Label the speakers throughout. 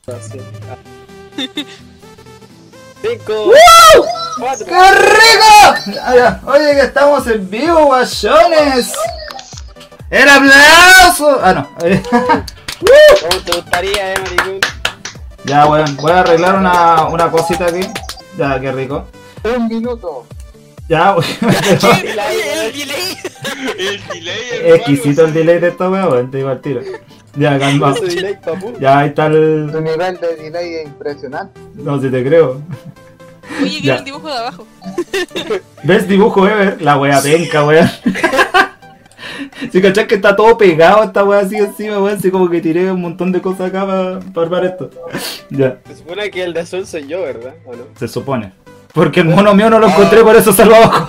Speaker 1: situación. Cinco.
Speaker 2: ¡Qué
Speaker 1: Cuatro.
Speaker 2: ¡Ah! rico! Ahora, Oye, que estamos en vivo, guayones. ¡El aplauso! Ah, no.
Speaker 1: ¿Cómo te gustaría, eh, maricón?
Speaker 2: ya, weón. Voy a arreglar una, una cosita aquí. Ya, qué rico.
Speaker 3: Un minuto.
Speaker 2: Ya, weón.
Speaker 1: La-
Speaker 4: El delay.
Speaker 5: El delay, hermano.
Speaker 2: Exquisito el delay de esta weá, weón. Te digo al tiro. Ya, calma.
Speaker 1: Ese delay, papu.
Speaker 2: Ya, ahí está
Speaker 3: Tu
Speaker 2: el.
Speaker 3: nivel de delay es impresionante.
Speaker 2: No, si te creo. Ya.
Speaker 4: Oye, vieron el dibujo de abajo.
Speaker 2: ¿Ves dibujo, Ever? La wea penca, weón. Si cachás que está todo pegado esta wea así encima, weón. Así como que tiré un montón de cosas acá para armar esto. Ya,
Speaker 1: Se supone que el de azul soy yo, ¿verdad? ¿O no?
Speaker 2: se supone. Porque el mono mío no lo encontré, por eso salvo abajo.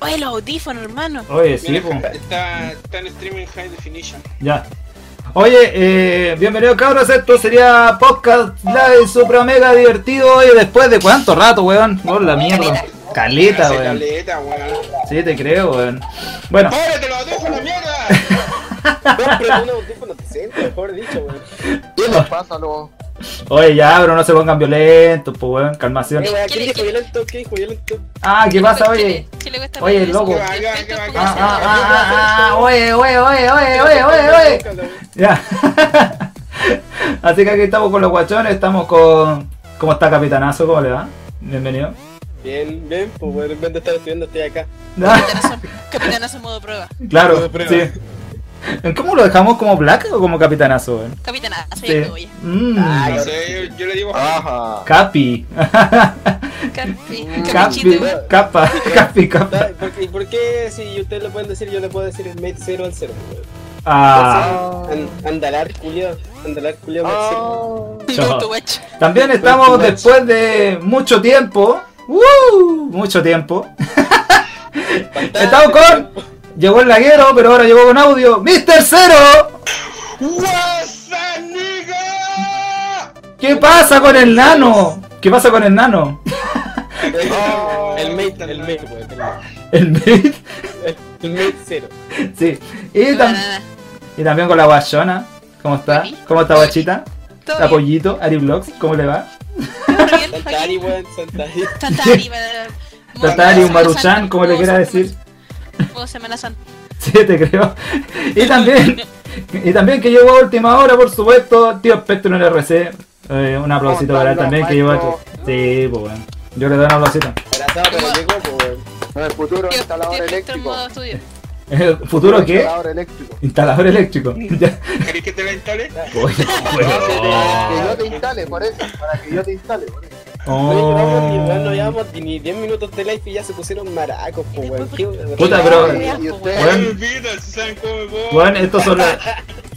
Speaker 4: Oye, los audífonos, hermano.
Speaker 2: Oye, sí,
Speaker 5: Mira,
Speaker 2: po.
Speaker 5: está, está en streaming high definition.
Speaker 2: Ya. Oye, eh, bienvenidos cabros, esto sería podcast live super mega divertido. Oye, después de cuánto rato, weón. Por la mierda. Caleta,
Speaker 5: Hace
Speaker 2: weón.
Speaker 5: caleta, weón.
Speaker 2: Sí, te creo, weón. Bueno,
Speaker 5: ¡Párate los dejo la mierda!
Speaker 1: tiempo. Compren un audífono decente, mejor dicho, weón. Eh,
Speaker 3: Pásalo. Pásalo.
Speaker 2: oye, ya, pero no se pongan violentos, pues, weón, calmación.
Speaker 1: Eh, weón, ¿quién
Speaker 4: ¿Quiere-
Speaker 1: dijo violento? ¿Quién dijo violento?
Speaker 2: Ah, ¿qué pasa, oye?
Speaker 4: ¿Qué le cuesta
Speaker 2: Oye,
Speaker 4: poner eso?
Speaker 2: loco.
Speaker 4: ¿Qué le cuesta
Speaker 5: Ah,
Speaker 4: poner
Speaker 2: Ah,
Speaker 4: eso?
Speaker 2: ah, ah, ah, ah, oye, oye, oye, oye, Eh, oye, oye, oye. Ya. Así que aquí estamos con los guachones, estamos con. ¿Cómo está, capitanazo? ¿Cómo le va? Bienvenido.
Speaker 1: Bien, bien, pues weón, en vez de estar estudiando estoy acá.
Speaker 2: Ah,
Speaker 4: Capitanazo- Capitanazo modo prueba.
Speaker 2: Claro, sí. ¿En ¿Cómo lo dejamos como black o como capitanazo, weón?
Speaker 4: Capitanazo, ya
Speaker 2: Sí.
Speaker 4: me voy.
Speaker 2: Mm,
Speaker 1: Ay,
Speaker 5: No sé, yo, yo le digo
Speaker 3: Ajá.
Speaker 2: capi.
Speaker 4: Capi- Capichito,
Speaker 2: Capi,
Speaker 4: igual.
Speaker 2: capa, capi, capa.
Speaker 1: ¿Sabe por qué- ¿Y por qué si ustedes lo pueden decir, yo le puedo decir el mate 0 al 0?
Speaker 2: Ah.
Speaker 1: Andalar, culiao. Andalar, culiao, mate 0.
Speaker 4: Ah.
Speaker 3: Oh.
Speaker 2: Chao.
Speaker 4: Tu guacho.
Speaker 2: También estamos después de mucho tiempo. ¡Uh! Mucho tiempo. Estamos con. Llegó el laguero, pero ahora llegó con audio. ¡Mister Cero!
Speaker 5: ¡What's up, nigga!
Speaker 2: ¿Qué pasa con el nano? ¿Qué pasa con el nano?
Speaker 1: El mate, el mate, weón. el mate.
Speaker 2: El mid.
Speaker 1: El mate 0.
Speaker 2: Sí. Y, tam-
Speaker 4: Banana.
Speaker 2: y también con la guachona. ¿Cómo está? ¿Cómo está guachita?
Speaker 4: Todo
Speaker 2: La
Speaker 4: bien,
Speaker 2: pollito, Ari Vlogs, ¿cómo le va?
Speaker 4: todo bien, aquí.
Speaker 1: Santari, weón, Santari.
Speaker 4: Tantari, ba-
Speaker 2: Tatari, un
Speaker 4: Semana
Speaker 2: maruchan,
Speaker 4: Santa,
Speaker 2: como le
Speaker 4: modo
Speaker 2: quiera
Speaker 4: Semana
Speaker 2: decir.
Speaker 4: Santa, modo Semana Santa.
Speaker 2: Sí, te creo. Y también, y también que llegó a última hora, por supuesto, tío Spectrum RC. Eh, un aplausito para él también que llegó a... Sí, pues bueno. Yo le doy un aplausito.
Speaker 1: Abrazado, pero llegó, pues, weón.
Speaker 3: En el futuro
Speaker 4: Tío-
Speaker 3: instalador
Speaker 4: tío Spectrum,
Speaker 3: eléctrico.
Speaker 4: modo estudio.
Speaker 2: Eh, ¿Futuro qué?
Speaker 3: Instalador eléctrico.
Speaker 2: Instalador eléctrico. Ya.
Speaker 5: ¿Querés que te la instale?
Speaker 2: Oye,
Speaker 3: Que
Speaker 2: bueno.
Speaker 3: yo te instale por eso. Para que yo te instale por eso.
Speaker 1: Oye, no, ni, weón, no
Speaker 2: Oh.
Speaker 1: llevamos ni 10 minutos de live y ya se pusieron maracos, po,
Speaker 4: Y
Speaker 1: weón.
Speaker 4: después-
Speaker 1: Qué-
Speaker 2: Puta, Ah, pero-
Speaker 3: Y, y ustedes.
Speaker 2: Bueno.
Speaker 5: Ay, mi vida, si saben cómo me voy.
Speaker 2: Bueno, estos son los,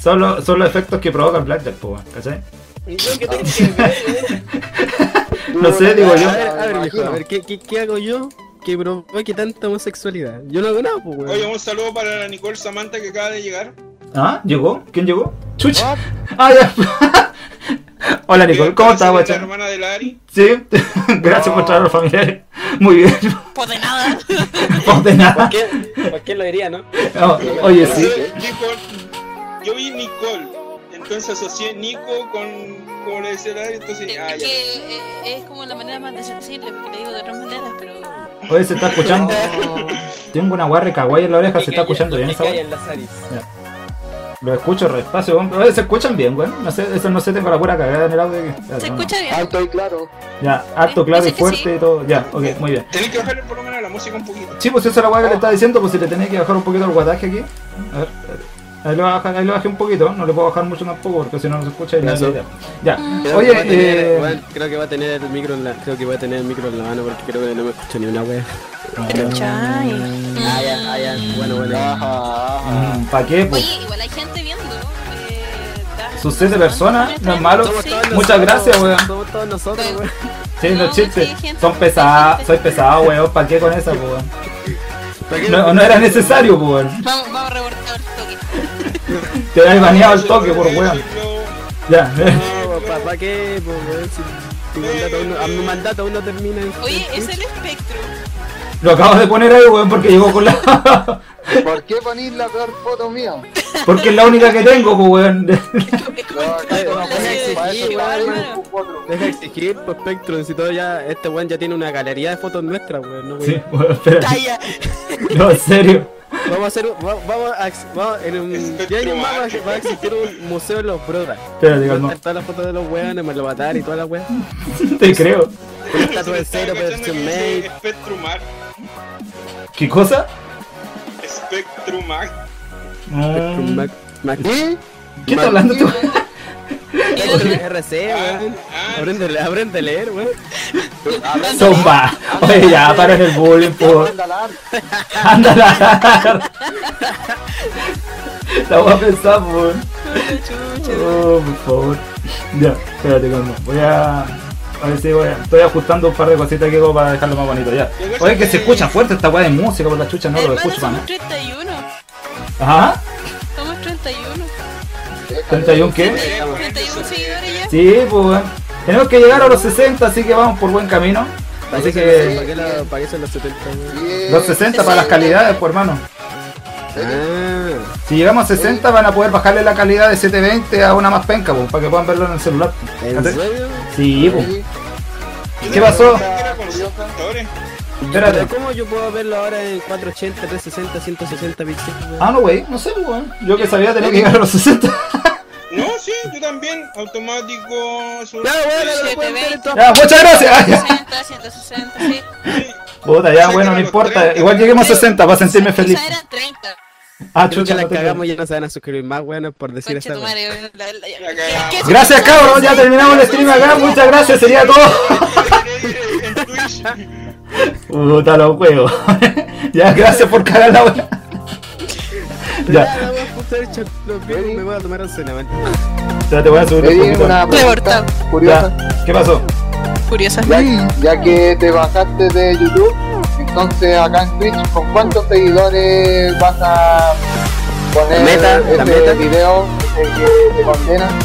Speaker 2: son los, son los efectos que provocan Blackjack, pues bueno, ¿cachai?
Speaker 1: ¿Y yo qué tengo que ver, weón?
Speaker 2: No sé, digo yo.
Speaker 3: A ver, a ver, mijo, a ver,
Speaker 1: ¿qué, hago yo que provoque tanta homosexualidad? Yo no hago nada, pues,
Speaker 5: Oye, un saludo para la Nicole Samantha que acaba de llegar.
Speaker 2: ¿Ah? ¿Llegó? ¿Quién llegó? ¡Chucha! Ah, ya. Hola Nicole, ¿cómo estás,
Speaker 5: guacha? La
Speaker 2: guachón?
Speaker 5: hermana de la Ari.
Speaker 2: Sí, gracias por traer a los familiares. Muy bien,
Speaker 4: Pues de nada.
Speaker 2: no de
Speaker 1: ¿Por
Speaker 2: nada.
Speaker 1: qué, por qué lo diría, no?
Speaker 2: No, oye, sí.
Speaker 5: Entonces, dijo, yo vi Nicole, entonces asocié Nico con, como le decía la Ari, entonces, ah,
Speaker 4: Es
Speaker 5: ya.
Speaker 4: que eh, es como la manera más desensible, porque le digo de otras maneras, pero.
Speaker 2: Oye, se está escuchando. Tengo una guarre kawaii en la oreja, se está escuchando bien,
Speaker 1: Me
Speaker 2: ¿sabes?
Speaker 1: callan las Aris.
Speaker 2: Lo escucho re despacio, weón. Oye, se escuchan bien, weón. No sé, eso no sé, tengo la pura cagada en el audio. Espérate,
Speaker 4: Se
Speaker 2: no, no.
Speaker 4: escucha Eh, bien.
Speaker 3: Alto y Ah, claro.
Speaker 2: Ya, alto, claro y
Speaker 4: Dice que sí.
Speaker 2: fuerte y todo. Ya, ok, muy bien.
Speaker 5: Tenés que bajarle por lo menos la música un poquito.
Speaker 2: Sí, pues si esa es la weá que le estaba diciendo, pues si le tenés que bajar un poquito el guataje aquí. A ver, ahí lo, baja, ahí lo bajé un poquito, no le puedo bajar mucho tampoco porque si no no se escucha y la
Speaker 1: Eso.
Speaker 2: Ya,
Speaker 4: Ah.
Speaker 1: Creo
Speaker 2: oye,
Speaker 1: que va a tener-
Speaker 2: eh,
Speaker 1: weón, creo que va a tener el micro en la, creo que va a tener el micro en la mano porque creo que no me escucho ni una wea.
Speaker 4: Pero chay.
Speaker 1: Ah, ya, ah, ya. Bueno, bueno.
Speaker 3: Ajá, ajá.
Speaker 2: ¿para qué? Pues?
Speaker 4: Oye, igual hay gente viendo. eh, da-
Speaker 2: Sus siete personas, no es malo.
Speaker 4: Sí.
Speaker 2: Muchas gracias, weón.
Speaker 1: Somos todos nosotros,
Speaker 4: Pero-
Speaker 1: weón.
Speaker 2: Sí,
Speaker 4: No,
Speaker 2: los chistes.
Speaker 4: sí, gente,
Speaker 2: Son
Speaker 4: sí,
Speaker 2: pesadas,
Speaker 4: gente.
Speaker 2: soy pesado, weón. ¿Para qué con esa, po, weón?
Speaker 3: ¿Para qué
Speaker 2: No, no era necesario, po, weón.
Speaker 4: Vamos, vamos reportado el toque.
Speaker 2: Te das baneado al toque, por weón. Ya,
Speaker 1: No, papá, ¿qué? Pues, weón, si tu mandato aún no- a mi mandato aún no termina. en-
Speaker 4: Oye, es el espectro.
Speaker 2: Ah, lo acabas de poner ahí, weón, porque llegó con la.
Speaker 3: ¿Por qué ponís la peor foto mía?
Speaker 2: Porque es la única que tengo, po, weón.
Speaker 4: Es como
Speaker 3: No, acá
Speaker 4: el
Speaker 3: no,
Speaker 4: la
Speaker 3: para eso-
Speaker 4: serie de
Speaker 3: para eso
Speaker 4: Digimon,
Speaker 3: está bien,
Speaker 4: hermano.
Speaker 3: otro.
Speaker 1: Deja de exigir, pues Spectrum, si todo ya, este weón ya tiene una galería de fotos nuestras, weón. ¿no, weón?
Speaker 2: Sí, weón, espera.
Speaker 4: Talla.
Speaker 2: No, en serio.
Speaker 1: Vamos a hacer, un- va- vamos a, ex- vamos en un,
Speaker 5: Spectrum
Speaker 1: ya años más
Speaker 5: H.
Speaker 1: va, va a existir un museo de los brothers.
Speaker 2: Espérate, calma.
Speaker 1: Todas las fotos de los weones, me lo matar y toda la weón.
Speaker 2: Te creo.
Speaker 1: Con estatua de cero, pero sin
Speaker 2: Ah.
Speaker 1: mate.
Speaker 5: Spectrum Art.
Speaker 2: ¿Qué cosa?
Speaker 5: Spectrum Art.
Speaker 1: Spectrum
Speaker 2: Mm,
Speaker 1: Mac. Mac.
Speaker 3: ¿Qué?
Speaker 2: ¿Qué está hablando tú?
Speaker 1: RC,
Speaker 5: Ah,
Speaker 1: weón.
Speaker 5: ah,
Speaker 1: Aprende, aprende a leer, weón.
Speaker 2: Sopa. Oye, ya, para el bullying, po.
Speaker 3: Andalar.
Speaker 2: Ándala. La voy a pensar, po. weón. Oh, por favor. Ya, espérate, calma. Voy a. A ver si voy a. Estoy ajustando un par de cositas que hago para dejarlo más bonito, ya. Oye, que se escucha fuerte esta weá de música por la chucha, no lo
Speaker 4: Hermano,
Speaker 2: escucho para
Speaker 4: somos
Speaker 2: nada.
Speaker 4: 31.
Speaker 2: Ajá.
Speaker 4: Somos 31.
Speaker 2: ¿31 qué?
Speaker 5: eh, por
Speaker 4: 31
Speaker 5: eso,
Speaker 4: seguidores ya.
Speaker 2: Sí, pues weón. Tenemos que llegar a los 60, así que vamos por buen camino. Así que.
Speaker 1: ¿Para qué son los 70, weón?
Speaker 3: Bien.
Speaker 2: Los 60 para las calidades, pues hermano.
Speaker 1: Ah,
Speaker 2: Si llegamos a 60 van a poder bajarle la calidad de 720 a una más penca, pues, para que puedan verlo en el celular.
Speaker 1: ¿en serio?
Speaker 2: Sí, pues.
Speaker 3: Sí.
Speaker 2: ¿Qué pasó?
Speaker 5: Era ¿eh? con suscriptores.
Speaker 2: Espérate.
Speaker 1: Pero ¿cómo yo puedo verlo ahora en 480, 360, 160 píxeles? weón?
Speaker 2: Ah, no, wey, no sé, pues, weón. Yo que sabía tenía que llegar a los 60.
Speaker 5: No, sí, yo también. Automático. su-
Speaker 1: Ya, weón, no lo pueden
Speaker 4: 720.
Speaker 1: ver en todas
Speaker 2: Ya, muchas gracias. Ah, ya.
Speaker 4: 60, 160, sí.
Speaker 2: Puta, ya, bueno, no importa. Igual lleguemos a 60 para sentirme feliz.
Speaker 4: Quizá eran 30.
Speaker 2: Ah,
Speaker 1: Creo que
Speaker 2: chucha,
Speaker 1: la
Speaker 2: no te
Speaker 1: cagamos ya no se van a suscribir más, weón, por decir
Speaker 4: Concha
Speaker 1: esa
Speaker 4: tu
Speaker 1: weón.
Speaker 4: madre. weón, la- la-
Speaker 5: Ya
Speaker 4: ¿Qué-
Speaker 5: cagamos.
Speaker 4: qué-
Speaker 2: Gracias, cabros. Ya terminamos el stream acá. Muchas gracias. Sería todo.
Speaker 5: En Twitch.
Speaker 2: Puta, los huevos. Ya, gracias por cagar la wea.
Speaker 1: Ya,
Speaker 2: Ya,
Speaker 1: la voy a puta hecha los viejos, me voy a tomar un cena, weón.
Speaker 2: ya te voy a subir
Speaker 3: Te
Speaker 2: un
Speaker 3: di
Speaker 2: poquito.
Speaker 3: una pregunta
Speaker 4: Reportado.
Speaker 3: curiosa.
Speaker 2: Ya, ¿qué pasó?
Speaker 4: Curiosa.
Speaker 3: Ya, ya que te bajaste de YouTube, entonces acá en Twitch, ¿con cuántos seguidores vas a poner
Speaker 1: Meta,
Speaker 3: este
Speaker 1: la meta.
Speaker 3: video de que te condenan?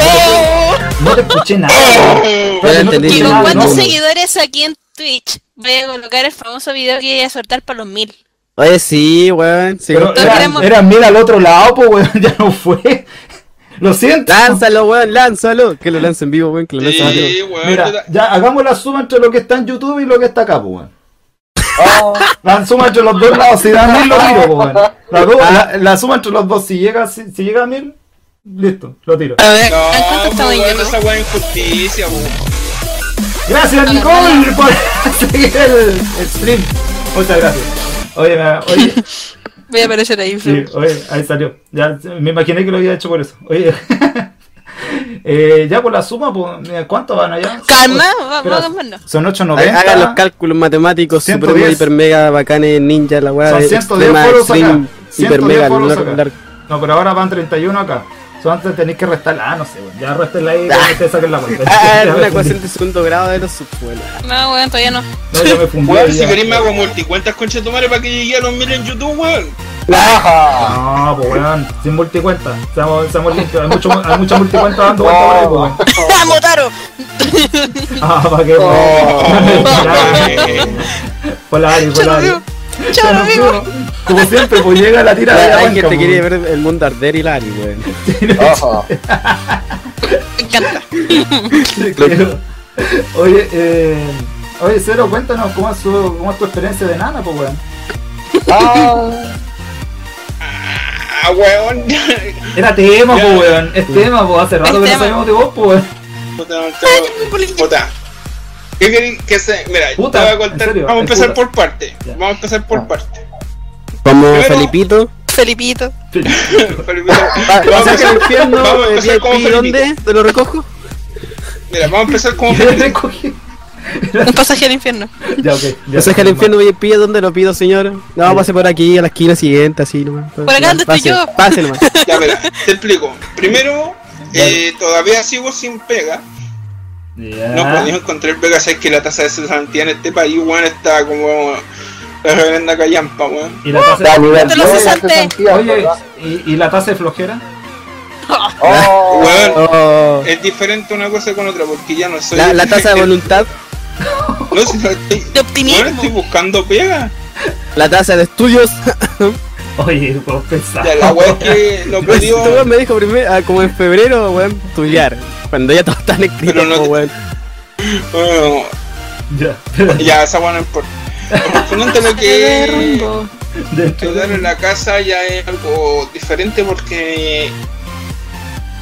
Speaker 4: Oh,
Speaker 2: No te escuché nada.
Speaker 1: Ya
Speaker 2: Espérate, no te
Speaker 1: Eh, entendí.
Speaker 2: escuché
Speaker 4: ¿Y
Speaker 1: no,
Speaker 4: con
Speaker 2: nada,
Speaker 4: cuántos
Speaker 1: no.
Speaker 4: seguidores aquí en Twitch? Voy a colocar el famoso video que iba a soltar para los mil.
Speaker 1: Oye, sí, weón. Sí,
Speaker 2: Pero
Speaker 1: weón.
Speaker 4: Todos
Speaker 2: era,
Speaker 4: queremos-
Speaker 2: era mira al otro lado, pues, weón. Ya no fue. Lo siento.
Speaker 1: Lánzalo, weón, lánzalo. Que lo lance en vivo, weón, que lo lance en vivo.
Speaker 5: Sí, weón. yo
Speaker 2: Mira,
Speaker 5: ta-
Speaker 2: ya hagamos la suma entre lo que está en YouTube y lo que está acá, pues, weón.
Speaker 3: Ah,
Speaker 2: La suma entre los dos lados, si da mil, lo tiro, pues, weón. La, do-
Speaker 4: Ah.
Speaker 2: la- la suma entre los dos, si llega, si, si llega a mil, listo, lo tiro.
Speaker 4: A ver,
Speaker 5: No, pues,
Speaker 4: ¿a cuánto estamos
Speaker 5: weón,
Speaker 4: llegando?
Speaker 5: esa weá es injusticia, weón.
Speaker 2: Gracias, Nicole, por seguir el, el stream. Muchas gracias. Oye, me- oye,
Speaker 4: Voy a aparecer ahí.
Speaker 2: sí, oye, ahí salió. Ya me imaginé que lo había hecho por eso. Oye. eh, ya por la suma, pues, mira, ¿cuánto van allá?
Speaker 4: Calma, va-
Speaker 2: Espera,
Speaker 4: vamos a calmarnos.
Speaker 2: Son
Speaker 1: Ay,
Speaker 2: 8.90.
Speaker 1: Hagan los cálculos matemáticos super
Speaker 2: 110.
Speaker 1: hiper mega bacanes ninja la weá
Speaker 2: Son
Speaker 1: de
Speaker 2: 110
Speaker 1: extrema,
Speaker 2: foros acá.
Speaker 1: extreme, hiper
Speaker 2: 110
Speaker 1: mega
Speaker 2: foros
Speaker 1: lunar,
Speaker 2: acá.
Speaker 1: lunar.
Speaker 2: No, pero ahora van 31 acá. Solo antes tenéis que restar. Ah, no sé, bueno. Ya restenla ahí y ustedes saquen la cuenta.
Speaker 1: Ah,
Speaker 2: Ya
Speaker 1: es
Speaker 2: me
Speaker 1: una ecuación
Speaker 2: fundí.
Speaker 1: de segundo grado de los subsuelos.
Speaker 2: Ah,
Speaker 4: No, weón, todavía no.
Speaker 2: No, ya me fundí.
Speaker 5: Weón, si
Speaker 2: ya.
Speaker 5: queréis me hago multicuentas, concha de tu madre, para que llegue a los mil en YouTube, weón.
Speaker 3: ¡Ajá!
Speaker 2: No, pues weón, sin multicuenta. Estamos, estamos limpios. Hay, mucho, hay mucha multicuenta dando vuelta por ahí, pues, weón.
Speaker 5: Oh.
Speaker 4: ¡Vamos, Taro!
Speaker 2: Ah, para qué, weón.
Speaker 5: Eh,
Speaker 2: Hola, Ari,
Speaker 4: ¡Chao,
Speaker 2: hola,
Speaker 4: lo
Speaker 2: Ari.
Speaker 4: vivo! ¡Chao, lo vivo!
Speaker 2: Como siempre, pues llega la tira de la
Speaker 1: Hay
Speaker 2: banca,
Speaker 1: gente que quiere
Speaker 2: pues.
Speaker 1: ver el mundo arder y Lari, weón.
Speaker 3: ¡Ajá!
Speaker 4: Me encanta.
Speaker 2: Sí, claro. Oye, eh... Oye, Cero, cuéntanos cómo es, su- cómo es tu experiencia de nana, pues weón.
Speaker 3: ¡Ah!
Speaker 5: Ah, weón.
Speaker 2: Era tema,
Speaker 5: Ya.
Speaker 2: pues weón. Es tema, pues hace rato
Speaker 4: Es
Speaker 2: que no
Speaker 4: tema.
Speaker 2: sabíamos de vos, pues weón.
Speaker 5: Puta, no, te- Puta. ¿Qué queréis que se.? Mira,
Speaker 2: Puta,
Speaker 5: te voy a
Speaker 2: en
Speaker 5: contar.
Speaker 2: serio,
Speaker 5: Vamos a
Speaker 2: es
Speaker 5: empezar
Speaker 2: puta.
Speaker 5: por parte.
Speaker 2: Ya.
Speaker 5: Vamos a empezar por parte.
Speaker 1: Como
Speaker 5: Primero-
Speaker 1: Felipito.
Speaker 4: Felipito.
Speaker 5: Pero primero-
Speaker 1: Va, va a
Speaker 5: vamos a
Speaker 1: ser el
Speaker 5: empezar-
Speaker 1: infierno
Speaker 5: vamos a
Speaker 1: de
Speaker 5: empezar como
Speaker 1: VIP, ¿dónde?
Speaker 5: Felipito.
Speaker 1: ¿Te lo recojo?
Speaker 5: Mira, vamos a empezar como
Speaker 2: Yo
Speaker 5: Felipito.
Speaker 2: recogí.
Speaker 4: Un pasaje al infierno.
Speaker 2: Ya, ok. Ya,
Speaker 1: O sea, que el infierno VIP, ¿dónde lo pido, señor? No, pase por aquí, a la esquina siguiente, así nomás.
Speaker 4: Por acá donde estoy
Speaker 1: Pase,
Speaker 4: yo.
Speaker 1: Pase nomás.
Speaker 5: Ya verás, te explico. Primero, eh, todavía sigo sin pega.
Speaker 2: Ya.
Speaker 1: Ah.
Speaker 5: No podíamos encontrar Vega, sabes que la tasa de cesantía en este país, weón, está como la reverenda callampa, weón.
Speaker 2: ¿Y la tasa
Speaker 3: a nivel
Speaker 4: Te lo
Speaker 3: dos,
Speaker 4: cesaste.
Speaker 3: cesantía,
Speaker 2: Oye,
Speaker 3: ¿verdad?
Speaker 2: ¿y, y la tasa de flojera?
Speaker 3: Oh,
Speaker 5: Weón,
Speaker 1: Oh,
Speaker 5: es diferente una cosa con otra, porque ya no soy.
Speaker 1: la, la tasa de voluntad,
Speaker 5: No, si no estoy.
Speaker 4: De
Speaker 5: Weón,
Speaker 4: optimismo.
Speaker 5: estoy buscando pega.
Speaker 1: la tasa de estudios.
Speaker 2: Oye, pues, vos pensás.
Speaker 5: Ya, la weón es que lo
Speaker 1: Pues,
Speaker 5: perdió.
Speaker 1: este weón me dijo primero, ah, como en febrero, weón, estudiar. Cuando ya todos están escritos,
Speaker 5: Pero no
Speaker 1: po,
Speaker 5: te-
Speaker 1: weón.
Speaker 5: Bueno,
Speaker 2: Ya.
Speaker 5: ya, esa weón no importa. Lo importante es lo que
Speaker 2: Dentro
Speaker 5: estudiar en
Speaker 2: de-
Speaker 5: la casa ya es algo diferente porque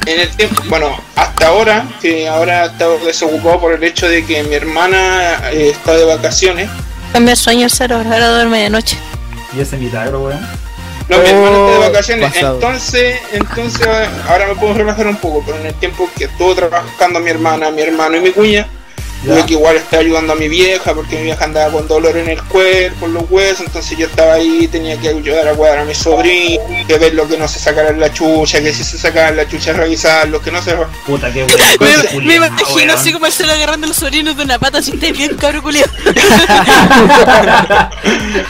Speaker 5: en el tiempo, bueno, hasta ahora, que ahora he estado desocupado por el hecho de que mi hermana eh, está de vacaciones.
Speaker 4: Cambia el sueño al cero, ahora duerme de noche.
Speaker 2: Y ese milagro, weón.
Speaker 5: No, mi
Speaker 1: Oh,
Speaker 5: hermana está de vacaciones,
Speaker 1: pasado.
Speaker 5: entonces, entonces ahora me puedo relajar un poco, pero en el tiempo que estuvo trabajando mi hermana, mi hermano y mi cuña,
Speaker 2: Ya.
Speaker 5: tuve que igual estar ayudando a mi vieja, porque mi vieja andaba con dolor en el cuerpo, en los huesos, entonces yo estaba ahí, tenía que ayudar a cuadrar a mi sobrino, que ver lo que no se sacara la chucha, que si se sacara la chucha revisar, lo que no se
Speaker 2: Puta, qué
Speaker 4: Me,
Speaker 2: weón.
Speaker 4: me imagino así como el cero agarrando a los sobrinos de una pata, si estáis bien, cabrón culiado.
Speaker 5: Eh,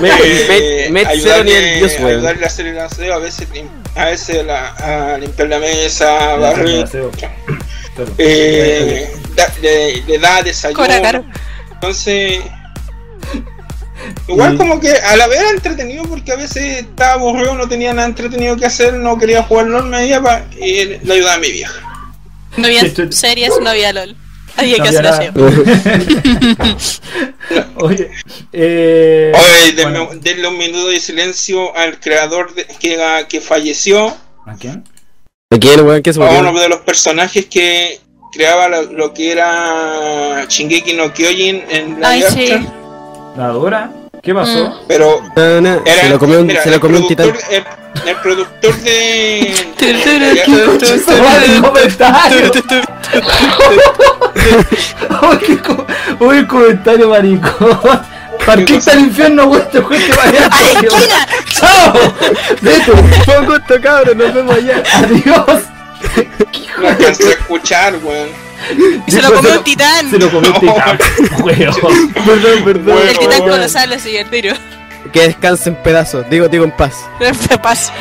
Speaker 1: Met- Met- Met cero
Speaker 5: ayudarle,
Speaker 1: nivel Dios, weón.
Speaker 5: ayudarle a hacer el aseo, a veces, lim- a veces la- a limpiar la mesa, barrer,
Speaker 2: Claro.
Speaker 5: eh, da- le, le da desayuno.
Speaker 4: Cobra caro.
Speaker 5: Entonces, igual
Speaker 2: Y-
Speaker 5: como que a la vez era entretenido porque a veces estaba aburrido, no tenía nada entretenido que hacer, no quería jugar LOL, me iba pa- y le ayudaba a mi vieja.
Speaker 4: No había series, no había LOL. Había que hacer así.
Speaker 2: Oye, eh.
Speaker 5: Oye, denme-
Speaker 2: bueno,
Speaker 5: denle un minuto de silencio al creador de- que, a- que falleció,
Speaker 2: ¿A quién?
Speaker 1: ¿De quién, weón? ¿Qué se
Speaker 5: a
Speaker 1: murió?
Speaker 5: uno de los personajes que creaba lo, lo que era Shingeki no Kyojin en la
Speaker 4: Ay, sí.
Speaker 2: ¿La Dora? ¿Qué pasó?
Speaker 5: pero
Speaker 1: No, no,
Speaker 5: era
Speaker 1: se lo comió un,
Speaker 5: mira,
Speaker 1: se lo
Speaker 5: el
Speaker 1: comió un titán.
Speaker 5: productor- El, el productor de...
Speaker 2: ¡Vale, comentario! Uy, qué co- Uy, comentario, maricón. Partiste al infierno, güey, te juego te vaya.
Speaker 4: ¡A la esquina!
Speaker 2: ¡Chao! Vete,
Speaker 1: Fue un gusto, cabrón, nos vemos allá.
Speaker 2: adiós.
Speaker 5: No alcancé a escuchar, weón.
Speaker 4: Y se lo
Speaker 2: Después
Speaker 4: comió un titán.
Speaker 2: Se lo comió un titán, weón.
Speaker 1: Perdón, perdón.
Speaker 5: Bueno,
Speaker 4: El titán
Speaker 5: bueno.
Speaker 4: colosal le sigue el tiro.
Speaker 1: Que descanse en pedazos, digo, digo en paz.
Speaker 4: Paz.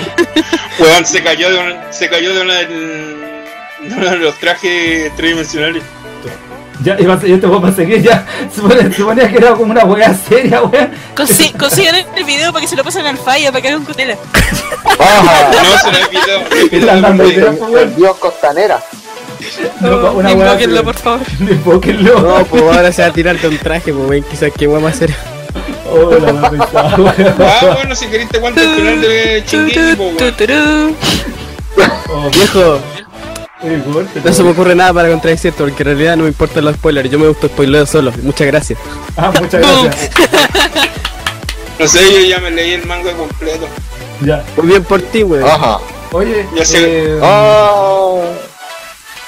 Speaker 5: Weón, se cayó de una, se cayó de una del- de uno de los trajes tridimensionales.
Speaker 2: Ya, iba a ser- yo te voy a perseguir, ya. Suponía, suponía que era como una weá seria, weón.
Speaker 4: Consi- Consigan el video para que se lo pasen al falla, para que hagan cutela.
Speaker 3: baja.
Speaker 5: No, se me olvidó. se me olvidó.
Speaker 2: La andando
Speaker 5: Sí.
Speaker 2: idea, weón.
Speaker 3: Dios Costanera.
Speaker 2: No,
Speaker 4: Oh,
Speaker 2: una weá.
Speaker 4: invóquenlo, por favor.
Speaker 2: Invóquenlo.
Speaker 1: No, pues ahora se va a tirarte un traje, pues ven, quizás qué vamos a hacer.
Speaker 2: Oh, la weá pesada, weón.
Speaker 5: Ah, bueno, si querés te cuento el final de Shingeki, po, weón.
Speaker 4: Tuturú.
Speaker 2: Oh,
Speaker 1: Viejo,
Speaker 2: qué fuerte,
Speaker 1: no se
Speaker 2: weón.
Speaker 1: me ocurre nada para contradecirte, porque en realidad no me importan los spoilers, yo me gusto spoiler solo. Muchas gracias.
Speaker 2: Ah, muchas gracias.
Speaker 5: No sé, yo ya me leí el manga completo.
Speaker 2: Ya.
Speaker 1: Muy bien por ti, weón.
Speaker 3: Ajá.
Speaker 2: Oye,
Speaker 5: Ya sé.
Speaker 2: eh,
Speaker 1: Ah.
Speaker 3: Oh.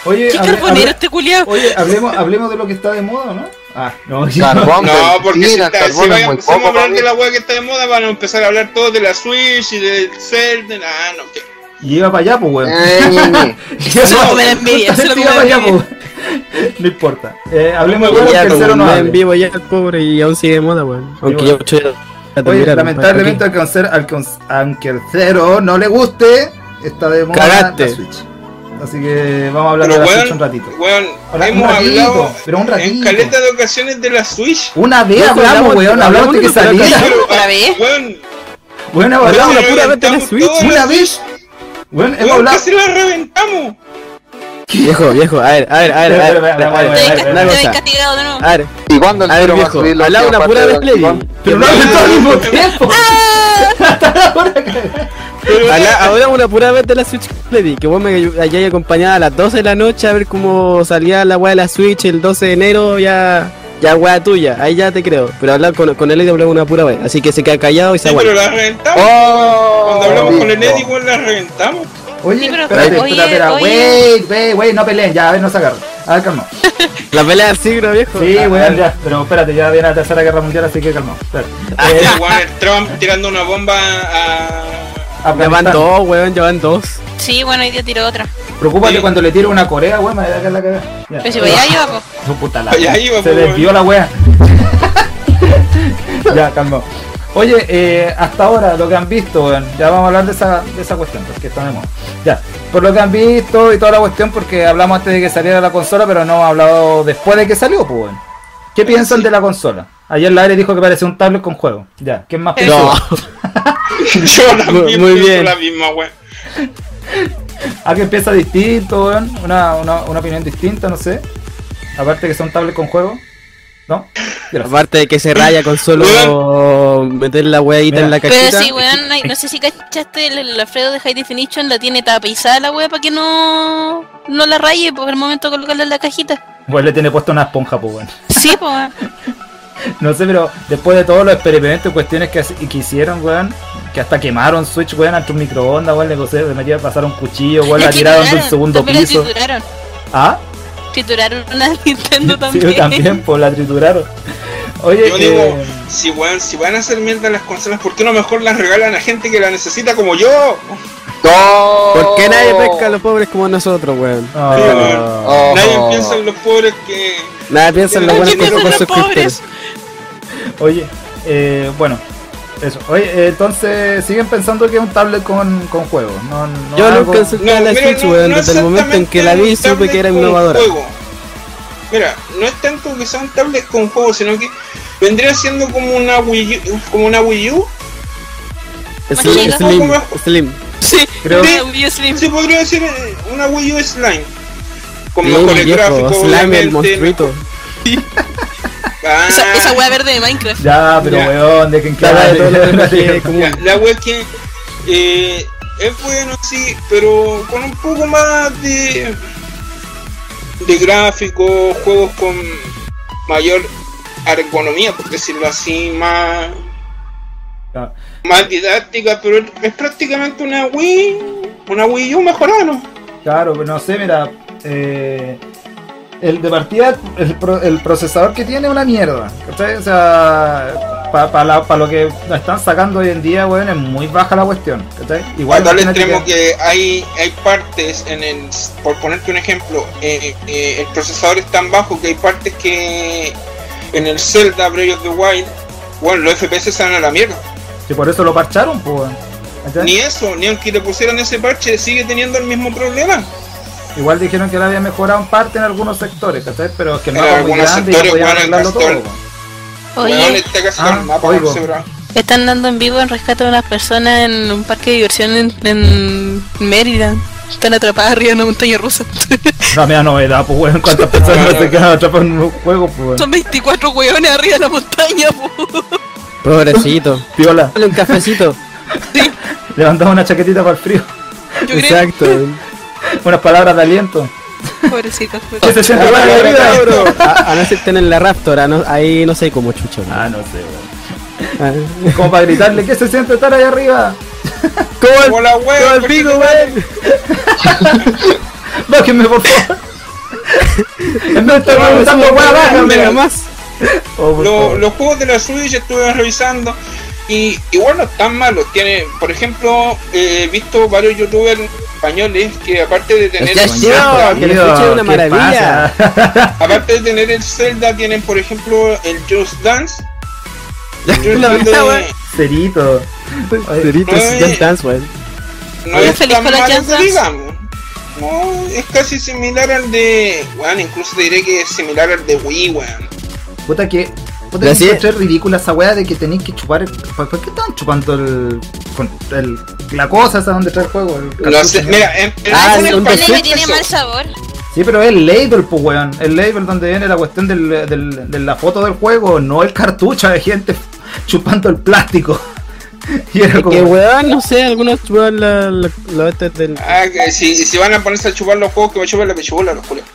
Speaker 2: oye,
Speaker 4: Qué
Speaker 2: hable-
Speaker 4: carbonero
Speaker 2: hable-
Speaker 4: este culiao.
Speaker 2: oye, hablemos, hablemos de lo que está de moda, ¿no? Ah, no, ya.
Speaker 3: Carbón.
Speaker 5: No, porque si,
Speaker 3: mentira,
Speaker 5: está, si
Speaker 3: carbón es
Speaker 5: vaya-
Speaker 3: muy
Speaker 5: si vamos a
Speaker 3: poco.
Speaker 5: hablar de
Speaker 3: para
Speaker 5: la weá que está de moda, van a empezar a hablar todos de la Switch y del Cell, de ah, no, que.
Speaker 2: Y iba para allá, pues, weón.
Speaker 1: Eh.
Speaker 3: mí.
Speaker 2: Iba
Speaker 4: Se lo
Speaker 2: pa-
Speaker 4: come la envidia, se
Speaker 2: Iba
Speaker 4: lo come
Speaker 2: pa'
Speaker 4: la
Speaker 2: allá,
Speaker 4: envidia.
Speaker 2: pues, weón. No importa. Eh, hablemos de
Speaker 1: Y
Speaker 2: weón, que
Speaker 1: ya,
Speaker 2: el
Speaker 1: como
Speaker 2: cero no
Speaker 1: está en
Speaker 2: hable.
Speaker 1: vivo ya el pobre y aún sigue de moda, weón. Aunque
Speaker 2: bueno.
Speaker 1: yo ya ya te
Speaker 2: Oye,
Speaker 1: miraron,
Speaker 2: lamentablemente
Speaker 1: ¿para
Speaker 2: al cáncer- al cons- aunque el cero no le guste, está de moda
Speaker 1: Cagaste.
Speaker 2: la Switch. Así que vamos a hablar
Speaker 5: Pero
Speaker 2: de la Switch un
Speaker 5: weón,
Speaker 2: ratito.
Speaker 5: weón,
Speaker 2: Ahora, un
Speaker 5: hemos
Speaker 2: ratito,
Speaker 5: hablado
Speaker 2: pero un
Speaker 5: en
Speaker 2: ratito.
Speaker 5: caleta de ocasiones de la Switch.
Speaker 2: Una vez
Speaker 1: Viejo,
Speaker 2: hablamos,
Speaker 1: hablamos-
Speaker 2: weón, hablamos de que
Speaker 1: hablamos de-
Speaker 2: saliera.
Speaker 4: ¿Otra vez?
Speaker 5: Weón,
Speaker 2: Weón,
Speaker 1: Hablamos
Speaker 2: hablamos
Speaker 1: la
Speaker 5: la
Speaker 1: pura vez de la
Speaker 5: reventamos
Speaker 1: Switch.
Speaker 5: toda la
Speaker 2: una vez. Weón, hemos
Speaker 5: Weón,
Speaker 2: hablado.
Speaker 5: casi la reventamos.
Speaker 1: qué? Viejo, viejo, a ver, a ver, a ver, a ver, a ver, a ver,
Speaker 4: Te
Speaker 1: a ver,
Speaker 4: ven-
Speaker 1: una
Speaker 4: te ven
Speaker 1: cosa.
Speaker 4: castigado de nuevo.
Speaker 2: Ah.
Speaker 1: A ver,
Speaker 3: ¿Y cuándo el
Speaker 1: a ver,
Speaker 3: cero va a
Speaker 1: viejo,
Speaker 3: subir los
Speaker 1: habla
Speaker 3: tíos
Speaker 1: una
Speaker 3: aparte
Speaker 1: pura
Speaker 3: de
Speaker 1: vez,
Speaker 3: Don
Speaker 1: Lady.
Speaker 3: Quijón?
Speaker 2: Pero no hablé todo al mismo tiempo.
Speaker 5: Ah.
Speaker 4: Ah.
Speaker 1: Habla- Ahora una pura vez de la Switch Lady, que vos me hayáis acompañado a las 12 de la noche a ver cómo salía la weá de la Switch el 12 de enero, ya, ya weá tuya, ahí ya te creo. Pero hablar con, con el Lady hablamos una pura vez, así que se queda callado y se
Speaker 5: Sí, pero
Speaker 1: aguanta.
Speaker 5: la reventamos.
Speaker 3: Oh.
Speaker 5: Cuando hablamos con el
Speaker 3: listo.
Speaker 5: Eddie, weón, la reventamos.
Speaker 2: Oye,
Speaker 4: Sí, pero-
Speaker 2: espérate, espérate,
Speaker 4: oye,
Speaker 2: espera,
Speaker 4: oye.
Speaker 2: wey, wey, wey, no peleen, ya, a ver, no se agarren. A ver, calma.
Speaker 1: La pelea del siglo, viejo.
Speaker 2: Sí,
Speaker 1: Ah,
Speaker 2: weón,
Speaker 1: ah,
Speaker 2: ya, pero espérate, ya viene la
Speaker 1: Ah,
Speaker 2: tercera guerra mundial, así que calma. Espera. Eh,
Speaker 5: Este, weón, el Trump tirando una bomba a,
Speaker 1: Ya van
Speaker 2: Afganistán.
Speaker 1: dos, weón, ya van dos.
Speaker 4: Sí, bueno, hoy día tiro otra.
Speaker 2: Preocúpate
Speaker 5: Sí.
Speaker 2: cuando le tire una a Corea, weón, me va a cagar la cagada. Ya.
Speaker 4: Pero si voy allá, iba, po.
Speaker 2: Su puta la
Speaker 5: Allá iba,
Speaker 2: Se
Speaker 5: pues,
Speaker 2: desvió la wea. ya, calmó. Oye, eh, hasta ahora lo que han visto, weón, ya vamos a hablar de esa, de esa cuestión, porque estamos de moda. Ya, por lo que han visto y toda la cuestión, porque hablamos antes de que saliera la consola, pero no hemos hablado después de que salió, pues, weón. ¿Qué piensan de la consola? Ayer la Aire dijo que parecía un tablet con juego. Ya, ¿quién más piensa?
Speaker 1: No.
Speaker 5: Yo también
Speaker 1: Muy- muy
Speaker 5: pienso
Speaker 1: bien.
Speaker 5: la misma, weón.
Speaker 2: ¿Alguien piensa Ah, distinto, weón? Una, una, una opinión distinta, no sé. Aparte que son tablets con juego. ¿No? Gracias.
Speaker 1: Aparte de que se raya con solo meter la weadita
Speaker 2: Mira.
Speaker 1: en la
Speaker 4: Pero
Speaker 1: cajita.
Speaker 4: sí, weón, ay, no sé si cachaste el, el Alfredo de High Definition, la tiene tapizada la wea para que no, no la raye por el momento de colocarla en la cajita.
Speaker 2: Bueno, le tiene puesto una esponja, pues bueno.
Speaker 4: Sí, po, weón.
Speaker 2: No sé, pero después de todos los experimentos, cuestiones que, hace- que hicieron, weón, que hasta quemaron Switch, weón, ante un microondas, weón, le cosé, le metía a pasar un cuchillo, weón, la
Speaker 4: La
Speaker 2: tiraron de un
Speaker 4: trituraron,
Speaker 2: segundo
Speaker 4: también la
Speaker 2: piso.
Speaker 4: trituraron.
Speaker 2: Ah,
Speaker 4: Trituraron una Nintendo
Speaker 2: sí,
Speaker 4: también.
Speaker 2: yo también, pues la trituraron. Oye,
Speaker 5: Yo digo,
Speaker 2: eh,
Speaker 5: si, weón, si van a hacer mierda las consolas, ¿por qué no mejor las regalan a gente que la necesita como yo?
Speaker 3: No.
Speaker 1: ¿Por qué nadie pesca a los pobres como nosotros, weón?
Speaker 2: ah,
Speaker 5: Sí, weón.
Speaker 3: Oh.
Speaker 5: Nadie piensa en los pobres que.
Speaker 1: Nadie piensa en los
Speaker 5: Nadie
Speaker 1: buenos que son
Speaker 5: piensa en
Speaker 1: con
Speaker 4: los
Speaker 1: suscriptores.
Speaker 2: oye, eh, bueno, eso. Oye, eh, entonces, siguen pensando que es un tablet con, con juegos. No, no
Speaker 1: Yo
Speaker 2: algo-
Speaker 1: nunca enseñé a la
Speaker 5: mira,
Speaker 1: Switch, weón. Desde el momento en que la vi
Speaker 5: exactamente
Speaker 1: supe que era
Speaker 5: un tablet con
Speaker 1: innovadora.
Speaker 5: juego. Mira, no es tanto que sean tablets con juego, sino que vendría siendo como una Wii U, como una Wii U,
Speaker 1: Slim,
Speaker 4: Imagina.
Speaker 1: Slim, Slim.
Speaker 4: Sí,
Speaker 2: Creo-
Speaker 4: una Wii Slim.
Speaker 5: se podría decir eh, una Wii U Slime. Con
Speaker 1: Slim,
Speaker 5: mejores
Speaker 1: viejo.
Speaker 5: gráficos,
Speaker 1: Slime, el
Speaker 5: obviamente.
Speaker 1: monstruito.
Speaker 5: Ah,
Speaker 4: Esa, esa wea verde de Minecraft.
Speaker 2: Ya, pero
Speaker 5: Ya.
Speaker 2: weón, de que en
Speaker 1: Claro, de todos los RPG
Speaker 2: cada
Speaker 5: Ya,
Speaker 1: comunes.
Speaker 5: la wea es que eh, es bueno sí, pero con un poco más de de gráficos, juegos con mayor ergonomía, por decirlo así, más más didáctica, pero es prácticamente una Wii, una Wii U mejorada, ¿no?
Speaker 2: Claro, pero no sé, mira, eh, el de partida, el, pro- el procesador que tiene es una mierda, ¿cachai? O sea, para lo que la están sacando hoy en día, weón, es muy baja la cuestión, ¿cachai?
Speaker 5: A tal
Speaker 2: imagínate
Speaker 5: extremo
Speaker 2: que-
Speaker 5: que hay, hay partes en el, por ponerte un ejemplo, eh, eh, el procesador es tan bajo que hay partes que en el Zelda Breath of the Wild, bueno, los FPS salen a la mierda.
Speaker 2: que por eso lo parcharon, pues, weón, ¿cachai?
Speaker 5: Ni eso, ni aunque le pusieran ese parche, sigue teniendo el mismo problema.
Speaker 2: Igual dijeron que la había mejorado en parte en algunos sectores, ¿cachai? Pero es que el
Speaker 5: En
Speaker 2: mapa es muy
Speaker 5: algunos
Speaker 2: grande y no
Speaker 5: sectores,
Speaker 2: podían
Speaker 5: weón, el
Speaker 2: arreglarlo todo,
Speaker 5: pastor.
Speaker 2: weón.
Speaker 5: Weón,
Speaker 4: Oye,
Speaker 5: está casi
Speaker 2: Ah,
Speaker 5: todo el mapa,
Speaker 2: oigo.
Speaker 5: weón,
Speaker 4: están dando en vivo en rescate a unas personas en un parque de diversión en, en Maryland. Están atrapadas arriba de una montaña rusa.
Speaker 2: La mea novedad, pues, weón, cuántas personas
Speaker 5: no,
Speaker 2: se
Speaker 5: no.
Speaker 2: quedan atrapadas en un juego, pues, weón.
Speaker 4: Son 24 hueones arriba de la montaña, po.
Speaker 1: Pobrecito.
Speaker 2: Piola,
Speaker 1: Dale un cafecito.
Speaker 2: levantaba una chaquetita para el frío,
Speaker 4: Yo creo,
Speaker 1: Exacto.
Speaker 2: unas palabras de aliento.
Speaker 4: pobrecito.
Speaker 2: ¿Qué se
Speaker 1: Ah,
Speaker 2: siente más de arriba?
Speaker 1: A, a no se estén en la Raptor, a no- ahí no sé cómo chucho. weón.
Speaker 2: Ah, no sé, weón.
Speaker 1: Ah.
Speaker 2: Como para gritarle, ¿qué se siente estar ahí arriba?
Speaker 1: ¿Cómo
Speaker 5: Hola, weón,
Speaker 1: el,
Speaker 5: ¿por qué
Speaker 1: pico,
Speaker 5: te-
Speaker 1: weón?
Speaker 2: Bájenme, por favor. En vez de estar
Speaker 1: Ah.
Speaker 2: preguntando, weá, bájame.
Speaker 5: mira,
Speaker 1: más.
Speaker 2: Oh, por
Speaker 5: Lo-
Speaker 2: favor.
Speaker 5: los juegos de la Switch estuve revisando y igual no están malos. Tiene, por ejemplo, eh, he visto varios youtubers españoles que aparte de tener
Speaker 1: Ya
Speaker 5: el
Speaker 1: llegó,
Speaker 5: Zelda,
Speaker 1: que le escuché una
Speaker 2: ¿qué
Speaker 1: maravilla.
Speaker 2: pasa?
Speaker 5: aparte de tener el Zelda, tienen por ejemplo el Just Dance. El Just
Speaker 1: La
Speaker 5: Dance
Speaker 1: verdad,
Speaker 5: de-
Speaker 1: weón.
Speaker 2: Cerito.
Speaker 1: Doritos,
Speaker 5: Ay.
Speaker 1: Just Dance, weón.
Speaker 5: no
Speaker 4: Oye,
Speaker 5: es
Speaker 4: feliz
Speaker 5: tan
Speaker 4: con la
Speaker 5: malo
Speaker 4: Just
Speaker 5: que
Speaker 4: Dance.
Speaker 5: digamos. No, es casi similar al de. Bueno, incluso te diré que es similar al de Wii, weón.
Speaker 2: Puta que. Puta
Speaker 1: Ya
Speaker 2: que
Speaker 1: sí.
Speaker 2: encontré ridícula esa weá de que tenéis que chupar. el- ¿Por por qué estaban chupando el, con- el- la cosa esa donde está el juego? el
Speaker 5: No sé,
Speaker 2: cartucho?
Speaker 5: mira, en, en
Speaker 1: Ah,
Speaker 5: algunas
Speaker 1: sí, un
Speaker 4: que
Speaker 5: partes
Speaker 1: perfecto.
Speaker 4: tiene
Speaker 5: eso.
Speaker 4: mal sabor.
Speaker 2: Sí, pero es el label, pues weón. El label donde viene la cuestión del, del- de la foto del juego, no el cartucho de gente chupando el plástico. Y era
Speaker 1: Es
Speaker 2: como.
Speaker 1: Que weón, no sé, algunos chupan la, la, la- este del.
Speaker 5: Ah, que si, si van a ponerse a chupar los juegos, que me chupen la pechugola, los culios.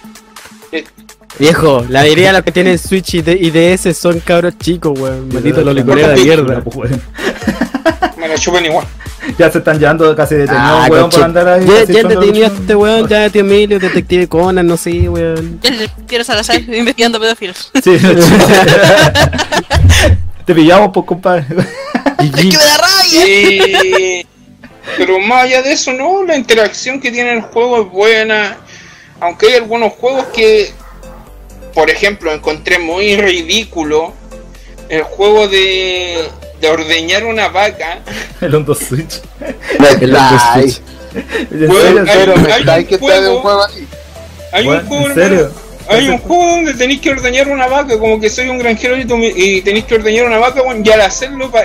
Speaker 1: Viejo, la mayoría de los que tienen Switch y, D- y DS son cabros chicos, weón. Maldito los licoreros de mierda.
Speaker 2: Pues, weón.
Speaker 5: Me la chupan igual.
Speaker 2: Ya se están llevando casi detenidos,
Speaker 1: Ah,
Speaker 2: weón, por
Speaker 1: coche.
Speaker 2: andar ahí.
Speaker 1: Ya,
Speaker 2: así
Speaker 1: ya
Speaker 2: cuando-
Speaker 1: detenido a este weón, ya tío Emilio, detective Conan, no sé, weón.
Speaker 4: El Piero Salazar investigando pedófilos.
Speaker 1: este-
Speaker 2: Sí, Te pillamos, pues, compadre.
Speaker 4: ¡Es que me da rabia!
Speaker 5: Y Pero más allá de eso, no, la interacción que tiene el juego es buena. Aunque hay algunos juegos que, por ejemplo, encontré muy ridículo el juego de, de ordeñar una vaca.
Speaker 2: El Hondo Switch.
Speaker 1: El Hondo Switch.
Speaker 2: ¿En serio?
Speaker 5: Bueno,
Speaker 3: Pero me
Speaker 5: Hay
Speaker 3: estáis
Speaker 5: un
Speaker 3: que está de un
Speaker 5: juego-
Speaker 3: juego así.
Speaker 5: Hay
Speaker 2: Bueno,
Speaker 5: un juego,
Speaker 2: ¿En serio?
Speaker 5: Hay un juego donde tenéis que ordeñar una vaca, como que soy un granjero y, tomi- y tenéis que ordeñar una vaca, bueno, y al hacerlo, pa-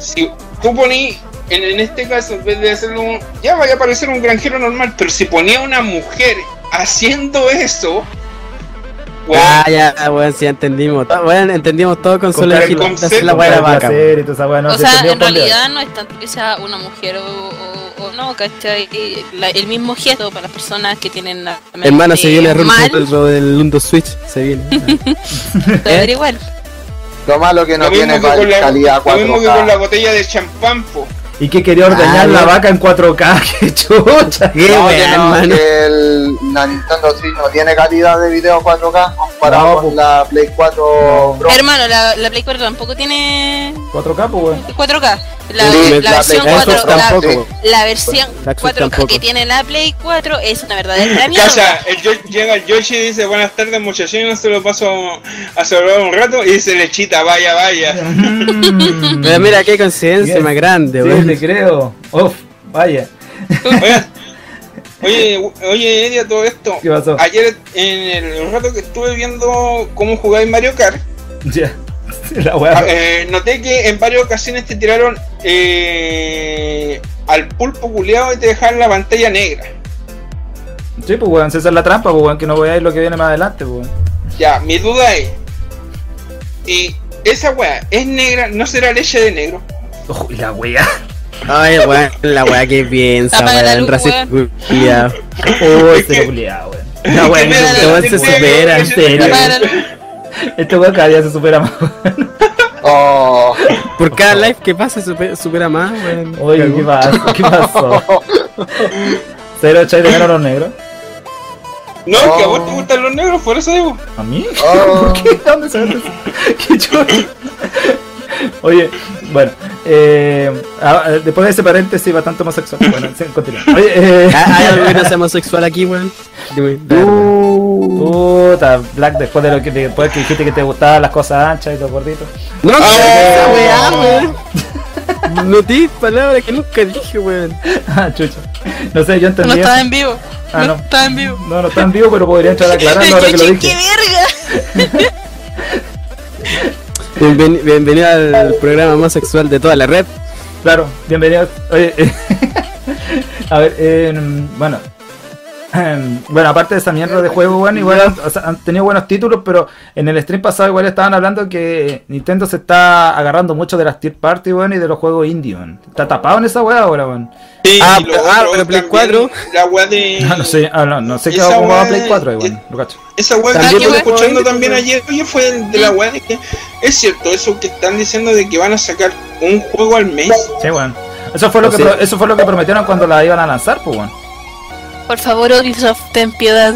Speaker 5: si tú ponís, en, en este caso, en vez de hacerlo, un- ya vaya a parecer un granjero normal, pero si ponía una mujer haciendo eso, bueno,
Speaker 1: Ah, ya, weón, sí, entendimos. To- Weón, entendimos todo con solo
Speaker 2: Con
Speaker 1: elegir
Speaker 5: concepto,
Speaker 1: hacer la weá de la
Speaker 2: Con
Speaker 1: vaca. weón.
Speaker 2: placer y toda esa weá, no,
Speaker 4: o
Speaker 2: se
Speaker 4: sea,
Speaker 2: entendió
Speaker 4: en
Speaker 2: con leal.
Speaker 4: realidad no es tanto que sea una mujer o, o- o no, ¿cachai? Que la- el mismo gesto para las personas que tienen la mente
Speaker 1: Hermana, se viene el
Speaker 4: mal,
Speaker 1: del Lundo Switch. Se viene.
Speaker 4: puede ser igual.
Speaker 3: Lo malo que no
Speaker 5: lo, mismo
Speaker 3: tiene
Speaker 5: que con la,
Speaker 3: calidad
Speaker 5: lo mismo que con la
Speaker 3: 4K.
Speaker 5: botella de champán, po.
Speaker 2: ¿Y qué quería
Speaker 1: Ah,
Speaker 2: ordeñar la
Speaker 1: bien.
Speaker 2: vaca en 4K? ¡Qué chucha!
Speaker 1: Qué
Speaker 3: No, que
Speaker 1: weá,
Speaker 3: no,
Speaker 1: hermano.
Speaker 3: que el, la Nintendo Switch no tiene calidad de video 4K comparado
Speaker 2: No,
Speaker 3: con
Speaker 2: pues.
Speaker 3: la Play 4 Pro.
Speaker 4: Hermano, la, la Play 4 tampoco tiene
Speaker 2: 4K, pues, weón.
Speaker 4: 4K. La,
Speaker 3: Sí,
Speaker 4: la versión
Speaker 3: Play
Speaker 4: 4,
Speaker 1: Xbox
Speaker 4: la,
Speaker 1: tampoco.
Speaker 3: sí.
Speaker 1: weón.
Speaker 4: la versión
Speaker 1: La Xbox
Speaker 4: 4K
Speaker 1: tampoco.
Speaker 4: que tiene la Play 4 es una verdadera mierda.
Speaker 5: Casa, el Yo- llega el Yoshi y dice, buenas tardes muchachos, se lo paso a saludar un rato, y dice lechita, vaya, vaya.
Speaker 2: Mm.
Speaker 1: Pero mira qué coincidencia
Speaker 2: Bien.
Speaker 1: más grande,
Speaker 2: Sí,
Speaker 1: weón.
Speaker 2: le creo. Uf, vaya.
Speaker 5: Oye, Oye, oye, Edia, todo esto.
Speaker 2: ¿Qué pasó?
Speaker 5: Ayer, en el rato que estuve viendo cómo jugáis Mario Kart,
Speaker 2: Ya. La weá.
Speaker 5: eh, noté que en varias ocasiones te tiraron eh, al pulpo culeado y te dejaron la pantalla negra.
Speaker 2: Sí, pues, weón. Esa es la trampa, pues, weón. Que no veáis lo que viene más adelante, pues. weón.
Speaker 5: Ya, mi duda es: si esa weá es negra, ¿no será leche de negro?
Speaker 2: Uy, la weá.
Speaker 1: Ay, weón, la weá que piensa,
Speaker 4: Apaga la
Speaker 1: weón.
Speaker 4: luz,
Speaker 1: Racista. culiao.
Speaker 2: Uy, se
Speaker 5: Es
Speaker 2: lo
Speaker 5: que-
Speaker 2: culiado, weón. La weá.
Speaker 5: Es que
Speaker 1: este
Speaker 5: me-
Speaker 1: weón se
Speaker 5: me-
Speaker 1: supera,
Speaker 5: me-
Speaker 2: en serio.
Speaker 5: me-
Speaker 4: Apaga la luz.
Speaker 2: Este weón cada día se supera más.
Speaker 3: Oh,
Speaker 1: Por cada live que pasa, supe- supera más, weón.
Speaker 2: Oye, ¿qué pasó? ¿Qué pasó? ¿Cero echáis de menos a los negros?
Speaker 5: No, es que a vos
Speaker 3: Oh.
Speaker 5: te gustan los negros, por eso digo.
Speaker 2: ¿A mí?
Speaker 3: Oh.
Speaker 2: ¿Por qué? ¿Dónde sabes eso? ¿Qué chulo? Oye, bueno, eh, ah, eh, después de ese paréntesis bastante homosexual. Bueno, sí, continúa. Oye, eh,
Speaker 1: ¿Hay algo que no sea homosexual aquí, weón? Dime, la verdad.
Speaker 2: puta, Black, después de lo que, después que dijiste que te gustaban las cosas anchas y los gorditos.
Speaker 1: No,
Speaker 5: Ah.
Speaker 1: esa weá, weón. No di palabras que nunca dije, weón.
Speaker 2: Ah, chucho. No sé, yo
Speaker 4: No
Speaker 2: entendí. eso.
Speaker 4: estaba en vivo.
Speaker 2: Ah,
Speaker 4: no
Speaker 2: no.
Speaker 4: estaba en vivo.
Speaker 2: No, no está en vivo, pero podría entrar aclarando ahora que lo
Speaker 4: Chuchi, ¡Qué
Speaker 2: dije.
Speaker 4: verga!
Speaker 1: Bienven- bienvenido al programa más sexual de toda la red.
Speaker 2: Claro, bienvenidos. Oye, eh, a ver, eh, bueno. Bueno, aparte de esa mierda de juego, bueno, igual han, o sea, han tenido buenos títulos, pero en el stream pasado igual estaban hablando que Nintendo se está agarrando mucho de las tier party, bueno, y de los juegos indie, weón. Está tapado en esa weá ahora, weón.
Speaker 5: Sí,
Speaker 1: Ah,
Speaker 5: y lo
Speaker 1: pero- ah,
Speaker 5: otro
Speaker 1: pero Play
Speaker 5: también,
Speaker 1: 4.
Speaker 5: La weá de.
Speaker 2: Ah, no sé, ah, no, no sé qué
Speaker 5: Eh, Esa
Speaker 2: cómo va a
Speaker 5: weá-
Speaker 2: Play 4, weón. Lo cacho.
Speaker 5: Esa weá que
Speaker 1: También
Speaker 5: estuve
Speaker 1: fue-
Speaker 5: escuchando también ayer, oye, fue el de la weá de que es cierto eso que están diciendo de que van a sacar un juego al mes.
Speaker 2: Sí, weón. Eso fue lo
Speaker 1: O
Speaker 2: que
Speaker 1: sea-
Speaker 2: pro- eso fue lo que prometieron cuando la iban a lanzar, pues weón.
Speaker 4: Por favor, Ubisoft, ten piedad.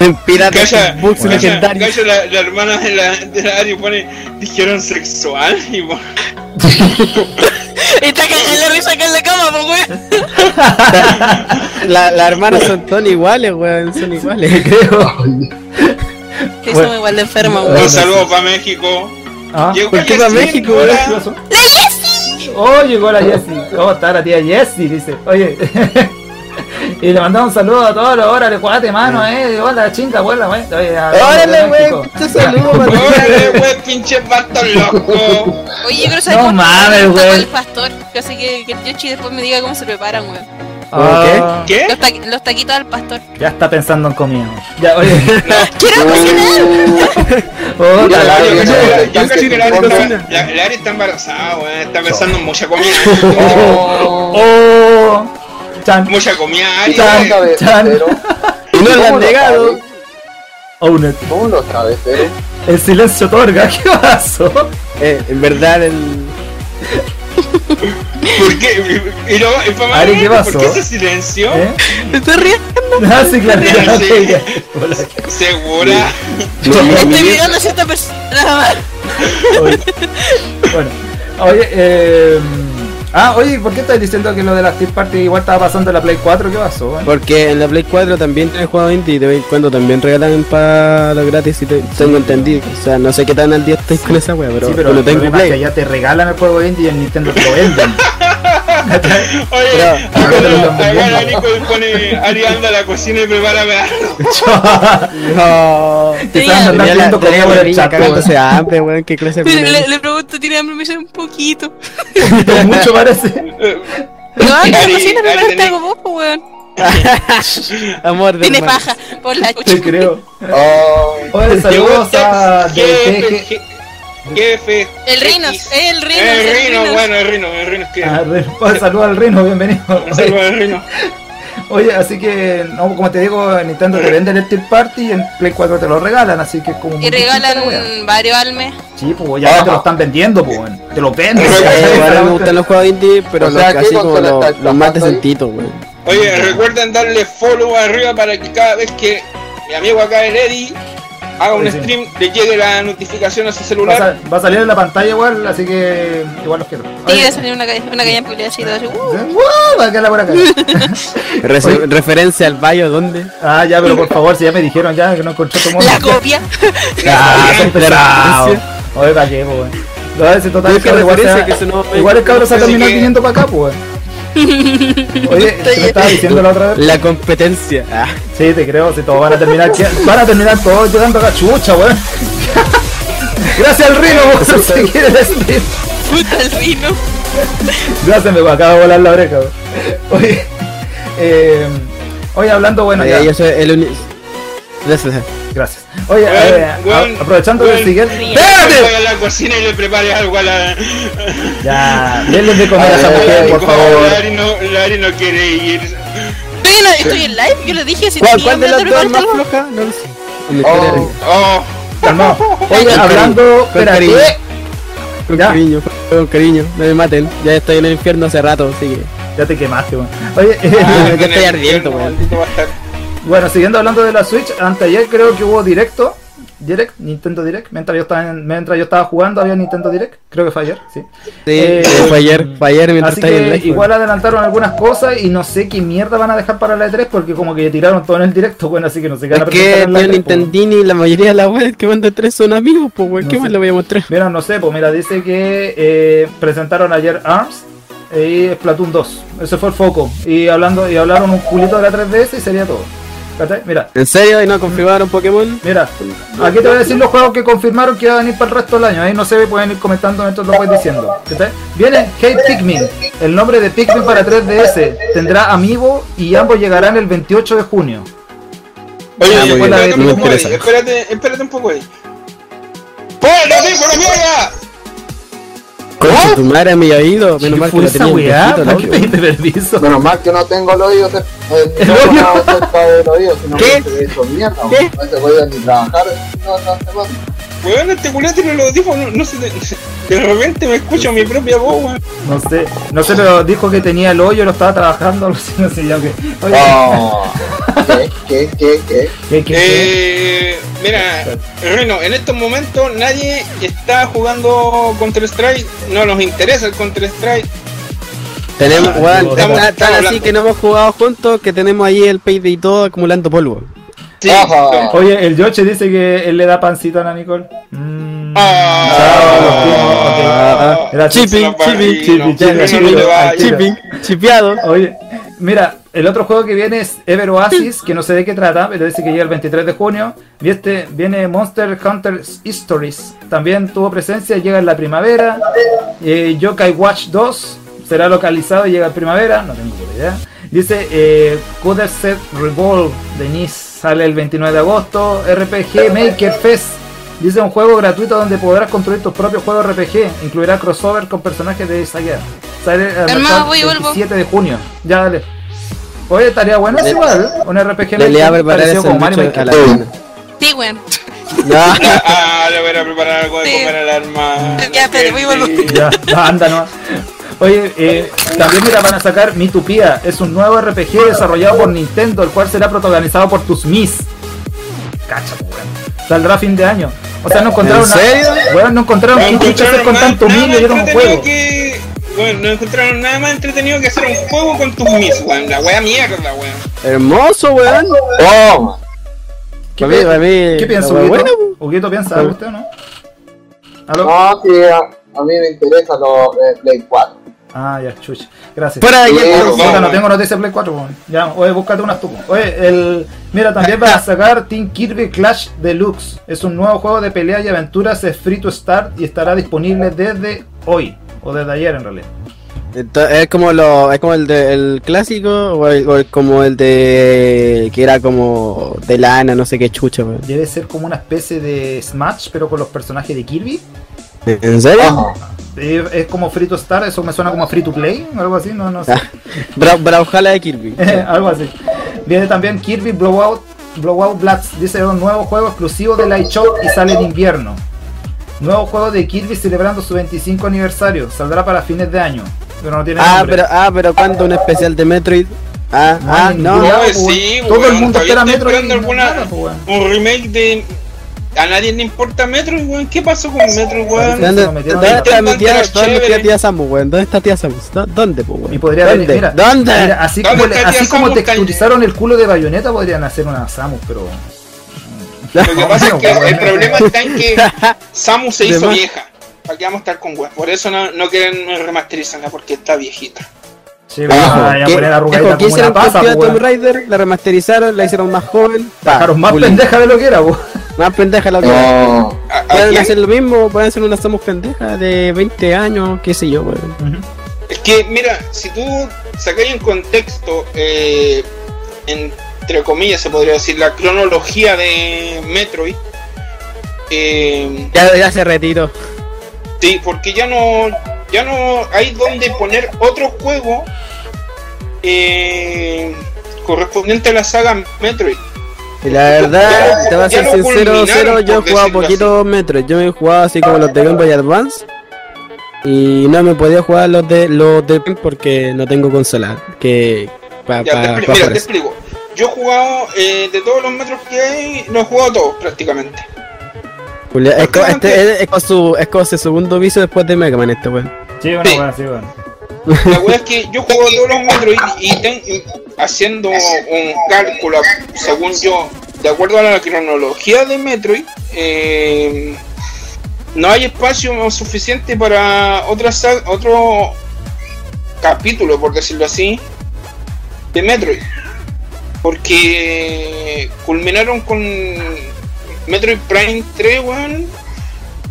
Speaker 1: En pirata
Speaker 5: Calla,
Speaker 1: Xbox
Speaker 5: calla,
Speaker 1: legendario.
Speaker 5: calla, la, la hermana de la, de la Ari pone, dijeron sexual y bueno,
Speaker 4: Está cagando la risa acá en la cama, pues, weón.
Speaker 1: La- Las hermanas son todas iguales, weón. Son iguales.
Speaker 2: Creo.
Speaker 4: Que
Speaker 2: Bueno.
Speaker 4: somos igual de enferma,
Speaker 2: Bueno,
Speaker 5: un
Speaker 4: weón.
Speaker 5: saludo para México.
Speaker 2: Ah.
Speaker 5: Llegó
Speaker 1: ¿por qué pa'
Speaker 5: Yasmín,
Speaker 1: México,
Speaker 5: hola.
Speaker 2: Hola, ¿qué pasó? Oh, llegó la Jessie. Oh, está la tía Jessie, dice. Oye. y le mandamos un saludo a todos los órale, cuate, mano, eh. Hola, chinga, abuela, wey. Oye, a-
Speaker 1: Órale,
Speaker 2: de México.
Speaker 1: weón. Muchos saludos,
Speaker 5: Órale, wey, pinche pato loco.
Speaker 4: Oye, yo quiero saber
Speaker 2: No
Speaker 4: cómo
Speaker 2: mames,
Speaker 4: preparan
Speaker 2: weón.
Speaker 4: el pastor. Que así que, que el Yoshi después me diga cómo se preparan, weón.
Speaker 2: Ah,
Speaker 5: ¿Qué?
Speaker 4: Los, taqui- los taquitos al pastor.
Speaker 2: Ya está pensando en comida. weón. Ya, oye.
Speaker 4: ¡Quiero
Speaker 2: Oh,
Speaker 3: Mira,
Speaker 5: La
Speaker 2: la-
Speaker 5: Ari,
Speaker 3: Ari,
Speaker 5: yo
Speaker 3: Ari,
Speaker 5: yo
Speaker 3: Ari,
Speaker 5: casi que la Ari
Speaker 3: Ari,
Speaker 5: está- la- la Ari está embarazada, weón, está pensando en mucha comida.
Speaker 3: oh,
Speaker 2: Oh. Chan.
Speaker 5: Mucha comida, Ari.
Speaker 2: Chan.
Speaker 5: weón.
Speaker 3: cabecero.
Speaker 1: Y no lo
Speaker 3: ¿Cómo
Speaker 1: han negado.
Speaker 3: sabe?
Speaker 2: Owner.
Speaker 3: ¿Cómo los cabeceros?
Speaker 2: El silencio otorga. ¿Qué pasó?
Speaker 1: Eh, en verdad, el.
Speaker 5: ¿Por qué? Y luego, y fue
Speaker 2: Ari, ¿qué
Speaker 5: ¿Por
Speaker 2: pasó?
Speaker 5: qué ese silencio?
Speaker 2: ¿Eh?
Speaker 4: ¿Te estás riendo?
Speaker 2: Ah, sí, claro.
Speaker 5: Sí,
Speaker 2: ya,
Speaker 5: sí.
Speaker 2: ok, ya. Hola.
Speaker 5: ¿Segura?
Speaker 4: Estoy mirando a cierta persona.
Speaker 2: Oye, bueno, oye, eh, Ah, oye, ¿por qué estás diciendo que lo de las Tea Party igual estaba pasando en la Play 4? ¿Qué pasó? weón?
Speaker 1: Porque en la Play 4 también tienen juegos indie y de vez en cuando también regalan para los gratis y te- tengo entendido. O sea, no sé qué tan al día estáis con esa wea, pero,
Speaker 2: sí, pero
Speaker 1: no
Speaker 2: el
Speaker 1: tengo
Speaker 2: problema es que
Speaker 1: Play.
Speaker 2: allá te regalan el juego indie y en Nintendo te lo venden.
Speaker 5: Oye,
Speaker 1: Pero-
Speaker 5: acá acá la Nico pone Ari anda a la cocina y prepárame algo.
Speaker 1: No.
Speaker 2: te
Speaker 4: Tenía-
Speaker 2: están andando
Speaker 1: Oh. Tenía la- tenía
Speaker 2: vendiendo comida
Speaker 1: la
Speaker 2: por el
Speaker 1: niña
Speaker 2: chat.
Speaker 1: cagándose de hambre, weón, qué clase de
Speaker 4: Le, le-
Speaker 1: problema.
Speaker 4: le pregunto, ¿tiene hambre? Me dice un poquito.
Speaker 2: weón. Mucho parece.
Speaker 4: No, en la
Speaker 5: Ari-
Speaker 4: cocina,
Speaker 5: Ari
Speaker 4: preparaste
Speaker 5: tenés-
Speaker 4: algo vos, po, weón.
Speaker 1: Amor de
Speaker 4: Tiene
Speaker 1: hermano.
Speaker 4: paja por la chucha.
Speaker 2: Te creo.
Speaker 3: Oh,
Speaker 2: Oye, saludos a
Speaker 5: Jefe,
Speaker 2: DTG.
Speaker 5: je- jefe.
Speaker 4: El Rino,
Speaker 5: X.
Speaker 4: el Rino.
Speaker 5: El Rino, bueno, el Rino, el Rino es que.
Speaker 2: a Ren- Ah, oye, Saludos al Reno, bienvenido.
Speaker 5: Un saludo
Speaker 2: Oye,
Speaker 5: al Rino.
Speaker 2: oye, así que, no, como te digo, en Nintendo te venden el Tea Party y en Play 4 te lo regalan, así que es como.
Speaker 4: Y
Speaker 2: muy distinta la wea.
Speaker 4: regalan varios almes.
Speaker 2: Sí, pues ya
Speaker 3: Ajá.
Speaker 2: te lo están vendiendo, pues. weón. Te lo venden.
Speaker 5: Sí,
Speaker 1: Eh,
Speaker 2: ¿cachai?
Speaker 1: igual me gustan los juegos indie, pero
Speaker 3: O sea,
Speaker 1: los-
Speaker 3: ¿qué
Speaker 1: así como
Speaker 3: consola
Speaker 1: los,
Speaker 3: estáis
Speaker 1: los más
Speaker 3: trabajando ahí?
Speaker 1: decentitos, weón.
Speaker 5: Oye, recuerden darle follow arriba para que cada vez que mi amigo acá, el Eddie, haga un
Speaker 2: Sí, sí.
Speaker 5: stream, le llegue la notificación a su
Speaker 2: Va a,
Speaker 5: celular.
Speaker 2: sal- va a salir en la pantalla igual, así que igual los quiero.
Speaker 4: Sí,
Speaker 2: Oye, ¿eh?
Speaker 4: va a salir una, ca- una caña pulida así, todo así. uh.
Speaker 2: ¡Wow! Va a quedar la por acá.
Speaker 1: Re-
Speaker 2: Oye.
Speaker 1: Referencia al Bayo, ¿dónde?
Speaker 2: Ah, ya, pero por favor, si ya me dijeron ya que no encontré tu mono.
Speaker 4: La copia.
Speaker 2: Ah, soy pesado.
Speaker 1: Gracias.
Speaker 2: Oye, para qué, pues. No, ese total
Speaker 1: Yo que
Speaker 2: cabrón, igual,
Speaker 1: referencia
Speaker 2: se-
Speaker 1: que eso no-
Speaker 2: igual el cabrón se ha
Speaker 5: Así
Speaker 2: terminado
Speaker 5: que-
Speaker 2: viniendo para acá, pues. Oye, ¿te me estabas diciendo la otra vez?
Speaker 1: La competencia. Ah.
Speaker 2: Sí, te creo, si todos van a terminar, que- van a terminar todos llegando acá, chucha, weón. Gracias al Rino, por seguir el stream.
Speaker 4: Puta el Rino.
Speaker 2: Gracias, me acaba de volar la oreja. weón. Oye, eh, oye, hablando, bueno,
Speaker 1: Eh,
Speaker 2: ya.
Speaker 1: yo soy el único. Gracias.
Speaker 2: Gracias. Oye,
Speaker 5: Weón,
Speaker 2: eh, a-
Speaker 5: weón,
Speaker 2: aprovechando
Speaker 5: weón.
Speaker 2: el siguiente. ¡Espérate!
Speaker 5: Vaya a la cocina y le prepare algo a la.
Speaker 2: Ya, denle de comer a esa
Speaker 5: Ay,
Speaker 2: mujer, por
Speaker 5: como
Speaker 2: favor.
Speaker 5: La Ari no, la Ari no quiere ir.
Speaker 4: Estoy en, estoy en live, yo le dije si
Speaker 1: ¿Cuál,
Speaker 4: tenía
Speaker 1: cuál de las
Speaker 4: hambre, te
Speaker 1: dos es
Speaker 4: preparaste
Speaker 1: más floja?
Speaker 4: algo.
Speaker 1: No lo sé. En la
Speaker 3: Oh.
Speaker 1: historia de-
Speaker 5: Oh,
Speaker 2: Calmado. Oye,
Speaker 1: cariño,
Speaker 2: hablando.
Speaker 1: con
Speaker 2: Espérate.
Speaker 1: cariño. Con
Speaker 2: Ya.
Speaker 1: cariño, con cariño. No me maten. Ya estoy en el infierno hace rato, así que.
Speaker 2: Ya te quemaste, weón. Oye, eh,
Speaker 5: ah,
Speaker 1: yo estoy
Speaker 5: en el
Speaker 1: ardiendo,
Speaker 5: infierno,
Speaker 1: weón.
Speaker 5: maldito bastardo.
Speaker 2: bueno, siguiendo hablando de la Switch, anteayer creo que hubo directo. Direct, Nintendo Direct. Mientras yo estaba, en- mientras yo estaba jugando, había Nintendo Direct. Creo que fue ayer, sí.
Speaker 1: Sí,
Speaker 2: Eh,
Speaker 1: fue ayer, fue ayer mientras
Speaker 2: Así
Speaker 1: estaba en el
Speaker 2: que
Speaker 1: live.
Speaker 2: igual adelantaron algunas cosas y no sé qué mierda van a dejar para la E3 porque como que tiraron todo en el directo, bueno, así que no sé qué van
Speaker 1: Es
Speaker 2: a presentar
Speaker 1: que
Speaker 2: en la
Speaker 1: tío
Speaker 2: E3, pues.
Speaker 1: Nintendini y la mayoría de las weas que mandan tres son amigos, pues weón,
Speaker 2: No
Speaker 1: ¿qué
Speaker 2: sé.
Speaker 1: más le voy a mostrar?
Speaker 2: Mira, no sé, pues mira, dice que eh, presentaron ayer ARMS y Splatoon 2. Ese fue el foco. Y hablando y hablaron un culito de la 3DS y sería todo. ¿Cachai? Mira,
Speaker 1: ¿En serio? ¿Y no confirmaron Pokémon?
Speaker 2: mira. Aquí te voy a decir los juegos que confirmaron que van a venir para el resto del año. Ahí no sé, pueden ir comentando mientras lo voy diciendo. ¿Cachai? Viene Hate Pikmin. El nombre de Pikmin para 3DS. Tendrá amigo y ambos llegarán el 28 de junio.
Speaker 5: Oye,
Speaker 1: Ah, muy bien,
Speaker 5: espérate,
Speaker 1: no me
Speaker 5: un poco,
Speaker 1: interesa.
Speaker 5: Eddie, espérate, espérate un poco, Eddie. ¡Pon el audífono, mierda!
Speaker 1: Concha tu madre a mi oído, menos
Speaker 2: ¿Qué
Speaker 1: mal que
Speaker 2: fue
Speaker 1: lo
Speaker 2: esa
Speaker 1: tenía en
Speaker 2: weá?
Speaker 1: poquito,
Speaker 2: ¿Para
Speaker 1: ¿no?
Speaker 2: qué pediste permiso?
Speaker 3: menos mal que no tengo el oído eh, cer- el
Speaker 2: ¿El
Speaker 3: micrófono
Speaker 2: oído?
Speaker 3: cerca del oído, si no
Speaker 1: ¿Qué?
Speaker 3: me hubiese hecho mierda,
Speaker 1: ¿Qué?
Speaker 3: no se puede ni trabajar, no, no se puede.
Speaker 5: Weón, este culo tiene los audífonos, no sé, de, de repente me escucho mi propia voz, weón.
Speaker 2: No sé, no sé, pero dijo que tenía el hoyo, lo estaba trabajando, algo así, no sé, ya que. Oye,
Speaker 3: Oh, ¿Qué? ¿Qué? ¿Qué? ¿Qué?
Speaker 2: ¿qué, qué, qué?
Speaker 5: Eh, mira, Reno, en estos momentos nadie está jugando Counter-Strike, no nos interesa el Counter-Strike.
Speaker 1: Tenemos,
Speaker 2: Ah,
Speaker 1: weón, tan-
Speaker 2: no,
Speaker 5: estamos-
Speaker 1: tan
Speaker 5: estamos
Speaker 1: así
Speaker 5: hablando.
Speaker 1: que no hemos jugado juntos que tenemos ahí el pay y todo acumulando polvo.
Speaker 5: Sí,
Speaker 3: Ajá.
Speaker 2: Oye, el Yoche dice que él le da pancito a la Nicole. Mm.
Speaker 5: Ah.
Speaker 2: Ah, gracias.
Speaker 5: Chipi,
Speaker 1: Chipping, chipping,
Speaker 2: chipi,
Speaker 5: chipi,
Speaker 2: chipi,
Speaker 1: chipping,
Speaker 2: chipi.
Speaker 1: chipping, chipeado.
Speaker 2: Oye, mira, el otro juego que viene es Ever Oasis, que no sé de qué trata, pero dice que llega el 23 de junio. Y este viene Monster Hunter Stories. También tuvo presencia, llega en la primavera. Eh, Yokai Watch 2 será localizado y llega en primavera. No tengo ni idea. Dice eh, Coder Set Revolve de Nice sale el 29 de agosto. RPG Maker Fest. Dice un juego gratuito donde podrás construir tus propios juegos RPG. Incluirá crossover con personajes de Saga. Sale al
Speaker 4: Hermano,
Speaker 2: mercado
Speaker 4: voy y vuelvo.
Speaker 2: 17 de junio. Ya dale. Oye, estaría bueno
Speaker 1: Le-
Speaker 2: igual. Un RPG
Speaker 1: Le le iba a preparar
Speaker 2: parecido
Speaker 1: ese
Speaker 2: como Mario
Speaker 1: mucho
Speaker 2: Maker.
Speaker 1: a la luna.
Speaker 4: Sí, weón.
Speaker 1: No,
Speaker 5: Ah, le voy a preparar algo de
Speaker 4: Sí.
Speaker 5: comer al arma.
Speaker 4: Ya, espérate, voy a volver.
Speaker 2: Ya, anda nomás. Oye, eh, también mira, van a sacar Mitopia. Es un nuevo RPG desarrollado por Nintendo, el cual será protagonizado por tus Mis. Cacha, weón. Saldrá a fin de año. O sea, no encontraron
Speaker 1: ¿En serio?
Speaker 2: nada. Weón, no encontraron qué chucha hacer con tanto Mis le dieron un juego.
Speaker 5: Que... Bueno, no encontraron nada más entretenido que hacer un juego con tus mis, weón. La wea mierda, weón.
Speaker 1: Hermoso, weón.
Speaker 3: Oh,
Speaker 2: ¿Qué,
Speaker 1: Pa' mí-
Speaker 2: pi-
Speaker 1: pa' mí,
Speaker 2: ¿qué piensa
Speaker 1: la wea
Speaker 2: Huguito?
Speaker 1: buena, po.
Speaker 2: ¿Huguito piensa algo usted o no? ¿Aló?
Speaker 1: Oh.
Speaker 3: no, sí, a, a mí me interesa lo de Play 4.
Speaker 2: Ah, ya, chucha. Gracias.
Speaker 1: Fuera de aquí,
Speaker 3: Sí,
Speaker 2: Puta,
Speaker 5: vamos,
Speaker 2: no
Speaker 5: weón.
Speaker 2: tengo noticias de Play 4, weón. Ya, oye, búscate unas tú. weón. Oye, el. Mira, también van a sacar Team Kirby Clash Deluxe. Es un nuevo juego de pelea y aventuras es free to start y estará disponible desde hoy. O desde ayer en realidad.
Speaker 1: Ento- es como lo, es como el de, el clásico o, el- o el- como el de que era como de lana, no sé qué chucha, weón.
Speaker 2: Debe ser como una especie de Smash, pero con los personajes de Kirby.
Speaker 1: ¿En serio?
Speaker 3: Ajá.
Speaker 2: Eh, Es como free to start, eso me suena como free to play, algo así, no, no sé.
Speaker 1: Bra- Brawlhalla de Kirby.
Speaker 2: algo así. Viene también Kirby Blowout, Blowout Blast. Dice un nuevo juego exclusivo de la eShop y sale en invierno. Nuevo juego de Kirby celebrando su 25 aniversario. Saldrá para fines de año. Pero no tiene
Speaker 1: Ah,
Speaker 2: nombre.
Speaker 1: pero, ah, pero ¿cuándo un especial de Metroid? Ah,
Speaker 2: No hay
Speaker 1: ah, no.
Speaker 2: ningún
Speaker 5: no,
Speaker 2: lado,
Speaker 5: sí,
Speaker 2: weón.
Speaker 5: weón,
Speaker 2: Todo el mundo
Speaker 5: todavía
Speaker 2: espera Metro
Speaker 5: estoy
Speaker 2: y
Speaker 5: esperando
Speaker 2: no
Speaker 5: alguna-
Speaker 2: nada, pues, weón.
Speaker 5: Un remake de. A nadie le importa Metro, weón. ¿Qué pasó con Metro, weón?
Speaker 2: Parece-
Speaker 1: ¿Dónde,
Speaker 2: Se lo metieron
Speaker 1: dónde
Speaker 2: en la
Speaker 1: está mi
Speaker 5: tanda,
Speaker 1: tía,
Speaker 5: era
Speaker 1: dónde está
Speaker 5: chévere.
Speaker 1: tía Samu, weón? ¿Dónde está tía Samus? ¿Dó- ¿Dónde, po, weón?
Speaker 2: Y podría haber-
Speaker 1: ¿Dónde?
Speaker 2: mira,
Speaker 1: ¿Dónde?
Speaker 2: mira, así
Speaker 5: ¿Dónde
Speaker 2: como, le-
Speaker 5: está
Speaker 2: así
Speaker 5: Tía
Speaker 2: como
Speaker 5: Samus,
Speaker 2: texturizaron el culo de bayoneta, podrían hacer una Samus, pero.
Speaker 5: Lo que pasa es que el problema está en que Samus se
Speaker 1: De
Speaker 5: hizo
Speaker 1: más.
Speaker 5: vieja. ¿Para qué vamos a estar con weón? Por eso no, no quieren remasterizarla porque está viejita.
Speaker 2: Che,
Speaker 1: Ojo,
Speaker 2: weón,
Speaker 1: ¿qué-
Speaker 2: ya poner
Speaker 1: ojo,
Speaker 2: arrugadita
Speaker 1: ¿qué
Speaker 2: como una
Speaker 1: hicieron con
Speaker 2: pasa,
Speaker 1: Tía
Speaker 2: pues,
Speaker 1: Tomb
Speaker 2: weón.
Speaker 1: Raider? La remasterizaron, la hicieron más joven. pa,
Speaker 2: Dejaron más
Speaker 1: bullying.
Speaker 2: pendeja de lo que era, weón.
Speaker 1: Más pendeja la que era.
Speaker 3: No.
Speaker 5: ¿A, a
Speaker 1: Pueden
Speaker 5: quién?
Speaker 1: hacer lo mismo, pueden hacer una Samus pendeja de 20 años, qué sé yo, weón.
Speaker 2: Ujú.
Speaker 5: Es que, mira, si tú sacáis en contexto, eh, entre comillas se podría decir, la cronología de Metroid, eh,
Speaker 1: Ya, ya se retiró.
Speaker 5: sí, porque ya no, ya no hay donde poner otro juego eh, correspondiente a la saga Metroid.
Speaker 1: Y la verdad,
Speaker 5: Ya-
Speaker 1: te voy a
Speaker 5: ya
Speaker 1: ser
Speaker 5: lo
Speaker 1: sincero,
Speaker 5: culminaron, pues,
Speaker 1: cero, yo he
Speaker 5: por
Speaker 1: jugado
Speaker 5: decirlo
Speaker 1: poquito Metro, yo he jugado así como los de Game Boy Advance. Y no me podía jugar los de los de porque no tengo consola. Que pa,
Speaker 5: Ya, te
Speaker 1: pa,
Speaker 5: expli-
Speaker 1: pa-
Speaker 5: mira,
Speaker 1: por
Speaker 5: te
Speaker 1: eso.
Speaker 5: explico. Yo he jugado eh, de todos los metros que hay, los he jugado todos prácticamente.
Speaker 1: Julia- es, co-
Speaker 5: ¿Por
Speaker 1: este-
Speaker 5: qué no
Speaker 1: es, es con su, es con su segundo vicio después de Mega Man este weón.
Speaker 2: Sí, bueno,
Speaker 5: Sí.
Speaker 2: bueno, sí, bueno.
Speaker 5: La wea es que yo juego todos los Metroid y ten- y haciendo un cálculo, según yo, de acuerdo a la cronología de Metroid, eh, no hay espacio suficiente para otra sa- otro capítulo, por decirlo así, de Metroid. Porque culminaron con Metroid Prime 3, weón.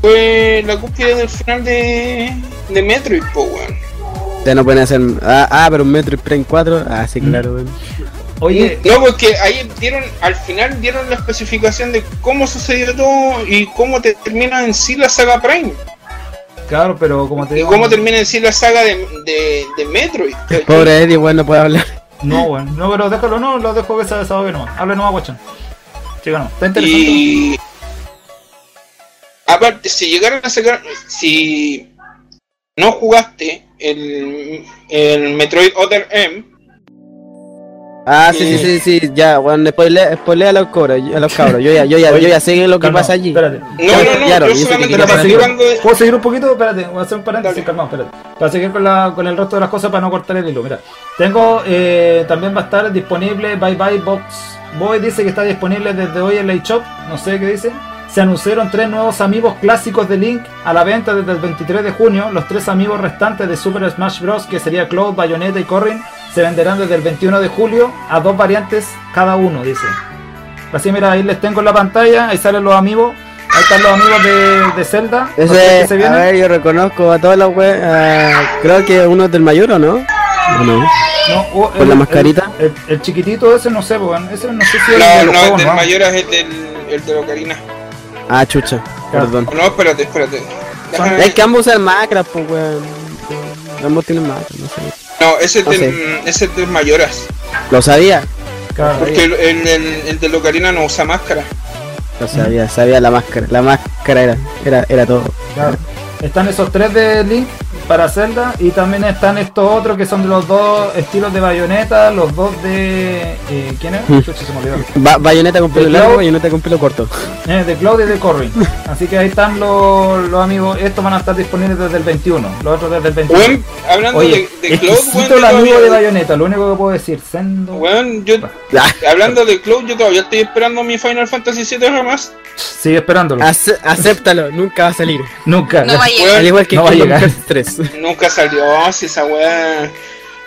Speaker 5: Fue la cúspide del final de, de Metroid, po, weón.
Speaker 1: Ya no pueden hacer. Ah, ah, pero un Metro Prime 4. Ah, sí,
Speaker 2: Mm.
Speaker 1: claro, weón.
Speaker 2: Oye,
Speaker 5: No, porque ahí dieron, al final dieron la especificación de cómo sucedió todo y cómo te- termina en sí la saga Prime.
Speaker 2: claro, pero como te
Speaker 5: Y
Speaker 2: digo.
Speaker 5: cómo termina en sí la saga de, de, de Metroid.
Speaker 1: Pobre Eddie, weón, no puede hablar.
Speaker 2: No, bueno. No, pero déjalo, no, lo dejo que se desahogue nomás. Hable nomás, guachón. Sí, no. Está interesante.
Speaker 5: Y. Aparte, si llegaron a sacar. Si no jugaste el, el Metroid Other M,
Speaker 1: Ah, sí, sí, sí, sí, ya, weón, spoilea, spoilea a los cobros, a los cabros. Yo ya, yo ya, yo ya sé lo que
Speaker 2: Calmado,
Speaker 1: pasa allí.
Speaker 2: Espérate.
Speaker 5: No, no, no, yo
Speaker 1: y eso que
Speaker 5: solamente
Speaker 1: quiero
Speaker 5: la
Speaker 2: Espera, para
Speaker 1: saber.
Speaker 5: pasé.
Speaker 2: seguir-
Speaker 5: hablando de-
Speaker 2: ¿Puedo seguir un poquito? Espérate, voy a hacer un paréntesis,
Speaker 5: Dale.
Speaker 2: calmado, espérate. Para seguir con, la, con el resto de las cosas, para no cortar el hilo, mira. Tengo, eh, también va a estar disponible Bye Bye Box Boy, dice que está disponible desde hoy en la eShop, no sé qué dice. Se anunciaron tres nuevos amigos clásicos de Link a la venta desde el 23 de junio. Los tres amigos restantes de Super Smash Bros., que sería Cloud, Bayonetta y Corrin, se venderán desde el 21 de julio a dos variantes cada uno, dice. Así, mira, ahí les tengo en la pantalla, ahí salen los amigos. Ahí están los amigos de, de Zelda. los tres que se
Speaker 1: Ese, a
Speaker 2: vienen.
Speaker 1: ver, yo reconozco a todos los weones, ah, creo que uno es del mayor, ¿o no? ¿O no?
Speaker 2: No, o
Speaker 1: ¿Con la mascarita?
Speaker 2: El, el chiquitito ese no sé, weón. Ese no sé si es
Speaker 5: No,
Speaker 2: el de los
Speaker 5: no, el
Speaker 2: juegos,
Speaker 5: del
Speaker 2: ¿no?
Speaker 5: mayor es el del el de Ocarina.
Speaker 1: Ah, chucha, perdón.
Speaker 5: No, espérate, espérate. Déjame-
Speaker 1: Es que ambos usan macras, pues, weón. Ambos tienen macras, no sé.
Speaker 5: No, ese es
Speaker 1: no
Speaker 5: del, mm,
Speaker 1: sé.
Speaker 5: ese es del Mayoras.
Speaker 1: Lo sabía,
Speaker 2: Claro,
Speaker 5: Porque el, el, el, el de Locarina no usa máscara.
Speaker 1: lo sabía, sabía la máscara. La máscara era, era, era todo.
Speaker 2: claro. Están esos tres de Link, para Zelda y también están estos otros que son de los dos estilos de bayoneta, los dos de... eh, ¿Quién es?
Speaker 1: Mm.
Speaker 2: Chucha, se me olvidó.
Speaker 1: Ba- bayoneta con pelo
Speaker 2: Yo-
Speaker 1: largo, bayoneta con pelo corto.
Speaker 2: Eh, de Cloud y de Corrin. Así que ahí están los, los amigos. Estos van a estar disponibles desde el 21, los otros desde el 21.
Speaker 5: Weón, hablando
Speaker 2: Oye,
Speaker 5: de, de Cloud, weón,
Speaker 2: exquisito
Speaker 5: yo
Speaker 2: el amigo de
Speaker 5: todavía-
Speaker 2: Bayonetta, lo único que puedo decir, sendo...
Speaker 5: weón, yo- hablando de Cloud, yo todavía estoy esperando mi Final Fantasy VII Remaster.
Speaker 2: Sigue esperándolo.
Speaker 1: Ace- acéptalo, nunca va a salir.
Speaker 2: Nunca.
Speaker 4: No va a llegar.
Speaker 1: Al
Speaker 5: Weón,
Speaker 1: igual que
Speaker 2: No va a
Speaker 1: Kingdom
Speaker 2: llegar.
Speaker 1: Hearts 3.
Speaker 5: nunca salió, si esa weá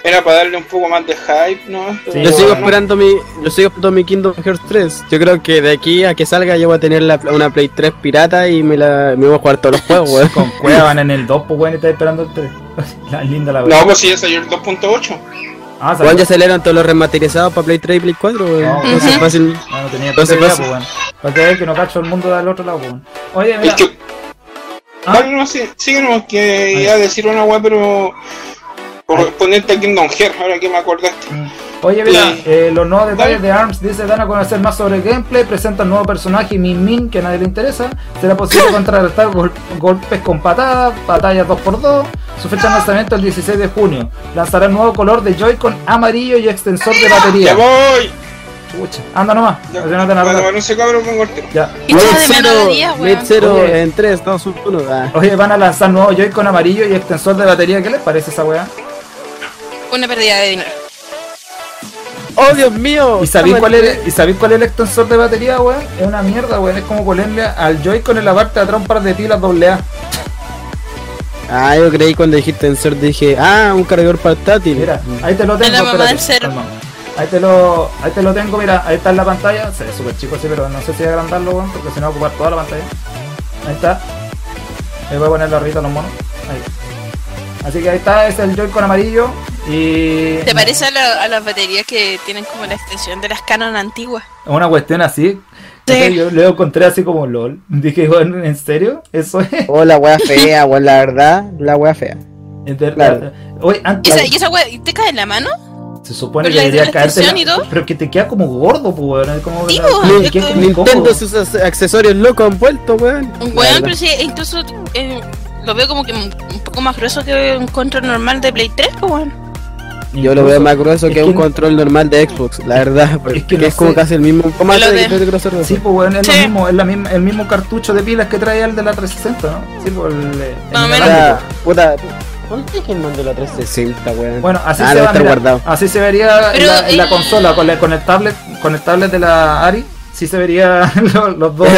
Speaker 5: era para darle un poco más de hype, ¿no? Pero,
Speaker 1: Yo sigo
Speaker 5: weón,
Speaker 1: esperando mi. Yo sigo esperando mi Kingdom Hearts 3. Yo creo que de aquí a que salga yo voy a tener la- una Play 3 pirata y me la me voy a jugar todos los juegos, weón.
Speaker 2: Con Cuevan en el 2, pues weón, y está esperando el 3. La linda la
Speaker 5: No, pues si ya salió el 2.8.
Speaker 2: Ah,
Speaker 1: Weón,
Speaker 2: salió.
Speaker 1: ya salieron todos los remasterizados para Play 3 y Play 4, weón.
Speaker 2: No,
Speaker 1: Entonces
Speaker 4: Ujú.
Speaker 1: fácil.
Speaker 2: Ah, no tenía
Speaker 1: Entonces
Speaker 2: puta idea,
Speaker 1: pasa-
Speaker 2: pues, weón. Para que veas que no cacho el mundo del otro lado, pues, weón. Oye,
Speaker 5: Es
Speaker 2: mira.
Speaker 5: que.
Speaker 2: Ah.
Speaker 5: Vale, no, sí, síguenos que iba a decir una weá, pero. Por ponerte a Kingdom Hearts, ahora que me acordaste.
Speaker 2: Mm. Oye, mira,
Speaker 5: Sí.
Speaker 2: eh, los nuevos detalles de ARMS dice dan a conocer más sobre el gameplay, presenta un nuevo personaje Min Min que a nadie le interesa, será posible contrarrestar gol- golpes con patadas, batallas 2x2, su fecha de lanzamiento el 16 de junio, lanzará un nuevo color de Joy-Con amarillo y extensor de
Speaker 5: ¡Ya
Speaker 2: batería.
Speaker 5: voy!
Speaker 2: Pucha, anda nomás,
Speaker 5: Ya,
Speaker 2: así no te van a
Speaker 5: para
Speaker 2: robar.
Speaker 5: tomarse cabrón con cortero.
Speaker 2: Ya.
Speaker 4: Echaba de menos de 10,
Speaker 1: Mid
Speaker 4: weón.
Speaker 1: Zero
Speaker 2: Oye.
Speaker 1: en 3, 2, 1. Ah.
Speaker 2: Oye, van a lanzar nuevo Joy-Con amarillo y extensor de batería, ¿qué les parece esa weá?
Speaker 4: Una pérdida de dinero.
Speaker 1: ¡Oh, Dios mío!
Speaker 2: ¿Y sabéis cuál, es, ¿Y sabéis cuál es el extensor de batería, weón? Es una mierda, weón. Es como ponerle al Joy-Con en la parte de atrás un par de pilas AA.
Speaker 1: Ah, yo creí cuando dijiste tensor dije, ah, un cargador portátil.
Speaker 2: Mira, ahí te lo tengo.
Speaker 4: la mamá
Speaker 2: espérate,
Speaker 4: del cero.
Speaker 2: calma. Ahí te, lo, ahí te lo tengo, mira, ahí está en la pantalla. Se ve súper chico así, pero no sé si agrandarlo, weón, porque si no va a ocupar toda la pantalla. Ahí está. Le voy a poner la rita a los monos. Ahí. Así que ahí está, es el Joy-Con amarillo. Y.
Speaker 4: ¿Te parece a, la- a las baterías que tienen como la extensión de las Canon antiguas?
Speaker 2: Es una cuestión así. Entonces Yo lo encontré así como LOL. Dije, bueno, ¿en serio? Eso es.
Speaker 1: Oh, la wea fea, weón, la verdad, la wea fea.
Speaker 2: Es verdad.
Speaker 1: Claro.
Speaker 2: Oye, antes
Speaker 4: ¿Esa, ¿Y esa wea te cae en la mano?
Speaker 2: se supone que
Speaker 4: pero la
Speaker 2: debería caerte.
Speaker 4: hidratación
Speaker 2: la-
Speaker 4: y todo.
Speaker 2: Pero que te queda como gordo, pues, weón. es Como,
Speaker 4: Sí,
Speaker 2: ¿qué-
Speaker 4: pues,
Speaker 2: qué-
Speaker 4: es
Speaker 2: qué
Speaker 4: como-
Speaker 2: incómodo?
Speaker 1: Nintendo sus as- accesorios locos han vuelto, weón.
Speaker 4: Un
Speaker 1: La
Speaker 4: weón,
Speaker 1: verdad.
Speaker 4: pero sí, incluso eh, lo veo como que un un poco más grueso que un control normal de Play 3, pues weón.
Speaker 1: Yo lo veo
Speaker 2: Incluso-
Speaker 1: más grueso
Speaker 2: es
Speaker 1: que un
Speaker 2: no-
Speaker 1: control normal de Xbox, la verdad, porque
Speaker 2: Es
Speaker 1: es,
Speaker 2: que no
Speaker 1: como
Speaker 2: sé.
Speaker 1: casi el mismo formato
Speaker 4: Lo
Speaker 1: de
Speaker 4: de-
Speaker 1: control de grosor.
Speaker 2: Sí, pues, weón, es lo
Speaker 4: Sí.
Speaker 2: mismo, es la misma, el mismo cartucho de pilas que trae el de la 360, ¿no? Sí, pues, el, el
Speaker 4: Más o menos.
Speaker 1: O
Speaker 2: inalámbrico.
Speaker 1: sea, puta, ¿cuánto es el mando de la 360, weón?
Speaker 2: Bueno, así,
Speaker 1: Ah,
Speaker 2: se
Speaker 1: debe
Speaker 2: va,
Speaker 1: estar
Speaker 2: mira,
Speaker 1: guardado.
Speaker 2: así se vería en
Speaker 4: Pero
Speaker 2: la, en la
Speaker 4: el-
Speaker 2: consola, con, la- con el tablet, con el tablet de la Ari, sí se vería los, los dos,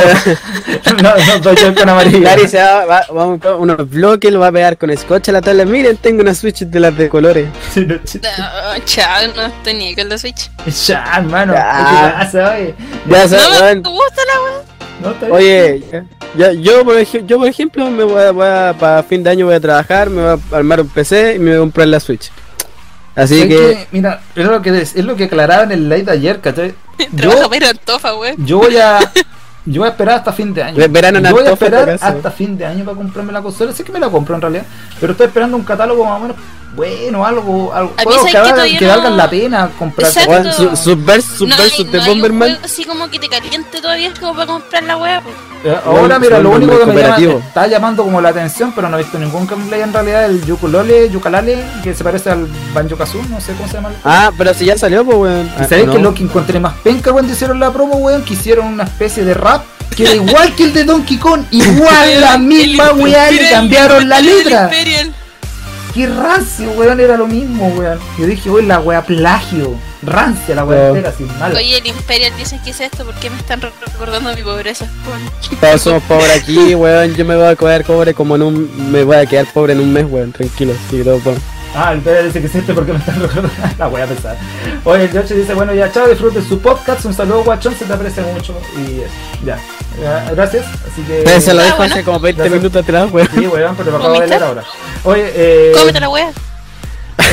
Speaker 2: los, los dos Joy-Con amarillos.
Speaker 1: Claro, y se va, va- va a buscar unos bloques, lo va a pegar con scotch a la tabla. Miren, tengo una Switch de las de colores.
Speaker 2: Sí, no, ch-
Speaker 4: Ah, Chao, no tenía que el de Switch.
Speaker 2: Ya, hermano,
Speaker 1: Ya.
Speaker 2: ¿qué te pasa, oye?
Speaker 1: Ya sabes,
Speaker 4: No me
Speaker 1: weón.
Speaker 4: gusta la wea.
Speaker 2: No, está bien.
Speaker 1: Oye, ya- yo, por ej- yo por ejemplo, me voy a, voy a- para fin de año voy a trabajar, me voy a armar un PC y me voy a comprar la Switch. Así que,
Speaker 2: Es que, mira, es lo que, es, es lo que aclaraba en el live de ayer, ¿cachai?
Speaker 4: Trabaja
Speaker 2: Yo,
Speaker 4: para ir a Antofa, weón.
Speaker 2: yo voy a. Yo voy a esperar hasta fin de año.
Speaker 1: Ve- verano en
Speaker 2: yo voy a
Speaker 1: Antofa,
Speaker 2: esperar
Speaker 1: en tu caso.
Speaker 2: hasta fin de año para comprarme la consola. Sé que me la compro en realidad, pero estoy esperando un catálogo más o menos bueno, algo, algo
Speaker 4: A mí
Speaker 2: juegos
Speaker 4: sabes
Speaker 2: que,
Speaker 4: que
Speaker 2: valgan-
Speaker 4: todavía
Speaker 2: que
Speaker 4: no-
Speaker 2: valgan la pena comprar.
Speaker 4: Exacto.
Speaker 1: weón, su- Subversus Subversus de Bomberman.
Speaker 4: así como que te caliente todavía es como para comprar la wea. pues.
Speaker 2: Eh, Ahora,
Speaker 1: Weón,
Speaker 2: mira,
Speaker 1: son
Speaker 2: lo único que me llama,
Speaker 1: cooperativo.
Speaker 2: está llamando como la atención, pero no he visto ningún gameplay en realidad. El Yukulole, Yukalale, que se parece al Banjo Kazoo, no sé cómo se llama. el-
Speaker 1: Ah, pero si ya salió, pues, weón.
Speaker 2: ¿Y
Speaker 1: Ah,
Speaker 2: sabés
Speaker 1: no.
Speaker 2: que lo que encontré más penca cuando hicieron la promo, weón? Que hicieron una especie de rap que era igual que el de Donkey Kong, igual la misma
Speaker 4: El
Speaker 2: weá, le
Speaker 4: Imperial,
Speaker 2: cambiaron la
Speaker 4: el
Speaker 2: letra.
Speaker 4: Imperial.
Speaker 2: Qué rancio, weón, era lo mismo, weón. Yo dije, weón, la weá plagio. Rancia la weá
Speaker 1: No.
Speaker 2: entera, sin mal.
Speaker 4: Oye, el Imperial dicen que es esto, ¿por qué me están re- recordando mi pobreza? Bueno,
Speaker 1: Todos somos pobres aquí, weón. Yo me voy a quedar pobre como en un. Me voy a quedar pobre en un mes, weón. Tranquilo, sí, todo, po.
Speaker 2: Ah, el Pedro dice que siente porque me están recordando. la voy a pensar. Oye, el George dice, bueno, ya chao, disfruten su podcast. Un saludo, guachón, se te aprecia mucho. Y eso, ya. Ya, Gracias. Así que.
Speaker 1: Pero se lo dejo
Speaker 4: bueno.
Speaker 1: hace como 20
Speaker 2: Gracias.
Speaker 1: minutos atrás, weón.
Speaker 2: Sí, weón, pero lo acabo de
Speaker 4: ¿Vomita?
Speaker 2: leer ahora. Oye, eh.
Speaker 4: Cómete la wea.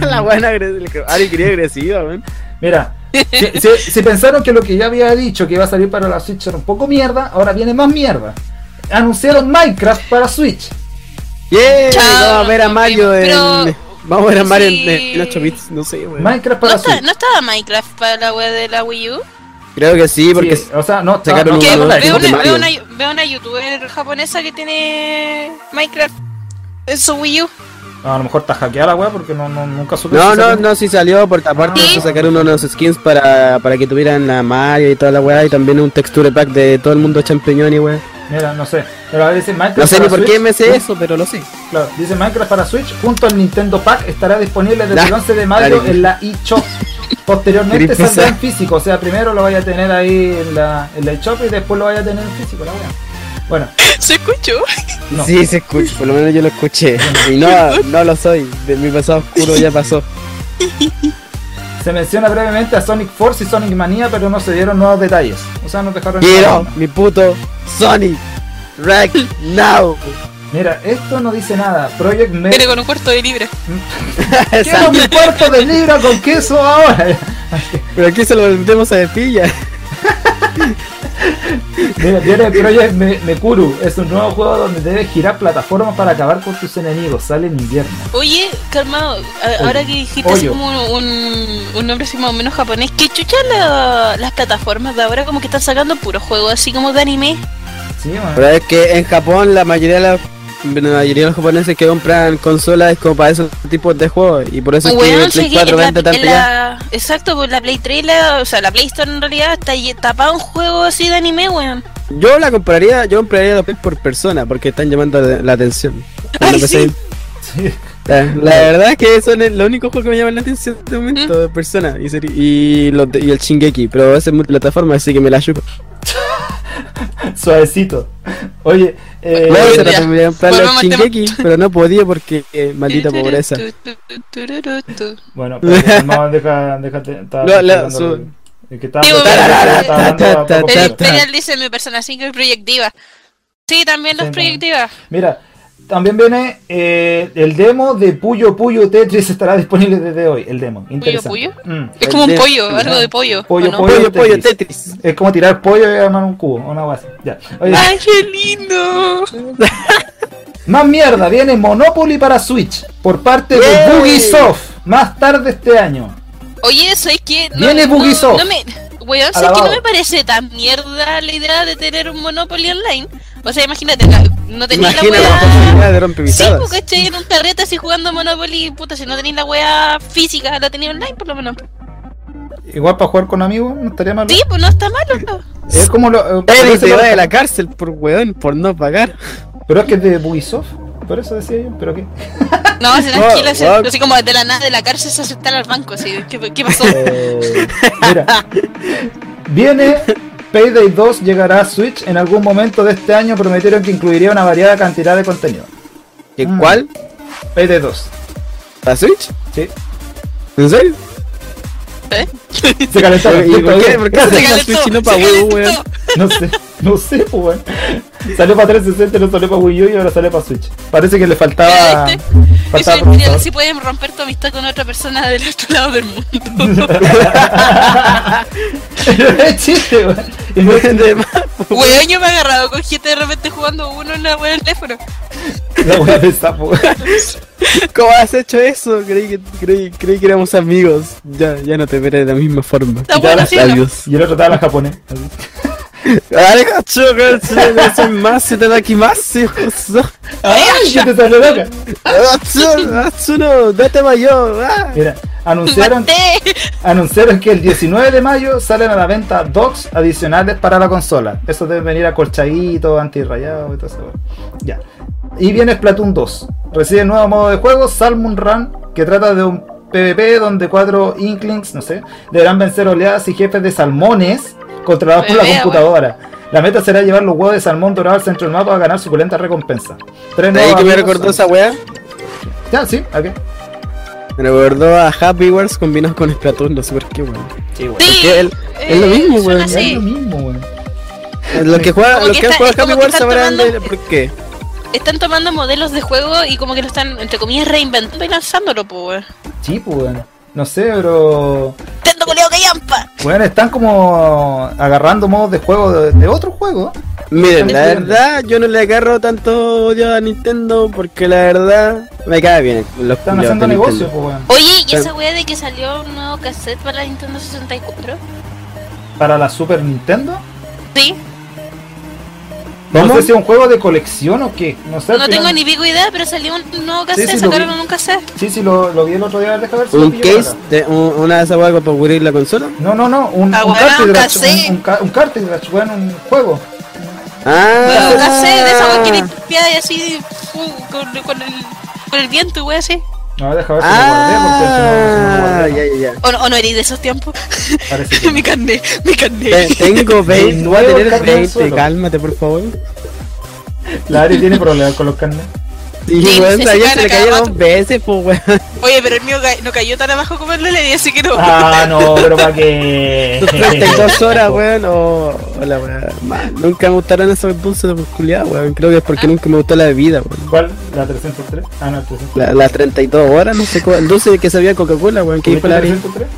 Speaker 1: La buena agresiva. Ari quería agresiva, weón.
Speaker 2: Mira, si, si- si pensaron que lo que ya había dicho que iba a salir para la Switch era un poco mierda, ahora viene más mierda. Anunciaron Minecraft para Switch.
Speaker 1: Yeah,
Speaker 4: Chao,
Speaker 1: vamos a ver a
Speaker 4: nos
Speaker 1: Mario
Speaker 4: vemos,
Speaker 1: en.
Speaker 4: pero-
Speaker 1: Vamos a ver a Mario en-
Speaker 4: Sí.
Speaker 1: en 8 bits, no sé, weón.
Speaker 2: Minecraft
Speaker 4: ¿No,
Speaker 2: para
Speaker 4: está-
Speaker 2: Switch.
Speaker 4: ¿No estaba Minecraft para la wea de la Wii U?
Speaker 1: Creo que sí, porque.
Speaker 2: Sí, o sea, no, está-
Speaker 1: sacaron
Speaker 2: no,
Speaker 4: Que
Speaker 1: uno,
Speaker 2: no,
Speaker 1: uno,
Speaker 2: no,
Speaker 4: veo,
Speaker 1: uno de
Speaker 4: una, veo, una,
Speaker 1: Mario.
Speaker 4: veo una youtuber japonesa que tiene Minecraft en su Wii U.
Speaker 2: A lo mejor está hackeada la weá porque no, no- nunca supe.
Speaker 1: No,
Speaker 2: si
Speaker 1: no,
Speaker 2: salió.
Speaker 1: no, sí salió, porque aparte
Speaker 4: Sí.
Speaker 1: se sacaron unos skins para, para que tuvieran la Mario y toda la weá, y también un texture pack de todo el mundo champiñón y weá.
Speaker 2: Mira, no sé. Pero a veces Minecraft.
Speaker 1: No sé ni
Speaker 2: para
Speaker 1: por qué
Speaker 2: Switch-
Speaker 1: me sé eso, pero lo sé.
Speaker 2: Claro, dice Minecraft para Switch junto al Nintendo Pack estará disponible desde
Speaker 1: Nah,
Speaker 2: el 11 de mayo
Speaker 1: dale.
Speaker 2: en la eShop. Posteriormente
Speaker 1: Quería
Speaker 2: saldrá en
Speaker 1: empezar.
Speaker 2: físico, o sea, primero lo vaya a tener ahí en la, en la eShop y después lo vaya a tener en físico, la wea. Bueno,
Speaker 4: ¿Se escuchó?
Speaker 2: no.
Speaker 1: Sí, se escucha, por lo menos yo lo escuché. Y no, no lo soy, de mi pasado oscuro ya pasó.
Speaker 2: Se menciona brevemente a Sonic Force y Sonic Mania, pero no se dieron nuevos detalles. O sea, nos dejaron.
Speaker 1: Quiero mi puto Sonic Right Now.
Speaker 2: Mira, esto no dice nada. Project Mel.
Speaker 1: Eh.
Speaker 4: Pero con un cuarto de libra.
Speaker 2: Quiero mi cuarto de libra con queso ahora.
Speaker 1: Pero aquí se lo vendemos a Despilla.
Speaker 2: Mira, viene Project Me- Mekuru. Es un nuevo juego donde debes girar plataformas para acabar con tus enemigos. Sale en invierno.
Speaker 4: Oye, calmado, a-
Speaker 2: Oye,
Speaker 4: ahora que dijiste así
Speaker 2: oyo.
Speaker 4: como un, un nombre así más o menos japonés, que chucha la- las plataformas de ahora como que están sacando puros juegos así como de anime?
Speaker 2: Sí, man.
Speaker 1: Pero es que en Japón la mayoría de los, la mayoría de los japoneses que compran consolas es como para esos tipos de juegos. Y por eso es que
Speaker 4: Weón,
Speaker 1: el
Speaker 4: sé
Speaker 1: Play
Speaker 4: que
Speaker 1: 4
Speaker 4: en la-
Speaker 1: vende tanto
Speaker 4: en
Speaker 1: ya.
Speaker 4: la- exacto, pues la Play 3, la- o sea, la Play Store en realidad está lle- tapada un juego así de anime, weón.
Speaker 1: Yo la compraría, yo compraría la Play por persona porque están llamando la, la atención. Cuando
Speaker 4: sí.
Speaker 1: empecé- eh,
Speaker 2: Sí.
Speaker 1: La, la verdad es que son el- los únicos juegos que me llaman la atención en este momento de persona y, seri- y, los de- y el Shingeki, pero ese es multiplataforma, así que me la chupo.
Speaker 2: Suavecito. Oye, eh,
Speaker 1: Luego se
Speaker 4: ya.
Speaker 1: trató de comprar los
Speaker 4: Volvamos al tema.
Speaker 1: Shingeki, pero no podía porque eh, maldita pobreza.
Speaker 2: bueno, espérate, no, deja, déjate. Estaba
Speaker 1: No, la-
Speaker 2: hablando
Speaker 1: su-
Speaker 2: de- de que estaba
Speaker 4: Digo,
Speaker 2: hablando- estaba hablando a poco
Speaker 1: ta,
Speaker 4: El
Speaker 1: ta,
Speaker 2: tiempo.
Speaker 4: Imperial dice mi Persona 5 y Proyectiva. Sí, también los
Speaker 2: Sí, también.
Speaker 4: Proyectiva.
Speaker 2: Mira, también viene eh, el demo de Puyo Puyo Tetris estará disponible desde hoy. El demo, interesante.
Speaker 4: Puyo?
Speaker 2: Mm.
Speaker 4: Es como un
Speaker 1: de-
Speaker 4: pollo, algo de pollo.
Speaker 2: Pollo,
Speaker 4: ¿o no?
Speaker 2: pollo.
Speaker 1: Pollo, pollo,
Speaker 2: Tetris.
Speaker 1: Tetris.
Speaker 2: Es como tirar pollo y armar un cubo, una hueá así. Ya. Oye,
Speaker 4: ¡Ay, qué lindo!
Speaker 2: más mierda, viene Monopoly para Switch por parte de
Speaker 1: Yay.
Speaker 2: Bugisoft más tarde este año.
Speaker 4: Oye, ¿sabes qué? No,
Speaker 2: Viene
Speaker 4: no,
Speaker 2: Bugisoft.
Speaker 4: no me... Weón, ¿sabes
Speaker 2: Alabado.
Speaker 4: qué? No me parece tan mierda la idea de tener un Monopoly online. O sea, imagínate, la- no tenés
Speaker 1: Imagina
Speaker 4: la
Speaker 1: la
Speaker 4: weá...
Speaker 1: posibilidad de romper
Speaker 4: Sí,
Speaker 1: pisadas.
Speaker 4: porque estoy en un carrete así jugando Monopoly, puta, si no tenés la weá física, la tenés online por lo menos.
Speaker 2: Igual para jugar con amigos, Ah, no estaría mal.
Speaker 4: Sí, pues no está malo. no.
Speaker 2: Es como lo. eh,
Speaker 1: Teddy
Speaker 2: parece
Speaker 1: se
Speaker 2: lo-
Speaker 1: va de la cárcel por weón, por no pagar.
Speaker 2: Pero es que es de Bugisoft, por eso decía yo. ¿Pero qué?
Speaker 4: No, se tranquila, se-
Speaker 1: wow.
Speaker 4: así como de la nada de la cárcel se aceptar al banco, así, ¿qué, qué pasó?
Speaker 2: Eh, mira, viene Payday 2, llegará a Switch en algún momento de este año. Prometieron que incluiría una variada cantidad de contenido.
Speaker 1: ¿Y
Speaker 2: Mm.
Speaker 1: cuál?
Speaker 2: Payday 2,
Speaker 1: ¿La Switch?
Speaker 2: sí.
Speaker 1: ¿En serio?
Speaker 2: Se calentaron.
Speaker 1: ¿Y por qué,
Speaker 2: Oye,
Speaker 1: por qué haces la
Speaker 4: calentó,
Speaker 1: Switch y no para
Speaker 4: se
Speaker 1: huevo,
Speaker 4: calentó.
Speaker 1: weón?
Speaker 2: No sé, no sé, pues, weón. Salió para 360, no salió para Wii U y ahora sale para Switch. Parece que le faltaba.
Speaker 4: ¿Viste? Eso
Speaker 2: faltaba
Speaker 4: es genial,
Speaker 2: procesador.
Speaker 4: si pueden romper tu amistad con otra persona del otro lado del mundo.
Speaker 2: es chiste, weón. Y no-
Speaker 1: De más.
Speaker 4: Weón, yo me he agarrado con gente de repente jugando uno en la weá del teléfono.
Speaker 2: La wea de sapo, weón.
Speaker 1: ¿Cómo has hecho eso? Creí que, creí, creí que éramos amigos. Ya, ya no te veré de la misma forma.
Speaker 4: Está bueno, sí, ¿no?
Speaker 1: Adiós.
Speaker 2: Y el otro estaba en japonés. así.
Speaker 1: Arigato, gozaimasu, soimasu, itadakimasu, gozo.
Speaker 2: ¡Ay, que te salió loca!
Speaker 1: Atsu- Atsuno, date mayo. ah.
Speaker 2: Mira, anunciaron.
Speaker 4: ¡Maté!
Speaker 2: Anunciaron que el 19 de mayo salen a la venta docs adicionales para la consola. Esos deben venir acolchaditos, antirrayados y todo eso. Ya. Y viene Splatoon 2. Recibe un nuevo modo de juego, Salmon Run, que trata de un PvP donde cuatro Inklings, no sé, deberán vencer oleadas y jefes de salmones controlados por la
Speaker 4: Bebé,
Speaker 2: computadora. La meta será llevar los huevos de salmón dorado al centro del mapa a ganar suculenta recompensa. Tres
Speaker 1: De ahí
Speaker 2: nuevos
Speaker 1: que me
Speaker 2: amigos
Speaker 1: recordó esa
Speaker 2: son-
Speaker 1: weá.
Speaker 2: Ya, sí, ok.
Speaker 1: Me recordó a Happy Wars combinados con Splatoon, no sé por qué, weón.
Speaker 4: Sí,
Speaker 1: que él- es lo mismo, weón,
Speaker 4: suena
Speaker 2: Ya Es lo
Speaker 4: así.
Speaker 2: mismo, weón.
Speaker 1: Los Eh, que, juega,
Speaker 4: Como
Speaker 1: los
Speaker 4: que
Speaker 1: que han
Speaker 4: está-
Speaker 1: jugado
Speaker 4: como
Speaker 1: Happy
Speaker 4: que
Speaker 1: Wars
Speaker 4: están
Speaker 1: sabrán de-
Speaker 4: tomando-
Speaker 1: por qué.
Speaker 4: Están tomando modelos de juego y como que lo están, entre comillas, reinventando y lanzándolo, po, weón.
Speaker 2: Sí, pues, weón. No sé, pero.
Speaker 4: ¡Tendo coleo que yampa!
Speaker 2: Bueno, están como agarrando modos de juego de, de otro juego.
Speaker 1: Miren, la
Speaker 2: Entiendo.
Speaker 1: verdad, yo no le agarro tanto odio a Nintendo porque la verdad me cae bien. Los
Speaker 2: Están
Speaker 1: culiados de Nintendo.
Speaker 2: haciendo negocio, pues, weón.
Speaker 4: Oye, ¿y
Speaker 1: Pero-
Speaker 4: esa weá de que salió un nuevo cassette para la Nintendo 64?
Speaker 2: Para la Super Nintendo.
Speaker 4: Sí,
Speaker 2: No
Speaker 1: ¿Cómo?
Speaker 2: sé si es un juego de colección o qué. No sé. al
Speaker 4: No
Speaker 2: final-
Speaker 4: tengo ni pico idea, pero salió un nuevo cassette,
Speaker 2: sí, lo
Speaker 4: sacaron
Speaker 2: vi.
Speaker 4: un cassette.
Speaker 2: Sí, sí, lo, lo vi el otro día. Deja ver si lo
Speaker 1: ¿Un
Speaker 2: pillo por
Speaker 1: case?
Speaker 2: acá.
Speaker 1: De, un- ¿Una de esas weas para cubrir la consola?
Speaker 2: No, no, no. Un,
Speaker 4: Ah,
Speaker 2: un
Speaker 4: weón,
Speaker 2: cartridge.
Speaker 4: cassette.
Speaker 2: Un, un, ca- un cartridge, weón, un juego.
Speaker 1: Ah,
Speaker 4: Un cassette de esa que limpiada y así uh, con, con el, con el viento, wey, así.
Speaker 2: No, deja ver pues, si
Speaker 1: Ah,
Speaker 2: lo guardé porque si no- si no, lo
Speaker 1: ya,
Speaker 2: guardé,
Speaker 1: ya, ya.
Speaker 4: ¿O no, o no eres de esos tiempos?
Speaker 2: no, parece que no.
Speaker 4: mi carné, mi
Speaker 1: Te-
Speaker 4: carné.
Speaker 1: Tengo 20, voy a
Speaker 2: nuevo
Speaker 1: tener
Speaker 2: carne al
Speaker 1: 20,
Speaker 2: suelo.
Speaker 1: cálmate por favor.
Speaker 2: La Ari tiene problemas con los carnes.
Speaker 1: Y
Speaker 4: Sí,
Speaker 1: weón,
Speaker 4: se
Speaker 1: sabía que
Speaker 4: sacan
Speaker 1: le
Speaker 4: a cada
Speaker 1: cayeron
Speaker 4: rato.
Speaker 1: dos veces, pues weón.
Speaker 4: Oye, pero el mío ca- no cayó tan abajo como el de Lady, así que no.
Speaker 2: Ah, no, pero para qué.
Speaker 1: 32 horas, weón, o o la weá. Man, Nunca me gustaron esos dulces de culiada, weón. Creo que es porque nunca me gustó la bebida, weón.
Speaker 2: ¿Cuál? ¿La 303? Ah, no, 303.
Speaker 1: La- Las 32 horas, no sé cuál. El dulce que sabía Coca-Cola, weón. ¿Qué dijo la Ari?
Speaker 2: 303?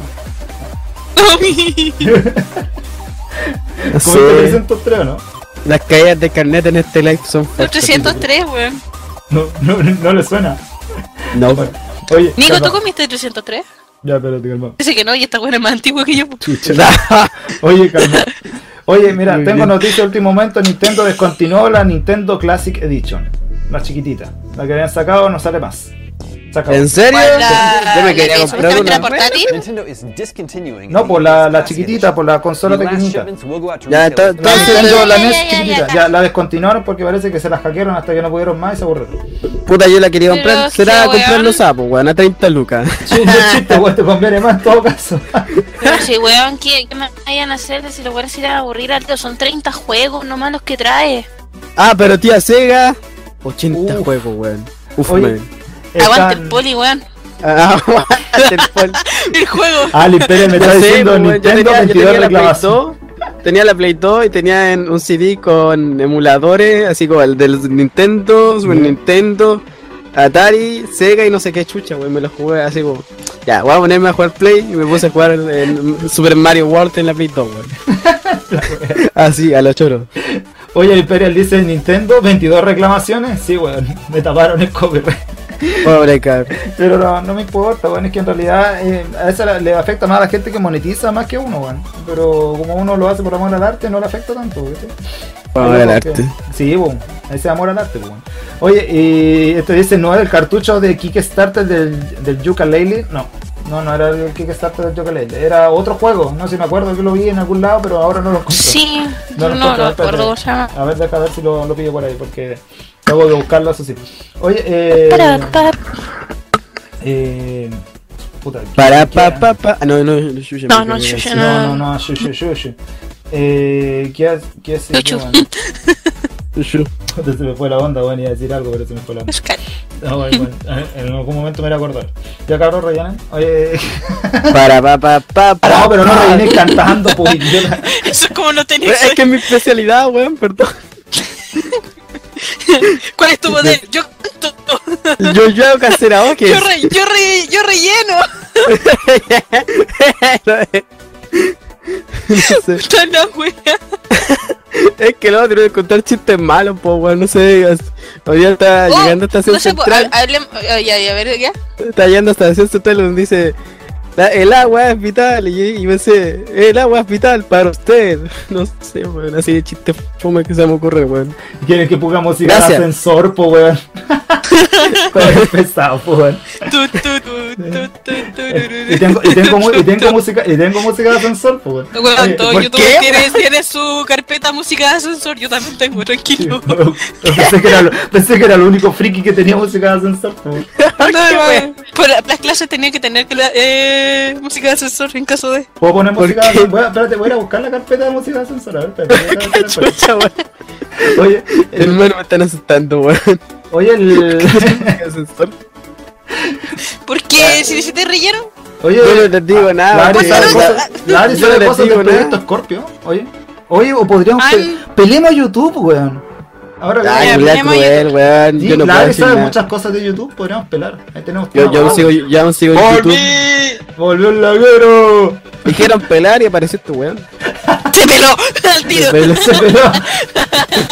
Speaker 1: No
Speaker 2: ¿Comiste
Speaker 1: sé.
Speaker 2: 303 o no?
Speaker 1: Las caídas de carnet en este live son
Speaker 4: Los
Speaker 1: fuertes.
Speaker 4: 303, weón.
Speaker 2: No, no, no le suena.
Speaker 1: No,
Speaker 2: Bueno, oye,
Speaker 4: Nico, ¿tú
Speaker 2: calma.
Speaker 4: comiste 303?
Speaker 2: Ya, pero te calma.
Speaker 4: Dice que no, y esta weón es más antigua que yo.
Speaker 2: Oye, calma. Oye, mira,
Speaker 1: Muy
Speaker 2: tengo
Speaker 1: bien.
Speaker 2: noticia de último momento. Nintendo descontinuó la Nintendo Classic Edition. La chiquitita. La que habían sacado no sale más. Se acabó.
Speaker 1: ¿En serio?
Speaker 4: ¿Cuál, la-
Speaker 1: Yo
Speaker 4: la
Speaker 1: me quería
Speaker 4: que
Speaker 1: comprar
Speaker 4: supuestamente
Speaker 1: una.
Speaker 4: era portátil?
Speaker 2: No, por la, la chiquitita, pues, por la consola
Speaker 1: Ya,
Speaker 2: pequeñita.
Speaker 1: ento-
Speaker 2: La
Speaker 1: entonces,
Speaker 4: Ah,
Speaker 2: Nintendo,
Speaker 4: ya,
Speaker 2: la
Speaker 4: ya,
Speaker 2: NES
Speaker 4: ya, ya,
Speaker 2: chiquitita.
Speaker 4: ya.
Speaker 2: Ya, la descontinuaron porque parece que se la hackearon hasta que no pudieron más y se aburrieron.
Speaker 1: puta, yo la quería comprar.
Speaker 4: Pero
Speaker 1: Será
Speaker 4: qué
Speaker 1: comprar
Speaker 4: weón.
Speaker 1: los sapos, weón, a 30 lucas.
Speaker 2: Sí, no
Speaker 4: Ah.
Speaker 2: es chiste, güey, te conviene más en todo caso.
Speaker 4: Pero si, weón, ¿qué, qué me vayan a hacer si los weones se irán a aburrir alto? Son 30 juegos nomás los que trae.
Speaker 1: Ah, pero tía Sega. 80
Speaker 2: Uf.
Speaker 1: juegos, weón. Uf,
Speaker 2: Oye,
Speaker 1: man.
Speaker 4: Aguante
Speaker 2: Están-
Speaker 4: el poli, weón.
Speaker 1: Ah, aguante el pol-
Speaker 4: El juego.
Speaker 2: Ah, Imperio me está
Speaker 1: No sé,
Speaker 2: diciendo
Speaker 1: pues, weón, yo
Speaker 2: Nintendo
Speaker 1: tenía- yo
Speaker 2: 22
Speaker 1: tenía la Play
Speaker 2: reclamación.
Speaker 1: 2, Tenía la Play 2 y tenía en un CD con emuladores, así como el del Nintendo, Super
Speaker 2: Ya.
Speaker 1: Nintendo, Atari, Sega y no sé qué chucha, güey. Me lo jugué así como, ya, voy a ponerme a jugar Play y me puse a jugar en, en Super Mario World en la Play 2, güey. así, a lo choro.
Speaker 2: Oye, el Imperial dice Nintendo, 22 reclamaciones. Sí, weón, me taparon el copyright.
Speaker 1: Pobre cabrón.
Speaker 2: Pero no, no me importa, weón, es que en realidad eh, a eso le le afecta más a la gente que monetiza más que a uno, weón. Pero como uno lo hace por amor al arte, no le afecta tanto, ¿viste?
Speaker 1: Vamos
Speaker 2: Pero
Speaker 1: a ver
Speaker 2: porque-
Speaker 1: arte.
Speaker 2: Sí, weón, ese amor al arte, weón. Oye, y esto dice, ¿no era el cartucho de Kickstarter del, del Yuka No. No, no era el Kickstarter del Yuka Era otro juego, no sé si me acuerdo que lo vi en algún lado, pero ahora no lo encuentro.
Speaker 4: Sí,
Speaker 2: No,
Speaker 4: no,
Speaker 2: no,
Speaker 4: no
Speaker 2: espérate,
Speaker 4: lo acuerdo cómo se llama.
Speaker 2: A ver, deja ver si lo, lo pillo por ahí, porque tengo que buscarlo, eso sí. Oye, eh.
Speaker 4: Para, para,
Speaker 2: eh puta, ¿qué-
Speaker 1: Para,
Speaker 2: qué
Speaker 1: pa,
Speaker 2: era?
Speaker 1: pa, pa. Ah, no, no, no, chucha,
Speaker 4: No,
Speaker 1: me
Speaker 4: no,
Speaker 1: equivoqué.
Speaker 4: chucha.
Speaker 2: No, no, no, shu, shu, shu, shu. Eh, ¿qué, ha- ¿Qué hace?
Speaker 4: Chuchu.
Speaker 2: Bueno,
Speaker 1: Chuchu.
Speaker 2: puta, se me fue la onda, bueno, iba a decir algo, pero se me fue la onda.
Speaker 4: Oscar.
Speaker 2: No, bueno, bueno, en algún momento me voy a acordar. Ya cabrón, Rayana. Oye,
Speaker 1: Para, pa, pa, pa, pa.
Speaker 2: no, pero no lo vine cantando, pues. idiota.
Speaker 4: Eso es como no
Speaker 2: Eh,
Speaker 4: tenés.
Speaker 1: Es que es mi especialidad, weón, perdón.
Speaker 4: ¿Cuál es tu poder? Yo canto.
Speaker 1: Yo, yo hago karaoke.
Speaker 4: Yo, re, yo, re, yo relleno.
Speaker 1: eh. No sé.
Speaker 4: Está la wea.
Speaker 1: Es que luego tengo que contar chistes malos, po, weón. No sé. as- Hoy día está
Speaker 4: Oh,
Speaker 1: llegando a estación
Speaker 4: no sé, pues,
Speaker 1: central.
Speaker 4: ha- hablem- ah, ya, ya, a ver, ya.
Speaker 1: Está llegando a estación central donde dice: "La- El agua es vital. Y, y me dice: El agua es vital para usted. No sé, weón. Así de chiste fome que se me ocurre, weón.
Speaker 2: Quieren que pongamos música al
Speaker 1: Gracias.
Speaker 2: ascensor, pues, weón. Pero es pesado, pues, weón.
Speaker 4: Tu, tu, tu, tu, tu, tu,
Speaker 2: Y tengo, y tengo, mu- y tengo música, y tengo música de ascensor, pues, weón.
Speaker 4: Weón,
Speaker 2: Oye,
Speaker 4: todo
Speaker 2: ¿por
Speaker 4: YouTube
Speaker 2: qué?
Speaker 4: tiene, tiene su carpeta música de ascensor. Yo también tengo, tranquilo.
Speaker 2: pensé, que era, lo- pensé que era lo único friki que tenía música de ascensor. po.
Speaker 4: No, weón. Por la- las clases tenía que tener que la- eh, música de ascensor en caso de.
Speaker 2: ¿Puedo poner
Speaker 1: ¿Por
Speaker 2: música
Speaker 1: qué?
Speaker 2: de ascensor? Voy a- Espérate, voy a ir a buscar la carpeta de música de ascensor. A ver, espérate. voy a buscar la carpeta.
Speaker 1: Chucha, weón.
Speaker 2: Oye, el-
Speaker 1: Hermano, me están asustando, weón.
Speaker 2: oye, el.
Speaker 4: ¿Por qué? Si si te relleno,
Speaker 2: Oye,
Speaker 1: Yo no les digo nada,
Speaker 2: La Ari
Speaker 1: pues,
Speaker 2: sabe
Speaker 1: no,
Speaker 2: cosas- la Ari
Speaker 1: yo no
Speaker 2: sabe
Speaker 1: les
Speaker 2: cosas
Speaker 1: digo
Speaker 2: del proyecto
Speaker 1: nada.
Speaker 2: Scorpio. Oye, oye, o podríamos.
Speaker 4: Ah,
Speaker 2: pe- peleemos YouTube, weón. Ahora que-
Speaker 1: Ay,
Speaker 4: Ya,
Speaker 1: culiá
Speaker 4: ponemos
Speaker 1: cruel, weón.
Speaker 2: pues, Sí,
Speaker 1: Yo no
Speaker 2: la
Speaker 1: puedo
Speaker 2: Ari
Speaker 1: decir
Speaker 2: sabe
Speaker 1: nada.
Speaker 2: muchas cosas de YouTube, podríamos pelar. Ahí tenemos
Speaker 1: Yo, yo
Speaker 2: todo.
Speaker 1: aún sigo, yo aún sigo en YouTube.
Speaker 5: ¡Volví!
Speaker 2: Volvió el laguero.
Speaker 1: Dijeron pelar y apareció este weón.
Speaker 4: se peló al tiro.
Speaker 1: Pelo.
Speaker 2: Se peló.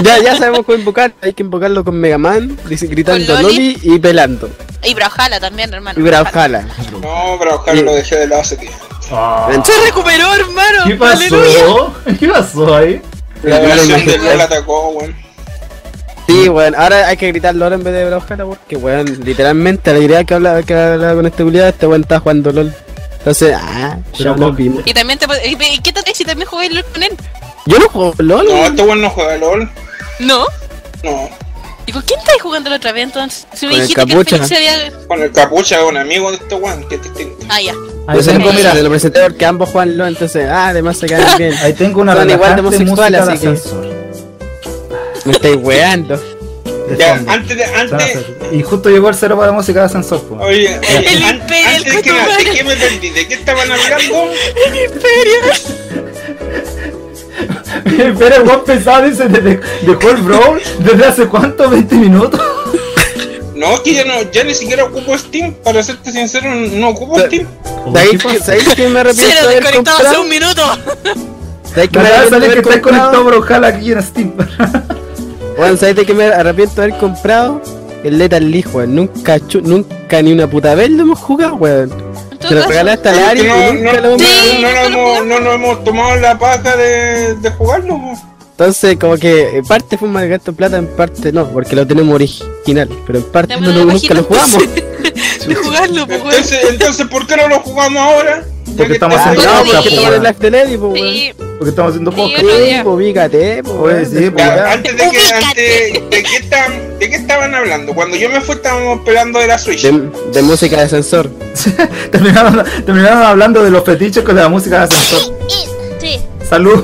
Speaker 1: ya, ya sabemos cómo invocar. Hay que invocarlo con Mega Man, dice- gritando
Speaker 4: Con Loli.
Speaker 1: Loli y pelando.
Speaker 4: Y Brawlhalla también, hermano.
Speaker 1: Y Brawlhalla.
Speaker 5: No, pero Oscar lo dejé de lado hace tiempo.
Speaker 2: Ah,
Speaker 1: Ven,
Speaker 4: Se recuperó, hermano.
Speaker 2: ¿Qué pasó? ¿Qué pasó ahí?
Speaker 5: La
Speaker 1: Yo no
Speaker 5: versión
Speaker 1: me-
Speaker 5: de LOL atacó, weón.
Speaker 1: Sí, weón, ahora hay que gritar LOL en vez de Brawlhalla, porque weón, literalmente la idea que hablaba, que hablaba con este culiado, este weón estaba jugando LOL. Entonces, ah,
Speaker 2: Pero
Speaker 1: yo no
Speaker 2: LOL.
Speaker 1: opino.
Speaker 4: Y también te puede- ¿Y qué tal si también jugáis LOL con él?
Speaker 1: Yo no juego LOL,
Speaker 5: No,
Speaker 1: weón.
Speaker 5: este weón no juega LOL.
Speaker 4: No.
Speaker 5: No.
Speaker 4: ¿Y con quién estáis jugando la otra vez entonces? Si me
Speaker 1: Con el
Speaker 4: dijiste que el
Speaker 1: capucha.
Speaker 4: Félix se había.
Speaker 5: Con el capucha es un amigo de este weón, que es distinto.
Speaker 4: Ah, ya.
Speaker 2: Ahí
Speaker 1: Yo se
Speaker 2: tengo,
Speaker 1: lo,
Speaker 2: mira,
Speaker 1: se lo presenté porque ambos juegan LOL, entonces, ah, además se caen bien.
Speaker 2: ahí tengo una
Speaker 1: Son igual de
Speaker 2: relajante música de
Speaker 1: homosexuales, así que-
Speaker 2: ascensor.
Speaker 1: Me estáis weando.
Speaker 2: de
Speaker 5: Ya,
Speaker 2: fondo.
Speaker 5: antes de, antes,
Speaker 2: Y justo llegó el cero para música de ascensor. po.
Speaker 5: oye, oye,
Speaker 4: El
Speaker 5: an-
Speaker 4: imperio,
Speaker 5: antes
Speaker 4: el
Speaker 5: de que nada,
Speaker 4: cotumare.
Speaker 5: ¿de qué me perdí? ¿De qué estaban hablando?
Speaker 2: Pero el weón pesado dice: desde- Dejó el Brawl desde hace cuánto, 20 minutos.
Speaker 5: No, que ya no, ya ni siquiera ocupo Steam, para serte sincero, no ocupo
Speaker 1: Pero-
Speaker 5: Steam.
Speaker 1: ¿Sabéis sabéis que me arrepiento
Speaker 4: Cero
Speaker 1: de haber
Speaker 4: desconectado hace
Speaker 1: comprado?
Speaker 4: un minuto.
Speaker 1: ¿Sabéis que
Speaker 2: Me
Speaker 1: me arrepiento
Speaker 2: acaba de
Speaker 1: de
Speaker 2: salir que
Speaker 1: haber
Speaker 2: está
Speaker 1: comprado?
Speaker 2: conectado Brawlhalla aquí en Steam.
Speaker 1: Weón, ¿sabéis de qué me arrepiento de haber comprado? El Lethal League, weón. Nunca, chu- nunca ni una puta vez lo hemos jugado, weón.
Speaker 4: En
Speaker 1: Se
Speaker 4: todo
Speaker 1: lo
Speaker 4: caso,
Speaker 1: regalaste a Ari
Speaker 5: Porque
Speaker 1: y
Speaker 5: no, no,
Speaker 1: nunca lo
Speaker 5: no,
Speaker 1: hemos
Speaker 4: Sí.
Speaker 5: no nos hemos, no nos hemos tomado la paja de, de jugarlo. po.
Speaker 1: Entonces, como que en parte fue un mal gasto en plata, en parte no, porque lo tenemos original, pero en parte
Speaker 4: Démosle
Speaker 1: no, lo-
Speaker 4: la
Speaker 1: nunca
Speaker 4: página,
Speaker 1: lo jugamos.
Speaker 4: De jugarlo, pues, weón.
Speaker 5: Entonces, entonces, ¿por qué no lo jugamos ahora? Ya
Speaker 2: Porque
Speaker 5: que
Speaker 2: estamos
Speaker 5: está-
Speaker 1: Ah,
Speaker 2: en
Speaker 4: Bueno,
Speaker 1: no, porque
Speaker 4: sí.
Speaker 1: estamos en el live de Lady, pues, weón.
Speaker 4: Sí,
Speaker 2: Porque estamos haciendo
Speaker 4: Sí,
Speaker 2: podcast.
Speaker 4: yo- otro día.
Speaker 1: Sí, pues, ubícate, pues,
Speaker 2: Oye,
Speaker 1: weón.
Speaker 2: sí,
Speaker 1: Después,
Speaker 2: pues,
Speaker 5: Ya,
Speaker 2: ya.
Speaker 5: antes de que,
Speaker 4: Ubícate.
Speaker 5: antes, ¿de qué, estaban, ¿de qué estaban hablando? Cuando yo me fui estábamos pelando de la Switch.
Speaker 1: de, de música de sensor.
Speaker 2: Terminaron, terminaron hablando de los fetiches con la música de ascensor.
Speaker 6: Sí.
Speaker 2: Salud.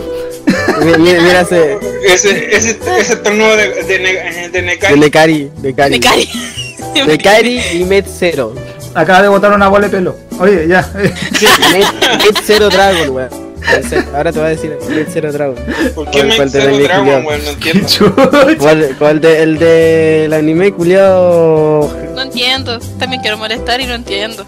Speaker 1: Mi- mi- Mira ese
Speaker 5: Ese, ese, ese torneo de, de, Ne- de Nekai.
Speaker 1: de Necari, Necari.
Speaker 4: Me caí.
Speaker 1: Necari y Med Zero.
Speaker 2: Acaba de botar una bola de pelo. Oye, ya.
Speaker 1: Med, Med Zero Dragon, weón. Puede ser. Ahora te voy a decir Med Zero Dragon.
Speaker 5: ¿Por qué
Speaker 1: ¿Cuál-
Speaker 5: me
Speaker 1: cuál te
Speaker 5: Zero
Speaker 1: vendí,
Speaker 5: Dragon,
Speaker 1: Julián?
Speaker 5: weón? No entiendo.
Speaker 2: Chucha.
Speaker 1: ¿Cuál, cuál de, el del anime culiao?
Speaker 5: Ah,
Speaker 4: No entiendo. También quiero molestar y no entiendo.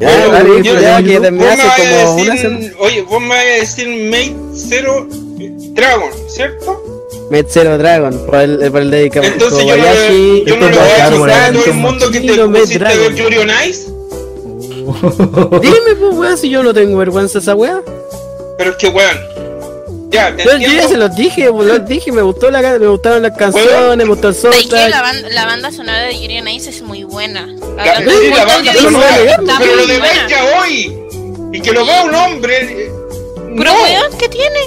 Speaker 1: Ya,
Speaker 5: Oye,
Speaker 1: el anime
Speaker 5: yo-
Speaker 1: Eh, culiao que
Speaker 5: Vos me
Speaker 1: también
Speaker 5: vas
Speaker 1: hace
Speaker 5: a
Speaker 1: como una semana.
Speaker 5: decir, oye, vos me vas a decir Mate Zero eh, Dragon, ¿cierto?
Speaker 1: Med Zero Dragon, por el, por el dedicado.
Speaker 5: Entonces yo no, le- yo no le voy a
Speaker 2: Kobayashi,
Speaker 5: decir a
Speaker 1: este
Speaker 5: todo el
Speaker 2: Dragon,
Speaker 5: mundo que te
Speaker 1: Kilo Mate
Speaker 5: pusiste
Speaker 1: Dragon.
Speaker 5: ver Yuri on Ice,
Speaker 1: Dime, pues, weón, si yo no tengo vergüenza esa weá.
Speaker 5: pero es que weón, ya, te
Speaker 1: Yo, yo ya se
Speaker 5: entiendo,
Speaker 1: los dije, pues, los dije, me gustó la ca- me gustaron las canciones, me gustó el
Speaker 4: ¿Sabes qué? La,
Speaker 1: soundtrack.
Speaker 4: ban- la banda sonora de Yuri on Ice es muy buena.
Speaker 5: la,
Speaker 4: Hablando
Speaker 5: sí,
Speaker 4: de
Speaker 5: la
Speaker 4: culto
Speaker 5: banda
Speaker 1: yo no
Speaker 4: audiovisual,
Speaker 1: voy a
Speaker 5: sonora,
Speaker 1: negar,
Speaker 4: está
Speaker 5: pero lo
Speaker 4: muy
Speaker 5: demás
Speaker 4: buena.
Speaker 5: ya hoy, y que lo vea un hombre, eh,
Speaker 4: Pero
Speaker 5: no,
Speaker 4: weón, ¿qué tiene?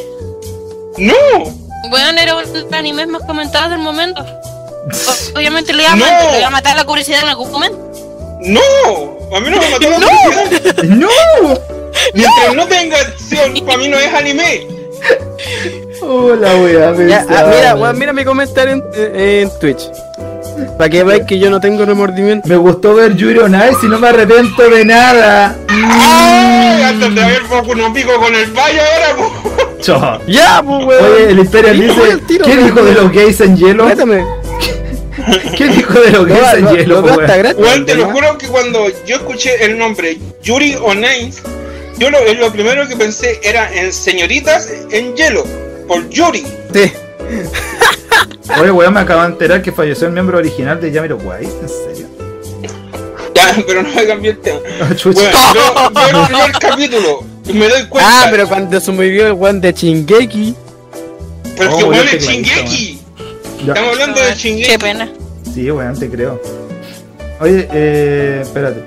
Speaker 5: no,
Speaker 4: Weón era uno de los animes más comentados del momento. O- Obviamente le iba a
Speaker 5: No.
Speaker 4: matar, le iba a matar la curiosidad en algún momento.
Speaker 5: no, a mí no me mató la curiosidad,
Speaker 2: ¡No!
Speaker 5: mientras no tenga acción, para mí no es anime,
Speaker 2: Hola, wea.
Speaker 1: Ya, ah,
Speaker 2: pesada.
Speaker 1: mira, weón, mira mi comentario en, eh, en Twitch. Para que veáis que yo no tengo remordimiento.
Speaker 2: Me gustó ver Yuri on Ice y no me arrepiento de nada.
Speaker 5: ¡Ay! Hasta te haber poco un pico con el payo ahora, po.
Speaker 2: Chao.
Speaker 1: Ya, pues,
Speaker 2: Oye,
Speaker 1: weón.
Speaker 2: el Imperial
Speaker 1: Dime
Speaker 2: dice:
Speaker 1: el tiro,
Speaker 2: ¿Qué
Speaker 1: weón.
Speaker 2: dijo de los gays en hielo?
Speaker 1: Cuéntame.
Speaker 2: ¿Qué dijo de los gays en
Speaker 1: Lo-
Speaker 2: hielo,
Speaker 1: lo veo hasta
Speaker 2: wea?
Speaker 1: gratis,
Speaker 5: Weón, te lo
Speaker 1: ¿no?
Speaker 5: juro que cuando yo escuché el nombre Yuri on Ice, yo lo, lo primero que pensé era en señoritas en hielo, por Yuri.
Speaker 1: Sí.
Speaker 2: Oye, weón, me acabo de enterar que falleció el miembro original de Yamiroquai. ¿En serio?
Speaker 5: Ya, pero no me cambié el tema.
Speaker 2: Ah, chucha.
Speaker 5: Weón, yo veo el primer capítulo y me doy cuenta.
Speaker 1: Ah, pero cuando se movió el weón de Chingeki.
Speaker 5: Pero es que
Speaker 2: Oh,
Speaker 5: weón
Speaker 2: yo
Speaker 5: es
Speaker 2: te cuento,
Speaker 5: Shingeki.
Speaker 2: Ya.
Speaker 5: Estamos hablando de
Speaker 4: Qué
Speaker 5: Shingeki.
Speaker 4: pena.
Speaker 2: Sí, weón, te creo. Oye, eh, espérate.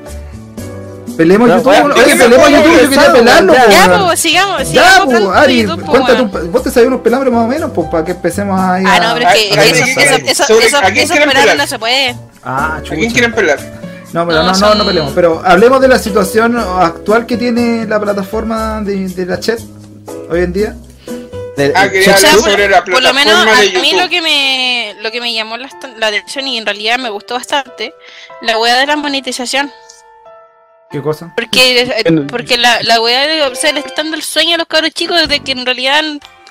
Speaker 2: Peleemos
Speaker 1: No,
Speaker 2: YouTube.
Speaker 1: weón,
Speaker 2: Oye,
Speaker 5: déjeme
Speaker 2: peleemos
Speaker 5: jugar
Speaker 2: YouTube, yo quería
Speaker 1: regresado,
Speaker 2: pelarlo,
Speaker 1: weón,
Speaker 4: Ya,
Speaker 2: Oh, weón.
Speaker 4: pues, sigamos,
Speaker 2: Ya,
Speaker 4: sigamos.
Speaker 2: pues,
Speaker 4: hablando de
Speaker 2: Ari,
Speaker 4: YouTube, po,
Speaker 2: cuéntate
Speaker 4: weón.
Speaker 2: un, vos te sabés unos pelambres más o menos, pues, para que empecemos ahí a...
Speaker 4: Ah, no, pero es que eso,
Speaker 5: Ah, ¿a quién
Speaker 4: eso,
Speaker 5: quieren-
Speaker 4: eso,
Speaker 5: sobre-
Speaker 4: eso,
Speaker 5: a quién
Speaker 4: eso
Speaker 5: quieren
Speaker 4: esperar
Speaker 5: pelar?
Speaker 4: no se puede.
Speaker 2: Ah,
Speaker 5: ¿A quién
Speaker 2: chucha.
Speaker 5: quieren pelar?
Speaker 2: No, pero
Speaker 4: No,
Speaker 2: no, no,
Speaker 4: son-
Speaker 2: no peleemos. Pero hablemos de la situación actual que tiene la plataforma de, de la chat hoy en día. eh,
Speaker 1: del-
Speaker 5: Ah, quería
Speaker 4: O sea,
Speaker 5: hablar
Speaker 4: por-
Speaker 5: sobre la
Speaker 4: Por lo menos
Speaker 5: plataforma de
Speaker 4: a mí lo
Speaker 5: YouTube.
Speaker 4: que me, lo que me llamó la, la atención y en realidad me gustó bastante, la wea de la monetización.
Speaker 2: ¿Qué cosa?
Speaker 4: Porque, eh,
Speaker 1: Bueno.
Speaker 4: porque la, la weá de, o sea, le está dando el sueño a los cabros chicos de que en realidad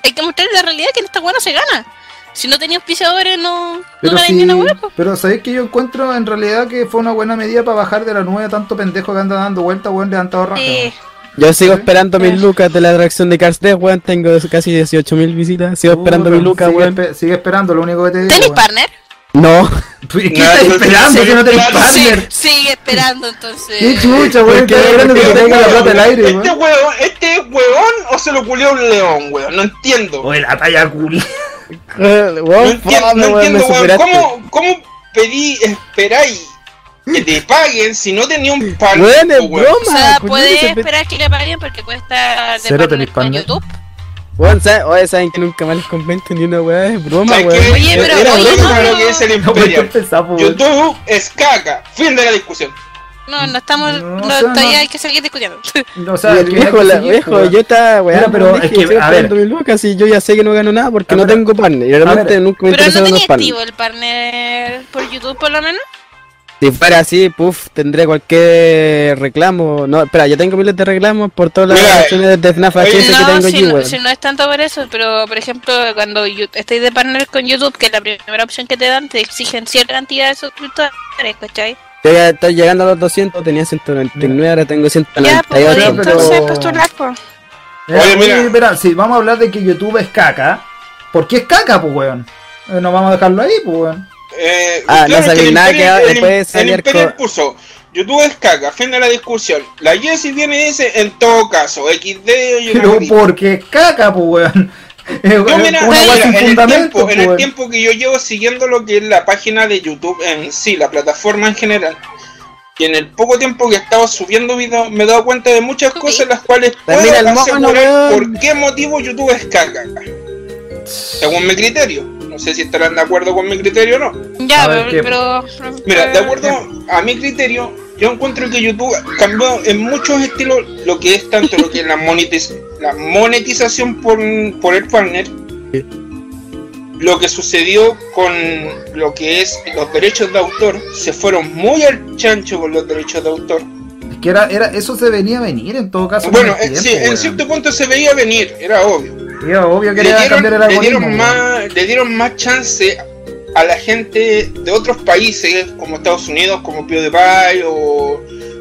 Speaker 4: hay que mostrar la realidad que en esta weá no se gana. Si no tenía auspiciadores no, no
Speaker 2: Pero,
Speaker 4: ganáis
Speaker 2: sí,
Speaker 4: ni una pues. weá, po.
Speaker 2: pero sabéis que yo encuentro en realidad que fue una buena medida para bajar de la nube a tanto pendejo que anda dando vueltas, weón, levantado raja.
Speaker 4: Sí.
Speaker 1: Yo sigo
Speaker 2: ¿Sí?
Speaker 1: esperando mis
Speaker 4: Ya.
Speaker 1: lucas de la atracción de Cars 3, weón. Tengo casi 18.000 visitas. Sigo
Speaker 2: Puta,
Speaker 1: esperando mis lucas,
Speaker 2: sigue,
Speaker 1: weón.
Speaker 2: espe- sigue esperando, lo único que te digo.
Speaker 4: ¿Tenis
Speaker 2: weón.
Speaker 4: partner?
Speaker 1: No.
Speaker 2: ¿Qué
Speaker 5: Nada,
Speaker 2: estás
Speaker 5: no,
Speaker 2: esperando
Speaker 5: sí,
Speaker 2: que no tenés
Speaker 5: claro,
Speaker 2: partner?
Speaker 4: Sí, sigue esperando entonces.
Speaker 2: ¡Qué chucha, weón!
Speaker 1: Porque-
Speaker 2: Estás esperando que te
Speaker 5: Este
Speaker 2: caiga la plata al aire,
Speaker 5: este
Speaker 2: weón.
Speaker 5: huevón, este es huevón o se lo culió un león, weón, no entiendo.
Speaker 2: Oye, la talla culia.
Speaker 5: No
Speaker 1: Weón,
Speaker 5: entiendo,
Speaker 1: Pablo,
Speaker 5: no
Speaker 1: weón, me
Speaker 5: entiendo, weón.
Speaker 1: superaste.
Speaker 5: ¿Cómo, ¿Cómo pedí, esperáis que te paguen si no tenía un par
Speaker 1: Weón, es broma.
Speaker 4: O sea,
Speaker 1: culiao,
Speaker 4: puedes
Speaker 1: se pe-
Speaker 4: esperar que le paguen porque cuesta de
Speaker 2: Cero tenis
Speaker 4: con
Speaker 2: partner.
Speaker 4: YouTube.
Speaker 1: Weón, ¿sabes? Oye, saben que nunca más les comento ni una weá, es broma,
Speaker 5: ¿Sabes
Speaker 1: weón.
Speaker 5: qué?
Speaker 4: Oye, pero-
Speaker 5: Era
Speaker 4: oye,
Speaker 5: broma
Speaker 4: no,
Speaker 5: lo
Speaker 4: no.
Speaker 5: que es el
Speaker 2: No, pero
Speaker 5: Imperial.
Speaker 2: el sapo, weón.
Speaker 5: YouTube es caca. Fin de la discusión.
Speaker 4: No, no estamos.
Speaker 2: No,
Speaker 4: No,
Speaker 2: o sea,
Speaker 4: todavía
Speaker 2: no.
Speaker 4: hay que seguir discutiendo.
Speaker 2: O sea,
Speaker 1: Y el viejo, la, viejo, yo estaba, weón.
Speaker 2: Mira, pero es que, a ver.
Speaker 1: Lucas y yo ya sé que no gano nada porque
Speaker 2: A
Speaker 1: no
Speaker 2: ver.
Speaker 1: tengo partner. Y realmente
Speaker 2: ver.
Speaker 1: nunca me
Speaker 4: Pero no
Speaker 1: interesaron los
Speaker 4: tenía
Speaker 1: partners.
Speaker 4: activo el partner por YouTube, por lo menos.
Speaker 1: Si fuera así, puff, tendré cualquier reclamo. No, espera, yo tengo miles de reclamos por todas las
Speaker 5: Mira,
Speaker 1: acciones de FNAF
Speaker 5: oye,
Speaker 1: HS que
Speaker 4: no,
Speaker 1: tengo
Speaker 4: si
Speaker 1: aquí,
Speaker 4: no,
Speaker 1: weón.
Speaker 4: si no es tanto por eso, pero por ejemplo, cuando yo- estáis de partner con YouTube, que es la primera opción que te dan, te exigen cierta cantidad de suscriptores, ¿cachai?
Speaker 1: Yo ya estoy llegando a los 200, tenía 199, ahora tengo
Speaker 4: Ya, pues,
Speaker 1: 198.
Speaker 2: pero-
Speaker 4: entonces postular, pues.
Speaker 2: Mira,
Speaker 5: Oye,
Speaker 2: oye,
Speaker 5: mira.
Speaker 2: espera, si vamos a hablar de que YouTube es caca, ¿por qué es caca, pues, weón? Eh, No vamos a dejarlo ahí, pues, weón.
Speaker 5: Eh,
Speaker 1: Ah, no
Speaker 5: es que
Speaker 1: sabía
Speaker 5: el
Speaker 1: nada que
Speaker 5: Imperial-
Speaker 1: le
Speaker 5: el-
Speaker 1: puede
Speaker 5: el
Speaker 1: salir
Speaker 5: Imperial
Speaker 1: con-
Speaker 5: puso, YouTube es caca. Fin de la discusión. La Jessie viene y dice, en todo caso, XD y una
Speaker 2: Pero
Speaker 5: carita.
Speaker 2: porque es caca, pues, weón. Es
Speaker 5: Yo, mira,
Speaker 2: una
Speaker 5: mira,
Speaker 2: weá sin
Speaker 5: en, el
Speaker 2: fundamento,
Speaker 5: tiempo,
Speaker 2: pues,
Speaker 5: en el
Speaker 2: weón.
Speaker 5: tiempo que yo llevo siguiendo lo que es la página de YouTube en sí, la plataforma en general, y en el poco tiempo que he estado subiendo videos, me he dado cuenta de muchas cosas las cuales
Speaker 2: Pues
Speaker 5: puedo
Speaker 1: Termina el mono,
Speaker 5: asegurar
Speaker 1: weón.
Speaker 5: por qué motivo YouTube es caca. Según mi criterio. No sé si estarán de acuerdo con mi criterio o no.
Speaker 4: Ya,
Speaker 2: A ver, ¿qué?
Speaker 4: pero, pero- eh,
Speaker 5: Mira, de acuerdo a mi criterio, yo encuentro que YouTube cambió en muchos estilos lo que es tanto lo que es la, monetiz- la monetización por, por el partner, lo que sucedió con lo que es los derechos de autor, se fueron muy al chancho con los derechos de autor.
Speaker 2: Es que era, era, eso se venía a venir en todo caso.
Speaker 5: Bueno,
Speaker 2: con el
Speaker 5: eh, sí,
Speaker 2: tiempo,
Speaker 5: en
Speaker 2: weón.
Speaker 5: cierto punto se veía venir, era obvio.
Speaker 2: Era obvio que
Speaker 5: le
Speaker 2: era
Speaker 5: dieron,
Speaker 2: cambiar el
Speaker 5: le
Speaker 2: algoritmo.
Speaker 5: dieron
Speaker 2: weón.
Speaker 5: más, le dieron más chance a la gente de otros países como Estados Unidos, como PewDiePie o,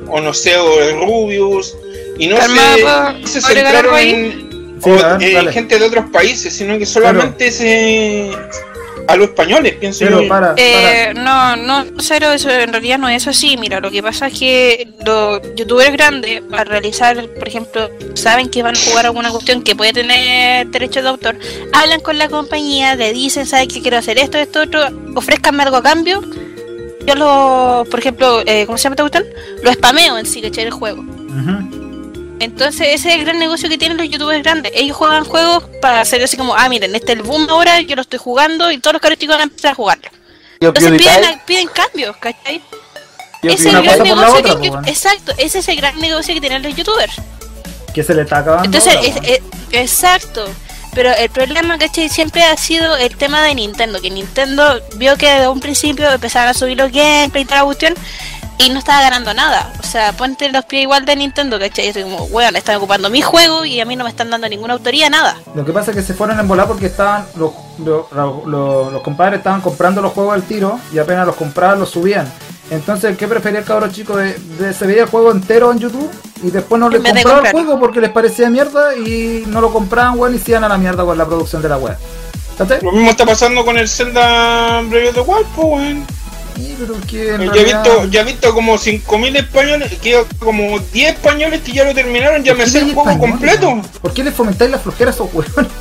Speaker 5: o no sé, o el Rubius, y no
Speaker 4: Calma,
Speaker 5: se, se
Speaker 4: ¿puedo agregar algo
Speaker 5: centraron
Speaker 4: ahí?
Speaker 5: en,
Speaker 2: Sí,
Speaker 5: o-
Speaker 2: a ver,
Speaker 5: en
Speaker 2: dale.
Speaker 5: gente de otros países, sino que solamente se a los españoles, pienso
Speaker 2: Pero
Speaker 5: yo.
Speaker 2: para, para.
Speaker 4: Eh, no, no, cero, eso en realidad no es así. Mira, lo que pasa es que los youtubers grandes, al realizar, por ejemplo, saben que van a jugar alguna cuestión que puede tener derechos de autor, hablan con la compañía, le dicen, ¿sabes que quiero hacer esto, esto, otro? Ofrezcanme algo a cambio. Yo lo, por ejemplo, eh, ¿cómo se llama esta cuestión? Lo spameo en sí, que el juego.
Speaker 2: Ujú.
Speaker 4: Entonces ese es el gran negocio que tienen los youtubers grandes. Ellos juegan juegos para hacer así como, ah, miren, este es el boom ahora, yo lo estoy jugando y todos los caros chicos van a empezar a jugarlo.
Speaker 1: Yo
Speaker 4: Entonces
Speaker 1: PewDiePie,
Speaker 4: piden, piden cambios, ¿cachai?
Speaker 1: yo
Speaker 4: Ese es
Speaker 2: una
Speaker 4: el
Speaker 2: cosa
Speaker 4: gran
Speaker 2: por la
Speaker 4: negocio
Speaker 2: otra,
Speaker 4: que- que,
Speaker 2: po, bueno.
Speaker 4: exacto, ese es el gran negocio que tienen los youtubers.
Speaker 2: Que se le está acabando.
Speaker 4: Entonces,
Speaker 2: ahora,
Speaker 4: es-
Speaker 2: weón.
Speaker 4: es- exacto. Pero el problema, ¿cachai? Siempre ha sido el tema de Nintendo, que Nintendo vio que de un principio empezaron a subir los gameplay y toda la cuestión, y no estaba ganando nada. O sea, ponte los pies igual de Nintendo, ¿cachai? Y estoy como, weón, están ocupando mi juego y a mí no me están dando ninguna autoría, nada.
Speaker 2: Lo que pasa es que se fueron en volar porque estaban los, los, los- los compadres estaban comprando los juegos al tiro y apenas los compraban los subían. Entonces, ¿qué prefería el cabrón chico? De, de- se veía el juego entero en YouTube y después no le
Speaker 4: En vez de
Speaker 2: compraban el
Speaker 4: comprarlo.
Speaker 2: juego porque les parecía mierda y no lo compraban, weón, y se iban a la mierda con la producción de la web. ¿Cachai?
Speaker 5: Lo mismo está pasando con el Zelda Breath of the Wild, pues, weón.
Speaker 2: Sí, pero es que en
Speaker 5: Ya he
Speaker 2: realidad-
Speaker 5: visto, ya he visto como 5.000 españoles, que como 10 españoles que ya lo terminaron, ya
Speaker 2: ¿Por
Speaker 5: me
Speaker 2: qué
Speaker 5: sé el
Speaker 2: leí
Speaker 5: juego
Speaker 2: español,
Speaker 5: completo.
Speaker 2: weón? ¿Por qué les fomentáis las flojeras a esos huevones?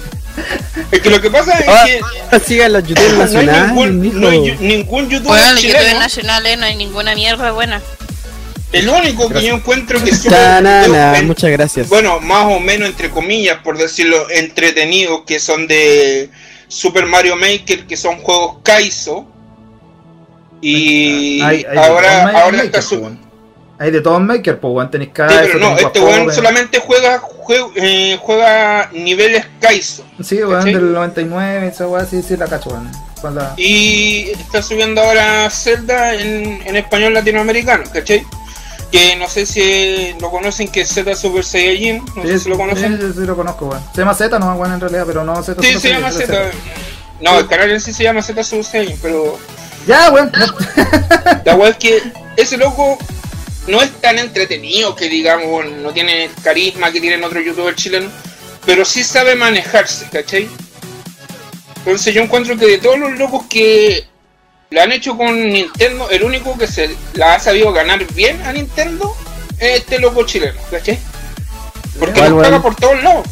Speaker 5: Es que lo que pasa es
Speaker 1: Ah,
Speaker 5: que
Speaker 1: sigan los youtubers
Speaker 5: no hay
Speaker 1: nacionales,
Speaker 5: ningún, no hay
Speaker 1: mijo.
Speaker 5: yu- ningún youtuber
Speaker 4: Bueno, los
Speaker 5: chileno.
Speaker 4: youtubers nacionales no hay ninguna mierda buena.
Speaker 5: El único que yo encuentro que sube
Speaker 1: Ta, na, na,
Speaker 5: videos en-
Speaker 1: Muchas gracias.
Speaker 5: bueno, más o menos entre comillas, por decirlo, entretenidos, que son de Super Mario Maker, que son juegos Kaizo. Y
Speaker 2: Hay- hay de todo en
Speaker 5: ahora,
Speaker 2: Maker,
Speaker 5: ahora está
Speaker 2: Maker, pues,
Speaker 5: su,
Speaker 2: po, weón. Hay de todo en Maker, pues, weón. Tenéis cada
Speaker 5: Sí, pero no, este weón solamente juega, jue- eh, juega niveles Kaizo.
Speaker 2: Sí, weón,
Speaker 5: ¿cachai?
Speaker 2: del 99, esa weá, sí, sí, la cacho, weón. Con la-
Speaker 5: Y está subiendo ahora Zelda en, en español latinoamericano, ¿cachai? Que no sé si lo conocen, que es Zelda Super Saiyajin, no sé si lo conocen.
Speaker 2: Sí, sí, sí, lo conozco, weón. Se llama Z, no, weón, en realidad, pero no Z.
Speaker 5: Sí,
Speaker 2: Super
Speaker 5: se llama
Speaker 2: Saiyajin,
Speaker 5: Z. No, el canal en sí se llama Z Super Saiyajin, pero
Speaker 2: Ya, weón.
Speaker 5: la weá es que ese loco no es tan entretenido que digamos, bueno, no tiene el carisma que tienen otros youtubers chilenos, pero sí sabe manejarse, ¿cachai? Entonces yo encuentro que de todos los locos que la han hecho con Nintendo, el único que se la ha sabido ganar bien a Nintendo es este loco chileno, ¿cachai? Porque
Speaker 1: Igual,
Speaker 5: lo
Speaker 1: weón.
Speaker 5: caga por todos lados.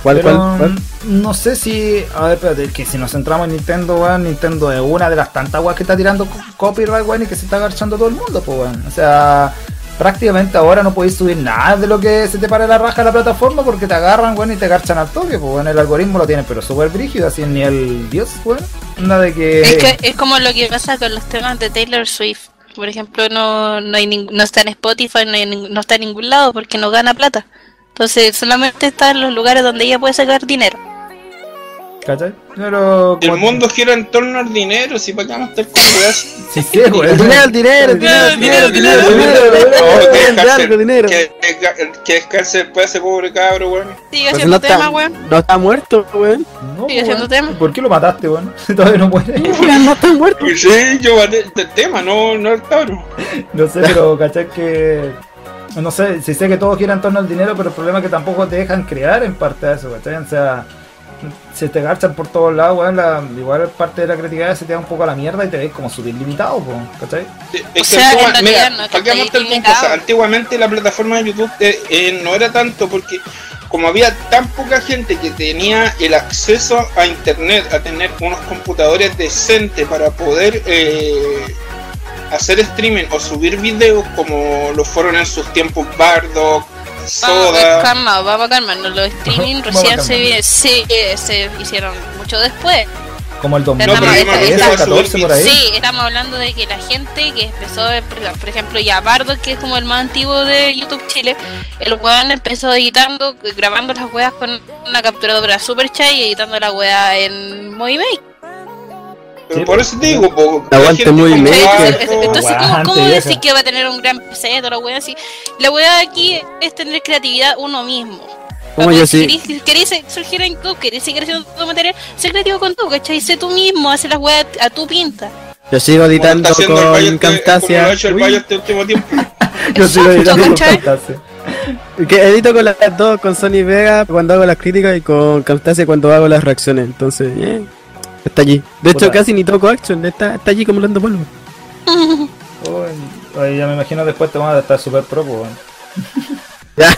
Speaker 1: ¿Cuál,
Speaker 2: Pero,
Speaker 1: cuál, cuál?
Speaker 2: No sé si. A ver, espérate, que si nos centramos en Nintendo, weón, Nintendo es una de las tantas weas que está tirando co- copyright, weón, y que se está agarchando todo el mundo, pues, weón. O sea, prácticamente ahora no podéis subir nada de lo que se te para la raja a la plataforma porque te agarran, weón, y te agarchan al toque, pues, weón. El algoritmo lo tienen, pero súper brígido, así en nivel Dios, weón. Nada de que.
Speaker 4: Es que es como lo que pasa con los temas de Taylor Swift. Por ejemplo, no, no, hay ning- no está en Spotify, no, hay ning- no está en ningún lado porque no gana plata. Entonces, solamente está en los lugares donde ella puede sacar dinero.
Speaker 2: ¿Cachai? Pero.
Speaker 5: El
Speaker 2: como-
Speaker 5: mundo gira en torno al dinero, si para qué vamos a estar con weas.
Speaker 2: Sí, sí, weón.
Speaker 1: Dinero, dinero, dinero, dinero, dinero, dinero,
Speaker 5: Oh, que
Speaker 1: dinero,
Speaker 5: descanse-
Speaker 1: algo, dinero.
Speaker 5: que- que- Que descanse después ese pobre cabro, weón.
Speaker 1: Pues
Speaker 4: Sigue
Speaker 1: no
Speaker 4: haciendo
Speaker 1: está,
Speaker 4: temas, weón.
Speaker 1: no está muerto, weón.
Speaker 2: No, pues,
Speaker 4: Sigue
Speaker 2: weón.
Speaker 4: siendo tema.
Speaker 2: ¿Por qué lo mataste, weón? Todavía no muere.
Speaker 1: No está muerto.
Speaker 5: Sí, yo maté el tema, no, no el cabro.
Speaker 2: No sé, pero cachai que. No sé, si sé que todo gira en torno al dinero, pero el problema es que tampoco te dejan crear en parte de eso, ¿cachai? O sea, se te garchan por todos lados, weón. la- igual parte de la creatividad se te da un poco a la mierda y te ves como súper limitado, po, ¿cachai?
Speaker 5: Es que
Speaker 4: sea,
Speaker 5: antigua-
Speaker 4: en realidad
Speaker 5: mira,
Speaker 4: no es que
Speaker 5: ¿para
Speaker 4: esté
Speaker 5: qué vamos a tener
Speaker 4: limitado.
Speaker 5: cosas? Antiguamente la plataforma de YouTube eh, eh, no era tanto porque como había tan poca gente que tenía el acceso a internet, a tener unos computadores decentes para poder eh, hacer streaming o subir videos como lo fueron en sus tiempos Bardock,
Speaker 4: Vamos, eh,
Speaker 5: Soda.
Speaker 4: calma, vamos, calma. no, Los streaming
Speaker 2: Vamos,
Speaker 4: recién
Speaker 2: calma.
Speaker 4: se, vi- sí, eh, se hicieron mucho después.
Speaker 2: Como el
Speaker 4: pero
Speaker 2: 2013,
Speaker 4: no, esta- esta-
Speaker 2: 14 por ahí.
Speaker 4: Sí, estamos hablando de que la gente que empezó, por por ejemplo, ya Bardo, que es como el más antiguo de YouTube Chile, el weón empezó editando, grabando las weas con una capturadora super chai y editando la wea en Movimake.
Speaker 5: Pero
Speaker 2: Sí,
Speaker 5: por eso te digo, po, hay
Speaker 1: Aguante
Speaker 5: gente
Speaker 1: muy
Speaker 5: como
Speaker 1: bien,
Speaker 5: Bardock,
Speaker 4: Entonces, entonces, ¿cómo,
Speaker 2: Aguante,
Speaker 4: cómo
Speaker 2: Oh, vieja.
Speaker 4: decir que va a tener un gran PC, toda la wea así? La wea aquí es tener creatividad uno mismo.
Speaker 1: Como yo sí.
Speaker 4: ¿Querés, querés surgir en todo, querés seguir haciendo tu material, sé creativo con todo, ¿cachai? Sé tú mismo, haces las weas a tu pinta.
Speaker 1: Yo sigo
Speaker 5: como está
Speaker 1: editando
Speaker 5: haciendo el Bayo
Speaker 1: con
Speaker 5: este- como lo ha hecho
Speaker 1: Camtasia.
Speaker 5: el
Speaker 1: Uy,
Speaker 5: Bayo este último tiempo.
Speaker 2: Yo sí pues, lo editando con
Speaker 4: ¿cachai?
Speaker 2: Camtasia.
Speaker 1: Que edito con las dos, con Sony Vega cuando hago las críticas y con Camtasia cuando hago las reacciones. Entonces, eh, está allí. De hecho,
Speaker 2: Puta.
Speaker 1: casi ni toco Action, está, está allí como lando polvo.
Speaker 2: Uy, ya me imagino después te van a estar súper pro, po, weón.
Speaker 1: Ya.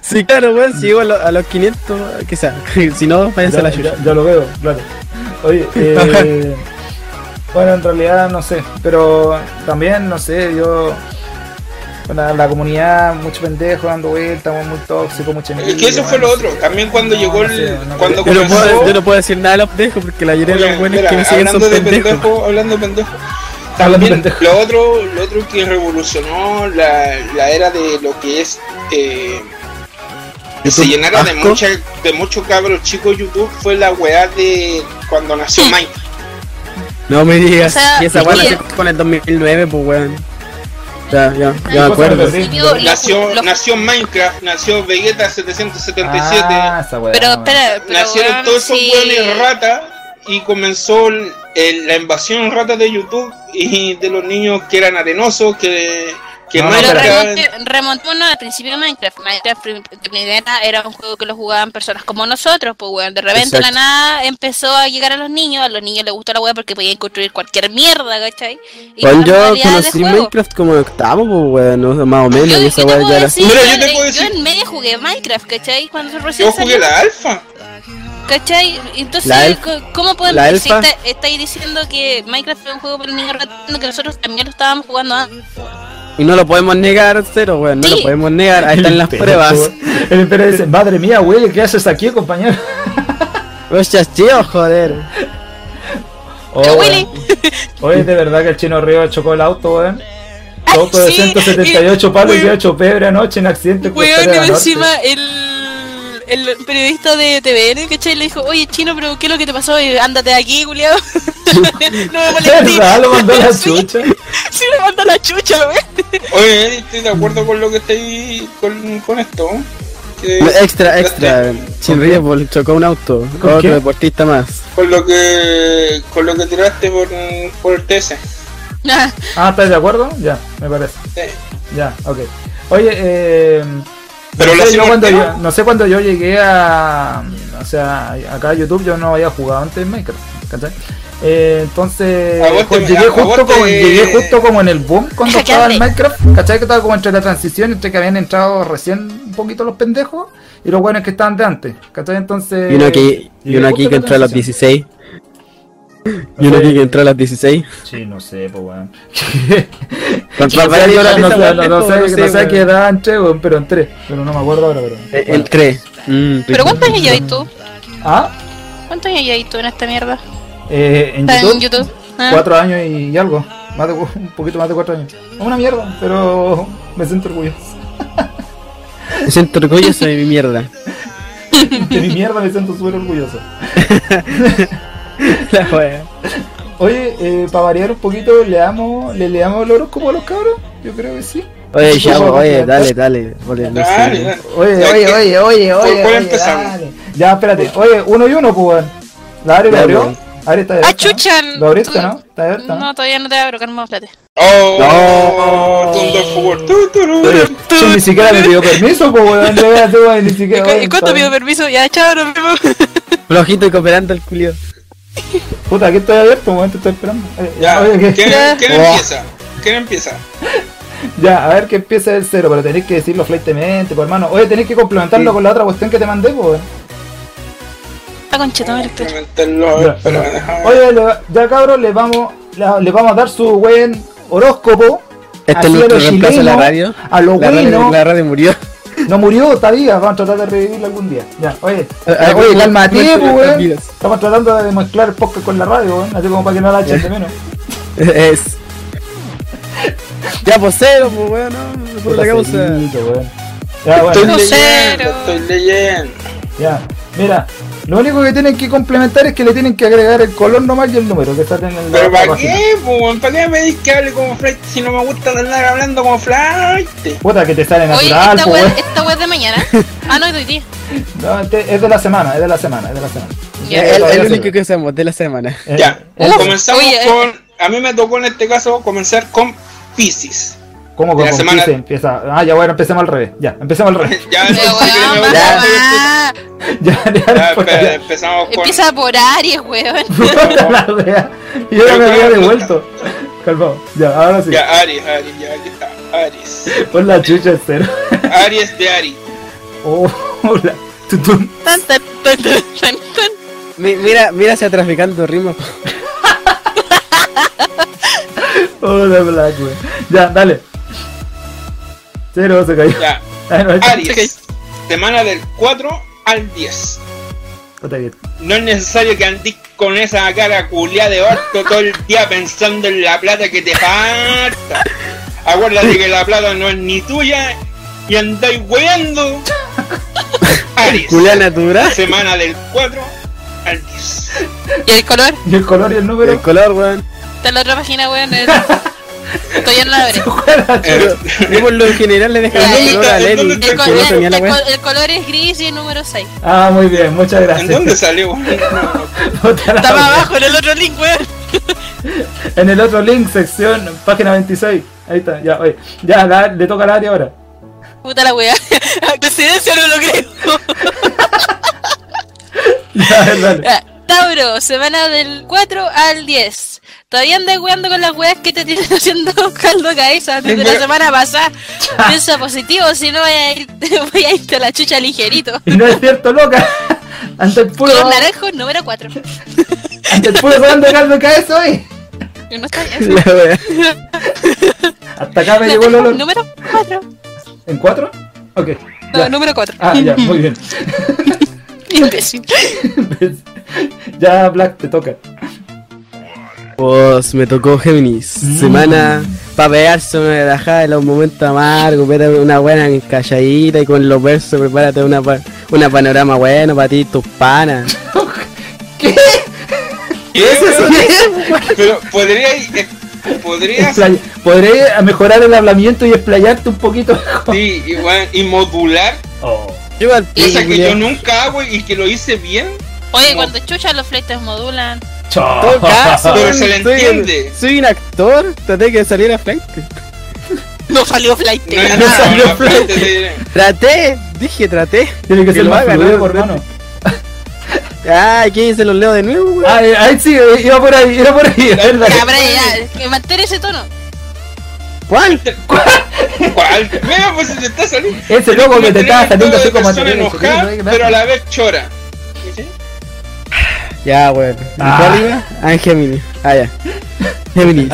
Speaker 1: Sí, claro, weón, si llego a, lo- a los 500, quizás. Si no, váyanse a la
Speaker 2: ya,
Speaker 1: chucha.
Speaker 2: ya- ya lo veo, claro. Oye, eh, bueno, en realidad no sé, pero también no sé, yo. bueno, la comunidad, mucho pendejo dando vueltas, muy- muy tóxico, mucha
Speaker 5: Es que eso
Speaker 2: envidia, bueno,
Speaker 5: fue lo
Speaker 2: no
Speaker 5: otro.
Speaker 2: sé.
Speaker 5: También cuando
Speaker 2: No, no
Speaker 5: llegó el.
Speaker 2: sé, no
Speaker 5: cuando
Speaker 1: Yo no,
Speaker 5: comenzó-
Speaker 1: puedo, yo no puedo decir nada de los pendejos porque la mayoría de
Speaker 5: Oye,
Speaker 1: los buenos
Speaker 5: espera,
Speaker 1: que me siguen son
Speaker 5: hablando de
Speaker 1: pendejos.
Speaker 5: pendejo, hablando de pendejo.
Speaker 2: Hablando de
Speaker 5: Bien,
Speaker 2: pendejo.
Speaker 5: Lo otro, lo otro que revolucionó la, la era de lo que es eh, que se
Speaker 1: YouTube,
Speaker 5: llenara de
Speaker 1: asco.
Speaker 5: mucha, de mucho cabros chicos YouTube fue la weá de cuando nació Minecraft.
Speaker 1: No me digas.
Speaker 4: O sea,
Speaker 1: y esa weá
Speaker 4: oye.
Speaker 1: nació con el 2009, pues weón. Ya, ya, ya me
Speaker 2: Cosas
Speaker 1: acuerdo.
Speaker 2: así.
Speaker 4: Digo, los-
Speaker 5: Nació,
Speaker 4: los-
Speaker 5: nació Minecraft, nació Vegeta 777,
Speaker 2: Ah, esa weá,
Speaker 4: Pero
Speaker 2: weón.
Speaker 4: espera, pero
Speaker 5: nacieron
Speaker 4: weón,
Speaker 5: todos esos
Speaker 4: sí.
Speaker 5: weones rata y comenzó el- el- la invasión rata de YouTube y de los niños que eran arenosos, que, que
Speaker 2: No,
Speaker 5: no,
Speaker 2: no,
Speaker 4: Pero
Speaker 5: eran-
Speaker 4: remonte- remontémonos al principio de Minecraft. Minecraft prim- de primera era un juego que lo jugaban personas como nosotros, pues weón. De repente
Speaker 1: Exacto.
Speaker 4: la nada empezó a llegar a los niños, a los niños les gustó la weá porque podían construir cualquier mierda, ¿cachai? Y
Speaker 1: Cuando
Speaker 4: todas las
Speaker 1: yo
Speaker 4: modalidades de
Speaker 1: conocí
Speaker 4: juego.
Speaker 1: Minecraft como en octavo, pues weón, no, más o menos.
Speaker 4: Yo,
Speaker 1: y
Speaker 4: yo
Speaker 1: esa
Speaker 4: te
Speaker 1: weá
Speaker 4: puedo
Speaker 1: ya era.
Speaker 4: decir,
Speaker 5: Mira,
Speaker 4: yo,
Speaker 5: yo te puedo
Speaker 4: yo
Speaker 5: decir-
Speaker 4: en media jugué Minecraft, ¿cachai? Cuando se recién
Speaker 5: yo jugué
Speaker 4: salió.
Speaker 5: la alfa.
Speaker 4: ¿Cachai? Entonces,
Speaker 1: La elf-
Speaker 4: co- ¿cómo podemos
Speaker 1: la
Speaker 4: decir?
Speaker 1: elfa.
Speaker 4: está- Estáis diciendo que Minecraft es un juego para niños ratando que nosotros también lo estábamos jugando antes.
Speaker 1: Y no lo podemos negar, cero, weón, no
Speaker 4: Sí.
Speaker 1: lo podemos negar. Ahí están las
Speaker 2: Pero,
Speaker 1: pruebas.
Speaker 2: weón, El imperio dice, madre mía, güey, ¿qué haces aquí, compañero?
Speaker 1: Hostias, tío, joder.
Speaker 2: Oh,
Speaker 4: Yo,
Speaker 2: weón.
Speaker 4: Willy.
Speaker 2: Oye, de verdad que el chino Río chocó el auto, weón. Auto de
Speaker 4: Sí,
Speaker 2: 178 palos y
Speaker 4: weón.
Speaker 2: 8 pebre anoche en accidente. por
Speaker 4: Weón,
Speaker 2: Costanera
Speaker 4: y más
Speaker 2: Norte.
Speaker 4: encima el, el periodista de TVN, ¿cachai? Le dijo, oye, chino, pero ¿qué es lo que te pasó? Y, Ándate de aquí, culiao. no me molestes.
Speaker 2: ¿Verdad? Lo mandó a la chucha.
Speaker 4: Sí, le manda la chucha, weón.
Speaker 5: Oye, estoy de acuerdo con lo que estáis con, con esto. que-
Speaker 1: Extra, extra. Sin Riebol chocó un auto.
Speaker 2: ¿Con
Speaker 1: Otro
Speaker 2: qué?
Speaker 1: deportista más.
Speaker 5: Con lo que con lo que tiraste por, por el TS.
Speaker 4: Nah,
Speaker 2: Ah, ¿estás de acuerdo? Ya, me parece.
Speaker 5: Eh,
Speaker 2: Ya, ok. Oye, eh.
Speaker 5: Pero
Speaker 2: no
Speaker 5: lo
Speaker 2: sé, yo
Speaker 5: hacemos
Speaker 2: cuando
Speaker 5: entero.
Speaker 2: yo, no sé cuando yo llegué a. O sea, acá a YouTube yo no había jugado antes Minecraft, ¿cachai? Eh, entonces,
Speaker 5: A vos
Speaker 2: pues,
Speaker 5: te-
Speaker 2: llegué,
Speaker 5: a- a vos
Speaker 2: justo como,
Speaker 5: te-
Speaker 2: llegué justo como en el boom cuando
Speaker 4: Hackeate.
Speaker 2: estaba el Minecraft. ¿Cachai? Que estaba como entre la transición, entre que habían entrado recién un poquito los pendejos y los buenos que estaban de antes. ¿Cachai? Entonces.
Speaker 1: Y uno aquí, y
Speaker 2: llegué
Speaker 1: uno
Speaker 2: justo
Speaker 1: aquí
Speaker 2: en
Speaker 1: que
Speaker 2: la
Speaker 1: entró a las
Speaker 2: transición.
Speaker 1: 16. Y uno aquí que entró a las 16.
Speaker 2: Sí, no sé, pues, weón.
Speaker 1: Con
Speaker 2: No sé, yo ahora- no, sé, no, no sé-
Speaker 1: Rafael
Speaker 2: no sé a qué edad entré, weón, pero entré. Pero no me acuerdo ahora, pero.
Speaker 1: Eh, Entré.
Speaker 4: ¿Pero cuántos años lleváis tú?
Speaker 2: Ah,
Speaker 4: ¿Cuántos años lleváis tú en esta mierda?
Speaker 2: eh, en
Speaker 4: ¿Estás en
Speaker 2: YouTube.
Speaker 4: YouTube? Ah.
Speaker 2: Cuatro años y, y algo. Más de, cu- un poquito más de cuatro años. Una mierda, pero me siento orgulloso.
Speaker 1: Me siento orgulloso de mi mierda.
Speaker 2: De mi mierda me siento súper orgulloso.
Speaker 1: La wea.
Speaker 2: Oye, eh, para variar un poquito, ¿le damos, ¿le, le damos el horóscopo a los cabros? Yo creo que sí.
Speaker 1: Oye, chavo, oye, dale, dale. Oye, no
Speaker 5: Dale,
Speaker 1: sé.
Speaker 5: dale.
Speaker 2: Oye,
Speaker 5: Ya,
Speaker 2: oye,
Speaker 5: ¿qué?
Speaker 2: oye, oye,
Speaker 5: ¿Por
Speaker 2: oye.
Speaker 5: cuál
Speaker 2: oye,
Speaker 5: empezamos?
Speaker 2: dale. Ya, espérate. Oye, uno y uno, pues, weón. La abre, lo
Speaker 1: Ya,
Speaker 2: abrió.
Speaker 1: weón.
Speaker 2: Abre, está
Speaker 4: Ah,
Speaker 2: abierta, ¿no?
Speaker 4: chucha.
Speaker 2: ¿Lo abriste, no? Está abierta, ¿no?
Speaker 4: No, todavía no te abro, calma, espérate.
Speaker 5: Oh, Thunder Forward. Tu, tu, ru.
Speaker 2: Sí, ni siquiera me pidió permiso, pues, weón. Le voy a hacer, weón, ni
Speaker 4: ¿Y,
Speaker 2: siquiera.
Speaker 4: cu-
Speaker 2: weón,
Speaker 4: y cuánto
Speaker 2: está
Speaker 4: pido
Speaker 2: bien.
Speaker 4: permiso? Ya, chao, nos vemos.
Speaker 1: Flojito y cooperando el culio. Este
Speaker 2: Puta, aquí estoy abierto, weón, te estoy esperando. Eh,
Speaker 5: Ya,
Speaker 2: oye, ¿qué?
Speaker 5: ¿quién,
Speaker 4: Ya.
Speaker 5: quién
Speaker 2: Oh.
Speaker 5: empieza? ¿Quién empieza?
Speaker 2: Ya, a ver que empieza el cero, pero tenéis que decirlo flaitemente, pues hermano. Oye, tenéis que complementarlo con la otra cuestión que te mandé, pues.
Speaker 4: Ah, conchetumare, espera.
Speaker 5: Implementarlo,
Speaker 2: Ya,
Speaker 5: pero
Speaker 2: ya.
Speaker 5: déjame-
Speaker 2: Oye, le va- ya cabros, les vamos, la- les vamos a dar su buen horóscopo.
Speaker 1: Este
Speaker 2: Así
Speaker 1: es
Speaker 2: a
Speaker 1: nuestro
Speaker 2: los
Speaker 1: reemplazo a la
Speaker 2: chilenos,
Speaker 1: radio.
Speaker 2: A los
Speaker 1: La radio,
Speaker 2: buenos.
Speaker 1: la radio murió.
Speaker 2: No murió todavía, vamos a tratar de revivirla algún día. Ya, oye,
Speaker 1: Eh,
Speaker 2: ya,
Speaker 1: eh,
Speaker 2: oye,
Speaker 1: eh,
Speaker 2: calma,
Speaker 1: eh, eh,
Speaker 2: weón.
Speaker 1: eh,
Speaker 2: Estamos tratando de mezclar el podcast con la radio, weón, así como para que no la
Speaker 1: Eh,
Speaker 2: echen de menos.
Speaker 1: Es. Ya, pues cero, pues weón, no. Por la
Speaker 2: Puta,
Speaker 1: causa.
Speaker 2: cerito, weón. Ya, bueno.
Speaker 5: Estoy
Speaker 4: Cero.
Speaker 5: leyendo, estoy leyendo.
Speaker 2: Ya, mira, lo único que tienen que complementar es que le tienen que agregar el color nomás y el número que salen en la
Speaker 5: Pero
Speaker 2: otra
Speaker 5: ¿para
Speaker 2: página.
Speaker 5: qué, weón? ¿Para qué me pedís que hable como Flight si no me gusta andar hablando como Flight?
Speaker 2: Puta, que te sale
Speaker 4: Oye,
Speaker 2: natural,
Speaker 4: esta
Speaker 2: po,
Speaker 4: web,
Speaker 2: weón.
Speaker 4: esta web de mañana. Ah, no, es de hoy día.
Speaker 2: No, este- es de la semana, es de la semana, es de la semana.
Speaker 4: Ya,
Speaker 2: Eh,
Speaker 1: El,
Speaker 2: todavía
Speaker 1: el
Speaker 2: sí,
Speaker 1: único que hacemos de la semana.
Speaker 2: eh,
Speaker 5: Ya,
Speaker 2: eh,
Speaker 5: comenzamos
Speaker 4: Oye, eh.
Speaker 5: con. A mí me tocó en este caso comenzar con Pisces.
Speaker 2: ¿Cómo
Speaker 5: de
Speaker 2: que
Speaker 5: la semana-
Speaker 2: se empieza? Ah, ya bueno, empecemos al revés. Ya, empecemos al revés.
Speaker 5: Ya,
Speaker 4: Ah, Ya,
Speaker 5: si querés me
Speaker 4: weón,
Speaker 5: voy
Speaker 4: basta,
Speaker 5: a-
Speaker 4: weá.
Speaker 2: Ya, ya,
Speaker 5: Ya,
Speaker 2: por
Speaker 5: espera,
Speaker 2: allá.
Speaker 5: empezamos con.
Speaker 4: Ah, Empieza por Aries, weón.
Speaker 2: Puta la wea. Y yo
Speaker 5: Pero
Speaker 2: me había
Speaker 5: claro,
Speaker 2: devuelto. Calmado. Ya, ahora sí.
Speaker 5: Ya, Aries, Aries, ya, aquí está. Aries.
Speaker 2: Pon la chucha en cero.
Speaker 5: Aries de Aries.
Speaker 2: Oh, hola. Tutum.
Speaker 4: Tan, tan, tan, tan, tan.
Speaker 1: Mi- mira, mira hacia traficando ritmo.
Speaker 2: Hola, Black, wea. Ya, dale. Cero, se cayó.
Speaker 5: Ya,
Speaker 2: Ah, no,
Speaker 5: Aries. Semana del 4 al 10.
Speaker 2: Puta que-
Speaker 5: No es necesario que andes con esa cara culiada de orto todo el día pensando en la plata que te falta. Acuérdate que la plata no es ni tuya y andáis hueando. Aries,
Speaker 1: Culia
Speaker 2: ¿eh?
Speaker 1: natural.
Speaker 5: semana del 4 al 10.
Speaker 4: ¿Y el color?
Speaker 2: Y el color y el
Speaker 1: El
Speaker 2: número.
Speaker 1: color, weón.
Speaker 4: Está en la otra página, weón. es- Todavía no la abre.
Speaker 5: Eh,
Speaker 1: Yo por lo general le dejan
Speaker 4: Ya,
Speaker 1: el color a
Speaker 5: ¿dónde
Speaker 1: Leli.
Speaker 5: está?
Speaker 4: El,
Speaker 5: ¿Dónde
Speaker 1: que no
Speaker 4: col-
Speaker 1: tenía
Speaker 4: el-
Speaker 1: la
Speaker 4: el
Speaker 1: weá.
Speaker 4: col- el color es gris y el número 6.
Speaker 2: Ah, muy bien, muchas
Speaker 5: ¿En
Speaker 2: gracias.
Speaker 5: dónde salió?
Speaker 2: Puta la
Speaker 4: Está más
Speaker 2: wea.
Speaker 4: abajo en el otro link, weón.
Speaker 2: En el otro link, sección, página 26. Ahí está, ya, oye. Ya, la- le toca al área ahora.
Speaker 4: Puta la weá. Coincidencia no lo creo.
Speaker 2: Ya, dale.
Speaker 4: Ya, Eh, Tauro, semana del 4 al 10. Todavía andas weando con las weas que te tienen haciendo caldo de cabeza desde la semana pasada. Piensa positivo, si no voy a, ir, voy a irte a la chucha ligerito.
Speaker 2: Y no es cierto, loca. Ante el puro.
Speaker 4: Color naranjo, número 4.
Speaker 2: Ante el puro salón de caldo que es hoy.
Speaker 4: No está bien.
Speaker 1: La wea.
Speaker 2: Hasta acá me llegó el olor.
Speaker 4: Número 4.
Speaker 2: ¿En cuatro? Ok.
Speaker 4: No,
Speaker 2: ya.
Speaker 4: número 4.
Speaker 2: Ah, ya, muy bien.
Speaker 4: Imbécil.
Speaker 2: ya, Black, te toca.
Speaker 1: Pues me tocó Géminis. Semana para pegarse una relajada en los momentos amargos. Vete una buena calladita y con los versos prepárate una, pa- una panorama bueno para ti y tus panas.
Speaker 5: Pero podría eh, podrías
Speaker 2: Explay- Podré mejorar el hablamiento y explayarte un poquito mejor.
Speaker 5: sí, y, bueno, y modular
Speaker 2: Oh.
Speaker 1: Yo al
Speaker 5: esa que yo
Speaker 1: Julián.
Speaker 5: nunca hago y que lo hice bien.
Speaker 4: Oye, cuando chuchas los fleites modulan.
Speaker 2: Chao.
Speaker 1: Todo caso,
Speaker 5: Pero se le
Speaker 1: soy-
Speaker 5: entiende.
Speaker 1: Soy un actor, traté que saliera flight.
Speaker 4: No salió flight.
Speaker 5: No es
Speaker 2: No
Speaker 5: nada,
Speaker 2: salió
Speaker 5: la
Speaker 2: flaco.
Speaker 5: frente te diré.
Speaker 1: Traté, dije traté.
Speaker 2: Tiene que
Speaker 1: Que
Speaker 2: ser
Speaker 1: lo
Speaker 2: más
Speaker 1: haga,
Speaker 2: fluido,
Speaker 1: ¿no?
Speaker 2: hermano.
Speaker 1: Ah, aquí se los leo de nuevo, weón.
Speaker 2: Ay, ay, sí, iba por ahí, iba por ahí, es verdad.
Speaker 4: Ya, Brian, ya, que mantén ese tono.
Speaker 1: ¿Cuál?
Speaker 5: ¿Cuál? Mira, pues se te está saliendo.
Speaker 2: Ese loco que te estaba saliendo así como
Speaker 5: persona enojada, pero a la vez chora. ¿Sí?
Speaker 1: Ya, weón. ¿Y
Speaker 2: Ah.
Speaker 1: ¿Cuál iba? Ah, en Gemini. Ah, ya. Gemini.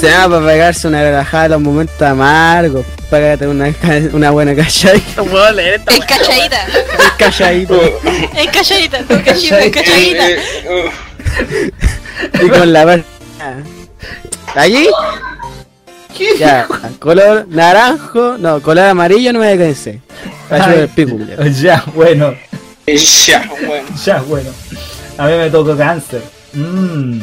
Speaker 1: Se llama para pegarse una relajada en los momentos amargos. Págate una, ca- una buena calladita.
Speaker 6: No puedo leer esta
Speaker 4: Es cachadita.
Speaker 1: Calladita.
Speaker 4: Es cachadita. No, cachita, es cachadita.
Speaker 5: Eh, eh, uh,
Speaker 1: Y con la ver- ¿Allí? Ya, color naranjo, no, color amarillo no me alcancé. Para el pico, culiao.
Speaker 2: Ya, bueno,
Speaker 5: eh, ya, bueno.
Speaker 2: ya, bueno. A mí me tocó cáncer. Mmm.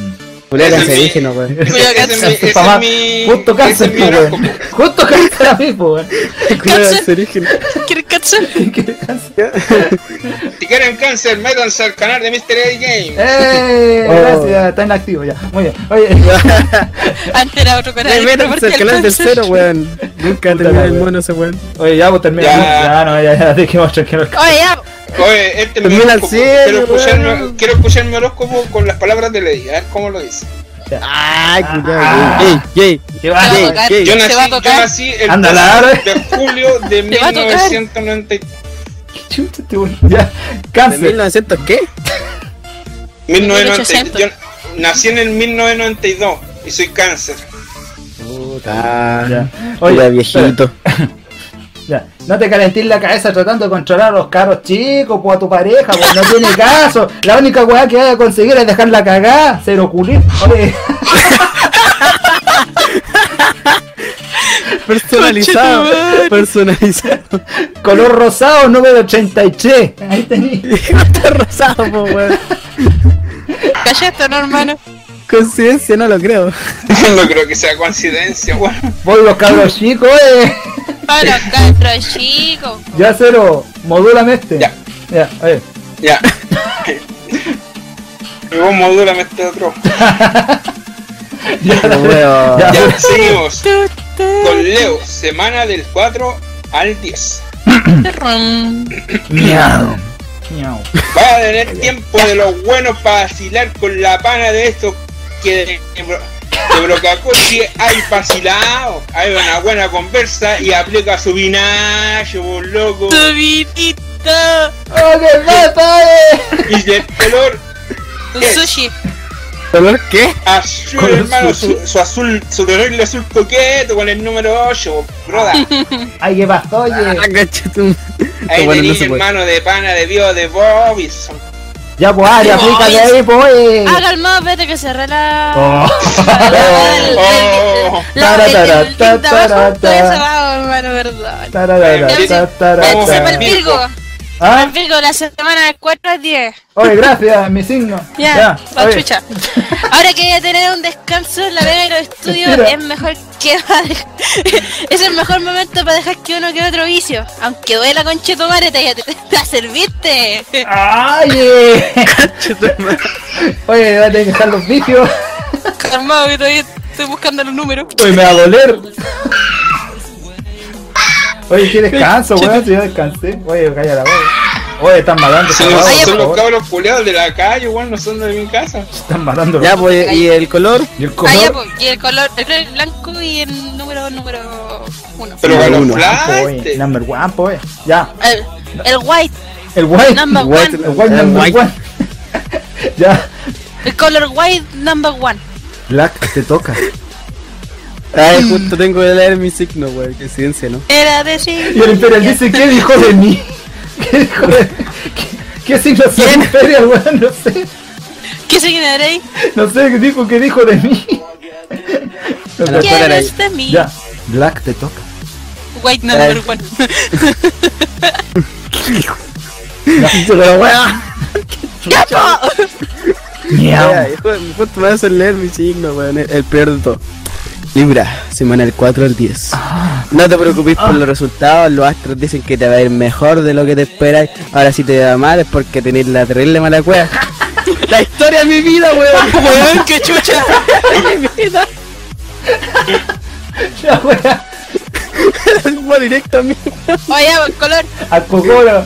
Speaker 1: Culiao
Speaker 5: Ese
Speaker 1: cancerígeno, weón.
Speaker 5: Ese- ese es mi- ese es
Speaker 2: Papá,
Speaker 5: mi-
Speaker 2: Justo
Speaker 5: ese es
Speaker 2: cáncer, pues,
Speaker 5: mi
Speaker 2: po,
Speaker 5: horóscopo.
Speaker 2: weón. Justo cáncer a mí, po, weón.
Speaker 1: Culiao cancerígeno.
Speaker 4: ¿Quieres cachar?
Speaker 2: ¿Qué cáncer?
Speaker 5: Si quieren cáncer, métanse al canal de Mr. A Game.
Speaker 2: ¡Eh!
Speaker 1: Oh.
Speaker 2: Gracias, está inactivo ya. Muy bien. Oye,
Speaker 4: Antes era otro canal.
Speaker 1: Le metan
Speaker 4: porque
Speaker 1: el canal del cero, weón. Nunca
Speaker 2: Puta
Speaker 1: termina
Speaker 2: la
Speaker 1: el
Speaker 2: weón.
Speaker 1: mono ese weón.
Speaker 2: oye ya vos terminas.
Speaker 5: Ya.
Speaker 2: Ya, no, ya, ya, dejemos tranquilo. el
Speaker 4: Oye, ya.
Speaker 5: Oye, este es mi
Speaker 1: Termina el
Speaker 5: horóscopo.
Speaker 1: cielo,
Speaker 5: Quiero escuchar, mi,
Speaker 1: weón.
Speaker 5: quiero escuchar mi horóscopo con las palabras de Lady. A ver cómo lo dice.
Speaker 1: Ay,
Speaker 2: Ah.
Speaker 1: culiao. Ey,
Speaker 2: ¿Qué
Speaker 4: va a
Speaker 1: ey,
Speaker 4: tocar.
Speaker 1: ey,
Speaker 5: Yo
Speaker 1: ey.
Speaker 4: Te
Speaker 5: nací,
Speaker 4: va a
Speaker 5: yo
Speaker 4: tocar.
Speaker 5: nací el
Speaker 2: Ándala,
Speaker 5: 12 de julio de
Speaker 4: Te va a tocar.
Speaker 5: 1990,
Speaker 2: chucha este weón? Ya,
Speaker 1: ¿De
Speaker 2: cáncer.
Speaker 1: 1900 qué?
Speaker 5: 1990.
Speaker 4: 1800.
Speaker 5: Yo nací en el 1992 y soy cáncer.
Speaker 1: Ah,
Speaker 2: Ya. Oye,
Speaker 1: ya viejito.
Speaker 2: Ya. No te calentís la cabeza tratando de controlar a los carros chicos, pues a tu pareja, pues no tiene caso. La única weá que vas a conseguir es dejarla cagada, cero culín. Oye,
Speaker 1: Personalizado. Personalizado.
Speaker 2: color rosado, número 83. Ahí tení.
Speaker 1: Está rosado, po, weón.
Speaker 4: Callaste, no, hermano.
Speaker 1: Coincidencia, no lo creo.
Speaker 5: No creo que sea coincidencia, weón.
Speaker 2: Voy los cabros chicos, eh.
Speaker 4: Para los cuatro chicos.
Speaker 2: Ya cero, modúlame este.
Speaker 5: Ya.
Speaker 2: Ya, oye.
Speaker 5: Ya. Y vos modúlame este otro.
Speaker 2: Ya,
Speaker 1: Pero, weón.
Speaker 2: ya,
Speaker 5: Ya, seguimos. Con Leo, semana del 4 al 10.
Speaker 2: Miau. Miau.
Speaker 5: Va a tener tiempo de los buenos para vacilar con la pana de estos que de, bro- de Brocacochi hay vacilado. Hay una buena conversa y aplica su vinagre, vos loco.
Speaker 4: Subidita.
Speaker 2: ¡Oh, qué pasa, eh!
Speaker 5: Y del color
Speaker 4: Un
Speaker 5: ¿Qué?
Speaker 4: sushi.
Speaker 1: ¿Color qué?
Speaker 5: azul,
Speaker 2: Color
Speaker 5: hermano,
Speaker 2: sucio.
Speaker 5: su, su azul, su terrible azul coqueto con el número 8, broda.
Speaker 2: Ay, qué pasó, oye.
Speaker 1: Ah, cachetum.
Speaker 5: Ahí
Speaker 1: bueno, no
Speaker 5: tenés,
Speaker 1: se puede.
Speaker 5: hermano, de pana de Dios, de Bobby. son-
Speaker 2: Ya, pues, Ari, aplícate ahí, pues, oye.
Speaker 4: Haga el más, vete que se relaja.
Speaker 2: Oh.
Speaker 5: Oh.
Speaker 4: La
Speaker 2: Tarara,
Speaker 4: el tinta
Speaker 2: tarara,
Speaker 4: abajo, todo eso abajo, hermano, verdad.
Speaker 2: Tararara,
Speaker 5: Ya, sí.
Speaker 2: tarara,
Speaker 5: Vamos,
Speaker 4: Se fue el
Speaker 2: tarara.
Speaker 5: Virgo.
Speaker 4: Virgo.
Speaker 2: ¿Ah?
Speaker 4: Virgo, la semana del 4 al 10.
Speaker 2: Oye, gracias, mi signo.
Speaker 4: Ya, la
Speaker 2: oye.
Speaker 4: chucha. Ahora que voy a tener un descanso en la vega de los estudios,
Speaker 2: Mira.
Speaker 4: es mejor que va a dej- es el mejor momento para dejar que uno que otro vicio. Aunque duela con Chetumare, te, te, te la serviste.
Speaker 2: Ay, eh. Oye, voy a tener que estar los vicios.
Speaker 4: Calmado, que todavía estoy buscando los números.
Speaker 2: Oye, me va a doler. Oye, que descanso, weón, si ya descansé. Oye, calla la boca. Oye, están matando,
Speaker 5: Son,
Speaker 2: chavales,
Speaker 5: son
Speaker 2: por
Speaker 5: los
Speaker 2: favor.
Speaker 5: cabros culeados de la calle, weón, no son de mi casa.
Speaker 2: Están matando.
Speaker 1: Ya, pues, ¿y el color?
Speaker 2: Y el
Speaker 4: Ah,
Speaker 2: color.
Speaker 4: ya, pues, y el color, el color blanco y el número número uno.
Speaker 5: Pero
Speaker 2: Number
Speaker 5: ganó
Speaker 2: uno,
Speaker 1: Ah,
Speaker 2: po,
Speaker 1: este.
Speaker 2: oye.
Speaker 5: Flight.
Speaker 2: Number one, po, oye. Ya.
Speaker 4: El, el white,
Speaker 2: El white.
Speaker 4: Number
Speaker 2: el
Speaker 4: one.
Speaker 2: El white,
Speaker 1: El
Speaker 2: number
Speaker 1: white.
Speaker 2: one. ya.
Speaker 4: el color white number one.
Speaker 2: Black, te toca.
Speaker 1: Ay, justo tengo que leer mi signo, weón. Coincidencia, ¿no?
Speaker 4: Era decir.
Speaker 2: Y el Imperial dice, ¿qué dijo de mí? ¿Qué dijo de ¿Qué, qué signo es el Imperial, weón? No sé.
Speaker 4: ¿Qué signo eres?
Speaker 2: No sé qué dijo, qué dijo de mí. No sé.
Speaker 1: Pero ¿Qué?
Speaker 4: ¿Quién
Speaker 1: fuera de ahí.
Speaker 4: es de mí?
Speaker 2: Ya. Black te toca.
Speaker 4: White number one.
Speaker 2: Eh.
Speaker 1: Pero, weón.
Speaker 2: Miau.
Speaker 1: Justo me hacen leer mi signo, weón. El, el peor de todo. Libra, semana del 4 al 10. No te preocupes por los resultados, los astros dicen que te va a ir mejor de lo que te esperas. Ahora si te va mal es porque tenés la terrible mala cueva. la historia de mi vida, weón.
Speaker 4: Weón, qué chucha.
Speaker 2: Ya, weón.
Speaker 1: El mismo directo a mí.
Speaker 4: Oye, Oh, pues, color.
Speaker 2: Al cocoro.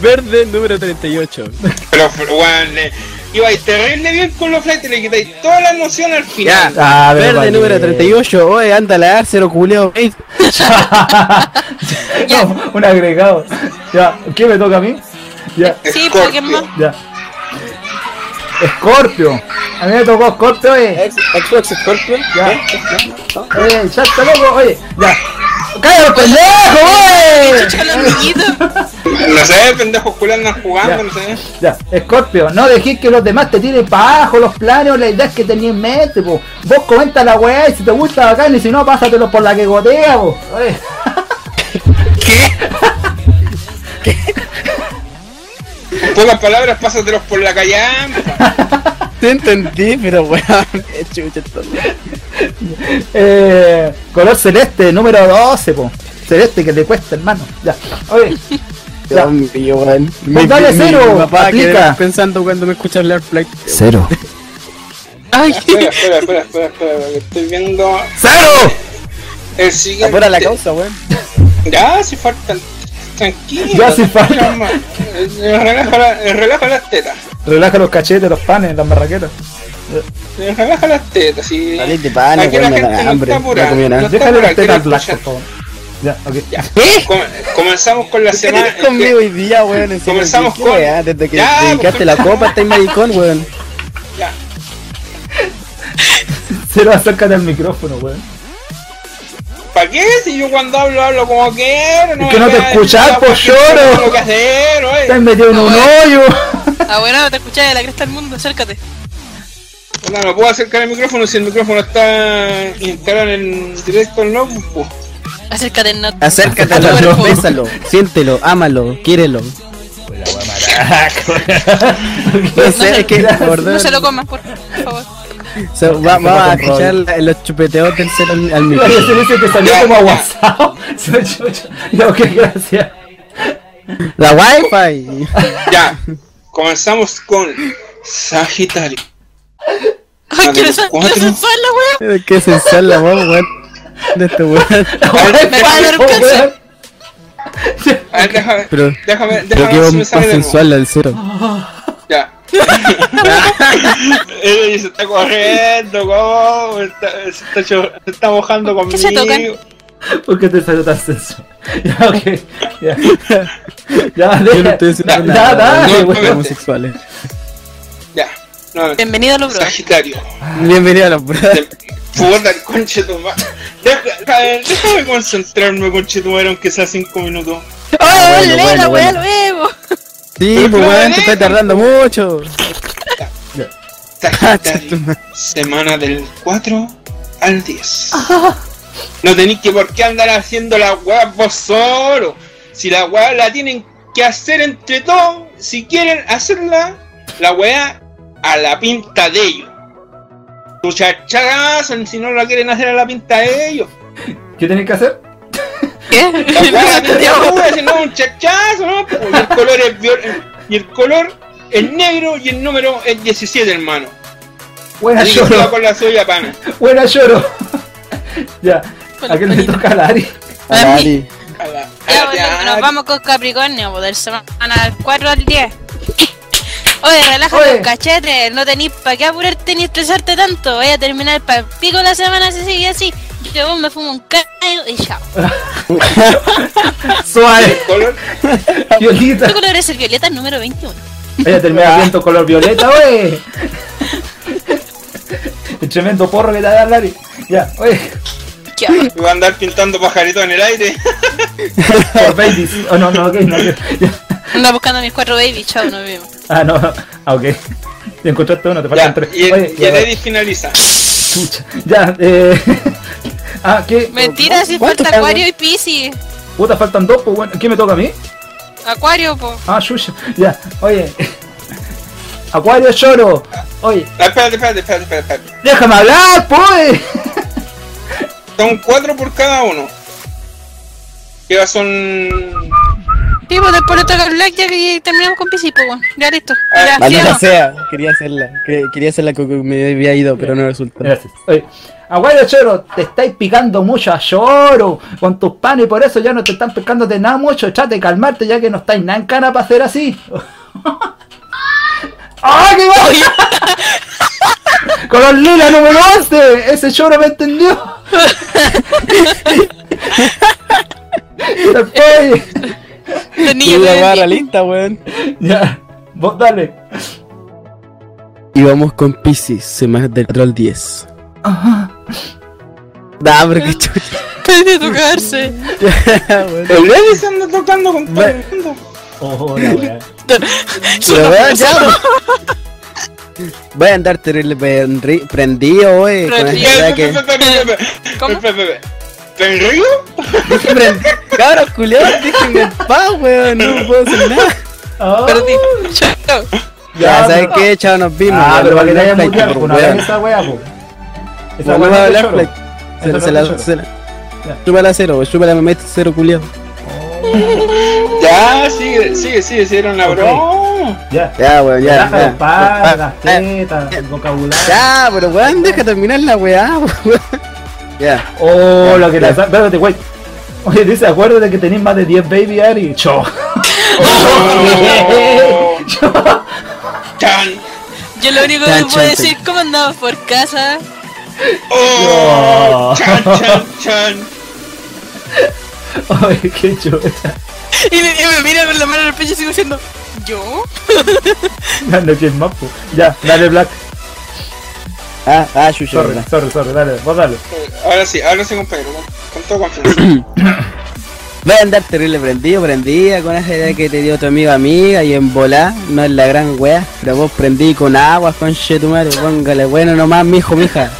Speaker 1: verde número 38.
Speaker 5: Pero, weón, le- ibais terrible bien con los flights y le quitáis toda la emoción al final.
Speaker 1: Ya,
Speaker 2: Ah, pero
Speaker 1: verde
Speaker 2: vale.
Speaker 1: número 38. Oye, anda a la cero culeo. Ey,
Speaker 2: No, un agregado. Ya, ¿qué me toca a mí? Ya,
Speaker 4: Sí,
Speaker 5: Scorpio.
Speaker 4: Pokémon.
Speaker 2: ya. Scorpio. A mí me tocó Scorpio, eh.
Speaker 7: Xbox Scorpio.
Speaker 2: Ya. Eh, ya está loco, oye. Ya. ¡Cállate, pendejo, eh!
Speaker 4: Chucha, los niñitos.
Speaker 5: No sé, pendejos culiados andan jugando,
Speaker 2: Ya.
Speaker 5: no sé.
Speaker 2: Ya, Scorpio, no dejéis que los demás te tiren para abajo los planes o las ideas que tenías en mente, po. Vos comenta la weá y si te gusta bacán y si no, pásatelo por la que gotea, po. Oye.
Speaker 5: En pocas palabras, pásatelos por la callampa.
Speaker 1: Te entendí, pero weón. qué chucha esto.
Speaker 2: Eh, color celeste, número 12, po. Celeste que le cuesta, hermano. Ya, oye. Ya.
Speaker 1: Dios mío, weón.
Speaker 2: Pues dale cero, aplica.
Speaker 1: queda pensando cuando me escucha hablar Flight.
Speaker 2: Cero.
Speaker 1: ¡Ay!
Speaker 5: Espera, espera, espera, espera, espera, que estoy viendo
Speaker 1: ¡Cero!
Speaker 5: el siguiente.
Speaker 1: Apura la causa, weón.
Speaker 5: Ya, si faltan. Tranquilo.
Speaker 2: Ya, si faltan.
Speaker 5: calma. Eh, Relaja, la- eh, relaja las tetas.
Speaker 2: Relaja los cachetes, los panes, las marraquetas.
Speaker 5: Eh, Relaja las tetas. Y...
Speaker 1: Salid de pana,
Speaker 5: Aquí
Speaker 1: weón,
Speaker 5: la
Speaker 1: me
Speaker 5: gente
Speaker 1: da
Speaker 5: no
Speaker 1: hambre.
Speaker 5: está apurada.
Speaker 1: No comí nada.
Speaker 5: No está
Speaker 2: Déjale
Speaker 5: apurada,
Speaker 2: las tetas
Speaker 5: quiero
Speaker 2: black,
Speaker 5: escuchar.
Speaker 2: por favor. Ya, ok.
Speaker 5: Ya.
Speaker 1: ¿Qué?
Speaker 5: Com- comenzamos con la
Speaker 1: ¿Qué
Speaker 5: semana.
Speaker 1: tenés conmigo hoy día, weón? En serio,
Speaker 5: Comenzamos
Speaker 1: ¿qué
Speaker 5: con-
Speaker 1: weá? Desde que
Speaker 5: Ya,
Speaker 1: dedicaste
Speaker 5: pues,
Speaker 1: la copa, estáis maricón, weón.
Speaker 5: Ya.
Speaker 2: Cero, acércate al micrófono, weón.
Speaker 5: ¿Para qué? Si yo cuando hablo, hablo como quiero.
Speaker 2: Es que no
Speaker 5: me
Speaker 2: te
Speaker 5: hagas
Speaker 2: escuchás,
Speaker 5: nada,
Speaker 2: po,
Speaker 5: porque
Speaker 2: lloro.
Speaker 5: no tengo que hacer, oye.
Speaker 2: Estás metido en un hoyo.
Speaker 4: Ah, bueno, te escuchas de la cresta del mundo, acércate.
Speaker 5: No, no puedo acercar el micrófono si el micrófono está instalado en directo al pues. notebook. po.
Speaker 4: Acércate, no.
Speaker 1: Acércate
Speaker 4: a
Speaker 1: a
Speaker 4: tu
Speaker 1: los
Speaker 4: cuerpo.
Speaker 1: bésalo, siéntelo, ámalo, quiérelo. No
Speaker 4: No se,
Speaker 1: sé, es que
Speaker 4: no
Speaker 1: gordo,
Speaker 4: se lo comas, por favor.
Speaker 1: se- va- Vamos a escuchar la- los chupeteos del cero al, al
Speaker 2: La
Speaker 1: micrófono.
Speaker 2: dice que salió
Speaker 5: Ya,
Speaker 2: como
Speaker 5: ya.
Speaker 2: aguasado. Soy yo, yo. Ya, ok, gracias.
Speaker 1: La wifi.
Speaker 5: Ya, comenzamos con Sagitario.
Speaker 1: Ah,
Speaker 4: Ay, quiero
Speaker 5: Cuatro.
Speaker 4: sensual la wea.
Speaker 1: Qué sensual la voz, weón. De este weón.
Speaker 4: Me va a dar un
Speaker 2: Oh,
Speaker 4: cáncer.
Speaker 2: weón.
Speaker 5: A ver, déjame,
Speaker 1: Pero-
Speaker 5: déjame,
Speaker 1: Pero
Speaker 5: déjame
Speaker 1: que
Speaker 5: ver
Speaker 1: voz
Speaker 5: si me
Speaker 1: más
Speaker 5: sale de nuevo.
Speaker 1: sensual la del cero.
Speaker 5: Ya. Ey, se está corriendo, ¿cómo? Está- se, está, cho- se está mojando conmigo.
Speaker 4: qué se tocan?
Speaker 2: ¿Por qué te salió tan sensual? Ya, ok. Ya. Ya,
Speaker 1: Yo no
Speaker 2: deja.
Speaker 1: estoy diciendo
Speaker 2: Ya,
Speaker 1: nada.
Speaker 2: dale,
Speaker 1: weón,
Speaker 5: no,
Speaker 2: weón.
Speaker 5: no.
Speaker 1: homosexuales.
Speaker 5: Ya, no,
Speaker 4: Bienvenido a los bros.
Speaker 5: Sagitario.
Speaker 1: Bienvenido a la prueba.
Speaker 5: Puta el conche tu ma- Deja- a ver, Déjame concentrarme, conche tu madre, aunque sea cinco minutos.
Speaker 4: ¡Oh,
Speaker 1: Ah, bueno,
Speaker 4: lee la
Speaker 1: bueno,
Speaker 4: wea
Speaker 1: bueno.
Speaker 4: luego!
Speaker 1: Sí, pues weón, te estás tardando mucho.
Speaker 5: Sagitario, semana del 4 al 10. No tenéis que por qué andar haciendo la weá vos solo. Si la weá la tienen que hacer entre todos, si quieren hacerla, la weá a la pinta de ellos. Muchachazan si no la quieren hacer a la pinta de ellos.
Speaker 2: ¿Qué tenés que hacer?
Speaker 4: ¿Qué?
Speaker 5: La weá a la pinta de ellos,
Speaker 4: Santiago.
Speaker 5: weá, si no, un chachazo, ¿no? Y el color es viol- eh, y el color es negro y el número es 17, hermano.
Speaker 2: Buena
Speaker 5: Así que se va
Speaker 2: lloro.
Speaker 5: con la suya, pana.
Speaker 2: Buena lloro. Ya. ¿A quién le
Speaker 4: Bueno,
Speaker 2: toca a Lari?
Speaker 4: A mí.
Speaker 1: Ari.
Speaker 5: A la- a
Speaker 4: Ya,
Speaker 5: la-
Speaker 4: bueno, nos vamos con Capricornio, pues, del semana del 4 al 10. Oye, relaja
Speaker 2: Oye.
Speaker 4: los cachetes, no tenéis para qué apurarte ni estresarte tanto. Voy a terminar para pico la semana si sigue así. Yo me fumo un caño y chao.
Speaker 2: Suave.
Speaker 5: Color,
Speaker 2: Violita.
Speaker 4: ¿Qué color es el violeta número 21?
Speaker 2: Ella
Speaker 5: Ah.
Speaker 2: termina viento color violeta, wey. El tremendo porro que te da Lari. Ya, oye.
Speaker 4: ¿Qué hago?
Speaker 5: voy a andar pintando pajaritos en el aire.
Speaker 2: Por babies. Oh, no, no, ok, no. ok. Ya.
Speaker 4: Anda buscando a mis cuatro babies, chao, nos vemos.
Speaker 2: Ah, no. Ah, ok. Te encontraste uno, te
Speaker 5: Ya,
Speaker 2: faltan tres.
Speaker 5: y,
Speaker 2: Oye,
Speaker 5: y el
Speaker 2: ya,
Speaker 5: Eddie finaliza.
Speaker 2: chucha. Ya, eh. Ah, ¿qué?
Speaker 4: Mentira, si
Speaker 1: ¿Cuánto
Speaker 4: falta
Speaker 1: cago?
Speaker 4: Acuario y Pisces.
Speaker 2: Puta, faltan dos, pues bueno. ¿Qué me toca a mí?
Speaker 4: Acuario, po.
Speaker 2: Ah, Shusha. Ya, oye. Acuario lloro. Oye,
Speaker 5: Ah, espérate, espérate, espérate, espérate, espérate.
Speaker 2: déjame hablar, pues.
Speaker 5: Son cuatro por cada uno. Que son
Speaker 4: Sí, pues después de tocar Black ya que terminamos con PC, pues, bueno. Ya listo. Ya,
Speaker 1: Maldita
Speaker 4: sigamos.
Speaker 1: sea, quería hacerla. cre- Quería hacerla como que me había ido, pero no resultó.
Speaker 2: Gracias. Oye, Aguayo Choro, te estáis picando mucho a Choro con tus panes y por eso ya no te están picando de nada mucho. Trate de calmarte ya que no estáis nada en cara para hacer así. ¡Ah, qué guay! Con los lila número 11, ese Choro me entendió. Después,
Speaker 4: Los
Speaker 1: Y
Speaker 4: niños
Speaker 1: la
Speaker 4: de-
Speaker 1: barra lista, weón.
Speaker 2: ya, vos dale.
Speaker 1: Y vamos con Pisces, semana del troll 10.
Speaker 2: Ajá.
Speaker 1: Da, pero qué chucha.
Speaker 4: de tocarse.
Speaker 1: weón.
Speaker 5: El Levi se anda tocando con todo el mundo.
Speaker 2: Oh, la wea.
Speaker 1: Pero, weón, ya, weón. Voy a andar terrible penri- prendido, wey. Con
Speaker 4: Prendido.
Speaker 1: esta weá que.
Speaker 4: ¿Cómo?
Speaker 5: ¿Penrigo?
Speaker 1: Dije prendido. Cabros culiados, déjenme en paz, weón. No puedo hacer nada.
Speaker 2: Oh,
Speaker 4: Perdí. Chao.
Speaker 1: Ya,
Speaker 2: Ya,
Speaker 1: ¿sabes
Speaker 2: pero-
Speaker 1: qué? Chao, nos vimos.
Speaker 2: Ah,
Speaker 1: weón.
Speaker 2: pero para que
Speaker 1: Vamos
Speaker 2: te
Speaker 1: a
Speaker 2: hayan
Speaker 1: hablar
Speaker 2: muteado,
Speaker 1: Play,
Speaker 2: pues, no hagan
Speaker 1: weón.
Speaker 2: esa wea, po. Esa
Speaker 1: Vamos
Speaker 2: wea
Speaker 1: a
Speaker 2: no es de
Speaker 1: hablar,
Speaker 2: Choro.
Speaker 1: Play.
Speaker 2: Esa
Speaker 1: Se la,
Speaker 2: no
Speaker 1: se
Speaker 2: es de
Speaker 1: la,
Speaker 2: Choro.
Speaker 1: se la.
Speaker 2: Ya.
Speaker 1: Chúpala cero, chúpala mamá cero culiado.
Speaker 5: Ya, sigue, sigue, sigue, hicieron la
Speaker 2: Ok.
Speaker 5: broma.
Speaker 2: Ya.
Speaker 1: Ya, weón, ya.
Speaker 2: Relaja los
Speaker 1: ya.
Speaker 2: palos,
Speaker 1: Ah,
Speaker 2: las tetas, el vocabulario.
Speaker 1: Ya, pero weón, deja terminar la weá, weón. Ya.
Speaker 2: Oh, lo que
Speaker 1: Ya.
Speaker 2: te Espérate, güey. Oye, dice, acuérdate que tenés más de 10 baby Ari. Cho.
Speaker 5: Oh. Chan.
Speaker 4: Yo lo único
Speaker 1: Ya,
Speaker 4: que
Speaker 1: chao,
Speaker 4: puedo decir, ¿cómo andaba por casa?
Speaker 5: Oh.
Speaker 2: No.
Speaker 5: Chan, chan, chan.
Speaker 2: Ay, qué chueta.
Speaker 4: Y me, y me mira con la mano en el pecho y sigo diciendo, ¿yo?
Speaker 2: Ya no tienes más, po. Ya, dale, Black.
Speaker 1: Ah, ah, chucha,
Speaker 2: Sorry,
Speaker 1: verdad.
Speaker 2: sorry, sorry, dale, vos dale.
Speaker 5: Eh, Ahora sí, ahora sí, compañero, con, con toda confianza.
Speaker 1: Voy a andar terrible prendido, prendida con esa idea que te dio tu amigo amiga y en volá, no es la gran weá, pero vos prendí con agua, con tu madre, póngale bueno nomás, mijo, mija.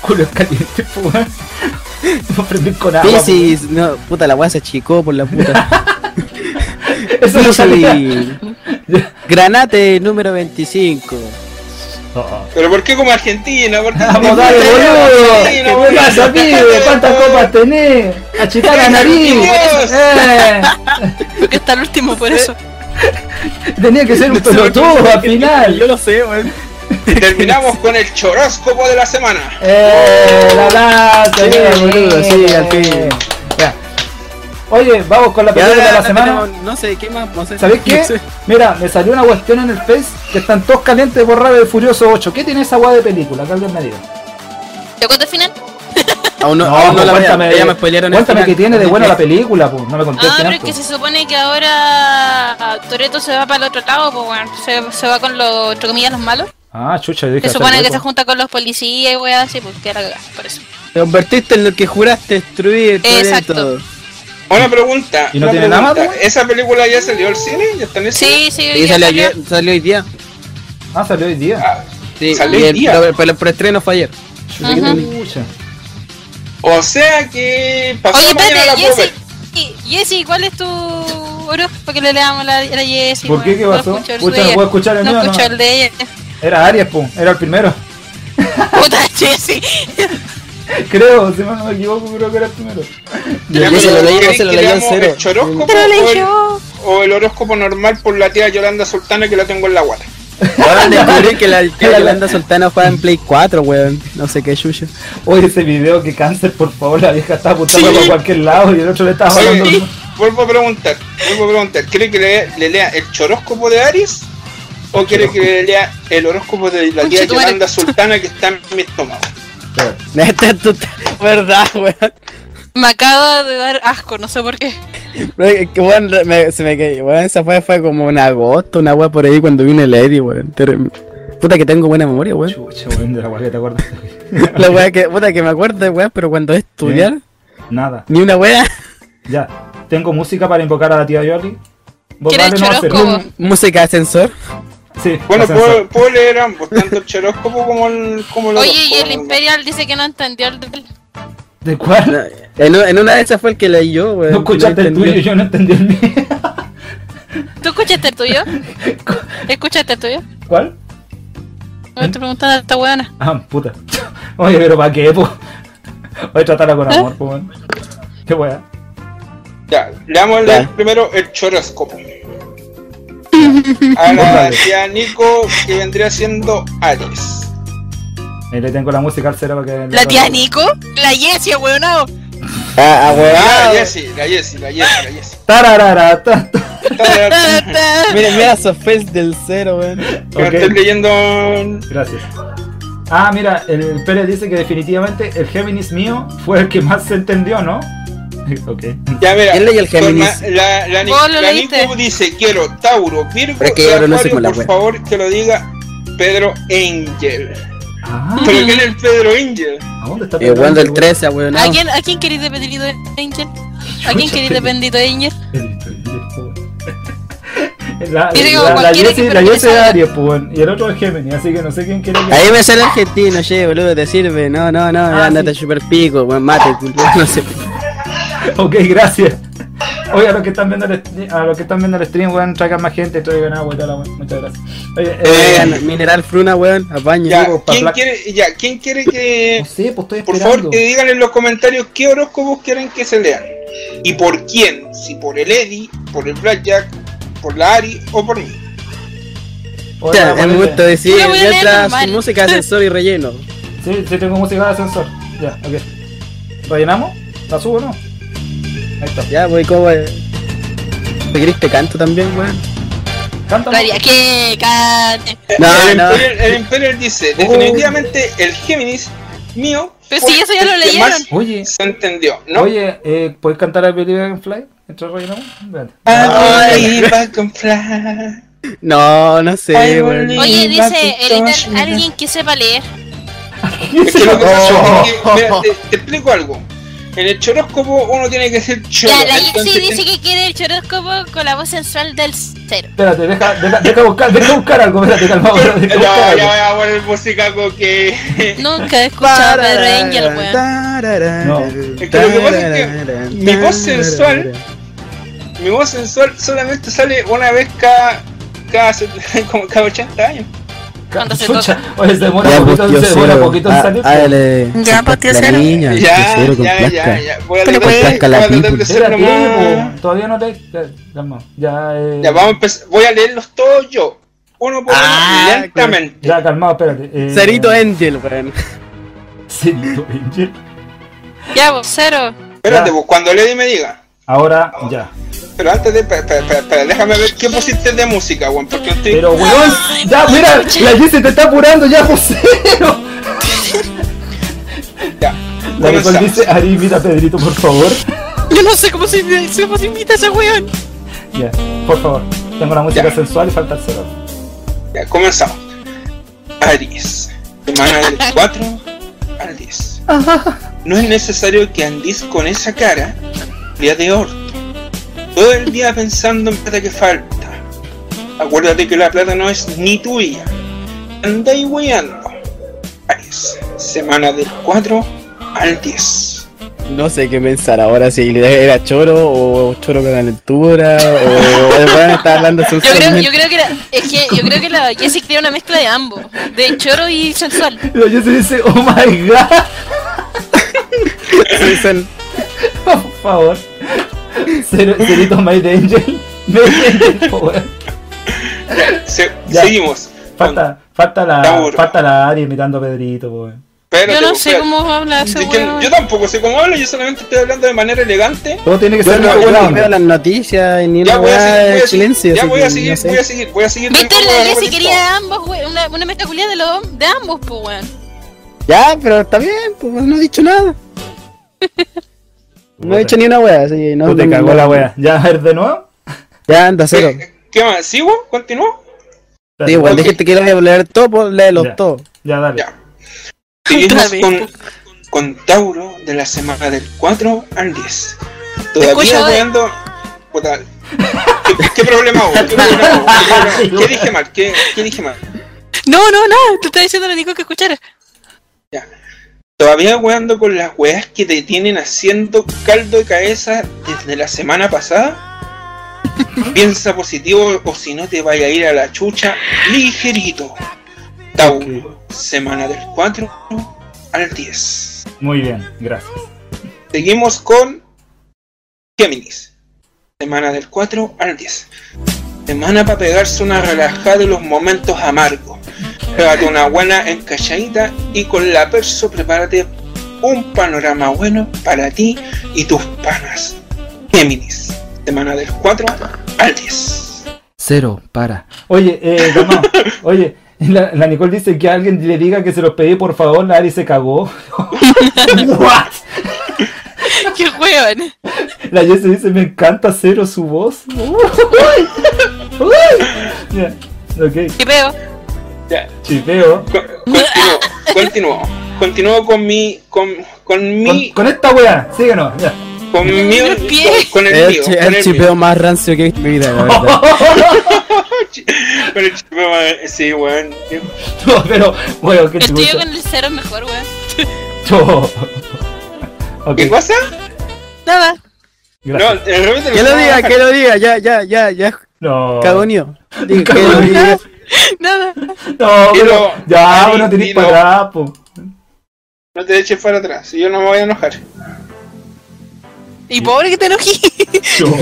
Speaker 2: Culo caliente, po. güey. Vos prendés con agua. po.
Speaker 1: Piscis, no, puta la weá se achicó por la puta.
Speaker 2: Eso no salía.
Speaker 1: Piscis. Granate número 25.
Speaker 2: Oh.
Speaker 5: Pero ¿por qué como Argentina? ¿Por qué
Speaker 2: Vamos, dale,
Speaker 5: Argentina,
Speaker 2: boludo. ¿Qué
Speaker 5: boludo?
Speaker 2: pasa, pibe? ¿Cuántas copas tenés? Achicar la nariz.
Speaker 5: Dios.
Speaker 2: Eh,
Speaker 4: Porque está el último por eso.
Speaker 2: tenía que ser un pelotudo al final.
Speaker 1: lo sé, weón.
Speaker 5: Terminamos con el choróscopo de la semana.
Speaker 2: ¡Eh! ¡La lanza!
Speaker 1: Sí,
Speaker 2: bien.
Speaker 1: boludo, sí, al fin.
Speaker 2: Ya. Oye, vamos con la
Speaker 1: Y
Speaker 2: película
Speaker 1: ahora
Speaker 2: de la semana.
Speaker 1: No sé, ¿qué más? No sé.
Speaker 2: ¿Sabéis qué?
Speaker 1: No sé.
Speaker 2: Mira, me salió una cuestión en el Face que están todos calientes por Rápido y Furioso 8. ¿Qué tiene esa guay de película? Que alguien me diga.
Speaker 4: ¿Te cuento el final?
Speaker 1: Aún no, aún no la voy a- ya me spoilearon el
Speaker 2: pues, cuéntame
Speaker 1: final.
Speaker 2: qué tiene de bueno la película, pues. No me conté el
Speaker 4: Ah, pero
Speaker 2: final,
Speaker 4: es que
Speaker 2: pues.
Speaker 4: se supone que ahora Toreto se va para el otro lado, pues bueno, se, se va con los, entre comillas, los malos.
Speaker 2: Ah, chucha, yo dije.
Speaker 4: Se supone que se
Speaker 2: hasta luego.
Speaker 4: junta con los policías y weas así, porque era cagada, por eso.
Speaker 1: Te convertiste en lo que juraste destruir,
Speaker 4: Exacto.
Speaker 1: Toreto.
Speaker 5: Una pregunta.
Speaker 2: ¿Y no
Speaker 5: una
Speaker 2: tiene nada pues? más,
Speaker 5: pregunta.
Speaker 2: güey?
Speaker 5: ¿Esa película ya salió al cine? ¿Ya está en el cine?
Speaker 4: Sí, sí,
Speaker 1: Y
Speaker 4: ya
Speaker 1: salió,
Speaker 4: salió.
Speaker 1: ayer- salió hoy día.
Speaker 2: Ah, salió hoy día.
Speaker 5: Ah,
Speaker 1: Sí,
Speaker 5: Salió
Speaker 1: y
Speaker 5: hoy
Speaker 1: el-
Speaker 5: día.
Speaker 1: Pero, pero el preestreno fue ayer.
Speaker 2: Chucha, qué
Speaker 4: Ajá.
Speaker 2: chucha.
Speaker 5: o sea que pasó
Speaker 4: Oye,
Speaker 5: mañana la
Speaker 4: espérate,
Speaker 5: puedo
Speaker 4: Jessy.
Speaker 5: ver.
Speaker 4: Jessy, ¿cuál es tu horóscopo que le leamos a la, a la Jessy?
Speaker 2: ¿Por qué?
Speaker 4: weón?
Speaker 2: ¿Qué
Speaker 4: No
Speaker 2: pasó?
Speaker 4: escucho el
Speaker 2: Pucha,
Speaker 4: de
Speaker 2: no
Speaker 4: ella.
Speaker 2: puedo escuchar el mío,
Speaker 4: No escucho
Speaker 2: no.
Speaker 4: el de ella.
Speaker 2: Era Aries, pues. Era el primero.
Speaker 4: Puta Jessy.
Speaker 2: Creo, si mal no me equivoco, creo que era el primero.
Speaker 5: Ya,
Speaker 1: Yo se lo
Speaker 5: pero
Speaker 1: leí,
Speaker 5: ¿queréis
Speaker 1: se lo
Speaker 5: que
Speaker 1: leí en
Speaker 5: leamos
Speaker 1: cero.
Speaker 5: el choróscopo
Speaker 4: Pero
Speaker 5: o
Speaker 4: le
Speaker 5: el-
Speaker 4: yo.
Speaker 5: o el horóscopo normal por la tía Yolanda Sultana que la tengo en la guata.
Speaker 1: Ahora descubrí que la que la Yolanda Soltana juega en Play 4, weón. No sé qué chucho.
Speaker 2: Oye, ese video que cáncer, por favor, la vieja está apuntando por cualquier lado y el otro le está
Speaker 5: Oye,
Speaker 2: hablando.
Speaker 5: vuelvo a preguntar, vuelvo a preguntar, ¿quiere que le, le lea el choróscopo de Aries? ¿O quiere que le lea el horóscopo de la
Speaker 4: Conche
Speaker 5: tía
Speaker 4: tu madre.
Speaker 5: Yolanda Sultana que está en mi estómago?
Speaker 1: Neta, tú te- verdad, weón.
Speaker 4: Me acaba de dar asco, no sé por qué.
Speaker 1: Pero es que, weón, me- se me cayó. Weón, esa weá fue como en agosto, una weá por ahí cuando vine Lady, weón. Ter- Puta que tengo buena memoria, weón.
Speaker 2: Chucha, weón, de la cual que te acuerdas.
Speaker 1: La weá que, puta que me acuerdo, weón, pero cuando es estudiar,
Speaker 2: Nada,
Speaker 1: ni una weá.
Speaker 2: ya. Tengo música para invocar a la tía Yoli. Vos
Speaker 4: ¿Quieres
Speaker 2: dale, no va a ser.
Speaker 4: chorosco?
Speaker 1: Música ascensor.
Speaker 2: Sí,
Speaker 5: Bueno,
Speaker 2: ascensor.
Speaker 5: puedo, puedo leer ambos, tanto el choróscopo como el, como el
Speaker 4: Oye, y
Speaker 5: horóscopo
Speaker 4: el
Speaker 5: normal.
Speaker 4: Imperial dice que no entendió el del.
Speaker 2: ¿De cuál?
Speaker 1: En, u- en una de esas fue el que leí yo, weón.
Speaker 2: No escuchaste el
Speaker 1: entendió.
Speaker 2: tuyo, yo no entendí el mío.
Speaker 4: ¿Tú escuchaste el tuyo? ¿Escuchaste el tuyo?
Speaker 2: ¿Cuál? ¿Eh?
Speaker 4: No te preguntas a esta weona.
Speaker 2: Ah, puta. Oye,
Speaker 4: ¿Eh?
Speaker 2: pero ¿para qué, po? Voy a tratarla con amor, po, weón. Qué weá.
Speaker 5: Ya, leamos el-
Speaker 1: Ya.
Speaker 5: primero el choroscopo. A la tía Nico, que vendría siendo Aries.
Speaker 2: Ahí le tengo la música al cero para que.
Speaker 4: ¿La tía Nico? ¿La Jessie, weonado?
Speaker 1: Ah, ah,
Speaker 5: La
Speaker 1: weón.
Speaker 5: Jessie, la Jessie, la Jessie, la Jessie.
Speaker 2: Tararara, ta, ta.
Speaker 5: Tarara.
Speaker 1: Mira, mira las offense del cero, weón.
Speaker 5: Pero
Speaker 2: Ok.
Speaker 5: Estoy leyendo.
Speaker 2: Gracias. Ah, mira, el Pérez dice que definitivamente el Géminis mío fue el que más se entendió, ¿no? ok.
Speaker 5: Ya, mira.
Speaker 1: ¿Quién leyó el
Speaker 5: toma,
Speaker 1: Géminis?
Speaker 5: La, la, Ni-
Speaker 4: ¿Vos lo
Speaker 5: la
Speaker 4: leíste?
Speaker 5: Nico dice: Quiero Tauro, Virgo,
Speaker 1: Pero es que
Speaker 5: y
Speaker 1: ahora no
Speaker 5: Acuario,
Speaker 1: hacemos la
Speaker 5: por
Speaker 1: wea.
Speaker 5: favor, que lo diga Pedro Angel.
Speaker 2: Ah,
Speaker 5: ¿Pero quién es el Pedro Angel?
Speaker 2: ¿a dónde está
Speaker 1: El Eh, weón del
Speaker 2: weón?
Speaker 1: 13, weón.
Speaker 4: ¿A quién, ¿A quién queréis dependido de Angel? ¿A quién queréis dependido de Angel?
Speaker 2: La,
Speaker 4: Yo digo,
Speaker 2: la, la
Speaker 4: cualquiera que
Speaker 2: Jessie- la
Speaker 4: pertenezca
Speaker 2: Jessie es
Speaker 4: a-
Speaker 2: Aries, pues, weón, y el otro es Géminis, así que no sé quién quiere que...
Speaker 1: Ahí me sale argentino, che, boludo, te sirve. No, no, no,
Speaker 2: Ah,
Speaker 1: andate
Speaker 2: sí.
Speaker 1: super pico, weón, mate, culo, no sé.
Speaker 2: Ok, gracias. Oye, a los que están viendo el, stre- a los que están viendo el stream, weón, traigan más gente, traigan agua y toda la weón. Muchas gracias. Oye, eh,
Speaker 1: Vean, mineral fruna, weón, pues, apaño.
Speaker 5: Ya,
Speaker 2: Virgo,
Speaker 5: ¿quién
Speaker 2: Pabla-
Speaker 5: quiere, ya, ¿quién quiere que.?
Speaker 2: no sé, pues estoy
Speaker 5: Por
Speaker 2: esperando.
Speaker 5: favor, eh, que digan en los comentarios qué horóscopos quieren que se lean. Y por quién. Si por el Eddie, por el Blackjack, por la Ari o por mí.
Speaker 2: Hola,
Speaker 1: Ya,
Speaker 2: ponete.
Speaker 1: me gusta decir
Speaker 4: Yo lo voy a leer
Speaker 1: letras,
Speaker 4: normal.
Speaker 1: música, ascensor y relleno.
Speaker 2: Sí, sí tengo música de ascensor. Ya, ok. ¿Rellenamos? ¿La subo o no? Ahí está.
Speaker 1: Ya, voy como. eh. ¿Te querés te canto también, weón?
Speaker 2: Cántame.
Speaker 4: Daría que cante.
Speaker 1: No,
Speaker 5: el,
Speaker 1: no. Uh.
Speaker 5: Emperor, el Emperor dice: definitivamente el Géminis mío.
Speaker 4: Pero
Speaker 5: fue
Speaker 4: si eso ya lo
Speaker 5: el que
Speaker 4: leyeron.
Speaker 5: más
Speaker 2: Oye,
Speaker 5: Se entendió, ¿no?
Speaker 2: oye, eh, ¿puedes cantar al Believe I Can Fly? ¿Entra rellenamos? Espérate.
Speaker 5: Ah. I believe I can fly.
Speaker 1: No, no
Speaker 5: Ay,
Speaker 1: sé, weón.
Speaker 5: boludo.
Speaker 4: Oye, dice el alguien que sepa leer.
Speaker 5: Es que lo que pasa
Speaker 2: Oh.
Speaker 5: es que, mira, te, te explico algo. En el choróscopo uno tiene que ser choro.
Speaker 4: Ya, la
Speaker 5: entonces
Speaker 4: Jessie dice
Speaker 5: tiene-
Speaker 4: que quiere el choróscopo con la voz sensual del cero.
Speaker 2: Espérate, deja, deja, deja buscar, deja buscar algo, espérate, calma, weón, deja buscar
Speaker 5: Ya, ya,
Speaker 2: algo.
Speaker 5: ya, bueno, el musicaco que.
Speaker 4: Nunca he escuchado a Pedro Angel, weón.
Speaker 2: No.
Speaker 5: Es que lo que pasa es
Speaker 1: que
Speaker 5: mi voz sensual- Mi voz sensual solamente sale una vez cada. cada, set- como cada 80 años.
Speaker 4: Cuando se
Speaker 2: Chucha, Oye, se demora
Speaker 1: Ya,
Speaker 2: poquito,
Speaker 1: poquito
Speaker 2: se demora
Speaker 1: cero.
Speaker 2: poquito en
Speaker 1: Ah,
Speaker 2: salir.
Speaker 1: hágale.
Speaker 4: Ya, poquito
Speaker 1: La
Speaker 4: cero.
Speaker 1: niña,
Speaker 5: Ya,
Speaker 1: cero con
Speaker 5: ya, ya,
Speaker 1: placa.
Speaker 5: ya. Voy
Speaker 4: Pero
Speaker 5: a tratar
Speaker 4: pues-
Speaker 5: de- voy a tratar de
Speaker 2: Espérate,
Speaker 5: hacerlo más-
Speaker 2: po, todavía no te. ya, Calma, ya, eh.
Speaker 5: Ya, vamos a empezar. Voy a leerlos todos yo. Uno por
Speaker 1: Ah,
Speaker 5: uno, lentamente.
Speaker 2: Ya, calmado, espérate. Eh,
Speaker 1: Cerito Angel, weón.
Speaker 2: Cerito Angel.
Speaker 4: Ya, vos, cero.
Speaker 5: Espérate,
Speaker 2: ya.
Speaker 5: pues, cuando Lady me diga.
Speaker 2: Ahora, ya.
Speaker 5: Pero antes de. Espera, espera, espera, espera, déjame ver qué pusiste de música, weón. Porque estoy.
Speaker 2: Pero, weón, ya, mira, la Jessie te está apurando ya, José.
Speaker 5: Ya.
Speaker 2: La que
Speaker 5: Comenzamos.
Speaker 2: dice, Ari, invita a Pedrito, por favor.
Speaker 4: Yo no sé cómo se, cómo se invita a ese weón.
Speaker 2: Ya, por favor. Tengo la música
Speaker 5: Ya.
Speaker 2: sensual y falta el cero.
Speaker 5: Ya, comenzamos. Aries. Semana del 4 al 10. No es necesario que andes con esa cara día de orto. Todo el día pensando en plata que falta. Acuérdate que la plata no es ni tuya. Andáis weando. Aries. Semana del 4 al 10.
Speaker 1: No sé qué pensar ahora, si era choro o choro con calentura o el weón está hablando
Speaker 4: Yo creo,
Speaker 1: sensualmente.
Speaker 4: yo creo que la, es que yo creo que la Jessie crea una mezcla de ambos, de choro y sensual.
Speaker 2: La Jessie dice, oh my god.
Speaker 1: Sensual.
Speaker 2: Por favor. Cero, cerito Made Angel. Made Angel, po, weón.
Speaker 5: Se-
Speaker 2: Ya.
Speaker 5: Seguimos.
Speaker 2: Falta, falta la,
Speaker 5: Tauro.
Speaker 2: falta la Ari imitando a Pedrito, po, weón.
Speaker 5: Espérate,
Speaker 4: Yo no
Speaker 5: pues,
Speaker 4: sé
Speaker 5: espérate.
Speaker 4: cómo habla ese
Speaker 5: Es que
Speaker 4: weón.
Speaker 5: yo tampoco sé cómo hablo, yo solamente estoy hablando de manera elegante.
Speaker 2: Todo tiene que
Speaker 1: Yo
Speaker 2: ser
Speaker 1: no, yo no
Speaker 2: underground.
Speaker 1: veo las noticias y ni
Speaker 5: Ya
Speaker 1: una
Speaker 5: voy a
Speaker 1: weá
Speaker 5: seguir, voy a
Speaker 1: de
Speaker 5: seguir,
Speaker 1: silencio.
Speaker 5: ya
Speaker 1: así
Speaker 5: voy
Speaker 1: que
Speaker 5: a seguir,
Speaker 1: no sé.
Speaker 5: voy a seguir, voy a seguir.
Speaker 4: Viste,
Speaker 5: tengo
Speaker 4: la
Speaker 5: que
Speaker 4: Jessie
Speaker 5: hablar
Speaker 4: quería
Speaker 5: con
Speaker 4: de ambos, weón, una, una mezcla culiada de, los- de ambos, pues weón.
Speaker 1: Ya, pero está bien, pues no he dicho nada. No he dicho ni una wea, así que no.
Speaker 2: Tú Pues te
Speaker 1: no-
Speaker 2: cagó
Speaker 1: no-
Speaker 2: la wea. Ya, a ver, de nuevo.
Speaker 1: Ya, anda, cero.
Speaker 5: todo. ¿Qué- ¿Qué más? ¿Sigo? ¿Continúo?
Speaker 1: Sí,
Speaker 2: Espérate.
Speaker 1: weón, dijiste que ibas a leer todo, pues léelo
Speaker 2: Ya.
Speaker 1: todo.
Speaker 2: Ya, dale.
Speaker 5: Ya. Seguimos
Speaker 4: Dale.
Speaker 5: con, con Tauro de la semana del 4 al 10. Todavía
Speaker 4: escucho, eh.
Speaker 5: weando. Puta, ¿Qué, qué problema hubo? ¿Qué, problema hubo? ¿Qué, problema- qué dije mal? ¿Qué, qué dije mal?
Speaker 4: No, no, no, te estaba diciendo lo único que escuchar.
Speaker 5: Todavía weando con las weas que te tienen haciendo caldo de cabeza desde la semana pasada. Piensa positivo o si no te vaya a ir a la chucha ligerito. Tauro, semana del 4 al 10.
Speaker 2: Muy bien, gracias.
Speaker 5: Seguimos con Géminis. Semana del 4 al 10. Semana para pegarse una relajada de los momentos amargos. Pégate una buena encachadita y con la perso prepárate un panorama bueno para ti y tus panas. Géminis. Semana del 4 al 10.
Speaker 1: Cero, para.
Speaker 2: Oye, eh, Gama, oye, la, la Nicole dice que alguien le diga que se los pedí, por favor, la Ari se cagó. What?
Speaker 4: ¡Qué hueón!
Speaker 2: La Jess dice, me encanta cero su voz. Uy, uy. Ya, Ok,
Speaker 4: ¿Qué veo?
Speaker 5: Ya,
Speaker 2: chipeo.
Speaker 5: co- continuo, continuo. Continuo con mi. con, con
Speaker 2: Con,
Speaker 5: mi.
Speaker 2: con esta weá, síguenos. ya.
Speaker 5: con mi.
Speaker 4: el pie.
Speaker 5: con el
Speaker 1: El,
Speaker 5: mío,
Speaker 1: chi-
Speaker 5: con
Speaker 1: el
Speaker 5: el mío.
Speaker 1: chipeo más rancio que he visto en mi vida, la verdad.
Speaker 5: Con el chipeo, eh, Sí, weón.
Speaker 2: No, pero, bueno, qué
Speaker 4: Estoy yo
Speaker 2: chucha.
Speaker 4: con el cero mejor, weón.
Speaker 2: Yo. Ok,
Speaker 5: ¿Qué pasa?
Speaker 4: Nada.
Speaker 5: No,
Speaker 2: gracias.
Speaker 5: de repente
Speaker 1: Que lo diga, que lo diga, ya, ya, ya, ya,
Speaker 2: No.
Speaker 1: cagonio. Diga, Que lo
Speaker 2: Cagón.
Speaker 1: diga.
Speaker 4: Nada.
Speaker 2: No,
Speaker 5: Dilo,
Speaker 2: pero ya,
Speaker 5: Ari,
Speaker 2: vos no tenés
Speaker 5: dilo.
Speaker 2: para allá, po.
Speaker 5: No te eches para atrás, yo no me voy a enojar.
Speaker 4: Y pobre que te enojí.
Speaker 2: Yo.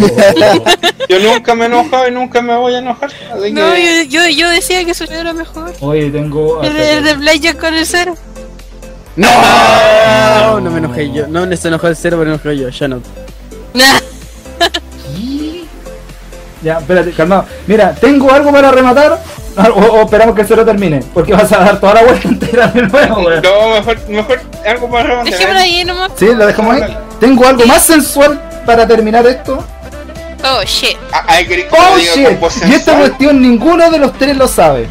Speaker 5: Yo nunca me he enojado y nunca me voy a enojar. Así
Speaker 4: No,
Speaker 5: que
Speaker 4: yo, yo, yo decía que su era mejor.
Speaker 2: Oye, tengo.
Speaker 4: El, el de Blackjack con el cero.
Speaker 1: No, no me enojé yo. No se enojó el cero, pero me enojé yo. Ya no.
Speaker 4: Nah.
Speaker 2: Ya, espérate, calmado. Mira, tengo algo para rematar. O, o esperamos que el cero termine. Porque vas a dar toda la vuelta entera de nuevo, weón.
Speaker 5: no, mejor, mejor algo para remontar. ¿eh?
Speaker 4: Dejémoslo ahí nomás.
Speaker 2: Sí, lo dejamos ahí. Tengo algo más sensual para terminar esto.
Speaker 4: Oh, shit.
Speaker 5: Ah, ah, querés que
Speaker 2: Oh
Speaker 5: lo diga
Speaker 2: shit.
Speaker 5: con voz
Speaker 2: Y esta
Speaker 5: sensual.
Speaker 2: cuestión ninguno de los tres lo sabe.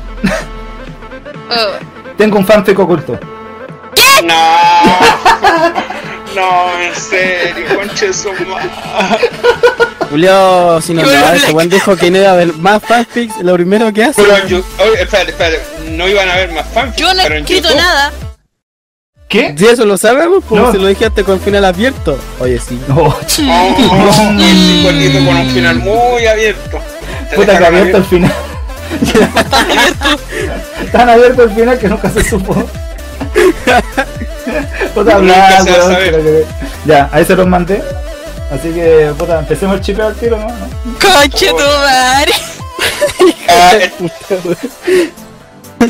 Speaker 4: Oh.
Speaker 2: Tengo un fanfic oculto.
Speaker 5: No. No, en serio, conche su madre.
Speaker 1: Julio, sin
Speaker 4: Julio
Speaker 1: nada,
Speaker 4: Black.
Speaker 1: ese weón dijo que no iba a haber más fanfics. Lo primero que hace.
Speaker 5: Pero yo, oye, espérate, espérate, no iban a haber más fanfics.
Speaker 4: Yo no
Speaker 5: pero
Speaker 4: he
Speaker 5: en
Speaker 4: escrito
Speaker 5: YouTube-
Speaker 4: nada.
Speaker 2: ¿Qué?
Speaker 1: Si eso lo sabemos, pues
Speaker 2: No.
Speaker 1: si lo dijiste con final abierto. Oye, sí.
Speaker 2: No,
Speaker 5: Oh,
Speaker 2: No.
Speaker 5: el cuernito con un final muy abierto. Te
Speaker 2: puta que
Speaker 5: dejaron
Speaker 2: abierto el final. Tan abierto el final que nunca se supo. Puta
Speaker 5: Nunca
Speaker 2: bla,
Speaker 5: se va a
Speaker 2: weón, que
Speaker 5: saber.
Speaker 2: lo que- Ya, ahí se los mandé. Así que, puta, empecemos el chipeo al tiro, ¿no?
Speaker 4: Conche tu madre.
Speaker 5: Ah,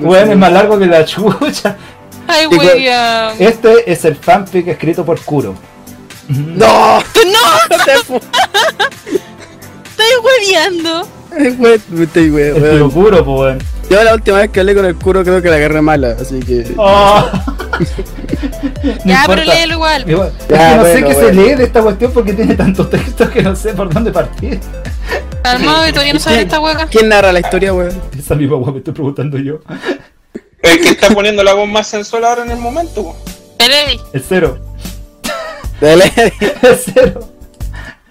Speaker 2: Weón, es más largo que la chucha.
Speaker 4: Ay,
Speaker 1: Igual-
Speaker 4: weón.
Speaker 2: Este es el fanfic escrito por Kuro.
Speaker 1: No,
Speaker 4: No,
Speaker 1: no te fu-
Speaker 4: estoy hueveando.
Speaker 1: Weón, me estoy we-
Speaker 2: Es
Speaker 1: weón.
Speaker 2: puro Kuro, po, weón.
Speaker 1: Yo la última vez que hablé con el curo creo que la agarré mala, así que.
Speaker 2: Oh. No
Speaker 4: Ya, pero
Speaker 2: importa. Eh,
Speaker 4: léelo igual.
Speaker 2: Igual, es
Speaker 1: Ya,
Speaker 2: que no sé
Speaker 1: bueno,
Speaker 2: qué se
Speaker 1: bueno.
Speaker 2: lee de esta cuestión porque tiene tantos textos que no sé por dónde partir.
Speaker 4: Calmado, que todavía no sabes esta hueca.
Speaker 1: ¿Quién narra la historia, weón?
Speaker 2: Esa misma weón me estoy preguntando yo.
Speaker 5: El que está poniendo la voz más sensual ahora en el momento. po.
Speaker 4: Dime,
Speaker 2: El cero.
Speaker 1: Dale.
Speaker 2: El cero.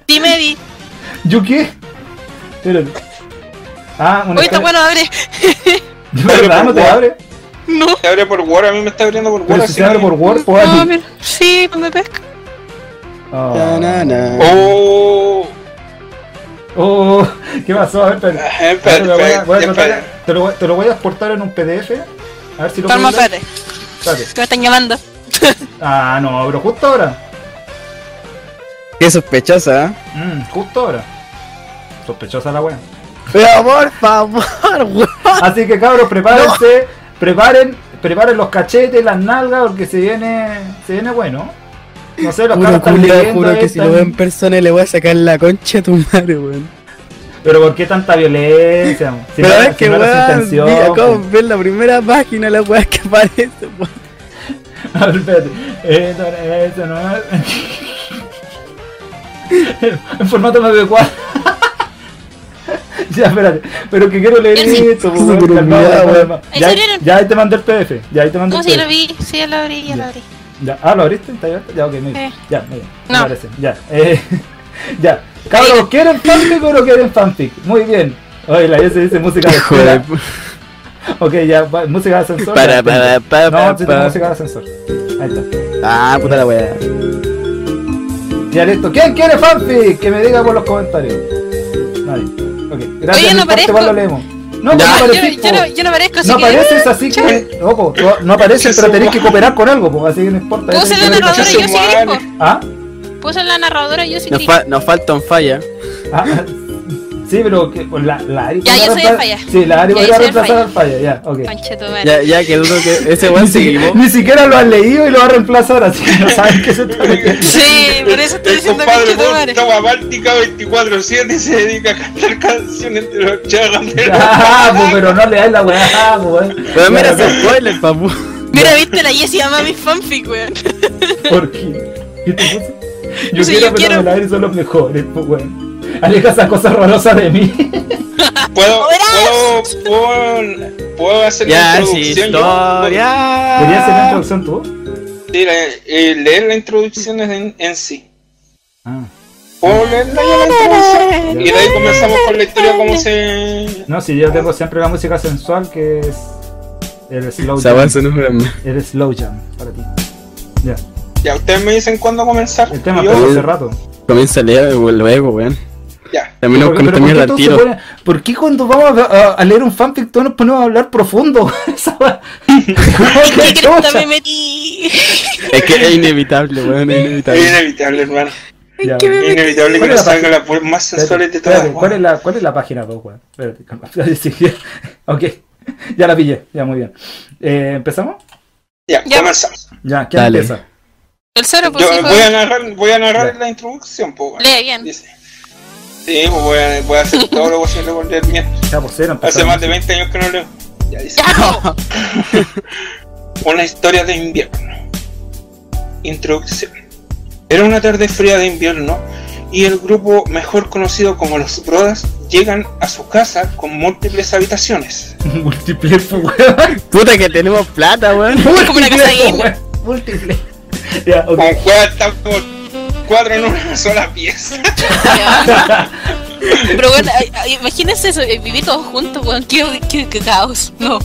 Speaker 4: dime, di.
Speaker 2: ¿Yo qué? Espérate. Ah, una
Speaker 4: Oye, está bueno, abre.
Speaker 2: ¿Verdad? ¿No te abre?
Speaker 4: No.
Speaker 5: Se abre por Word, a mí me está abriendo por Word.
Speaker 2: Pero si
Speaker 5: así
Speaker 2: se abre
Speaker 5: que-
Speaker 2: por Word, pues.
Speaker 4: No, pero sí, me pesca.
Speaker 2: Oh.
Speaker 1: Na, na, na.
Speaker 5: Oh,
Speaker 2: Oh, ¿Qué pasó? A ver, espérate.
Speaker 1: Eh,
Speaker 5: espera,
Speaker 2: Te lo voy a-
Speaker 5: espera,
Speaker 2: voy a
Speaker 5: ya,
Speaker 2: tratar-
Speaker 5: espera.
Speaker 2: te lo voy- te lo voy a exportar en un PDF. A ver si lo
Speaker 4: Calma,
Speaker 2: puedo leer.
Speaker 4: espérate.
Speaker 2: Espérate.
Speaker 4: Que me están llamando.
Speaker 2: Ah, no, pero justo ahora.
Speaker 1: Qué sospechosa, ¿eh?
Speaker 2: Mm, justo ahora. Sospechosa la wea.
Speaker 1: Pero por favor, weón.
Speaker 2: Así que cabros, prepárense, preparen, preparen los cachetes, las nalgas, porque se viene, se viene bueno. No sé, los cabros
Speaker 1: Juro,
Speaker 2: están
Speaker 1: culiao,
Speaker 2: leyendo,
Speaker 1: juro que
Speaker 2: ahí
Speaker 1: si lo
Speaker 2: están-
Speaker 1: veo en persona le voy a sacar la concha a tu madre, weón.
Speaker 2: Pero ¿por qué tanta violencia? mo? Si
Speaker 1: Pero
Speaker 2: no-
Speaker 1: es
Speaker 2: si
Speaker 1: que,
Speaker 2: no era su
Speaker 1: weón,
Speaker 2: intención,
Speaker 1: mira,
Speaker 2: po.
Speaker 1: acabo de ver la primera página, la weá que aparece, weón.
Speaker 2: A ver, espérate. Esto, no es, esto no es. En formato MP4. ya, espérate. Pero que quiero leer
Speaker 4: Sí.
Speaker 2: esto, po,
Speaker 1: Sí,
Speaker 2: weón,
Speaker 1: pero
Speaker 2: calmado,
Speaker 1: mira,
Speaker 2: calmado,
Speaker 1: weón.
Speaker 2: calmado.
Speaker 4: Ahí
Speaker 2: Ya,
Speaker 4: salieron.
Speaker 2: ya ahí te mandé el PDF. Ya ahí te mandé
Speaker 4: No,
Speaker 2: el
Speaker 4: sí,
Speaker 2: PDF.
Speaker 4: lo vi. Sí, ya lo abrí, ya lo abrí.
Speaker 2: Ya, ah, lo abriste, está abierto. Ya, ok, muy bien.
Speaker 4: Sí.
Speaker 2: Ya, muy bien.
Speaker 4: No.
Speaker 2: Me parece. Ya, eh, ya. Cabros, ¿quieren fanfic o no quieren fanfic? Muy bien. Oye, la se dice música de espera. Ok, ya, va- música de ascensor.
Speaker 1: Para,
Speaker 2: ya,
Speaker 1: para,
Speaker 2: tengo.
Speaker 1: para, para,
Speaker 2: No, sí,
Speaker 1: para.
Speaker 2: tengo música de ascensor. Ahí está.
Speaker 1: Ah, puta la weá.
Speaker 2: Ya listo. ¿Quién quiere fanfic? Que me diga por los comentarios. Nadie. Ok, gracias.
Speaker 4: Oye, no
Speaker 2: importa,
Speaker 4: aparezco.
Speaker 2: igual lo leemos. No, pues
Speaker 1: Ya.
Speaker 2: no
Speaker 4: Yo,
Speaker 2: aparecís,
Speaker 4: yo
Speaker 2: po.
Speaker 4: no, yo no aparezco, así
Speaker 2: No
Speaker 4: que.
Speaker 2: apareces, así que. Loco, no, no apareces,
Speaker 5: Sí,
Speaker 2: pero
Speaker 5: sí,
Speaker 2: tenés que
Speaker 5: bueno.
Speaker 2: cooperar con algo, po, así que no importa. ya
Speaker 4: Puedo ser
Speaker 2: tenés
Speaker 4: la
Speaker 2: que ver
Speaker 4: narradora
Speaker 5: Yo
Speaker 4: yo
Speaker 5: soy
Speaker 4: si querés, po.
Speaker 5: Juan.
Speaker 2: ¿Ah?
Speaker 4: Puso la narradora yo sí
Speaker 1: Nos,
Speaker 4: que-
Speaker 1: fa- nos falta un falla.
Speaker 2: Ah, sí, pero que, pues, la, la Ari
Speaker 4: Ya,
Speaker 2: podría
Speaker 4: yo soy el
Speaker 2: reemplazar-
Speaker 4: falla.
Speaker 2: Sí, la Ari
Speaker 4: Ya, yo
Speaker 2: podría
Speaker 4: soy el
Speaker 2: reemplazar
Speaker 4: falla.
Speaker 2: al falla, ya, ok.
Speaker 4: Conche tu madre.
Speaker 1: Ya, ya que dudo que ese weón
Speaker 2: Ni,
Speaker 1: se
Speaker 2: si-
Speaker 1: equivocó.
Speaker 2: ni siquiera lo has leído y lo vas a reemplazar, así que no sabes qué se está metiendo.
Speaker 4: Sí, por eso estoy
Speaker 5: El
Speaker 4: diciendo
Speaker 5: compadre
Speaker 4: conche tu
Speaker 5: Bon,
Speaker 4: madre.
Speaker 5: está báltica 24-7 se dedica a cantar canciones de los chagas de
Speaker 2: Ah, pues, pero no le das la weá, pues.
Speaker 1: Pero mira ese spoiler, papu.
Speaker 4: Mira, viste la Jessie ama mi fanfic, weón.
Speaker 2: ¿Por qué? ¿Qué te pasa? Yo
Speaker 4: Sí,
Speaker 2: quiero,
Speaker 4: yo
Speaker 2: pero
Speaker 4: quiero.
Speaker 2: la Ari son los mejores, pues, weón. Aleja esa cosa horrorosa de mí.
Speaker 5: ¿Puedo, puedo,
Speaker 4: ¡Verás!
Speaker 5: puedo, puedo hacer
Speaker 1: Ya,
Speaker 5: la
Speaker 1: sí,
Speaker 5: introducción. yo?
Speaker 1: historia.
Speaker 2: ¿Querías hacer la introducción tú?
Speaker 5: Sí, la- eh, leer la introducción en, en sí.
Speaker 2: Ah,
Speaker 5: ¿Puedo leerla ya la introducción? Y de ahí comenzamos con la historia como se...
Speaker 2: no, sí, yo tengo siempre la música sensual que es el slow
Speaker 1: Esa
Speaker 2: jam.
Speaker 1: weón se nos fue.
Speaker 2: El slow jam para ti. Ya,
Speaker 5: Ya, ustedes me dicen cuándo comenzar.
Speaker 2: el tema
Speaker 5: y yo-
Speaker 2: empezó hace rato.
Speaker 1: Comienza a leer weón, luego, weón.
Speaker 5: Ya.
Speaker 1: Terminamos
Speaker 2: Porque-
Speaker 1: con esta
Speaker 2: pero ¿por qué
Speaker 1: mierda al
Speaker 2: todos se
Speaker 1: tiro.
Speaker 2: ponen- ¿Por qué cuando vamos a, a- a leer un fanfic todos nos ponemos a hablar profundo? Esa wea-
Speaker 4: ¿Qué
Speaker 2: ¿Qué
Speaker 4: cresta
Speaker 2: chucha?
Speaker 4: me metí?
Speaker 1: Es que es inevitable, weón, es
Speaker 5: Es
Speaker 1: inevitable.
Speaker 5: inevitable, hermano.
Speaker 2: Ya,
Speaker 4: ¿Qué me
Speaker 2: weón.
Speaker 5: Es inevitable que
Speaker 2: ¿Cuál es
Speaker 5: nos
Speaker 2: la
Speaker 5: salga la pu- más sensuales
Speaker 2: Espérate,
Speaker 5: de todas.
Speaker 2: espérate, ¿cuál, es la, ¿Cuál es la página 2, weón? Espérate, calma. Sí, sí. ok, ya la pillé, ya muy bien. Eh, ¿Empezamos?
Speaker 5: Ya,
Speaker 4: Ya.
Speaker 5: comenzamos.
Speaker 2: Ya, ¿quién
Speaker 1: Dale.
Speaker 2: empieza?
Speaker 4: El cero, pues
Speaker 5: Yo
Speaker 4: hijo.
Speaker 5: voy a narrar, voy a narrar
Speaker 2: Ya.
Speaker 5: la introducción, po, weón.
Speaker 4: Lee bien.
Speaker 5: Dice. Sí, pues voy a, voy a hacer todo lo posible por leer bien.
Speaker 2: Ya, pues, cero,
Speaker 5: Hace
Speaker 2: empezamos.
Speaker 5: más de 20 años que no leo. Ya dice.
Speaker 4: ¡Ya!
Speaker 5: Una historia de invierno. Introducción. Era una tarde fría de invierno y el grupo mejor conocido como los Brodas llegan a su casa con múltiples habitaciones.
Speaker 2: Múltiple, pues, weón.
Speaker 1: Puta que tenemos plata, weón.
Speaker 4: como una casa de
Speaker 2: Múltiple,
Speaker 4: gaming.
Speaker 2: pues, weón. Múltiple. Ya, ok.
Speaker 5: Con cuatro, con cuatro en una sola pieza.
Speaker 4: Pero bueno, ay, ay, imagínense eso, eh, vivir todos juntos, weón. Qué, qué, qué caos. No.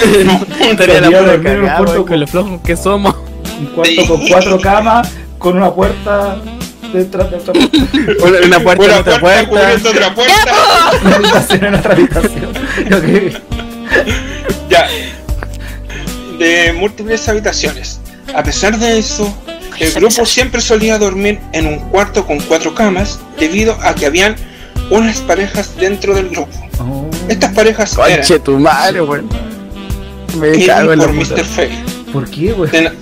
Speaker 1: Estaría la
Speaker 2: Estaría
Speaker 1: pura
Speaker 2: dormido en un
Speaker 1: cagada,
Speaker 2: cuarto
Speaker 1: weón,
Speaker 2: con-
Speaker 1: con los flojos que somos.
Speaker 2: Un cuarto con cuatro camas, con una puerta detrás de otra puerta.
Speaker 1: Una, una puerta,
Speaker 5: Una
Speaker 1: otra
Speaker 5: puerta cubriendo
Speaker 1: puerta.
Speaker 5: otra
Speaker 4: ¡Ya,
Speaker 5: puerta.
Speaker 4: po!
Speaker 2: Una habitación en otra habitación. Ok.
Speaker 5: Ya. De múltiples habitaciones. A pesar de eso, el grupo siempre solía dormir en un cuarto con cuatro camas debido a que habían unas parejas dentro del grupo.
Speaker 2: Oh,
Speaker 5: Estas parejas eran
Speaker 1: Conche tu madre, weón. Me cago
Speaker 5: Kirby
Speaker 1: en la
Speaker 5: por
Speaker 1: puta.
Speaker 5: Mr. Fay.
Speaker 2: ¿Por qué, weón?
Speaker 5: De na-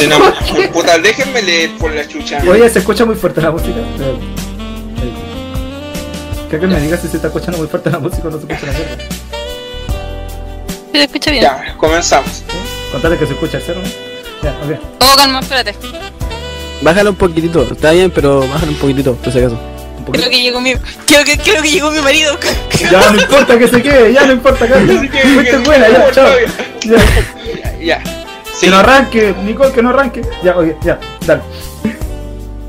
Speaker 5: de na- Puta, déjenme leer por la chucha.
Speaker 2: Oye, se escucha muy fuerte la música. Espérate. Ahí. Creo que me digas si se está escuchando muy fuerte la música o no se escucha la mierda.
Speaker 4: Se escucha bien.
Speaker 5: Ya, comenzamos.
Speaker 2: Contale que se escucha el cero. ¿no? Ya, ok.
Speaker 4: Oh, calma, espérate.
Speaker 1: Bájalo un poquitito, está bien, pero bájalo un poquitito, por si acaso.
Speaker 2: Un
Speaker 4: Creo
Speaker 2: poquito.
Speaker 4: que llegó mi. Creo que, creo que llegó mi marido.
Speaker 2: Ya no importa que se quede, ya no importa que
Speaker 5: Así que-
Speaker 2: Fuiste
Speaker 5: que-
Speaker 2: buena, ya,
Speaker 5: no,
Speaker 2: chao. Ya.
Speaker 5: Ya, ya. Sí,
Speaker 2: Que no arranque, Nicole, que no arranque. Ya, ok, ya, dale.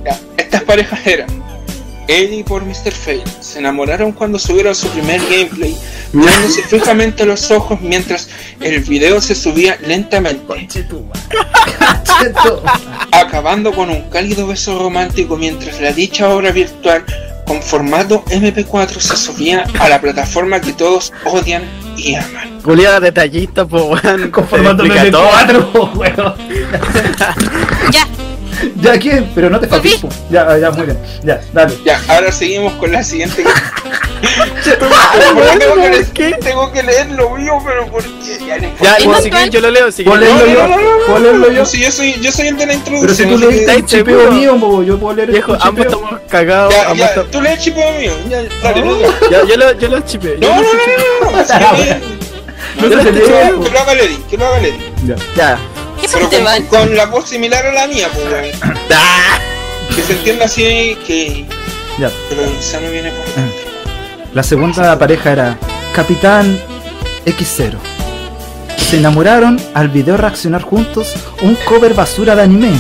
Speaker 5: ya. Estas parejas eran Eddie por Mr. Fay. Se enamoraron cuando subieron su primer gameplay mirándose fijamente a los ojos mientras el video se subía lentamente,
Speaker 2: Cheto.
Speaker 5: acabando con un cálido beso romántico mientras la dicha obra virtual con formato MP4 se subía a la plataforma que todos odian y aman.
Speaker 1: Julián detallista, po, weón.
Speaker 2: Conformándome
Speaker 1: Te
Speaker 2: de
Speaker 1: explica
Speaker 2: cuatro, weón.
Speaker 4: Ya.
Speaker 2: Ya, ¿quién? Pero no te
Speaker 4: Volví.
Speaker 2: fastidies. Ya, ya, muy bien. Ya, dale.
Speaker 5: Ya, ahora seguimos con la siguiente.
Speaker 1: todo. Ah, weón,
Speaker 5: tengo, que
Speaker 1: ¿por qué?
Speaker 5: leer, tengo que leer lo mío, pero ¿por qué? Ya, no importa.
Speaker 1: Ya,
Speaker 4: Igual
Speaker 1: si
Speaker 4: tú-
Speaker 1: quieres yo lo leo, si
Speaker 2: Puedo
Speaker 1: quieres.
Speaker 2: leerlo
Speaker 5: no,
Speaker 2: yo.
Speaker 5: no, no,
Speaker 2: Puedo leerlo yo.
Speaker 5: Si yo soy, yo soy el de la
Speaker 2: Pero
Speaker 5: introducción.
Speaker 2: si tú
Speaker 5: así que-
Speaker 2: leíste el
Speaker 1: ¿Estáis
Speaker 2: chipeo
Speaker 1: seguros?
Speaker 2: mío, bobo, yo puedo leer
Speaker 1: Viejo,
Speaker 2: el
Speaker 1: ambos
Speaker 2: chipeo.
Speaker 1: estamos cagados,
Speaker 5: Ya,
Speaker 1: ambos
Speaker 5: ya,
Speaker 1: estamos-
Speaker 5: tú lees chipeo mío. Ya, dale, no, no,
Speaker 1: Ya, yo lo, yo lo chipeo. yo
Speaker 5: no,
Speaker 1: lo
Speaker 5: no,
Speaker 1: chipeo.
Speaker 5: no, no, no, si yo leí-
Speaker 2: No se te
Speaker 5: Que lo
Speaker 2: lee,
Speaker 5: haga- que lo haga Lady, que lo haga Lady.
Speaker 2: Ya.
Speaker 1: Ya.
Speaker 4: ¿Qué
Speaker 5: Pero
Speaker 4: parte te
Speaker 5: con, con la voz similar a la mía, pues, weón.
Speaker 1: Ah,
Speaker 5: Que se entienda así que.
Speaker 2: Ya.
Speaker 5: que lo insano viene por delante.
Speaker 2: La segunda pareja era Capitán X0. Se enamoraron al video reaccionar juntos un cover basura de anime.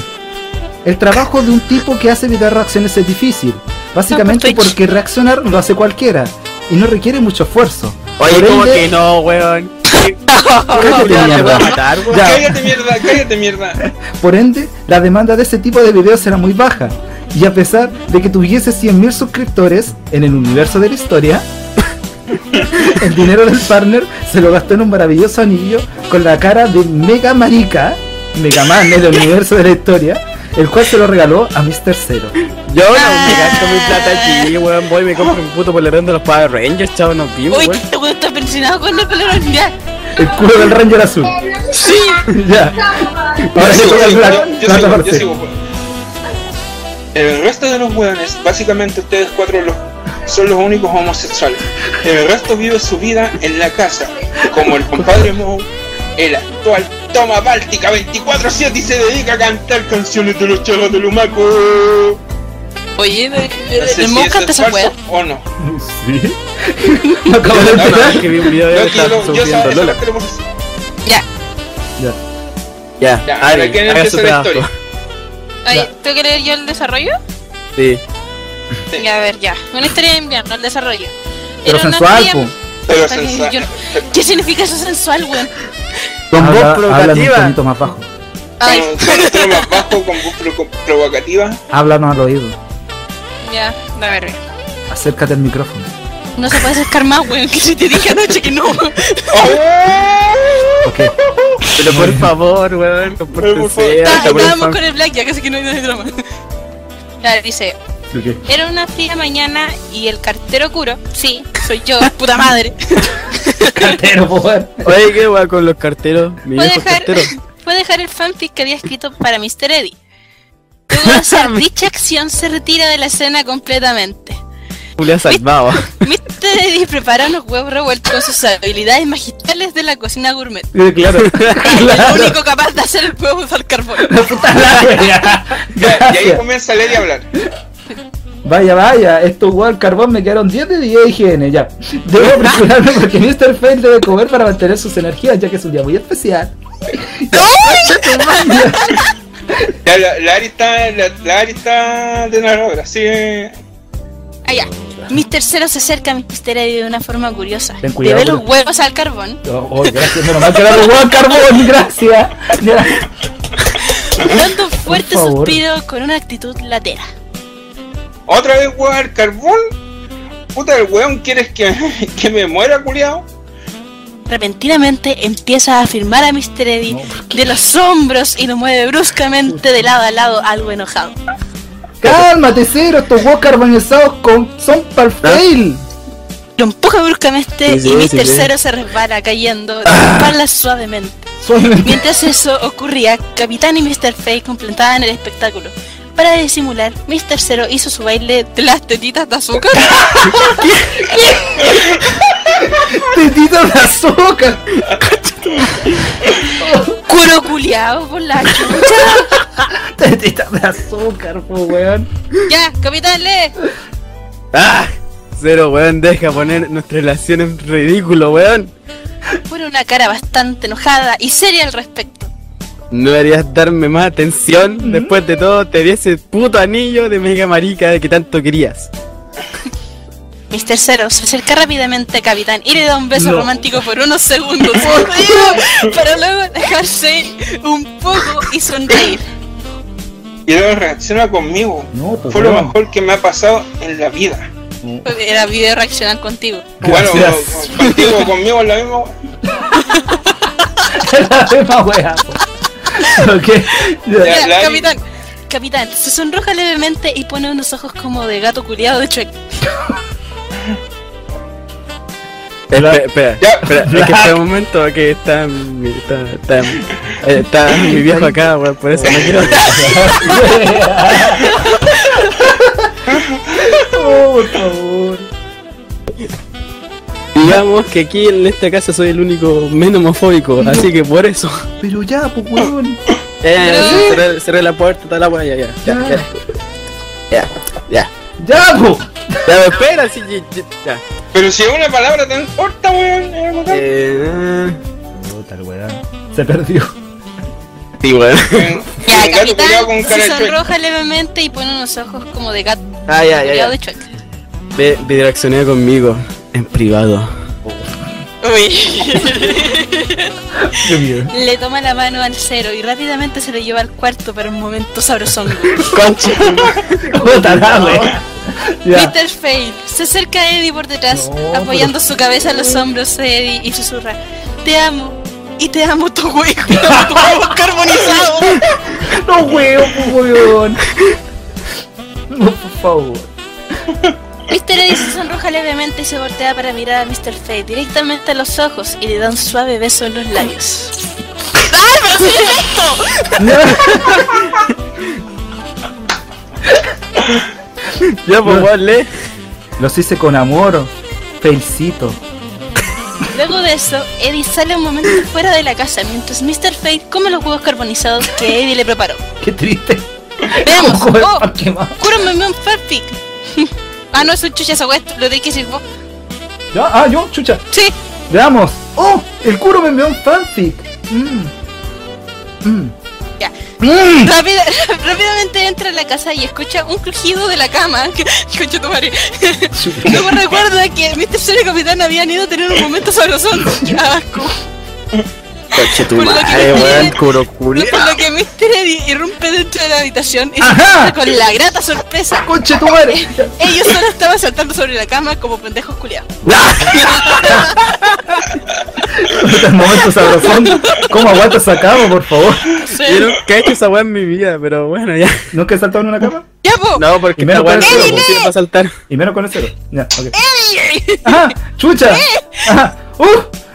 Speaker 2: El trabajo de un tipo que hace video reacciones es difícil, básicamente
Speaker 4: No, pues,
Speaker 2: porque reaccionar lo hace cualquiera y no requiere mucho esfuerzo.
Speaker 1: Oye,
Speaker 2: Por
Speaker 1: ¿cómo
Speaker 2: ende-
Speaker 1: que no, weón?
Speaker 2: Cállate,
Speaker 1: Ya, te voy a
Speaker 2: mierda.
Speaker 1: matar, weón.
Speaker 2: Ya.
Speaker 5: Cállate, mierda, cállate, mierda.
Speaker 2: Por ende, la demanda de este tipo de videos era muy baja. Y a pesar de que tuviese 100.000 suscriptores en el universo de la historia, el dinero del partner se lo gastó en un maravilloso anillo con la cara de Mega Marica, Mega Man del universo de la historia, el cual se lo regaló a Mr. Zero.
Speaker 1: Yo no
Speaker 4: Ah.
Speaker 1: me gasto mi plata aquí, weón. Voy y me compro un puto polerón de los Power Rangers, chavo, nos vimos,
Speaker 4: Uy,
Speaker 1: weón.
Speaker 4: este weón está pensionado con la palabra ya.
Speaker 2: El culo del Ranger azul.
Speaker 4: Sí,
Speaker 2: ya. Ahora sí
Speaker 5: Yo
Speaker 2: toca
Speaker 5: sigo,
Speaker 2: la,
Speaker 5: yo- yo
Speaker 2: la otra
Speaker 5: sigo,
Speaker 2: parte.
Speaker 5: yo sigo, weón. El resto de los weones, básicamente ustedes cuatro los- son los únicos homosexuales. El resto vive su vida en la casa, como el compadre Moe, el actual Toma Báltica 24-7 y se dedica a cantar canciones de los chavos de Lumaco.
Speaker 4: oye, el,
Speaker 5: No sé
Speaker 4: el
Speaker 5: si
Speaker 4: Mo
Speaker 5: eso
Speaker 4: canta
Speaker 5: es
Speaker 4: esa weá.
Speaker 5: falso o no.
Speaker 2: ¿Sí? No acabo de
Speaker 1: Yo
Speaker 5: no,
Speaker 2: empezar.
Speaker 1: no, que vi un video de
Speaker 5: Yo,
Speaker 1: él
Speaker 5: aquí yo,
Speaker 1: estaba
Speaker 5: lo- yo esa-
Speaker 1: subiendo
Speaker 5: esa
Speaker 1: Lola.
Speaker 5: parte lo hemos-
Speaker 4: Ya,
Speaker 1: Ya,
Speaker 5: Ya,
Speaker 1: Ari,
Speaker 5: ahora quién
Speaker 1: haga su
Speaker 5: empieza la
Speaker 1: trabajo.
Speaker 5: historia.
Speaker 4: Ay, ¿tengo que leer yo el desarrollo?
Speaker 1: Sí.
Speaker 5: Sí.
Speaker 4: Ya, a ver, ya. Una historia de invierno, el desarrollo.
Speaker 2: Pero
Speaker 4: Era una
Speaker 2: sensual,
Speaker 4: tía-
Speaker 2: po.
Speaker 5: Pero
Speaker 4: Ay,
Speaker 5: sensual.
Speaker 4: yo- ¿Qué significa eso sensual, weón?
Speaker 1: Con voz
Speaker 2: Habla- Habla en un
Speaker 1: provocativa.
Speaker 2: tonito más bajo.
Speaker 4: Ay,
Speaker 5: Con- con tono más bajo, con voz pro- provocativa.
Speaker 2: Háblanos al oído.
Speaker 4: ya, a ver.
Speaker 2: Acércate al micrófono.
Speaker 4: No se puede acercar más, weón, que si te dije anoche que no.
Speaker 2: Ok.
Speaker 1: Pero por favor, weón,
Speaker 5: por favor.
Speaker 1: compórtense.
Speaker 4: Está-
Speaker 1: hasta por el
Speaker 4: Estábamos
Speaker 1: fan-
Speaker 4: con el blackjack, así que no hay nada de drama. Ya, dice,
Speaker 2: Ok.
Speaker 4: Era una fría mañana y el cartero curo, sí, soy yo, puta madre,
Speaker 2: Cartero, po, weón.
Speaker 1: Oye, qué weón con los carteros. Mi
Speaker 4: fue
Speaker 1: viejo
Speaker 4: dejar,
Speaker 1: cartero.
Speaker 4: fue dejar el fanfic que había escrito para Mr. Eddie. Luego de hacer dicha acción se retira de la escena completamente.
Speaker 1: Julia salvado.
Speaker 4: Mr. Eddie prepara unos huevos revueltos con sus habilidades magistrales de la cocina gourmet.
Speaker 2: Sí, Claro.
Speaker 4: El
Speaker 2: Claro.
Speaker 4: único capaz de hacer el huevo al carbón.
Speaker 2: Puta la wea.
Speaker 5: Ya, y ahí
Speaker 2: Gracias.
Speaker 5: comienza Lady a hablar.
Speaker 2: Vaya, vaya, estos huevos carbón me quedaron 10 de 10 de higiene, ya. Debo prepararme porque Mr. Fail debe comer para mantener sus energías, ya que es un día muy especial.
Speaker 5: Ya, la, la Ari está, la, la Ari está de narradora, sigue.
Speaker 4: Allá. Mr. Cero se acerca a Mr. Eddie de una forma curiosa.
Speaker 2: Ten cuidado,
Speaker 4: Le ve los
Speaker 2: Bruno.
Speaker 4: huevos al carbón.
Speaker 2: Oh, oh, gracias, menos mal que eran los huevos carbón, gracias. Ya.
Speaker 4: Dando un fuerte
Speaker 2: favor.
Speaker 4: suspiro con una actitud latera.
Speaker 5: Otra vez huevo al carbón. Puta, el weón, ¿quieres que, que me muera, culiao?
Speaker 4: Repentinamente empieza a afirmar a Mr. Eddie de los hombros y lo mueve bruscamente de lado a lado, algo enojado.
Speaker 2: Cálmate, cero, estos huevos carbonizados con, son para el fail.
Speaker 4: Lo empuja bruscamente
Speaker 1: Sí, sí,
Speaker 4: y Mr.
Speaker 1: sí, Ah. sí.
Speaker 4: Cero se resbala cayendo de espaldas suavemente.
Speaker 2: Son-
Speaker 4: Mientras eso ocurría, Capitán y Mr. Face completaban el espectáculo. Para disimular, Mr. Cero hizo su baile de las tetitas de azúcar.
Speaker 2: Tetitas de azúcar.
Speaker 4: Curo culiao por la chucha.
Speaker 2: Tetitas de azúcar, po, weón.
Speaker 4: Ya, Capitán, lee.
Speaker 1: ¡Ah! Cero, weón, deja poner nuestra relación en ridículo, weón.
Speaker 4: Pone una cara bastante enojada y seria al respecto.
Speaker 1: No deberías darme más atención. Después de todo, te di ese puto anillo de mega marica de que tanto querías.
Speaker 4: Mr. Cero se acerca rápidamente a Capitán y le da un beso
Speaker 2: No.
Speaker 4: romántico por unos segundos. para luego dejarse ir un poco y sonreír.
Speaker 5: Y luego reacciona conmigo.
Speaker 2: No, pues,
Speaker 5: Fue lo
Speaker 2: weón.
Speaker 5: mejor que me ha pasado en la vida.
Speaker 4: Era video reaccionar contigo.
Speaker 5: Bueno,
Speaker 2: Gracias.
Speaker 5: con- contigo, conmigo es lo mismo.
Speaker 2: Es la misma wea, po. Ok. ya.
Speaker 5: Ya,
Speaker 4: Mira,
Speaker 5: Lali.
Speaker 4: capitán. Capitán, se sonroja levemente y pone unos ojos como de gato culiado de Shrek.
Speaker 1: Espera, espera,
Speaker 5: Ya.
Speaker 1: espera, es que espera un momento que está mi, está, está, eh, está mi viejo acá, weón, por eso no quiero.
Speaker 2: Oh, por favor.
Speaker 1: Digamos que aquí en este caso soy el único menos homofóbico, así que por eso.
Speaker 2: Pero ya, pues, weón.
Speaker 1: Eh,
Speaker 4: Pero-
Speaker 1: cerré, cerré la puerta, está la weá, ya, ya, ya, ya, ya, ya,
Speaker 2: Ya, po.
Speaker 1: ya, espera, sí, ya, ya, ya.
Speaker 5: Pero si es una palabra tan corta, weón. era bacán.
Speaker 1: Eh,
Speaker 2: Puta, el weón. Se perdió.
Speaker 1: sí, weón.
Speaker 4: Ya,
Speaker 5: Un gato
Speaker 4: capitán,
Speaker 5: culiao con cara
Speaker 4: se
Speaker 5: de chueco.
Speaker 4: sonroja levemente y pone unos ojos como de gato
Speaker 1: Ah, ya, ya,
Speaker 4: culiado
Speaker 1: ya.
Speaker 4: de Shrek.
Speaker 1: Ve, bidireccionea conmigo, en privado.
Speaker 2: Qué miedo.
Speaker 4: Le toma la mano al cero y rápidamente se le lleva al cuarto para un momento sabrosongo.
Speaker 1: Concha.
Speaker 2: Puta la wea. Ya.
Speaker 4: Peter Fade se acerca a Eddie por detrás,
Speaker 2: No,
Speaker 4: apoyando su cabeza en los hombros de Eddie y susurra: Te amo, y te amo tu huevo, te amo tu huevo carbonizado.
Speaker 2: No, pues, weón, po, weón. No, por favor.
Speaker 4: Mr. Edison sonroja levemente y se voltea para mirar a Mr. Fate directamente a los ojos y le da un suave beso en los labios. ¡Ay, pero sí es esto!
Speaker 1: Ya, pues, weón, lee.
Speaker 2: Los hice con amor. Felicito.
Speaker 4: Luego de eso, Eddie sale un momento fuera de la casa mientras Mr. Fate come los huevos carbonizados que Eddie le preparó.
Speaker 2: Qué triste.
Speaker 4: Veamos,
Speaker 2: Ojo,
Speaker 4: oh,
Speaker 2: pan quemado.
Speaker 4: cúrame un fanfic. ah, no, es un chucha esa wea, lo tenés que decir vos.
Speaker 2: Ya, ah, yo, chucha.
Speaker 4: Sí,
Speaker 2: Veamos. Oh, el curo me envió un fanfic. Mmm. Mmm.
Speaker 4: Ya.
Speaker 2: Mmm.
Speaker 4: Rápida- rápidamente entra a la casa y escucha un crujido de la cama. Concha tu madre. Luego recuerda que Mr. Sonic y Capitán habían ido a tener un momento sabrosón. Qué asco.
Speaker 1: Coche tu
Speaker 4: Por lo que
Speaker 1: madre,
Speaker 4: me
Speaker 1: weón,
Speaker 4: tiene-
Speaker 1: curo
Speaker 4: Por
Speaker 1: culiao.
Speaker 4: lo que Mr. Eddie irrumpe dentro de la habitación y se
Speaker 2: Ajá.
Speaker 4: encuentra con la grata sorpresa.
Speaker 2: Conche tu madre.
Speaker 4: Ellos solo estaban saltando sobre la cama como pendejos culiados.
Speaker 2: Este momento sabrosón. ¿Cómo aguantas esa cama, por favor?
Speaker 1: Yo nunca he hecho esa weá en mi vida, pero bueno, ya.
Speaker 2: ¿Nunca he saltado en una cama?
Speaker 4: Ya, po.
Speaker 1: No, porque
Speaker 2: Y menos
Speaker 1: esta weá no
Speaker 2: con el
Speaker 1: sirve para saltar.
Speaker 2: Y menos con el cero. Ya, ok. ¡Ajá! ¡Chucha! ¡Ajá! ¡Uh!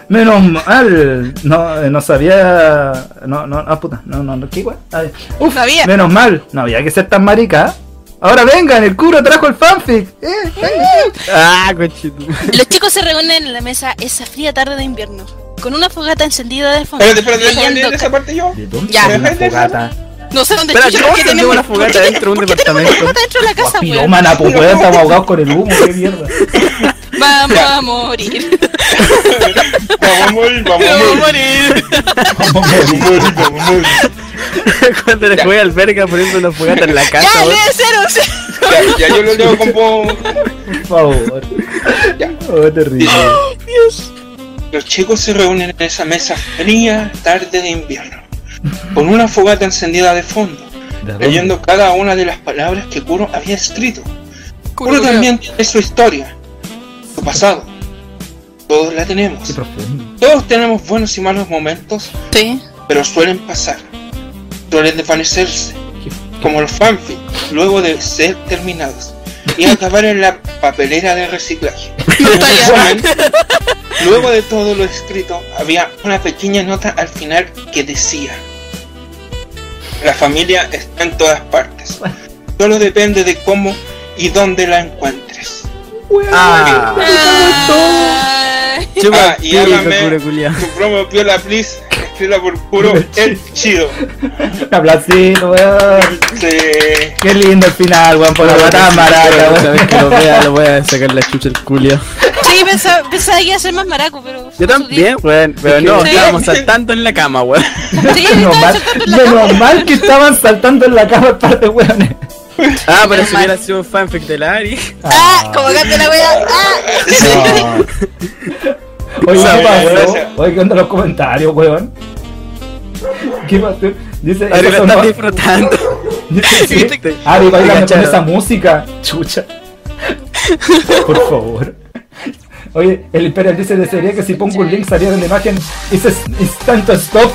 Speaker 2: Menos mal. No, eh, no sabía. No, no, ah, puta. No, no, no, qué guay. Ah, ya. Uf,
Speaker 4: No había.
Speaker 2: Menos mal. No había que ser tan marica. ¿eh? Ahora vengan, el curo trajo el fanfic. Eh, vengan.
Speaker 1: Ah, coche tu madre.
Speaker 4: Los chicos se reúnen en la mesa esa fría tarde de invierno, con una fogata encendida de fondo.
Speaker 5: Espérate, espérate, déjame
Speaker 4: leyendo
Speaker 5: leer esa parte yo.
Speaker 2: ¿De dónde
Speaker 4: Ya.
Speaker 2: salió una fogata?
Speaker 4: ca- No sé dónde
Speaker 1: Espera,
Speaker 4: chucha,
Speaker 1: ¿cómo
Speaker 4: ¿por qué
Speaker 1: se lleva
Speaker 4: tenemos-
Speaker 1: una fogata
Speaker 4: por qué
Speaker 1: dentro de un
Speaker 4: tenemos- por qué tenemos
Speaker 1: departamento?
Speaker 4: fogata dentro de la casa, weón?
Speaker 2: Pilómana, pues weón, estamos ahogados con el humo, qué mierda.
Speaker 4: Vamos a morir.
Speaker 5: Vamos a morir, vamos a morir.
Speaker 4: morir.
Speaker 5: Vamos a morir, vamos a morir.
Speaker 1: Cuando le jugué al verga poniendo una fogata en la casa,
Speaker 4: Ya,
Speaker 1: weón.
Speaker 4: lee cero, cero.
Speaker 5: Ya, ya yo lo leo como
Speaker 2: Por favor. Oh, terrible.
Speaker 5: Los chicos se reúnen en esa mesa fría tarde de invierno, con una fogata encendida de fondo,
Speaker 2: ¿De dónde?
Speaker 5: leyendo cada una de las palabras que Kuro había escrito. Kuro también tiene su historia, su pasado. Todos la
Speaker 2: Qué
Speaker 5: tenemos.
Speaker 2: profundo.
Speaker 5: Todos tenemos buenos y malos momentos,
Speaker 4: Sí.
Speaker 5: pero suelen pasar, suelen desvanecerse, como los fanfics, luego de ser terminados y acabar en la papelera de reciclaje. Resumen, luego de todo lo escrito, había una pequeña nota al final que decía: La familia está en todas partes, solo depende de cómo y dónde la encuentres.
Speaker 1: Ah,
Speaker 4: Ah. Ay.
Speaker 1: chupa
Speaker 5: Ah, y
Speaker 1: pico,
Speaker 5: hágame-
Speaker 1: curo culiao.
Speaker 5: Tu promo Piola Please, escrita por puro el chido.
Speaker 2: Aplacito, weón.
Speaker 5: Sí.
Speaker 2: Qué lindo el final, weón, por la patada barata,
Speaker 1: Cada vez
Speaker 2: weón.
Speaker 1: que lo vea, lo voy a sacar la chucha el culiao.
Speaker 4: Sí, pensaba, pensaba que iba a ser más maraco, pero.
Speaker 1: Yo también, weón, pero no,
Speaker 4: Sí.
Speaker 1: estábamos saltando en la cama, weón.
Speaker 4: Sí,
Speaker 2: Menos
Speaker 4: estaba
Speaker 2: mal,
Speaker 4: saltando en la cama.
Speaker 2: menos mal que estaban saltando en la cama el par de weones.
Speaker 1: Ah, pero si
Speaker 4: mal.
Speaker 1: hubiera sido un fanfic de la Ari.
Speaker 4: Ah, como gato la wea. Ah,
Speaker 2: Oye,
Speaker 5: Esa
Speaker 2: ¿qué pasó?
Speaker 5: vergüenza.
Speaker 2: Oye, ¿qué onda los comentarios, weón? ¿Qué pasó? Dice,
Speaker 1: Ari
Speaker 2: esas
Speaker 1: lo
Speaker 2: son
Speaker 1: está
Speaker 2: más-
Speaker 1: disfrutando.
Speaker 2: dice, sí,
Speaker 1: viste-
Speaker 2: Ari, bailame con
Speaker 1: Cacharon.
Speaker 2: esa música. Chucha. Por favor. Oye, el Imperial dice, desearía que si pongo un link saliera en la imagen, dice instanto stop.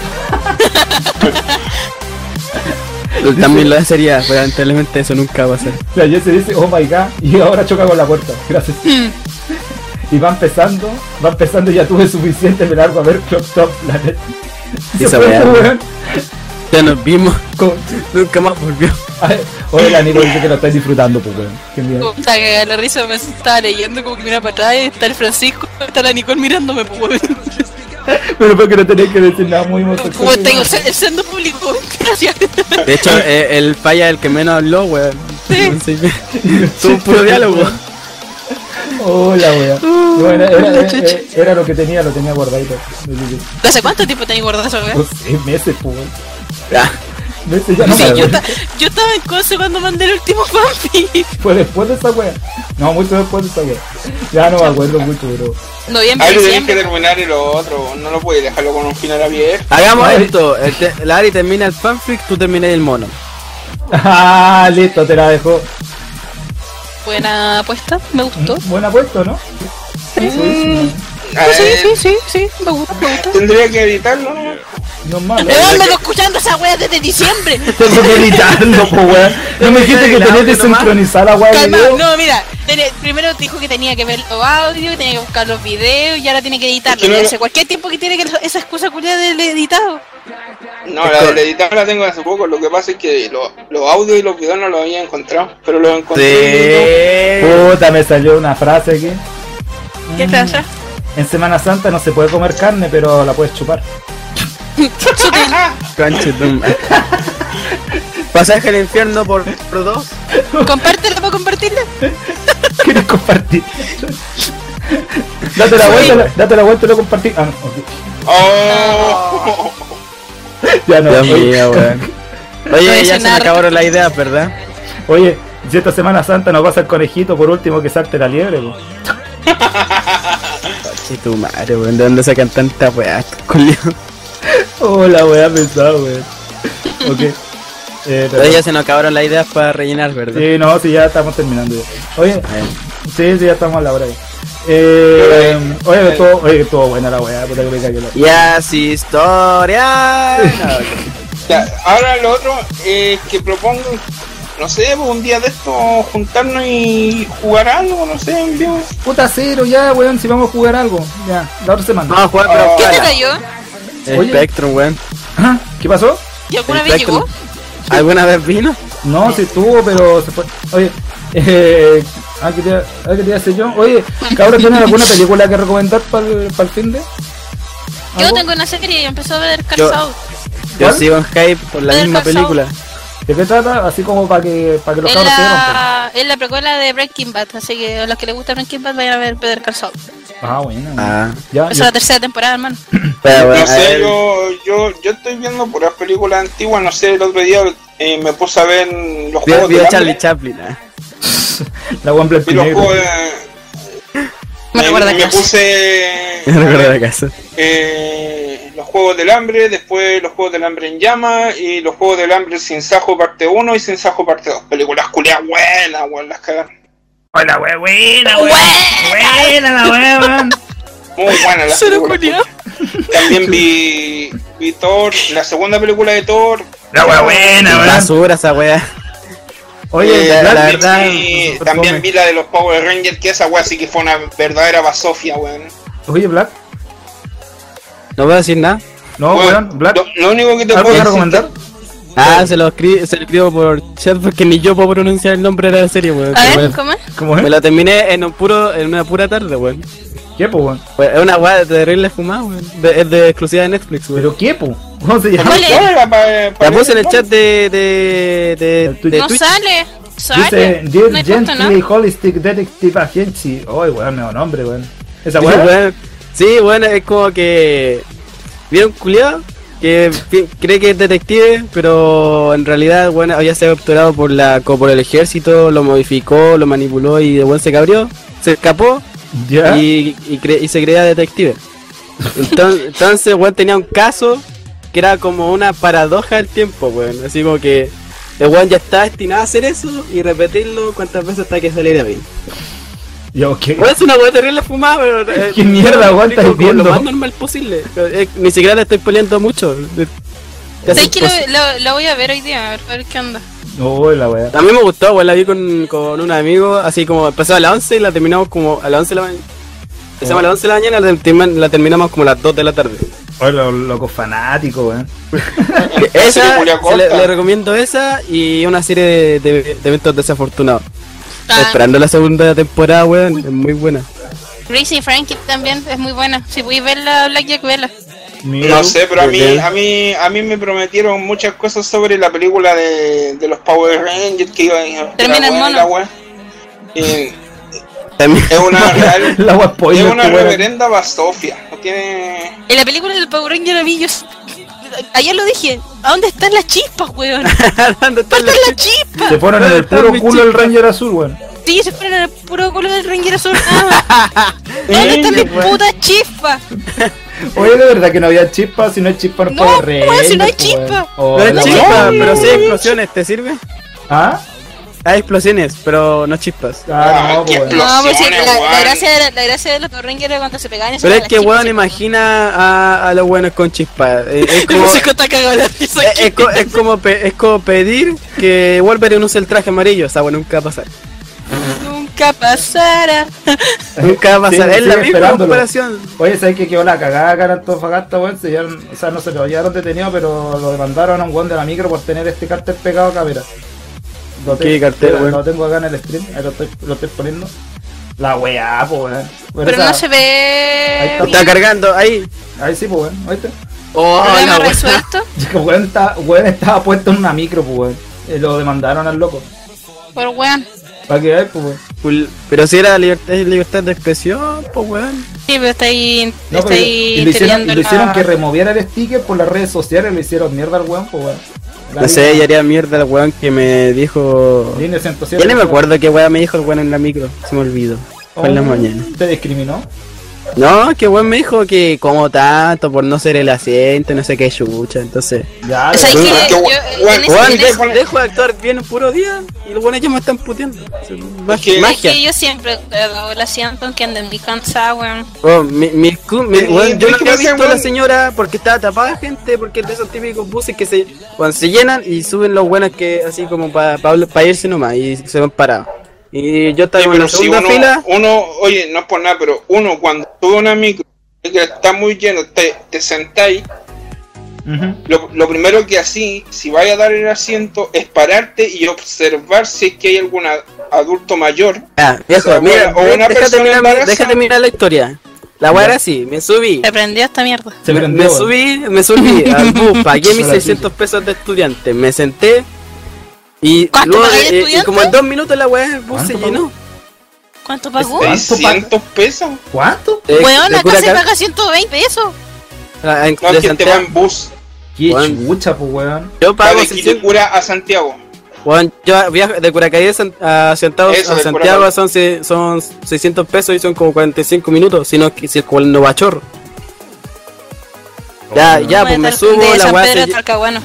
Speaker 1: También lo sería, pero lamentablemente eso nunca va a ser.
Speaker 2: La Jesse dice, oh my god, y ahora choca con la puerta. Gracias. Y va empezando, va empezando, ya tuve suficiente, me largo a ver Clock Top Planet.
Speaker 1: Esa
Speaker 2: Se fue
Speaker 1: weá,
Speaker 2: este
Speaker 1: ¿no?
Speaker 2: weón
Speaker 1: Ya nos vimos,
Speaker 2: con-
Speaker 1: nunca más volvió.
Speaker 2: Ay, Oye, la Nico dice que lo estáis disfrutando, pues weón. Qué miedo.
Speaker 4: Puta que la risa me estaba leyendo como que mira para atrás, está el Francisco, está la Nicole mirándome, pues weón.
Speaker 2: Pero porque no tenéis que decir nada muy
Speaker 4: Como
Speaker 2: homosexual.
Speaker 4: tengo se- el sendo público, gracias.
Speaker 1: De hecho, eh, el falla es el que menos habló, weón.
Speaker 4: Sí.
Speaker 1: No sé, Tuvo un puro diálogo.
Speaker 2: Hola, weón. Y bueno, era, era- era lo que tenía, lo tenía guardadito.
Speaker 4: ¿De hace cuánto tiempo tenéis guardado eso,
Speaker 2: No
Speaker 4: weón?
Speaker 2: sé, meses, pues weón.
Speaker 1: Ah,
Speaker 2: Meses ya no
Speaker 4: Sí,
Speaker 2: me
Speaker 4: yo,
Speaker 2: acuerdo.
Speaker 4: ta- yo estaba en Conce cuando mandé el último fanfic.
Speaker 2: Fue después de esa weá. No, mucho después de esa weá. Ya no me acuerdo mucho, bro.
Speaker 4: Noviembre,
Speaker 5: Ahí lo tenés Ah, que
Speaker 4: diciembre.
Speaker 5: terminar y lo otro, no lo puedes dejarlo con un final abierto.
Speaker 1: Hagamos
Speaker 2: Ay.
Speaker 1: esto. el te- la Ari termina el fanfic, tú terminas el mono.
Speaker 2: Ah, listo, te la dejo. Mm.
Speaker 4: Buena apuesta, me gustó.
Speaker 2: Buena apuesta, ¿no?
Speaker 5: A
Speaker 4: sí,
Speaker 5: él-
Speaker 4: sí, sí, sí, me gusta, me gusta.
Speaker 5: Tendría que editarlo, ¿no?
Speaker 2: No es malo.
Speaker 4: Weón, vengo escuchando esa wea desde diciembre.
Speaker 2: Tengo que editarlo, po, weón. No me dijiste que tenés que sincronizar la weá del
Speaker 4: Calma,
Speaker 2: video.
Speaker 4: no, mira, tene- primero dijo que tenía que ver los audios, que tenía que buscar los videos y ahora tiene que editarlo.
Speaker 5: Es que no-
Speaker 4: Ese- cualquier tiempo que tiene que esa excusa culiada del editado.
Speaker 5: No, la del editar la tengo hace poco. Lo que pasa es que lo- los audios y los videos no los había encontrado, pero los encontré.
Speaker 1: Oh,
Speaker 2: Puta, me salió una frase aquí.
Speaker 4: ¿Qué pasa?
Speaker 2: En Semana Santa no se puede comer carne, pero la puedes chupar.
Speaker 1: Conchetumare. Pasaje al infierno por, por dos.
Speaker 4: Compártelo para compartirlo.
Speaker 2: ¿Quieres compartir? date la vuelta, la- date la vuelta y lo compartí. Ah, no, ok.
Speaker 5: ¡Oh!
Speaker 2: Ya no.
Speaker 1: Dios
Speaker 2: Oye,
Speaker 1: mío, weón. Oye, ya se me
Speaker 4: Traicionar.
Speaker 1: acabaron las ideas, ¿verdad?
Speaker 2: Oye, si esta Semana Santa nos pasa el conejito, por último que salte la liebre, po.
Speaker 1: Conchetumare, weón. ¿De dónde sacan tanta weá, culio?
Speaker 2: Oh, la weá pensada, weón. Ok. Eh, pero-
Speaker 1: Oye, ya se nos acabaron las ideas para rellenar, ¿verdad?
Speaker 2: Sí, no, sí, ya estamos terminando. ya. Oye,
Speaker 1: Eh,
Speaker 2: sí, sí, ya estamos a la hora. ya. Eh, oye, que estuvo, oye, que estuvo buena la weá, puta que me cayó la-
Speaker 1: Y así historia.
Speaker 5: Ya, ahora lo otro es que propongo, no sé, pues, un día de esto juntarnos y jugar algo, no sé, en vivo.
Speaker 2: Puta cero, ya, weón, si vamos a jugar algo. Ya, la otra semana.
Speaker 1: Vamos a jugar
Speaker 5: Ah.
Speaker 4: ¿Qué te
Speaker 1: para
Speaker 4: cayó?
Speaker 1: El
Speaker 2: Oye.
Speaker 1: Spectrum, weón.
Speaker 2: Ajá, ¿Qué pasó?
Speaker 4: ¿Y alguna
Speaker 1: El
Speaker 4: vez
Speaker 1: Spectrum.
Speaker 4: llegó?
Speaker 1: ¿Alguna vez vino?
Speaker 2: No, se estuvo, pero se fue. Oye, eh, ah, ¿qué te iba- ah, ¿qué te iba a hacer yo? Oye, cabrón, ¿tienen alguna película que recomendar para el fin de?
Speaker 4: Yo
Speaker 2: ¿Algo?
Speaker 4: tengo una serie y empezó a ver
Speaker 1: Yo-
Speaker 4: calzado.
Speaker 1: Yo
Speaker 2: ¿Cuál?
Speaker 1: sigo en hype por la
Speaker 4: Better
Speaker 1: misma
Speaker 4: Call Saul.
Speaker 1: película.
Speaker 2: ¿De qué trata? Así como para que, para que los
Speaker 4: Es
Speaker 2: cabros se vean.
Speaker 4: la,
Speaker 5: pues.
Speaker 4: es la precuela de Breaking Bad, así que a los que les gusta Breaking Bad vayan a ver Better calzado.
Speaker 2: Ah, bueno.
Speaker 1: Ah.
Speaker 2: Ya,
Speaker 4: Esa es la tercera temporada, hermano.
Speaker 1: Pero,
Speaker 5: No
Speaker 1: weón, a
Speaker 5: sé,
Speaker 1: ver,
Speaker 5: yo, yo, yo estoy viendo puras películas antiguas, no sé, el otro día eh, me puse a ver los
Speaker 1: vi-
Speaker 5: juegos
Speaker 1: vi
Speaker 5: del
Speaker 1: a
Speaker 5: hambre.
Speaker 1: Charlie Chaplin. ah.
Speaker 2: la weón blanco
Speaker 5: Vi
Speaker 2: y
Speaker 5: los
Speaker 2: negro.
Speaker 5: juegos de-
Speaker 4: Me recuerda
Speaker 5: me,
Speaker 4: a
Speaker 5: me
Speaker 4: casa.
Speaker 5: puse
Speaker 1: Me recuerda la casa.
Speaker 5: eh, los juegos del hambre, después los juegos del hambre en llama y los juegos del hambre sin sajo parte 1 y sin sajo parte 2. Películas culiadas buenas, weón, las cagaron.
Speaker 2: Hola, weón, buena, weón.
Speaker 4: ¡Buena!
Speaker 2: Buena la weá, weón.
Speaker 5: Muy buenas las
Speaker 4: Cero
Speaker 5: películas.
Speaker 4: culiao.
Speaker 5: También vi, vi Thor, la segunda película de Thor.
Speaker 2: La weá buena, weón.
Speaker 1: Basura esa weá.
Speaker 2: Oye,
Speaker 1: Eh,
Speaker 2: Black-
Speaker 1: la
Speaker 5: También
Speaker 1: verdad,
Speaker 5: vi-
Speaker 2: no se
Speaker 5: también
Speaker 2: come.
Speaker 5: vi la de los Power Rangers, que esa weá sí que fue una verdadera basofia, weón.
Speaker 2: Oye, Black.
Speaker 1: No puedo decir nada.
Speaker 2: No,
Speaker 5: Weón,
Speaker 2: Oh, weón, Black.
Speaker 5: Lo, lo único que te
Speaker 2: ¿Algo
Speaker 5: puedo
Speaker 2: que
Speaker 5: decir
Speaker 2: recomendar?
Speaker 1: Ah, se lo, escri- se lo escribo por chat porque ni yo puedo pronunciar el nombre de la serie, weón.
Speaker 4: A
Speaker 1: Pero
Speaker 4: ver,
Speaker 1: bueno,
Speaker 4: ¿cómo es?
Speaker 2: ¿Cómo
Speaker 1: Me
Speaker 2: es?
Speaker 1: lo terminé en, un puro, en una pura tarde, weón.
Speaker 2: ¿Qué, po, weón?
Speaker 1: Weón, Es una weá terrible fumada, weón. De- es de exclusiva de Netflix, weón.
Speaker 2: ¿Pero qué, po? ¿Cómo se llama?
Speaker 4: ¿Cuál
Speaker 5: que-
Speaker 4: es?
Speaker 5: No, era pa-
Speaker 1: La
Speaker 5: pa-
Speaker 1: puse en el chat de. de. de.
Speaker 2: El Twitch.
Speaker 1: de
Speaker 4: No
Speaker 1: Twitch.
Speaker 4: sale. Sale.
Speaker 2: Dice Dear
Speaker 4: No hay puesto, ¿no?
Speaker 2: Gently Holistic Detective Agency. Ay, weón, nuevo nombre, weón. Esa
Speaker 1: Dice,
Speaker 2: weón.
Speaker 1: weón, Sí, bueno, es como que. ¿Vieron culiado? Que pi- cree que es detective, pero en realidad, bueno, había sido capturado por la como por el ejército, lo modificó, lo manipuló y de buen se cabrió, se escapó
Speaker 2: Ya.
Speaker 1: y, y cre- y se creía detective. Entonces, entonces weón, tenía un caso que era como una paradoja del tiempo, weón. Así como que el weón ya está destinado a hacer eso y repetirlo cuantas veces hasta que saliera bien.
Speaker 2: Ya, ok.
Speaker 1: Weón, es una weá terrible fumada, pero. eh,
Speaker 2: ¿Qué mierda,
Speaker 1: explico
Speaker 2: weón, estáis
Speaker 1: con
Speaker 2: viendo?
Speaker 1: Lo más normal posible. Eh, ni siquiera le estoy peleando mucho. Eh, casi
Speaker 4: ¿Sabes que lo,
Speaker 1: imposible.
Speaker 4: lo- lo voy a ver hoy día? A ver, a ver qué onda.
Speaker 2: No, Oh, la weá.
Speaker 1: A mí me gustó, weón, la vi con, con un amigo, así como empezó a las 11 y la terminamos como a las 11 de la mañana. Empezamos a las 11 de la mañana y la, termin- la terminamos como a las 2 de la tarde.
Speaker 2: Oye, lo- loco fanático, weón.
Speaker 1: esa,
Speaker 5: Julia
Speaker 1: se le,
Speaker 5: Costa.
Speaker 1: le recomiendo esa y una serie de, de- de eventos desafortunados. Estoy
Speaker 4: Ah,
Speaker 1: Esperando la segunda temporada, weón, es muy buena.
Speaker 4: Gracie Frankie también es muy buena. Si voy a verla, Blackjack, vela.
Speaker 2: Mira,
Speaker 5: No sé, pero a mí,
Speaker 1: pues Bien.
Speaker 5: a mí, a mí me prometieron muchas cosas sobre la película de, de los Power Rangers que iban a
Speaker 4: Termina
Speaker 5: la
Speaker 4: en
Speaker 5: wea,
Speaker 4: mono.
Speaker 5: la wea. Y
Speaker 1: También-
Speaker 5: es una real,
Speaker 2: La weá
Speaker 5: es
Speaker 2: spoiler,
Speaker 5: una
Speaker 2: po, weón.
Speaker 5: reverenda basofia. No tiene.
Speaker 4: En la película del Power Ranger la vi yo. Ayer lo dije. ¿A dónde están las chispas, weón?
Speaker 1: ¿Dónde está la-
Speaker 4: ¿Dónde están las chispas?
Speaker 2: Se ponen en el
Speaker 1: Está
Speaker 2: puro
Speaker 1: mi
Speaker 2: culo el Ranger Azul, weón.
Speaker 4: Sí, se fueron al puro culo del Ranger azul. Ah, ¿Dónde están mis putas chispas?
Speaker 2: Oye, de verdad que no había chispa, si no hay chispa no
Speaker 4: No,
Speaker 2: puedo
Speaker 4: weón, si no hay
Speaker 2: po, weón.
Speaker 4: chispa.
Speaker 2: Oh,
Speaker 1: No es
Speaker 2: la
Speaker 1: chispa,
Speaker 2: weá.
Speaker 1: pero sí explosiones, ¿te sirve?
Speaker 2: ¿Ah?
Speaker 1: Hay explosiones, pero no chispas.
Speaker 2: Ah, no,
Speaker 5: Ah, qué
Speaker 2: pues, weón.
Speaker 5: pla-
Speaker 4: No, pues sí, la,
Speaker 5: Explosiones,
Speaker 4: la
Speaker 5: weón.
Speaker 4: gracia de la, la gracia de los Power Rangers era cuando se pegaban y se
Speaker 1: Pero es
Speaker 4: pegaban
Speaker 1: que,
Speaker 4: las
Speaker 1: weón,
Speaker 4: chispas,
Speaker 1: imagina a, a los buenos con chispas. Eh, Es,
Speaker 4: El
Speaker 1: como, eh,
Speaker 4: músico está cagado en la risa
Speaker 1: es-
Speaker 4: aquí.
Speaker 1: es co- es como pe- es como pedir que Wolverine use el traje amarillo. O sea, bueno, nunca va a pasar.
Speaker 2: Eh,
Speaker 1: eh.
Speaker 4: Nunca pasará.
Speaker 1: Nunca va a
Speaker 2: Sí,
Speaker 1: pasar. es
Speaker 2: sigue
Speaker 1: la misma
Speaker 2: esperándolo.
Speaker 1: comparación.
Speaker 2: Oye, ¿sabes que quedó la cagada acá en Antofagasta, weón? Se llevaron- o sea, no se lo llevaron detenido, pero lo demandaron a un weón de la micro por tener este cartel pegado acá, mira. Lo
Speaker 1: ¿Qué cartel,
Speaker 2: mira,
Speaker 1: weón?
Speaker 2: Lo tengo acá en el stream, ahí lo estoy, lo estoy poniendo. La weá, po, weón.
Speaker 4: Pero
Speaker 2: esa-
Speaker 4: no se ve.
Speaker 2: está.
Speaker 1: Está
Speaker 4: bien.
Speaker 1: cargando ahí.
Speaker 2: Ahí sí, po, weón, ¿oíste?
Speaker 1: Oh,
Speaker 4: Problema
Speaker 1: la wea.
Speaker 4: resuelto
Speaker 2: Es que weón, está- weón estaba puesto en una micro, po, weón. Eh, lo demandaron al loco.
Speaker 4: por weón.
Speaker 2: Para que veáis, po, weón.
Speaker 1: Pul- Pero si era libertad, es libertad de expresión, pues weón.
Speaker 4: Sí, pero está ahí.
Speaker 2: No,
Speaker 4: está
Speaker 2: pero
Speaker 4: ahí
Speaker 2: y lo hicieron,
Speaker 4: teniendo
Speaker 2: y lo hicieron
Speaker 4: la-
Speaker 2: que removiera el sticker por las redes sociales, le hicieron mierda al weón, po, weón. La
Speaker 1: No sé,
Speaker 2: línea-
Speaker 1: yo haría mierda el weón que me dijo.
Speaker 2: línea 107,
Speaker 1: Ya no me
Speaker 2: weón.
Speaker 1: acuerdo qué weón me dijo el weón en la micro. Se me olvidó. Fue en la
Speaker 2: Oh,
Speaker 1: mañana.
Speaker 2: ¿Te discriminó?
Speaker 1: No, que weón me dijo que como tanto por no ser el asiento, no sé qué chucha, entonces.
Speaker 2: Ya,
Speaker 4: O sea,
Speaker 2: pero-
Speaker 4: es que
Speaker 5: Qué
Speaker 4: yo-
Speaker 5: weón,
Speaker 4: yo en ese-
Speaker 5: weón,
Speaker 4: en
Speaker 1: Weón,
Speaker 4: ese-
Speaker 1: dejo, dejo de actuar bien un puro día y los weones ya me están puteando. Es
Speaker 5: que-
Speaker 1: Magia.
Speaker 5: es
Speaker 4: Es
Speaker 1: magia.
Speaker 4: que yo siempre he cagado la siento que anden mi cansada, weón.
Speaker 1: Weón, Oh, mi, mi, cu- mi-
Speaker 5: Y-
Speaker 1: weón,
Speaker 5: y
Speaker 1: yo
Speaker 5: por
Speaker 1: no
Speaker 5: qué
Speaker 1: había
Speaker 5: no se
Speaker 1: visto a la
Speaker 5: weón-
Speaker 1: señora porque estaba tapada de gente, porque es de esos típicos buses que se, weón, se llenan y suben los buenos que así como para irse nomás y se van parados. Y yo estaba
Speaker 5: Sí,
Speaker 1: en la
Speaker 5: pero si
Speaker 1: segunda
Speaker 5: uno,
Speaker 1: fila.
Speaker 5: uno, oye, no es por nada, pero uno cuando sube una micro que está muy lleno, te, te sentáis,
Speaker 2: Ujú.
Speaker 5: lo, lo primero que así, si vais a dar el asiento, es pararte y observar si es que hay algún a- adulto mayor.
Speaker 1: Ah, viejo,
Speaker 5: O sea,
Speaker 1: mira,
Speaker 5: o una
Speaker 1: déjate
Speaker 5: persona
Speaker 1: mirar,
Speaker 5: embarazada.
Speaker 1: déjate mirar la historia. La weá
Speaker 2: Ya.
Speaker 1: era así, me subí.
Speaker 4: Se prendió esta mierda.
Speaker 2: Se
Speaker 1: me,
Speaker 2: prendió,
Speaker 1: me
Speaker 2: weón.
Speaker 1: subí, me subí al bus, pagué mis
Speaker 2: Ahora sí.
Speaker 1: 600 pesos de estudiante, me senté y
Speaker 4: ¿Cuánto
Speaker 1: luego
Speaker 4: pagáis de
Speaker 1: eh, y
Speaker 4: estudiante?
Speaker 1: como en dos minutos la weá del bus se
Speaker 2: ¿Cuánto pagó?
Speaker 1: llenó.
Speaker 4: ¿Cuánto pagó?
Speaker 2: Este-
Speaker 5: 600 pesos.
Speaker 2: ¿Cuánto?
Speaker 1: Eh,
Speaker 4: Weón,
Speaker 1: de
Speaker 4: acá
Speaker 1: pura
Speaker 4: se
Speaker 1: car-
Speaker 4: paga 120 pesos.
Speaker 1: Ah, en-
Speaker 5: No,
Speaker 1: de
Speaker 5: es que te va
Speaker 1: Santiago.
Speaker 5: en bus.
Speaker 2: Qué
Speaker 1: Weón.
Speaker 2: chucha, pues, weón.
Speaker 1: Yo
Speaker 5: Va
Speaker 1: pago
Speaker 5: de
Speaker 1: 600.
Speaker 5: Quilicura a Santiago.
Speaker 1: Weón, yo viajo de Curacaví a San- a Santiago,
Speaker 5: Eso,
Speaker 1: a
Speaker 5: de
Speaker 1: Santiago
Speaker 5: Curacaví.
Speaker 1: son, se- son 600 pesos y son como 45 minutos, si no que- si es como el novachorro. Ya, ya, pues me
Speaker 4: Tar-
Speaker 1: subo,
Speaker 4: de
Speaker 1: la
Speaker 4: San
Speaker 1: weá
Speaker 4: Pedro
Speaker 1: se,
Speaker 4: a Talcahuano.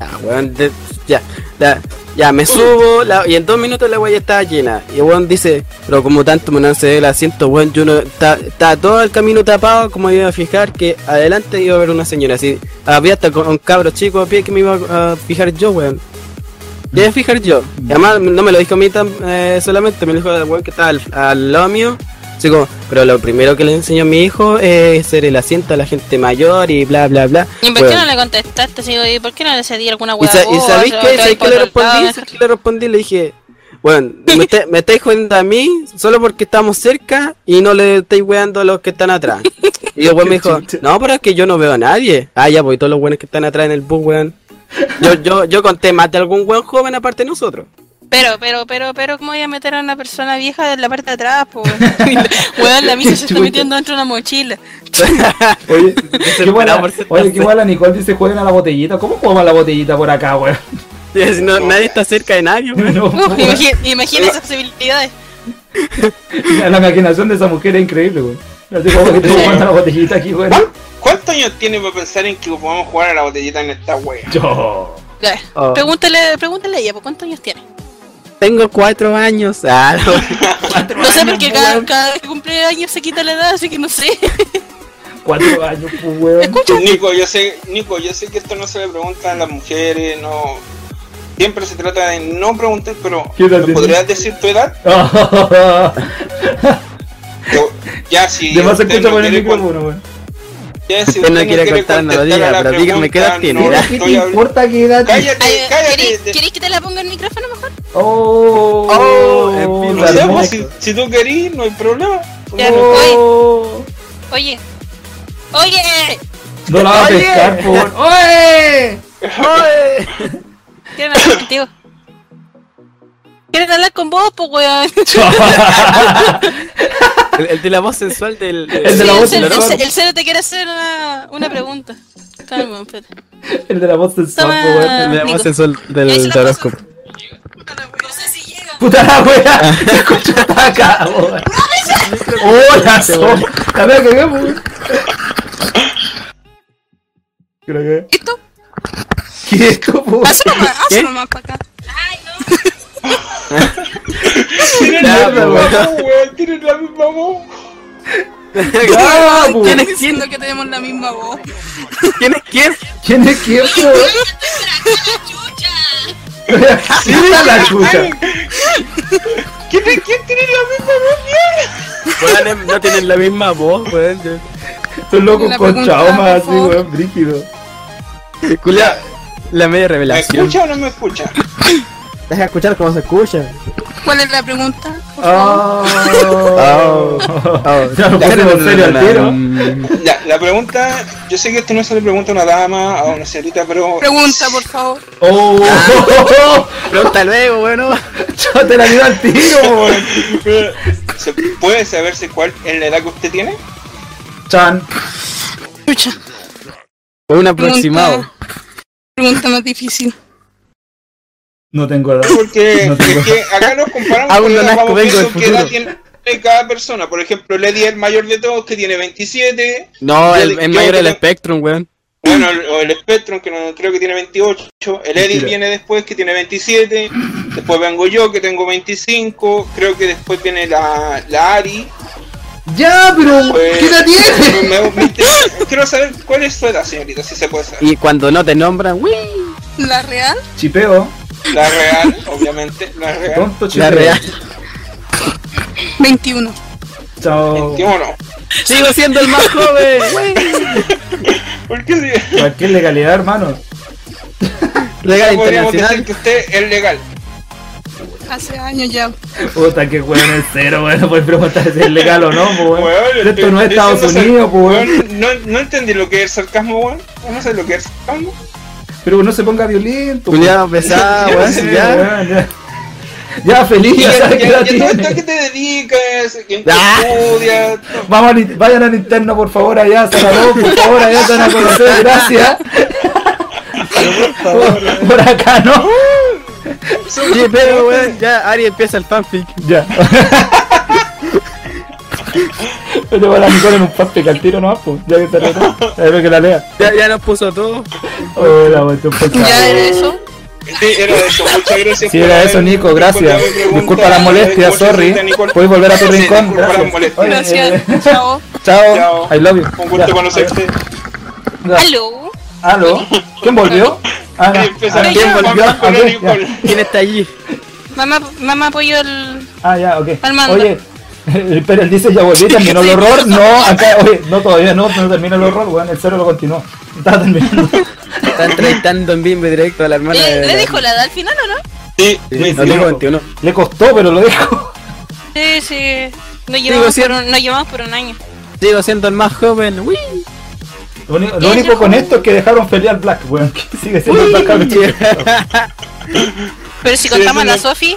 Speaker 1: Ah, weón, de- ya, ya, ya, me subo la- y en dos minutos la weá ya estaba llena. Y weón dice, pero como tanto me lance el asiento, weón, yo no, está, está todo el camino tapado, como iba a fijar que adelante iba a haber una señora. Así, había hasta con un cabro chico a pie que me iba a, a fijar yo, weón. Ya iba a fijar yo. Y además no me lo dijo a mí tan, eh, solamente, me lo dijo al weón que estaba al, al lado mío. Así como, pero lo primero que le enseñó a mi hijo es ser el asiento a la gente mayor y bla, bla, bla.
Speaker 4: ¿Y por qué
Speaker 1: Weón.
Speaker 4: no le contestaste? Sigo, ¿Y por qué no le cedí alguna
Speaker 1: ¿Y,
Speaker 4: weá?
Speaker 1: sa- y
Speaker 4: boba,
Speaker 1: sabéis
Speaker 4: se
Speaker 1: qué?
Speaker 4: va a
Speaker 1: ¿Sabéis qué
Speaker 4: caer por
Speaker 1: le
Speaker 4: otro lado?
Speaker 1: respondí? ¿Sabéis qué le respondí? Le dije, bueno, me, está- me estáis jodiendo a mí solo porque estamos cerca y no le estáis weando a los que están atrás. Y después me dijo, no, pero es que yo no veo a nadie. Ah, ya, pues y todos los buenos que están atrás en el bus, weón. Yo, yo, yo conté más de algún weón joven aparte de nosotros.
Speaker 4: Pero, pero, pero, pero, ¿cómo voy a meter a una persona vieja en la parte de atrás, po? weón? Weón, la misa se está
Speaker 2: Chucha.
Speaker 4: metiendo dentro de una mochila.
Speaker 2: Oye, qué buena,
Speaker 1: por si
Speaker 2: oye, qué buena Nicole dice jueguen a la botellita. ¿Cómo jugamos a la botellita por acá, weón?
Speaker 1: Y así, no, nadie está cerca de nadie, weón.
Speaker 2: No,
Speaker 4: Uf,
Speaker 2: weón.
Speaker 4: imagi- imagina esas posibilidades.
Speaker 2: la imaginación de esa mujer es increíble, weón. Así como que tengo jugando a la botellita aquí, weón.
Speaker 5: ¿Cuán- ¿Cuántos años tiene para pensar en que podemos jugar a la botellita en esta wea?
Speaker 2: Yo.
Speaker 4: Ya,
Speaker 1: Oh.
Speaker 4: Pregúntale, pregúntale a ella, po, ¿cuántos años tiene?
Speaker 1: Tengo cuatro años. Ah, no.
Speaker 4: No sé, porque cada, cada vez que cumple años se quita la edad, así que no sé.
Speaker 2: Cuatro años, pues, weón.
Speaker 5: Nico, yo sé, Nico, yo sé que esto no se le pregunta a las mujeres, no. Siempre se trata de no preguntar, pero
Speaker 2: ¿Qué edad
Speaker 5: ¿me
Speaker 2: tenés?
Speaker 5: podrías decir tu edad? Yo- ya si
Speaker 2: De más se
Speaker 5: usted
Speaker 2: escucha
Speaker 5: no
Speaker 2: por el
Speaker 5: quiere con-
Speaker 2: micrófono, weón.
Speaker 5: ya, si
Speaker 1: Usted no
Speaker 5: usted
Speaker 1: quiere contar, no lo
Speaker 5: contestar
Speaker 1: diga,
Speaker 5: a la
Speaker 1: pero dígame, ¿qué edad
Speaker 5: pregunta,
Speaker 1: tiene?
Speaker 5: no
Speaker 1: Mira,
Speaker 2: ¿Qué te
Speaker 5: estoy hablando-
Speaker 2: importa qué edad? tiene?
Speaker 5: Cállate,
Speaker 4: Ay,
Speaker 5: cállate.
Speaker 4: ¿queréis-
Speaker 5: de-
Speaker 4: ¿Queréis Eh, que te la ponga el micrófono mejor?
Speaker 2: Oh,
Speaker 1: Oh, en fin,
Speaker 5: no sé,
Speaker 2: la
Speaker 5: pues,
Speaker 2: mierda.
Speaker 5: si, si tú querís, no hay problema.
Speaker 4: Ya, no, oye,
Speaker 2: Oh,
Speaker 4: oye, oye,
Speaker 2: No la va a pescar, po, weón. ¡Oye!
Speaker 4: quiero hablar contigo. Quiero hablar con vos, pues, weón.
Speaker 1: el, el de la voz sensual del.
Speaker 2: El de la
Speaker 4: Sí,
Speaker 2: voz
Speaker 4: el, cero-
Speaker 2: sensual.
Speaker 4: el ce- el cero te quiere hacer una, una pregunta. Calma, espérate.
Speaker 2: El de la voz del sapo,
Speaker 4: Toma.
Speaker 2: weón.
Speaker 1: El de la voz
Speaker 4: Nico.
Speaker 1: sensual
Speaker 4: Ya se
Speaker 1: del
Speaker 4: la
Speaker 1: del
Speaker 4: paso.
Speaker 1: horóscopo.
Speaker 4: No sé si llega.
Speaker 2: Puta la wea, se escucha hasta acá, weón. Oh, la sopa. La wea que vemos, weón. Creo que.
Speaker 4: ¿Listo?
Speaker 2: ¿Qué es esto, po, weón?
Speaker 4: Hazlo más,
Speaker 1: ¿Qué?
Speaker 4: hazlo más para acá. Ay, no.
Speaker 2: mierda, weón.
Speaker 5: No, weón, tienen la misma voz.
Speaker 2: Ah,
Speaker 1: pues,
Speaker 4: Ay,
Speaker 2: po.
Speaker 4: ¿Quién es diciendo que tenemos la misma voz?
Speaker 1: ¿Quién es quién?
Speaker 2: ¿Quién es quién, weón? Sí, está la chucha.
Speaker 5: ¿Quién, quién tiene la misma voz, mierda?
Speaker 1: Weón, em, no tienen la misma voz, weón.
Speaker 2: Son locos
Speaker 4: La
Speaker 2: con
Speaker 4: pregunta,
Speaker 2: chaoma así,
Speaker 4: por favor.
Speaker 2: weón, brígido.
Speaker 1: Culia, la media
Speaker 5: ¿Me
Speaker 1: revelación.
Speaker 5: escucha o no me escucha?
Speaker 1: Deja escuchar cómo se escucha.
Speaker 4: ¿Cuál es la pregunta? por favor?
Speaker 2: Oh.
Speaker 1: Oh.
Speaker 2: Ya lo pusimos en serio al tiro.
Speaker 5: Ya, la pregunta, yo sé que esto no se le pregunta a una dama, a una señorita, pero
Speaker 4: Pregunta, por favor.
Speaker 2: Oh,
Speaker 1: Pregunta luego, bueno.
Speaker 2: yo te la dio al tiro, weón.
Speaker 5: ¿se ¿puede saberse cuál es la edad que usted tiene?
Speaker 2: Chan.
Speaker 4: Chucha.
Speaker 1: Fue un aproximado.
Speaker 4: Pregunta, pregunta más difícil.
Speaker 2: No tengo la.
Speaker 5: Porque
Speaker 2: No tengo-
Speaker 5: es que acá nos comparamos
Speaker 1: Aún
Speaker 5: con
Speaker 1: no
Speaker 5: edad,
Speaker 1: nazco,
Speaker 5: vamos
Speaker 1: vengo
Speaker 5: viendo
Speaker 1: del
Speaker 5: qué edad
Speaker 1: futuro.
Speaker 5: tiene cada persona. Por ejemplo, Lady es el mayor de todos que tiene 27,
Speaker 1: No,
Speaker 5: Yo-
Speaker 1: el, el
Speaker 5: yo
Speaker 1: mayor del
Speaker 5: creo-
Speaker 1: Spectrum, weón.
Speaker 5: bueno, el- o el Spectrum que no creo que tiene 28, el Eddie
Speaker 2: Mentira.
Speaker 5: viene después que tiene 27, después vengo yo que tengo 25, creo que después viene la, la Ari.
Speaker 2: Ya, pero.
Speaker 5: pues,
Speaker 2: ¿Qué edad tiene?
Speaker 5: me- me- me interesa- quiero saber cuál es su edad, señorita, si se puede saber.
Speaker 1: Y cuando no te nombran, uy,
Speaker 4: ¿La real?
Speaker 2: Chipeo.
Speaker 5: La real, obviamente, la real.
Speaker 2: Tonto chipeo.
Speaker 1: la real.
Speaker 4: 21.
Speaker 2: Chao.
Speaker 5: 21.
Speaker 1: ¡Sigo siendo el más joven! Uy.
Speaker 5: ¿Por qué si-
Speaker 2: Cualquier legalidad, hermano.
Speaker 1: Regala
Speaker 5: podríamos decir
Speaker 1: internacional.
Speaker 5: que usted es legal?
Speaker 4: Hace años ya.
Speaker 2: Puta, que weón es cero, weón. No puedes preguntar si es legal o no, po, weón.
Speaker 5: Weón,
Speaker 2: Pero
Speaker 5: estoy
Speaker 2: Esto no es Estados
Speaker 5: diciendo sar-
Speaker 2: Unidos, po, weón.
Speaker 5: weón, No, no entendí lo que es el sarcasmo, weón. No sé lo que es el sarcasmo.
Speaker 2: Pero no se ponga violento.
Speaker 1: Julián pesado,
Speaker 2: weón.
Speaker 1: weón.
Speaker 2: Sí,
Speaker 1: Ya.
Speaker 2: weón, ya. Ya, feliz,
Speaker 5: Y,
Speaker 2: ya
Speaker 5: ya,
Speaker 2: sabes
Speaker 5: ya-
Speaker 2: que la
Speaker 5: ya todo esto a
Speaker 2: tiene.
Speaker 5: qué te dedicas, en qué
Speaker 1: Ah.
Speaker 5: estudias.
Speaker 2: Vamos al in- vayan al interno, por favor, allá, Salvador, por favor, allá te van a conocer, gracias. Por, eh. por acá, ¿no?
Speaker 1: Oye, pero, weón, ya Ari empieza el fanfic.
Speaker 2: Ya. Yo te voy a la Nicole en un paste al tiro nomás, pues. Ya que se retó. Ya veo que la lea.
Speaker 1: Ya, ya nos puso todo.
Speaker 2: Hola, weón, tú, por favor.
Speaker 4: ¿Ya era eso?
Speaker 5: Sí, era eso, muchas gracias.
Speaker 2: Sí,
Speaker 5: por
Speaker 2: era
Speaker 5: haber-
Speaker 2: eso, Nico,
Speaker 5: por
Speaker 2: gracias.
Speaker 5: haber preguntado.
Speaker 2: Disculpa la molestia,
Speaker 5: Disculpa,
Speaker 2: sorry.
Speaker 5: señorita Nicole.
Speaker 2: Puedes volver a tu
Speaker 5: Sí,
Speaker 2: rincón,
Speaker 5: disculpa la
Speaker 2: gracias.
Speaker 5: molestia.
Speaker 2: Oye,
Speaker 4: Gracias.
Speaker 2: eh,
Speaker 4: Chao.
Speaker 2: Chao,
Speaker 5: Chao.
Speaker 2: I love you.
Speaker 5: Un gusto
Speaker 2: Ya.
Speaker 5: conocerte.
Speaker 2: Ya.
Speaker 4: ¿Aló?
Speaker 2: ¿Aló? ¿Quién volvió? Ah,
Speaker 5: Y
Speaker 2: ah,
Speaker 5: empezar
Speaker 2: ¿Quién
Speaker 5: con-
Speaker 2: volvió?
Speaker 5: con- con
Speaker 2: Ok,
Speaker 5: el
Speaker 2: ya.
Speaker 5: Nicole.
Speaker 1: ¿Quién está allí?
Speaker 4: Mamá, mamá apoyó el...
Speaker 2: Ah, ya, ok.
Speaker 4: Al mando.
Speaker 2: Oye, pero él dice, ya volví, terminó el horror. No, acá, oye, no, todavía no, no termina el horror, weón, el cero lo continuó. Estaba terminando.
Speaker 1: Está entrevistando en bimbo directo a la hermana
Speaker 4: Eh, ¿Le,
Speaker 1: de.
Speaker 4: le dijo la edad al final o no?
Speaker 5: Sí,
Speaker 1: Sí,
Speaker 5: me
Speaker 1: no
Speaker 5: dijo.
Speaker 1: tengo 21.
Speaker 2: Le costó, pero lo dijo.
Speaker 4: Sí, sí. Nos llevamos,
Speaker 1: sí.
Speaker 4: por un, nos llevamos por un año.
Speaker 1: Sigo siendo el más joven. Uy.
Speaker 2: Lo único, lo único con esto es que dejaron pelear al Black, weón, que sigue siendo el Black Cabrón.
Speaker 4: Pero si
Speaker 5: Sí,
Speaker 4: contamos a
Speaker 5: sí,
Speaker 4: la
Speaker 5: sí.
Speaker 4: Sofi,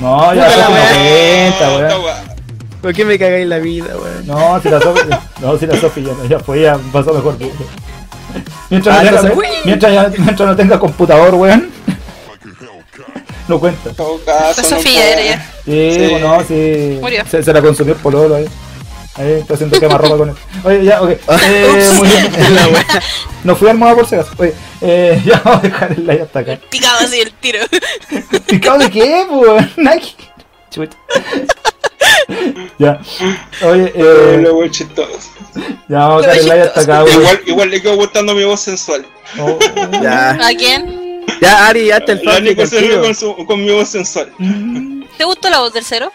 Speaker 2: No, ya
Speaker 1: Puta la
Speaker 2: la
Speaker 1: weá.
Speaker 2: 90, weón.
Speaker 1: ¿Por qué me cagáis la vida, weón?
Speaker 2: No, si la Sofi, no, si la Sofi ya, ya podía, pasó mejor. weón. Mientras,
Speaker 1: Ah,
Speaker 2: no tenga,
Speaker 1: entonces, uy.
Speaker 2: mientras, ya- mientras no tenga computador, weón, no cuenta.
Speaker 5: Todo caso,
Speaker 4: la
Speaker 5: no
Speaker 4: Sofi ya
Speaker 5: puedo.
Speaker 4: era ya.
Speaker 2: Sí,
Speaker 5: Sí.
Speaker 2: bueno, sí.
Speaker 4: Murió.
Speaker 2: Se, se la consumió el pololo ahí. Ahí está haciendo quemarropa con él. Oye, ya, ok. Eh, muy bien. no fui armado por si acaso. Oye, eh, ya vamos a dejar el like hasta acá.
Speaker 4: Picaba así el tiro.
Speaker 2: ¿Picado de qué, weón? Nike. Chuta. ya. Oye,
Speaker 5: Eh,
Speaker 2: eh,
Speaker 5: luego el chistoso.
Speaker 2: ya vamos a dejar el like hasta acá, weón.
Speaker 5: Igual, igual le quedó gustando mi voz sensual.
Speaker 2: Oh,
Speaker 1: Ya.
Speaker 4: ¿A quién?
Speaker 1: Ya, Ari, hazte el
Speaker 5: La
Speaker 1: fanfic
Speaker 5: Nico se rió
Speaker 1: contigo. Oh,
Speaker 5: con, su- con mi voz sensual.
Speaker 4: ¿Te gustó la voz del cero?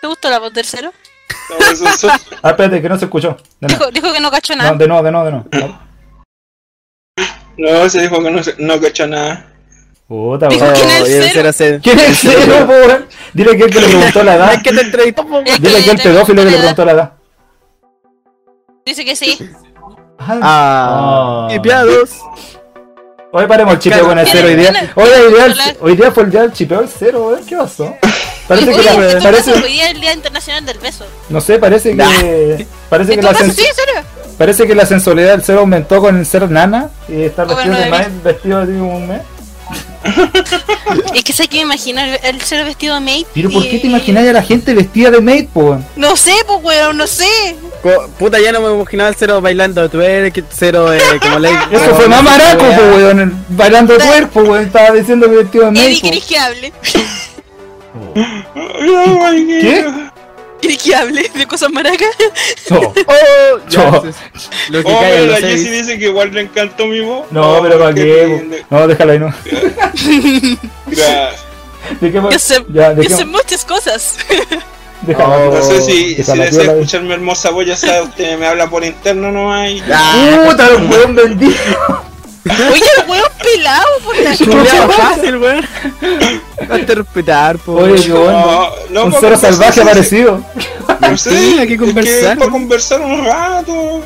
Speaker 4: ¿Te gustó la voz del cero?
Speaker 5: La voz sensual.
Speaker 2: ah, espérate, que no se escuchó. De nuevo.
Speaker 4: Dijo, dijo que no cachó
Speaker 2: No,
Speaker 4: nada.
Speaker 2: de nuevo, de nuevo, de nuevo.
Speaker 5: No, se dijo que no, se- no cachó nada.
Speaker 2: Puta,
Speaker 4: Dijo
Speaker 2: weón.
Speaker 4: ¿Quién es
Speaker 1: Oh, y el
Speaker 4: cero?
Speaker 1: cero?
Speaker 2: ¿Quién es ese, weón? Dile que él que le preguntó la edad.
Speaker 1: Es que te entrevistó, po, weón.
Speaker 2: Dile que el pedófilo que le preguntó la edad.
Speaker 4: Dice que sí.
Speaker 1: Ah,
Speaker 2: Ah.
Speaker 1: y piados.
Speaker 2: Hoy paremos el chipeo
Speaker 1: Claro.
Speaker 2: con el cero hoy día. Hoy, el día, el- hoy día fue el día del chipeo el cero, weón. ¿Qué pasó? Parece que
Speaker 4: Oye, en
Speaker 2: la,
Speaker 4: todo
Speaker 2: parece,
Speaker 4: caso, hoy día es el Día Internacional del Beso.
Speaker 2: no sé, parece que parece
Speaker 4: En
Speaker 2: que
Speaker 4: todo
Speaker 2: la
Speaker 4: caso,
Speaker 2: sens-
Speaker 4: sí, en serio.
Speaker 2: parece que la sensualidad del cero aumentó con el ser nana y estar
Speaker 4: Bueno,
Speaker 2: vestido de
Speaker 4: no he
Speaker 2: maid, vestido así como un mes.
Speaker 4: Es que sé que me imagino el, el cero vestido de maid.
Speaker 2: Pero ¿por qué
Speaker 4: y-
Speaker 2: te imagináis a la gente vestida de maid, po? weón?
Speaker 4: No sé, pues, weón, no sé.
Speaker 1: Co- Puta, ya no me imaginaba el cero bailando twerk, cero eh, como ley.
Speaker 2: Eso fue más maraco, po, weón, el- bailando el
Speaker 4: Da-
Speaker 2: cuerpo, weón, estaba diciendo que vestido de maid.
Speaker 4: Eddie,
Speaker 2: po.
Speaker 4: ¿querés que hable?
Speaker 2: ¿Qué?
Speaker 4: ¿Quieres que hable de cosas maracas?
Speaker 2: No,
Speaker 1: ¡Oh!
Speaker 2: Cho.
Speaker 1: Ya, eso es Lo que
Speaker 5: Oh,
Speaker 1: calla,
Speaker 5: pero
Speaker 1: lo
Speaker 5: la
Speaker 1: sé.
Speaker 5: Jessie dice que igual le encantó mi voz.
Speaker 2: no,
Speaker 5: Oh,
Speaker 2: pero ¿para
Speaker 5: qué
Speaker 2: qué? No, déjala ahí, no.
Speaker 5: Gracias.
Speaker 2: ¿De qué
Speaker 4: Yo sé,
Speaker 2: Ya,
Speaker 4: yo sé
Speaker 2: dejemos-
Speaker 4: muchas cosas.
Speaker 2: déjala.
Speaker 5: No sé si, si
Speaker 2: déjala,
Speaker 5: desea
Speaker 2: déjala.
Speaker 5: escuchar mi hermosa voz, ya sabe, usted me habla por interno nomás. y-
Speaker 2: Puta, el weón bendito.
Speaker 4: Oye, el huevo pelado por la
Speaker 1: Culeado fácil, weón. Hazte respetar, po.
Speaker 2: Oye,
Speaker 1: weón.
Speaker 2: yo,
Speaker 5: No, no,
Speaker 2: un
Speaker 5: pa'
Speaker 2: cero
Speaker 5: conversar,
Speaker 2: salvaje
Speaker 5: sí,
Speaker 2: aparecido.
Speaker 5: Sí,
Speaker 1: Mentira, hay que
Speaker 5: es
Speaker 1: conversar.
Speaker 5: para conversar un rato.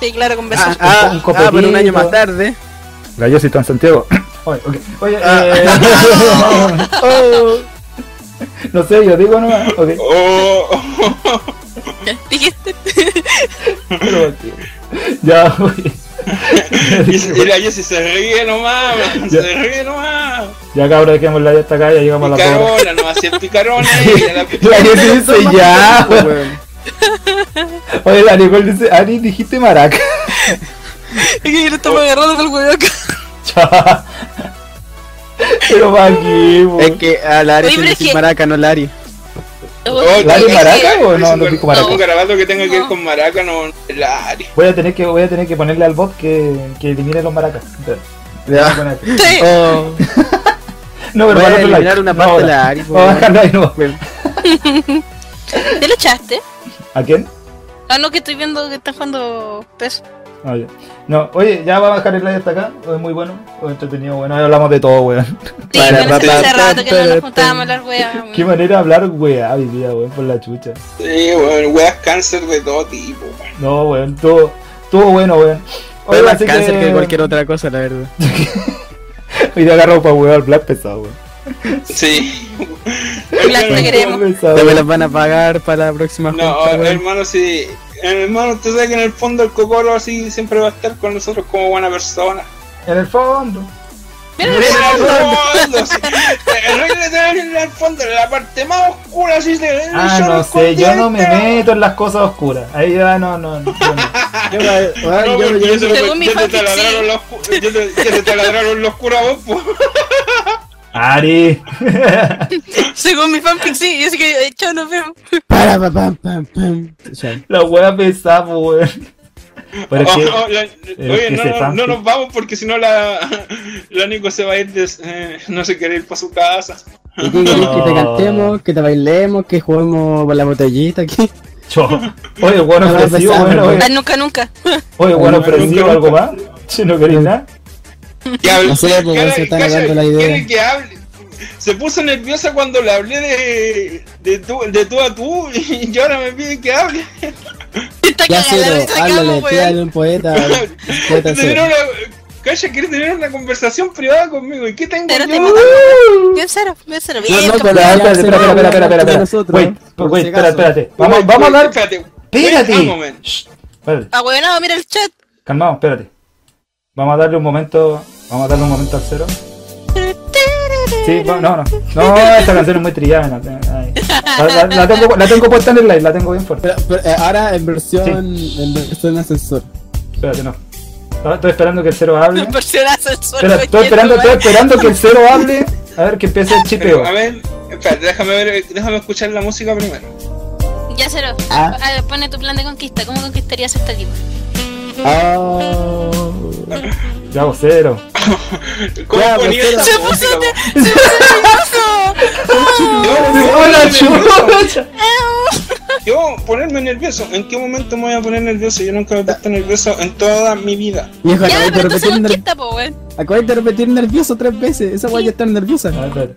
Speaker 4: Sí, claro, con besos.
Speaker 1: Ah, ah,
Speaker 2: Un
Speaker 1: ah, pero un año
Speaker 2: copetito.
Speaker 1: más tarde.
Speaker 2: Gallo si está en Santiago. Oye, ok. Oye,
Speaker 5: Ah.
Speaker 2: eh,
Speaker 1: Oh,
Speaker 2: no sé, yo digo nomás. Ok,
Speaker 5: Oh, oh, oh,
Speaker 4: Dijiste,
Speaker 2: pero- ya, oye.
Speaker 5: y, y la Jessie se ríe nomás, man,
Speaker 2: Ya.
Speaker 5: se ríe nomás.
Speaker 2: Ya cabrón, dejémosla ya hasta acá, ya llegamos a la pobre.
Speaker 5: Picarona, no hacía picarona. y a la-
Speaker 2: La Jessie dice ya.
Speaker 1: weón.
Speaker 2: Oye, la Nicole dice, Ari, dijiste maraca.
Speaker 4: es que yo lo estaba agarrando del huevo acá.
Speaker 2: Ya. Pero va aquí, po.
Speaker 1: Es que a Lari
Speaker 4: Oye,
Speaker 1: se
Speaker 4: pero
Speaker 1: le
Speaker 4: es que-
Speaker 1: dice maraca, no Lari.
Speaker 5: Oh,
Speaker 2: ¿Lari
Speaker 5: es que-
Speaker 2: Maraca o no?
Speaker 5: es un
Speaker 2: No
Speaker 5: gar-
Speaker 2: dijo Maraca.
Speaker 5: un garabato que tenga que ver
Speaker 4: No.
Speaker 5: con Maraca, no Lari.
Speaker 2: Voy a tener que, voy a tener que ponerle al bot que, que elimine los maracas.
Speaker 1: Ya.
Speaker 4: Sí.
Speaker 1: Oh,
Speaker 2: No, pero
Speaker 1: Voy a
Speaker 2: para otro
Speaker 1: eliminar
Speaker 2: like.
Speaker 1: una
Speaker 2: No,
Speaker 1: parte
Speaker 2: ahora.
Speaker 1: de la Ari, po,
Speaker 2: Vamos a
Speaker 1: weón.
Speaker 2: dejarlo ahí, no.
Speaker 1: Weón.
Speaker 2: Oh.
Speaker 4: ¿Te lo echaste?
Speaker 2: ¿A quién?
Speaker 4: Ah, no, que estoy viendo que están jugando E peso.
Speaker 2: Ah, ya. No, oye, ya va a bajar el live hasta acá. Es muy bueno, es entretenido, bueno. Ahí hablamos de todo, weón.
Speaker 4: Sí,
Speaker 1: Para,
Speaker 4: pero
Speaker 1: para,
Speaker 4: hace
Speaker 1: para,
Speaker 4: rato que no
Speaker 1: para,
Speaker 4: nos juntábamos a
Speaker 1: para.
Speaker 4: las weas.
Speaker 2: Qué manera de hablar, weá, hoy día, weón, por la chucha.
Speaker 5: Sí, bueno, weas cáncer de todo tipo. weón.
Speaker 2: No, weón, todo, todo bueno, weón.
Speaker 1: Pero más
Speaker 2: así
Speaker 1: cáncer que cualquier otra cosa, la verdad.
Speaker 2: Hoy día agarro para weón al Black pesado, weón.
Speaker 5: Sí.
Speaker 4: Black te queremos.
Speaker 2: Pesado,
Speaker 1: Ya me
Speaker 2: weón.
Speaker 1: las van a pagar para la próxima
Speaker 5: No,
Speaker 1: junta, weón.
Speaker 5: hermano, sí. Hermano, usted sabe que en el fondo el cocoro así siempre va a estar con nosotros como buena persona.
Speaker 2: En el fondo.
Speaker 5: En el fondo, sí. El rey de tener en el fondo, en la parte más oscura, así de.
Speaker 2: Ah, no sé, yo no me meto en las cosas oscuras. Ahí ya no, no, no. yo no.
Speaker 1: Yo, weón,
Speaker 5: No,
Speaker 1: yo-
Speaker 5: porque
Speaker 1: yo-
Speaker 5: ya te-
Speaker 4: Según mi
Speaker 5: ya te
Speaker 4: fanfic,
Speaker 5: taladraron
Speaker 4: sí.
Speaker 5: la oscu- ya te- ya te taladraron la oscura vos, po.
Speaker 2: Ari.
Speaker 4: Según mi fanfic, sí, es que de hecho nos vemos.
Speaker 1: Para, pa, pam, pam, pam. Ya.
Speaker 2: la wea pesada, weón. Pero es
Speaker 5: Oh,
Speaker 2: que.
Speaker 5: oh, la-
Speaker 2: pero es
Speaker 5: oye,
Speaker 2: que
Speaker 5: no,
Speaker 2: ese
Speaker 5: no,
Speaker 2: fanfic-
Speaker 5: no nos vamos porque si no la, la Nico se va a ir, des- eh, no se quiere ir para su casa.
Speaker 1: ¿Y qué querés que te cantemos, que te bailemos, que juguemos por la botellita aquí?
Speaker 5: oh.
Speaker 2: Cho. Oye, weón
Speaker 1: No,
Speaker 2: ofreció,
Speaker 1: pesado,
Speaker 2: weón.
Speaker 1: weón.
Speaker 2: oye.
Speaker 4: Ah, nunca, nunca.
Speaker 2: Oye, weón
Speaker 1: Nunca,
Speaker 2: ofreció
Speaker 5: nunca.
Speaker 2: algo más. Si no queréis nada.
Speaker 5: Ya,
Speaker 1: No sé, porque
Speaker 5: cara-
Speaker 1: se está
Speaker 5: calla,
Speaker 1: negando la idea.
Speaker 5: quiere que hable. Se puso nerviosa cuando le hablé de, de, tú, de tú a tú y ahora me pide que hable.
Speaker 4: Está
Speaker 1: Ya
Speaker 4: cagada,
Speaker 1: cero,
Speaker 4: está
Speaker 1: háblale,
Speaker 4: cagada, weón.
Speaker 1: pídale un poeta.
Speaker 5: Quiere
Speaker 1: Poeta
Speaker 5: tener
Speaker 1: cero.
Speaker 5: una- Calla quiere tener una conversación privada conmigo. ¿Y qué tengo
Speaker 4: Pero
Speaker 5: yo?
Speaker 4: tengo Bien cero, bien cero. Bien,
Speaker 1: no,
Speaker 4: campeón.
Speaker 1: pero-
Speaker 2: Espera, espera,
Speaker 1: se
Speaker 2: espera,
Speaker 1: va a
Speaker 2: espera, espera,
Speaker 1: hablar
Speaker 2: espera,
Speaker 1: de
Speaker 2: espera.
Speaker 1: nosotros,
Speaker 2: Wait,
Speaker 1: por
Speaker 2: wait,
Speaker 1: si
Speaker 2: espera,
Speaker 1: acaso.
Speaker 2: espérate. Vamos,
Speaker 5: Wait,
Speaker 2: vamos a
Speaker 5: wait,
Speaker 2: hablar.
Speaker 5: Uh, Espérate. Wait un
Speaker 2: Espérate.
Speaker 5: moment.
Speaker 2: Shh, Espérate.
Speaker 4: Ah, weón, mira el chat.
Speaker 2: Calmado, espérate. Vamos a darle un momento. Vamos a darle un momento al cero. Sí, va- no, no. No, esta canción es muy trillada. no te- ay. La, la- la tengo, la tengo puesta en el live, la tengo bien fuerte.
Speaker 1: Pero, pero, eh, ahora en versión, en versión ascensor.
Speaker 2: Espérate, no. No, Estoy esperando que el cero hable.
Speaker 4: Personazo el suelo.
Speaker 2: Espera, estoy esperando, estoy esperando que el cero hable. A ver que empiece el chipeo.
Speaker 5: Pero, a ver, espérate, déjame ver, déjame escuchar la música primero.
Speaker 4: Ya cero.
Speaker 1: Ah.
Speaker 4: A ver, pone tu plan de conquista. ¿Cómo conquistarías este a esta diva?
Speaker 1: Oh.
Speaker 2: Ya, vos, cero.
Speaker 5: ¿Cómo
Speaker 1: Ya,
Speaker 5: ponía
Speaker 1: pero-
Speaker 5: esta
Speaker 4: Se
Speaker 5: música,
Speaker 4: puso
Speaker 5: po?
Speaker 4: te- se puso nervioso.
Speaker 2: ¡Hola, chucha!
Speaker 5: Yo ponerme nervioso, ¿en qué momento me voy a poner nervioso? Yo nunca me he puesto nervioso en toda mi vida.
Speaker 1: Viejo,
Speaker 4: Ya,
Speaker 1: acabáis de,
Speaker 4: pero entonces
Speaker 1: repetir ner-
Speaker 4: conquista, po, weón.
Speaker 1: acabáis de repetir nervioso tres veces. Esa weá ya está nerviosa.
Speaker 2: A ver, espérate.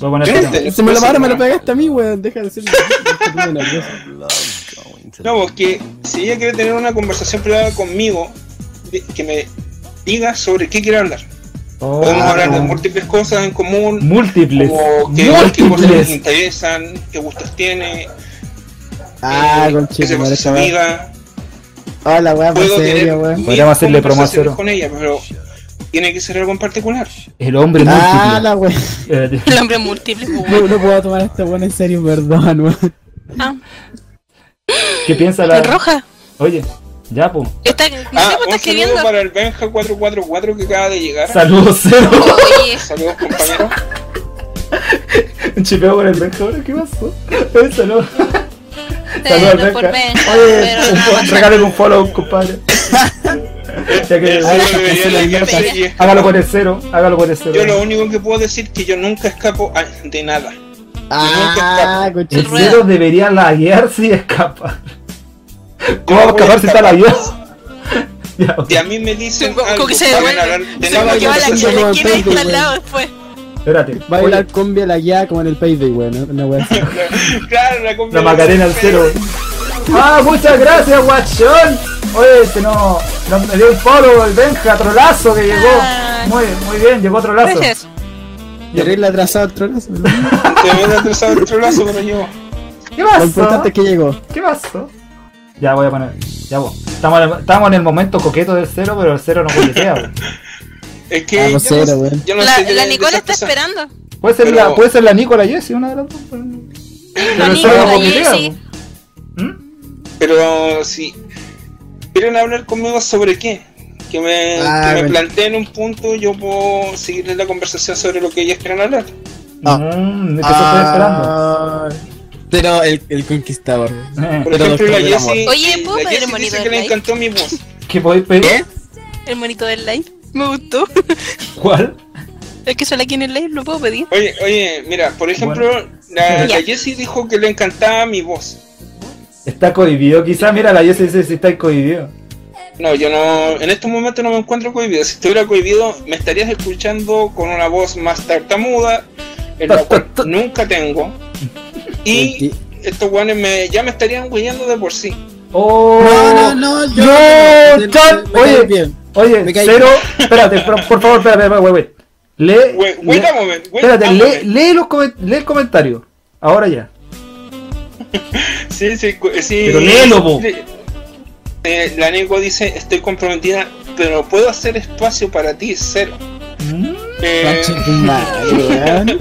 Speaker 2: Voy a poner este tema.
Speaker 1: Se me lo, ahora me lo pegaste a mí, Ah, weón. Deja de decir.
Speaker 5: No, porque si ella quiere tener una conversación privada conmigo, de- que me diga sobre qué quiere hablar. Podemos
Speaker 2: Oh.
Speaker 5: hablar de múltiples cosas en común,
Speaker 2: Múltiples.
Speaker 5: como Oh, qué, qué cosas les
Speaker 2: Múltiples.
Speaker 5: interesan, qué gustos tiene,
Speaker 1: Ah,
Speaker 5: eh, qué
Speaker 1: conchito,
Speaker 5: se pasa
Speaker 1: madre,
Speaker 5: su
Speaker 1: chaval.
Speaker 5: vida.
Speaker 1: Hola, weón, por
Speaker 5: Puedo tener
Speaker 1: serio, weón.
Speaker 5: mil
Speaker 2: Podríamos hacerle promo a
Speaker 5: conversaciones
Speaker 2: Cero.
Speaker 5: con ella, pero tiene que ser algo en particular.
Speaker 2: El hombre
Speaker 1: Ah,
Speaker 2: múltiple. Eh,
Speaker 1: la weón.
Speaker 2: Espérate.
Speaker 4: El hombre múltiple, po, weón.
Speaker 1: No, no puedo tomar esta weón en serio, perdón, weón.
Speaker 4: Ah,
Speaker 2: ¿Qué piensa la.?
Speaker 4: en roja.
Speaker 2: Oye, ya, po.
Speaker 4: Está, no sé
Speaker 5: Ah,
Speaker 4: cómo está
Speaker 5: un
Speaker 4: escribiendo.
Speaker 5: saludo para el Benja 444 que acaba de llegar.
Speaker 2: Saludos, cero.
Speaker 4: Oye,
Speaker 5: Saludos compañeros.
Speaker 2: Un chipeo con el Benja ahora, ¿qué pasó? Eh, Eso no.
Speaker 4: Sí,
Speaker 2: Saludos al
Speaker 4: no por
Speaker 2: Benja.
Speaker 4: menos,
Speaker 2: Oye,
Speaker 4: pero
Speaker 2: un
Speaker 4: no
Speaker 2: fo-
Speaker 4: pasa
Speaker 2: regálale un follow, compadre. ya que,
Speaker 5: Eso
Speaker 2: hágalo-
Speaker 5: lo debería
Speaker 1: cancela
Speaker 5: leer,
Speaker 4: mierda.
Speaker 5: sí, es-
Speaker 2: hágalo con el cero, hágalo con el cero.
Speaker 5: Yo lo único que puedo decir es que yo nunca escapo a- de nada.
Speaker 1: Ah,
Speaker 2: El
Speaker 1: coche.
Speaker 4: rueda.
Speaker 2: cero debería laguear si escapa.
Speaker 5: Yo
Speaker 2: ¿Cómo va a
Speaker 5: voy a
Speaker 2: escapar si está
Speaker 5: escapar.
Speaker 2: lagueado? Ya, ok.
Speaker 5: Y a mí me dicen
Speaker 4: Como
Speaker 5: algo,
Speaker 4: que se
Speaker 5: vayan
Speaker 4: devuelve.
Speaker 5: a hablar de
Speaker 4: Se
Speaker 5: nada,
Speaker 1: va,
Speaker 4: que
Speaker 5: yo
Speaker 4: va a la
Speaker 5: no sé
Speaker 1: se
Speaker 4: esquina
Speaker 1: va
Speaker 4: y
Speaker 1: al
Speaker 4: está al
Speaker 1: Facebook,
Speaker 4: lado después.
Speaker 2: espérate.
Speaker 1: Va a
Speaker 2: Oye,
Speaker 1: bailar combi a la guía como en el Payday, weón. ¿no? Una wea así.
Speaker 5: Claro, la, combi-
Speaker 2: La Macarena al cero. ¡Ah, muchas gracias, guachón! Oye, se nos, nos me dio un follow el Benja, trolazo que llegó.
Speaker 4: Ah.
Speaker 2: Muy, muy bien, llegó trolazo.
Speaker 4: Gracias.
Speaker 1: Terrible atrasado el trolazo. weón.
Speaker 5: Te voy a atrasar otro lazo, pero yo.
Speaker 2: ¿Qué
Speaker 1: Lo
Speaker 2: pasó?
Speaker 1: importante es que llegó.
Speaker 2: ¿Qué pasó? Ya voy a poner, ya voy. Estamos en el, estamos en el momento coqueto del cero, pero el cero no coquetea. weón.
Speaker 5: Es que.
Speaker 1: Ah,
Speaker 5: yo
Speaker 1: no
Speaker 5: no
Speaker 1: cero,
Speaker 5: sé-
Speaker 1: weón.
Speaker 5: yo no
Speaker 4: La,
Speaker 5: sé de-
Speaker 4: la
Speaker 5: de
Speaker 4: Nicole
Speaker 5: esas
Speaker 4: está
Speaker 5: cosas.
Speaker 4: esperando.
Speaker 2: Puede ser
Speaker 5: Pero-
Speaker 2: la, puede ser la Nicola Jessie, una de las dos. pero- Pero el cero
Speaker 4: Nicola
Speaker 2: no coquetea.
Speaker 4: Jessie.
Speaker 2: weón. ¿Mm?
Speaker 5: Pero si quieren hablar conmigo sobre qué, que me,
Speaker 1: Ah,
Speaker 5: que
Speaker 1: bueno.
Speaker 5: me planteen un punto, yo puedo seguirles la conversación sobre lo que ellas quieran hablar.
Speaker 1: No.
Speaker 2: Mm, que
Speaker 1: Ah, Pero el, el conquistador.
Speaker 2: se estoy esperando. Eh,
Speaker 5: Por
Speaker 1: Pero
Speaker 5: ejemplo, la
Speaker 1: doctor del amor.
Speaker 5: Jessie,
Speaker 4: Oye, ¿puedo
Speaker 5: la
Speaker 4: pedir el
Speaker 5: Jessie
Speaker 4: monito
Speaker 5: dice
Speaker 4: de
Speaker 5: que le
Speaker 4: Play?
Speaker 5: encantó mi voz.
Speaker 2: ¿Qué podéis pedir?
Speaker 1: ¿Qué?
Speaker 4: El monito del live. Me gustó.
Speaker 2: ¿Cuál?
Speaker 4: Es que solo aquí en el live lo puedo pedir.
Speaker 5: Oye, oye, mira, por ejemplo, la, la
Speaker 4: Ya.
Speaker 5: Jessie dijo que le encantaba mi voz.
Speaker 2: Está cohibido, quizás. Mira, la Jessie dice si está cohibido.
Speaker 5: No, yo no, en estos momentos no me encuentro cohibido. Si estuviera cohibido, me estarías escuchando con una voz más tartamuda, en la cual nunca tengo. Y
Speaker 1: Menti-
Speaker 5: estos guanes me, ya me estarían huyendo de por sí.
Speaker 2: ¡Oh!
Speaker 1: No, no, no, yo.
Speaker 2: No, chan.
Speaker 1: Me cae
Speaker 2: Oye.
Speaker 1: bien.
Speaker 2: Oye,
Speaker 1: Me caí.
Speaker 2: cero. Espérate, por, por favor, espérate, espérate, wait, wait. Lee.
Speaker 5: Wait,
Speaker 2: lee-
Speaker 5: wait a moment, wait a
Speaker 2: espérate, lee,
Speaker 5: moment.
Speaker 2: lee, los comen- lee el comentario. Ahora ya.
Speaker 5: Sí, sí, cu- sí.
Speaker 2: Pero léelo, po.
Speaker 5: Eh, la Nico dice, estoy comprometida, pero puedo hacer espacio para ti, cero.
Speaker 2: Mm,
Speaker 5: Eh,
Speaker 1: Conche tu madre, weón.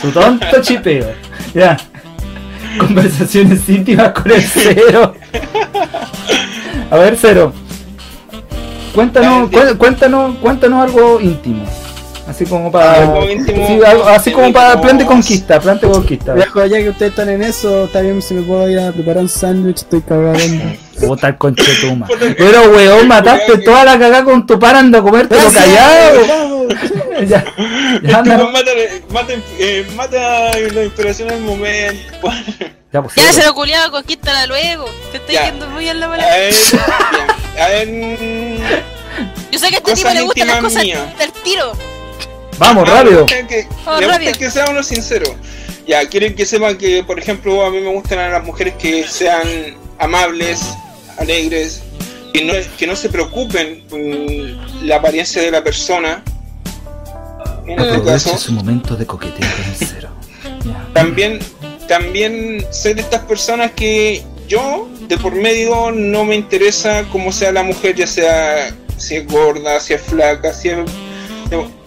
Speaker 2: su tonto chipeo. Ya. Conversaciones íntimas con el cero. A ver, cero. Cuéntanos,
Speaker 5: Dale,
Speaker 2: cu- cuéntanos, cuéntanos algo íntimo. Así como para.
Speaker 5: Algo íntimo.
Speaker 2: Sí, algo- así como para plan de
Speaker 5: Íntimo.
Speaker 2: conquista, plan de conquista.
Speaker 1: Viejo, ya que ustedes están en eso, está bien si me puedo ir a preparar un sándwich, estoy cagado.
Speaker 2: Puta el conchetuma. Pero weón, mataste toda la cagada con tu par anda a comértelo callado. Ya,
Speaker 5: este
Speaker 2: ya,
Speaker 5: weón
Speaker 2: anda,
Speaker 5: mata, mata, eh, mata la inspiración al momento.
Speaker 2: ya, pues,
Speaker 4: Ya
Speaker 2: cero.
Speaker 4: se lo culiaba, conquístala luego. Te estoy
Speaker 5: Ya.
Speaker 4: yendo muy en la
Speaker 5: A
Speaker 4: bola.
Speaker 5: ver, bien, a ver,
Speaker 4: Yo sé que a este
Speaker 5: cosas
Speaker 4: tipo le gustan las
Speaker 5: íntimas
Speaker 4: cosas
Speaker 5: mías.
Speaker 4: del tiro.
Speaker 2: Vamos,
Speaker 5: Ah,
Speaker 2: rápido.
Speaker 5: me gusta que-
Speaker 4: Vamos,
Speaker 5: me gusta
Speaker 4: rápido.
Speaker 5: que sea uno sincero. Ya, quieren que sepan que, por ejemplo, a mí me gustan a las mujeres que sean amables, alegres, que no, que no se preocupen por la apariencia de la persona. En este caso,
Speaker 2: su momento de coqueteo con el cero.
Speaker 5: también, también soy de estas personas que yo, de por medio, no me interesa cómo sea la mujer, ya sea si es gorda, si es flaca, si es.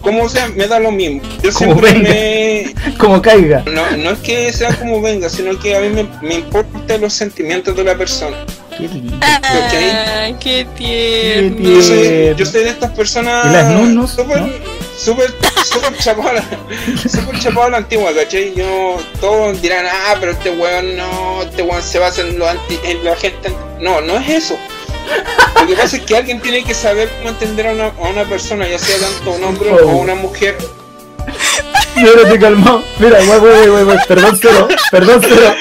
Speaker 5: Como sea, me da lo mismo. Yo
Speaker 2: Como
Speaker 5: siempre
Speaker 2: venga.
Speaker 5: me.
Speaker 2: Como caiga.
Speaker 5: No, no es que sea como venga, sino que a mí me, me importan los sentimientos de la persona.
Speaker 4: Ay, Ah, qué tierno.
Speaker 2: Qué
Speaker 5: Yo
Speaker 2: tierno.
Speaker 5: soy,
Speaker 2: Bien.
Speaker 5: yo soy de estas personas.
Speaker 2: eh, ¿Y las nunos,
Speaker 5: Súper,
Speaker 2: no?
Speaker 5: súper, súper chapado a la- súper chapado a la antigua, ¿cachai? Yo, todos dirán, ah, pero este weón no, este weón se basa en, lo anti, en la gente. anti-". No, no es eso. Lo que pasa es que alguien tiene que saber cómo entender a una, a una persona, ya sea tanto un hombre
Speaker 2: Oh.
Speaker 5: o una mujer.
Speaker 2: Mira, te calmó. Mira, wey, wey, wey, wey. Perdón, cero. Perdón, cero.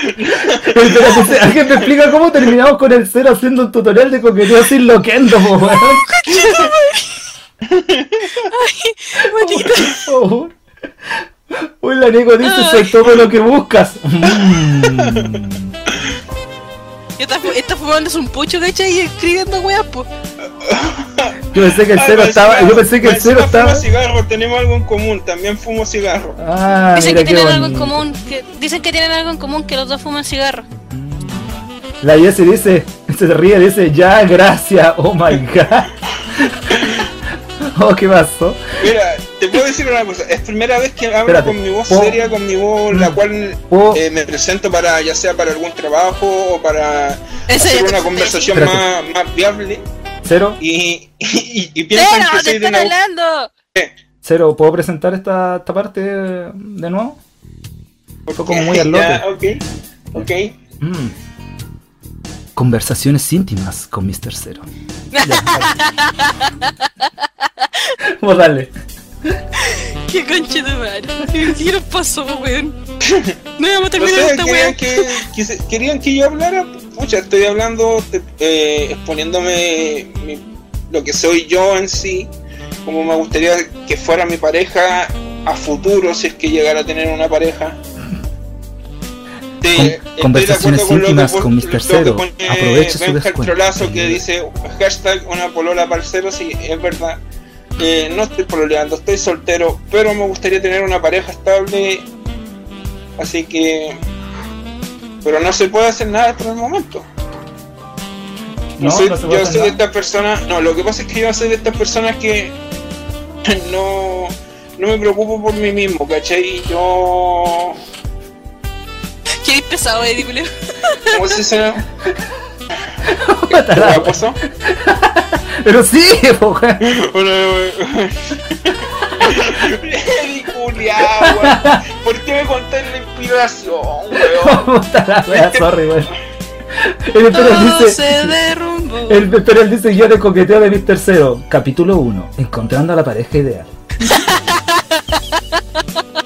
Speaker 2: Espérate, cero. alguien me explica cómo terminamos con el cero haciendo un tutorial de coqueteo sin loquendo, po, weón. Por favor. Uy, la Nico dice, soy todo lo que buscas. Mm.
Speaker 4: Yo está, fu- está fumándose un pucho, ¿cachai? Y escribiendo weas, pues.
Speaker 2: Yo pensé que el cero
Speaker 5: Ah,
Speaker 2: estaba... Yo
Speaker 5: encima-
Speaker 2: pensé que el
Speaker 5: encima
Speaker 2: cero estaba...
Speaker 5: Fumo cigarro, tenemos algo en común, también fumo cigarro.
Speaker 2: Ah,
Speaker 4: Dicen
Speaker 2: mira,
Speaker 4: que
Speaker 2: qué
Speaker 4: tienen algo en
Speaker 2: bonito.
Speaker 4: común. Que, dicen que tienen algo en común que los dos fuman cigarro.
Speaker 2: La Jessie dice, se ríe, dice, ya, gracias, oh my god. oh, ¿qué pasó?
Speaker 5: Mira, te puedo decir una cosa, es primera vez que hablo
Speaker 2: Espérate,
Speaker 5: con mi voz
Speaker 2: ¿puedo? Mm.
Speaker 5: seria, con mi voz la cual
Speaker 2: ¿Puedo?
Speaker 5: eh, me presento para ya sea para algún trabajo o para
Speaker 4: Eso
Speaker 5: hacer
Speaker 4: ya
Speaker 5: una
Speaker 4: te-
Speaker 5: conversación
Speaker 2: sí.
Speaker 5: más, más viable
Speaker 2: ¿Cero?
Speaker 5: y, y, y-
Speaker 4: ¡Cero!
Speaker 5: y piensan que
Speaker 4: ¡Te
Speaker 5: soy de
Speaker 4: están
Speaker 5: una,
Speaker 4: hablando!
Speaker 2: Cero, ¿puedo presentar esta, esta parte de nuevo? Fue como muy al
Speaker 5: Ya,
Speaker 2: lote.
Speaker 5: ok, ok.
Speaker 2: Mm. Conversaciones íntimas con Mr. Cero. Ya, dale. Vos dale.
Speaker 4: Qué conche de madre. ¿Qué nos pasó, weón? No íbamos a
Speaker 5: No
Speaker 4: terminar
Speaker 5: sé,
Speaker 4: esta
Speaker 5: querían
Speaker 4: weón.
Speaker 5: que, que se- querían que yo hablara. Pucha, estoy hablando, te- eh, exponiéndome mi- lo que soy yo en sí, como me gustaría que fuera mi pareja a futuro, si es que llegara a tener una pareja. Sí,
Speaker 2: Con-
Speaker 5: estoy de
Speaker 2: conversaciones
Speaker 5: acuerdo con lo que
Speaker 2: íntimas
Speaker 5: pon-
Speaker 2: con Mr.
Speaker 5: lo que
Speaker 2: Cero.
Speaker 5: pone
Speaker 2: Aproveche su
Speaker 5: Benja el
Speaker 2: descuento.
Speaker 5: Trolazo que dice hashtag una polola para el cero, sí, es verdad. Eh, no estoy pololeando, estoy soltero, pero me gustaría tener una pareja estable. Así que. Pero no se puede hacer nada por el momento. Yo soy-
Speaker 2: no se puede
Speaker 5: yo
Speaker 2: hacer
Speaker 5: soy de
Speaker 2: nada.
Speaker 5: estas personas. No, lo que pasa es que yo soy de estas personas que. No. No me preocupo por mí mismo, ¿cachai? Y Yo.
Speaker 4: Qué pesado, eh, ridículo.
Speaker 5: ¿Cómo se dice? ¿Qué
Speaker 2: Matará.
Speaker 5: pasó?
Speaker 2: Pero sí, po, weón.
Speaker 5: Ridiculeado, weón. ¿Por qué me contáis la inspiración, weón?
Speaker 2: Puta la wea, sorry, weón. El Perel
Speaker 4: Todo
Speaker 2: dice,
Speaker 4: se derrumbó.
Speaker 2: el Perel dice yo de coqueteo de Mr. Cero, capítulo 1, encontrando a la pareja ideal.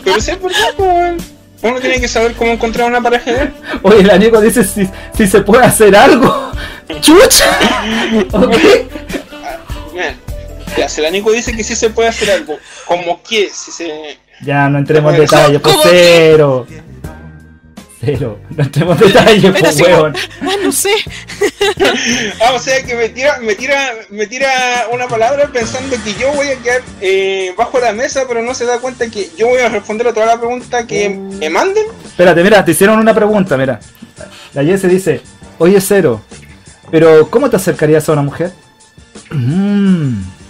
Speaker 5: Pero si es verdad, po, weón. Uno tiene que saber cómo encontrar una pareja ideal.
Speaker 2: Oye, el amigo dice si, si se puede hacer algo. ¡Chucha! ¿Ok?
Speaker 5: Mira, Ya, si la Nico dice que sí se puede hacer algo, como que si se.
Speaker 2: Ya, no entremos en
Speaker 5: ¿Cómo-
Speaker 2: detalles, pues
Speaker 4: cómo que?
Speaker 2: cero. Cero, no entremos en detalles,
Speaker 4: Era
Speaker 2: pues
Speaker 4: así como,
Speaker 2: weón.
Speaker 4: ah, no sé.
Speaker 5: Ah, o sea que me tira, me tira, me tira una palabra pensando que yo voy a quedar eh, bajo la mesa, pero no se da cuenta que yo voy a responder a toda la pregunta que me manden.
Speaker 2: Espérate, mira, te hicieron una pregunta, mira. La Jesse dice, oye Cero, pero ¿cómo te acercarías a una mujer? Mmm.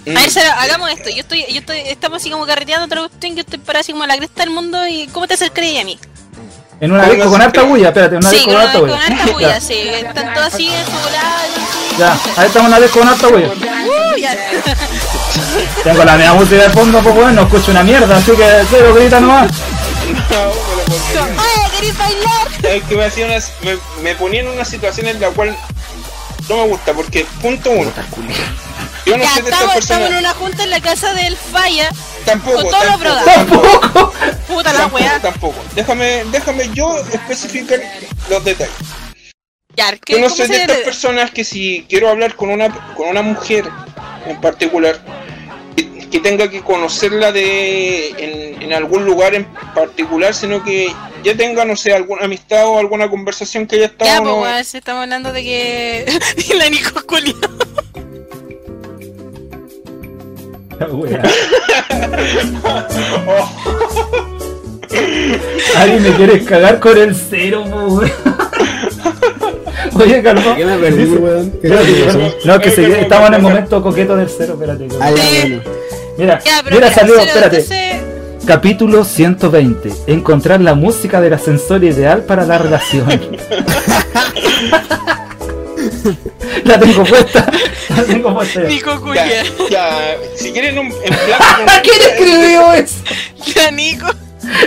Speaker 4: A ver,
Speaker 5: Mm.
Speaker 4: Sara, hagamos esto. Yo estoy, yo estoy, estamos así como carreteando otra cuestión. Yo estoy parada así como a la cresta del mundo. ¿Y cómo te acercarías a mí?
Speaker 2: En una
Speaker 5: Con
Speaker 2: disco con
Speaker 5: una-
Speaker 2: harta bulla, espérate, en una
Speaker 4: sí,
Speaker 2: disco con harta
Speaker 4: con,
Speaker 2: bulla.
Speaker 4: con harta bulla,
Speaker 2: Ya,
Speaker 4: sí. Están todos así enfogonados.
Speaker 2: Ya, ahí estamos en una disco con harta bulla.
Speaker 4: Uh, ya.
Speaker 2: Tengo la misma música de fondo, pues bueno, no escucho una mierda, así que cero grita nomás.
Speaker 5: No, me lo consigo.
Speaker 4: ¡Oye, querés bailar!
Speaker 5: Es que me, hacía unas- me, me ponía en una situación en la cual no me gusta, porque punto uno. Yo no
Speaker 4: Ya
Speaker 5: soy de estas
Speaker 4: estamos, estamos en
Speaker 5: personas.
Speaker 4: una junta en la casa del Falla.
Speaker 5: Tampoco,
Speaker 4: con todos los
Speaker 5: tampoco,
Speaker 4: brothers.
Speaker 2: Tampoco.
Speaker 4: Puta la
Speaker 5: tampoco,
Speaker 4: weá.
Speaker 5: tampoco. Déjame, déjame yo especificar los detalles.
Speaker 4: Ya, ¿qué,
Speaker 5: Yo no
Speaker 4: ¿cómo
Speaker 5: soy de
Speaker 4: se
Speaker 5: estas personas que si quiero hablar con una con una mujer en particular que, que tenga que conocerla de en, en algún lugar en particular, sino que ya tenga no sé alguna amistad o alguna conversación que haya estado
Speaker 4: Ya, pues
Speaker 5: no-
Speaker 4: weón, si estamos hablando de que. y la Nico Julio.
Speaker 2: La wea. Alguien me quiere cagar con el cero, po, weón. Oye, calma.
Speaker 1: ¿Qué me perdí, weón? ¿Qué
Speaker 2: Espérate,
Speaker 1: pasó?
Speaker 2: espérate. No, que se- estamos en el momento coqueto del cero, espérate.
Speaker 1: Ah,
Speaker 2: calma.
Speaker 1: ya, bueno.
Speaker 2: Mira,
Speaker 4: Ya, pero.
Speaker 2: mira,
Speaker 4: ya,
Speaker 2: salió,
Speaker 4: cero,
Speaker 2: espérate.
Speaker 4: entonces,
Speaker 2: Capítulo 120. Encontrar la música del ascensor ideal para la relación. la tengo puesta. La tengo puesta. ya.
Speaker 4: Nico
Speaker 5: Ya,
Speaker 4: Julia.
Speaker 5: ya, si quieren un, en blanco con-
Speaker 2: ¿Quién escribió eso?
Speaker 4: La Nico.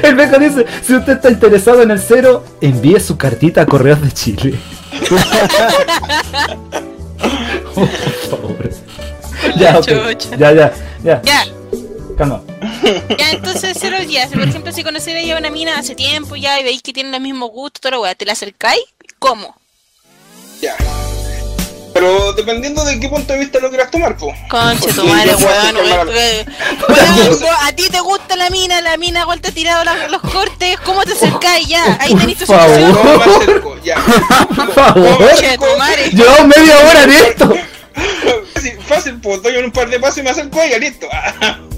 Speaker 2: El beco dice, si usted está interesado en el cero, envíe su cartita a Correos de Chile. Oh, por favor. Ya, ok.
Speaker 4: Chucha.
Speaker 2: ya, ya, ya,
Speaker 4: Ya,
Speaker 2: calma.
Speaker 4: ya, entonces cero días. Por ejemplo, si conocéis ya a una mina hace tiempo ya y veis que tienen los mismos gustos, toda la weá, ¿te la acercáis? ¿Cómo?
Speaker 5: ya. Pero dependiendo de qué punto de vista lo quieras tomar, pues.
Speaker 4: Conche tu
Speaker 5: Porque
Speaker 4: madre,
Speaker 5: yo voy a
Speaker 4: weón,
Speaker 5: tomar-
Speaker 4: weón. eh, Weón, vos- a ti te gusta la mina, la mina, igual te ha tirado la- los cortes. ¿Cómo te acercáis ya? Ahí
Speaker 2: Por
Speaker 4: tenéis tu
Speaker 2: favor.
Speaker 4: situación.
Speaker 5: No me acerco, ya.
Speaker 2: Por favor.
Speaker 4: Conche tu madre.
Speaker 2: Llevamos media hora en esto.
Speaker 5: Fácil, fácil, pues doy un par de pasos y me acerco a ella, listo.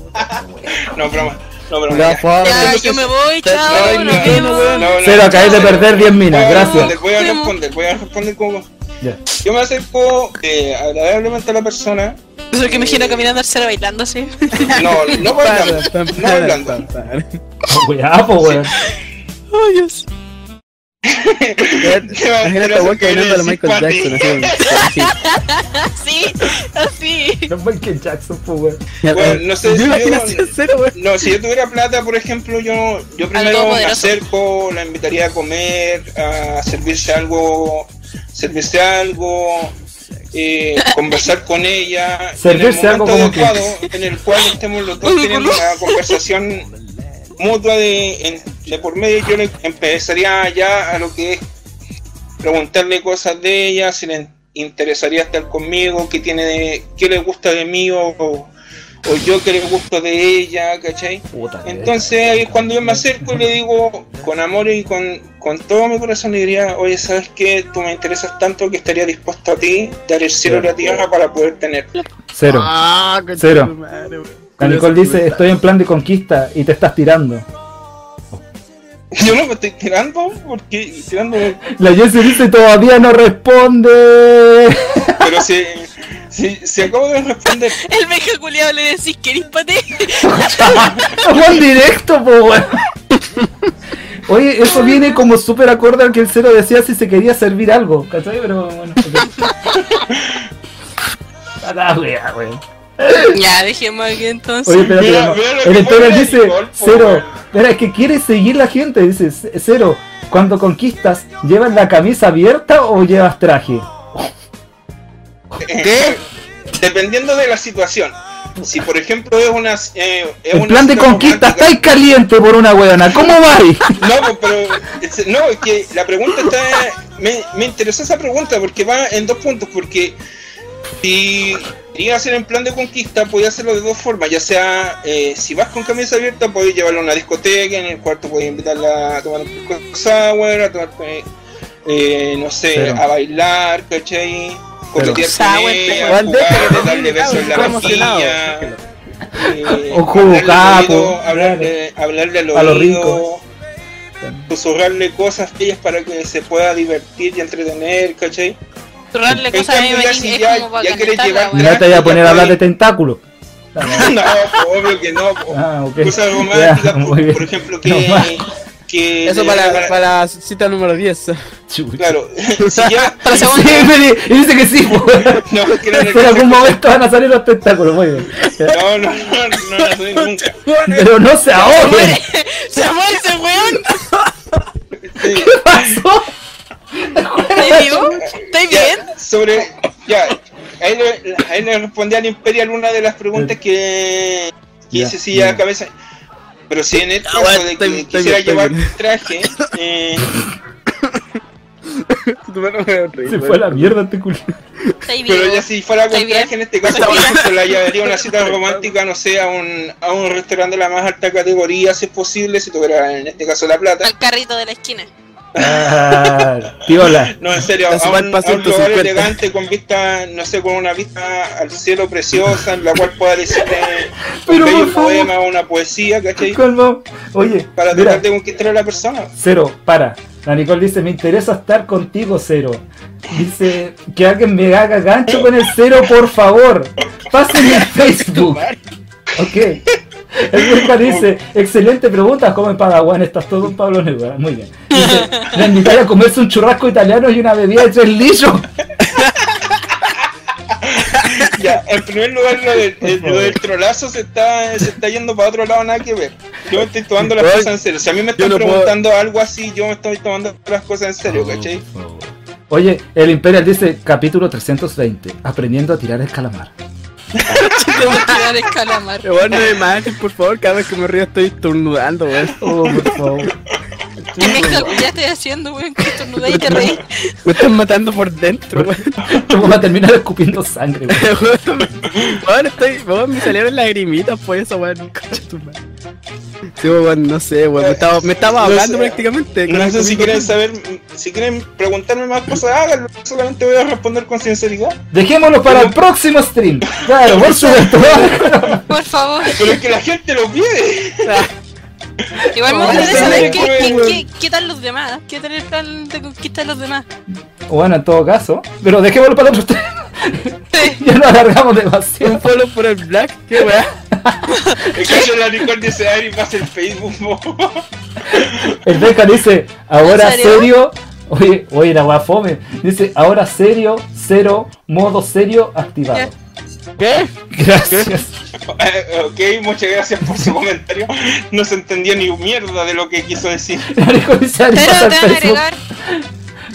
Speaker 5: no, broma, no, broma.
Speaker 1: No,
Speaker 5: ya.
Speaker 1: por-
Speaker 4: Ya, yo me voy,
Speaker 5: No,
Speaker 4: chao,
Speaker 5: no,
Speaker 4: nos
Speaker 5: no,
Speaker 4: vemos.
Speaker 5: no, no,
Speaker 2: Cero, acabáis de
Speaker 5: no,
Speaker 2: perder 10 minas,
Speaker 5: Voy a
Speaker 2: gracias.
Speaker 5: responder, Voy a responder, voy a responder como.
Speaker 2: Ya.
Speaker 5: Yo me acerco eh, agradablemente a la persona.
Speaker 4: Eso que me imagino caminando al cero bailando así.
Speaker 5: No, no bailando,
Speaker 2: Oh,
Speaker 5: no hablando.
Speaker 2: Ah, weá, po, weón.
Speaker 1: Imagínate a weón caminando a la Michael Jackson. Así,
Speaker 4: Así, así.
Speaker 2: No Michael Jackson, pues, weón.
Speaker 1: así.
Speaker 5: Bueno, no sé,
Speaker 1: Yo
Speaker 5: yo-
Speaker 1: imagino así en cero, weón.
Speaker 5: No, si yo tuviera plata, por ejemplo, yo, yo primero me
Speaker 4: Todopoderoso.
Speaker 5: acerco, la invitaría a comer, a servirse algo, servirse algo, eh, conversar con ella.
Speaker 2: Servirse
Speaker 5: en el
Speaker 2: algo
Speaker 5: momento
Speaker 2: como que-
Speaker 5: adecuado en el cual estemos los dos teniendo una conversación mutua de, en- de por medio. Yo le empezaría ya a lo que es preguntarle cosas de ella, si le interesaría estar conmigo, qué tiene, de- qué le gusta de mí o, o o yo qué le gusto de ella, ¿cachai?
Speaker 2: Puta. que-
Speaker 5: Entonces ahí es cuando yo me acerco y le digo con amor y con, con todo mi corazón, le diría, oye, ¿sabes qué? Tú me interesas tanto que estaría dispuesto a ti dar el cielo a la tierra para poder tener.
Speaker 2: Cero.
Speaker 1: Ah, concha
Speaker 2: Cero.
Speaker 1: tu madre, weón.
Speaker 2: La Nicole dice, estoy en plan de conquista y te estás tirando.
Speaker 5: Yo no me estoy tirando, porque tirando...
Speaker 2: La Jessie dice, todavía no responde.
Speaker 5: Pero si, si, si acabo de responder,
Speaker 4: El meja culiado le decís, ¿querís pate?
Speaker 2: Buen directo, po, weón. Oye, eso viene como súper acorde al que el cero decía si se quería servir algo, ¿cachai? Pero bueno. ok. A la wea, weón.
Speaker 4: Ya, dejemos aquí entonces.
Speaker 2: Oye, espérate,
Speaker 5: Mira,
Speaker 2: no.
Speaker 5: mira lo
Speaker 2: el
Speaker 5: que
Speaker 2: editorial
Speaker 5: pone
Speaker 2: dice,
Speaker 5: Nicole, po,
Speaker 2: cero,
Speaker 5: weón.
Speaker 2: espera, es que quiere seguir la gente, dice, "C- cero, cuando conquistas, ¿llevas la camisa abierta o llevas traje?
Speaker 1: ¿Qué?
Speaker 5: dependiendo de la situación, si por ejemplo es una... eh, es
Speaker 2: El
Speaker 5: una
Speaker 2: plan de
Speaker 5: cita
Speaker 2: conquista,
Speaker 5: romántica-
Speaker 2: estáis caliente por una weona, ¿cómo vais?
Speaker 5: No, pues, pero es- no, es que la pregunta está. Me, me interesó esa pregunta porque va en dos puntos. Porque si quería hacer en plan de conquista, podía hacerlo de dos formas. Ya sea, eh, si vas con camisa abierta, podés llevarla a una discoteca, en el cuarto podés invitarla a tomar un pisco sour, a tomar, eh, eh, no sé,
Speaker 2: Pero-
Speaker 5: a bailar, ¿cachai? Coquetear con
Speaker 4: Sour,
Speaker 5: ella,
Speaker 1: pero-
Speaker 5: jugar, darle besos en la
Speaker 1: Estoy emocionado.
Speaker 5: mejilla. eh,
Speaker 2: Un jugo
Speaker 5: hablarle al
Speaker 2: capo,
Speaker 5: oído, hablarle, hablarle al
Speaker 2: A los
Speaker 5: oído,
Speaker 2: ricos.
Speaker 5: susurrarle cosas a ellas para que se pueda divertir y entretener, ¿cachai?
Speaker 4: Turrarle
Speaker 5: En
Speaker 4: cosas a mí
Speaker 5: cambio,
Speaker 4: me
Speaker 5: ya
Speaker 4: es
Speaker 5: si ya-
Speaker 4: como para
Speaker 5: ya querés
Speaker 4: calentarla,
Speaker 5: llevar-
Speaker 4: weón.
Speaker 2: No te voy a poner a hablar de tentáculos.
Speaker 5: No, obvio que no. po.
Speaker 2: Ah, ok.
Speaker 5: Cosas
Speaker 2: Ya,
Speaker 5: románticas,
Speaker 2: muy
Speaker 5: por,
Speaker 2: bien.
Speaker 5: por ejemplo, que...
Speaker 2: No, más.
Speaker 5: que
Speaker 1: Eso
Speaker 5: le-
Speaker 1: para, para cita número 10.
Speaker 2: Chucha.
Speaker 5: Claro, si ya...
Speaker 4: Para
Speaker 2: Sí,
Speaker 4: segundo.
Speaker 2: Feli, y dice que sí, po.
Speaker 5: No, que no,
Speaker 2: en algún momento van a salir los tentáculos, muy bien.
Speaker 5: no, no, no, no, no, soy nunca.
Speaker 2: Pero no se ahoguen.
Speaker 4: ¡Se muere ese weón!
Speaker 5: Sí.
Speaker 2: ¿Qué pasó?
Speaker 4: ¿Estás vivo? ¿Estás bien?
Speaker 5: Ya, sobre. Ya. Ahí le, ahí le respondí al Imperial una de las preguntas que. que
Speaker 2: Ya,
Speaker 5: hice si ya
Speaker 2: bien.
Speaker 5: cabeza. Pero si en el
Speaker 1: Ah,
Speaker 5: caso
Speaker 1: bueno,
Speaker 5: de que
Speaker 1: estoy bien, estoy
Speaker 5: quisiera
Speaker 1: bien, estoy
Speaker 5: llevar
Speaker 1: bien.
Speaker 5: traje, eh,
Speaker 2: Se fue a la mierda este culo.
Speaker 4: ¿Estás vivo?
Speaker 5: pero ya si fuera con
Speaker 4: Estoy
Speaker 5: traje,
Speaker 4: bien.
Speaker 5: en este caso,
Speaker 4: Estoy
Speaker 5: por
Speaker 4: bien.
Speaker 5: ejemplo, la llevaría a una cita romántica, no sé, a un, a un restaurante de la más alta categoría, si es posible, si tuviera en este caso la plata.
Speaker 4: Al carrito de la esquina.
Speaker 2: Ah, piola.
Speaker 5: No, en serio,
Speaker 1: La
Speaker 5: a
Speaker 1: Subar
Speaker 5: un,
Speaker 1: pasó
Speaker 5: a un
Speaker 1: en tu
Speaker 5: lugar
Speaker 1: 50.
Speaker 5: elegante con vista, no sé, con una vista al cielo preciosa, en la cual pueda decirle
Speaker 2: Pero, por
Speaker 5: un bello
Speaker 2: favor.
Speaker 5: poema, una poesía, ¿cachai?
Speaker 2: Calma. Oye,
Speaker 5: Para
Speaker 2: mira,
Speaker 5: tratar de conquistar a la persona.
Speaker 2: Cero, para. La Nicole dice, me interesa estar contigo, Cero. Dice, que alguien me haga gancho con el Cero, por favor. Pásenme en Facebook. Ok. El Wilpa dice, excelente pregunta, ¿cómo en Padawan estás todo un Pablo Neruda? Muy bien. Dice, la invitaría a comerse un churrasco italiano y una bebida de tres lillos.
Speaker 5: Ya, en primer lugar, lo del,
Speaker 2: Por
Speaker 5: el- lo
Speaker 2: favor.
Speaker 5: del trolazo se está, se está yendo para otro lado, nada que ver. Yo me estoy tomando las
Speaker 1: Ay,
Speaker 5: cosas en serio. Si a mí me están
Speaker 1: no puedo-
Speaker 5: preguntando algo así, yo me estoy tomando las cosas en serio,
Speaker 2: Ah,
Speaker 5: ¿cachai?
Speaker 2: Oye, el Imperial dice, capítulo 320, aprendiendo a tirar el calamar.
Speaker 4: Te voy a tirar el calamar.
Speaker 1: Bueno, no me mates, por favor, cada vez que me río estoy estornudando, weón.
Speaker 2: Oh, por favor.
Speaker 4: ¿Qué meja culiado estás haciendo, weón? Que estornudás y te reís.
Speaker 1: Me están matando por dentro, weón.
Speaker 2: Yo voy a terminar escupiendo sangre, güey.
Speaker 1: Weón, estoy. Weón, me salieron lagrimitas por eso, weón. Concha tu madre. Sí, weón, no sé, weón. Me estaba, me estaba
Speaker 5: No
Speaker 1: hablando
Speaker 5: sé.
Speaker 2: Eh,
Speaker 1: prácticamente.
Speaker 5: No
Speaker 1: con-
Speaker 5: sé si
Speaker 1: con-
Speaker 5: quieren saber, si quieren preguntarme más cosas, háganlo. Solamente voy a responder con sinceridad.
Speaker 2: Dejémoslo para el próximo stream. Claro, por supuesto.
Speaker 4: Por favor.
Speaker 5: Pero es que la gente lo pide.
Speaker 1: Ah,
Speaker 4: Igual me
Speaker 1: No,
Speaker 4: gustaría
Speaker 1: no,
Speaker 4: saber
Speaker 1: no,
Speaker 4: qué,
Speaker 5: no,
Speaker 4: qué,
Speaker 5: weón.
Speaker 4: qué, qué tal los demás. ah, ¿Qué tal el plan de conquista de los demás?
Speaker 2: Bueno, en todo caso. Pero dejémoslo para otro stream. Ya lo alargamos demasiado.
Speaker 1: Un follow por el black, qué weón.
Speaker 5: El caso de la Nicole dice, Ari, pasa el Facebook. mo".
Speaker 2: El Beca dice, ahora
Speaker 4: ¿En serio?
Speaker 2: serio, Oye, oye, la weá fome. Dice, ahora serio, cero, modo serio activado.
Speaker 6: ¿Qué?
Speaker 2: Gracias.
Speaker 5: Eh, ok, muchas gracias por su comentario. No se entendió ni mierda de lo que quiso decir.
Speaker 2: Marico, dice,
Speaker 4: Pero
Speaker 2: "Arigato al
Speaker 4: te van a
Speaker 2: Facebook".
Speaker 4: agregar.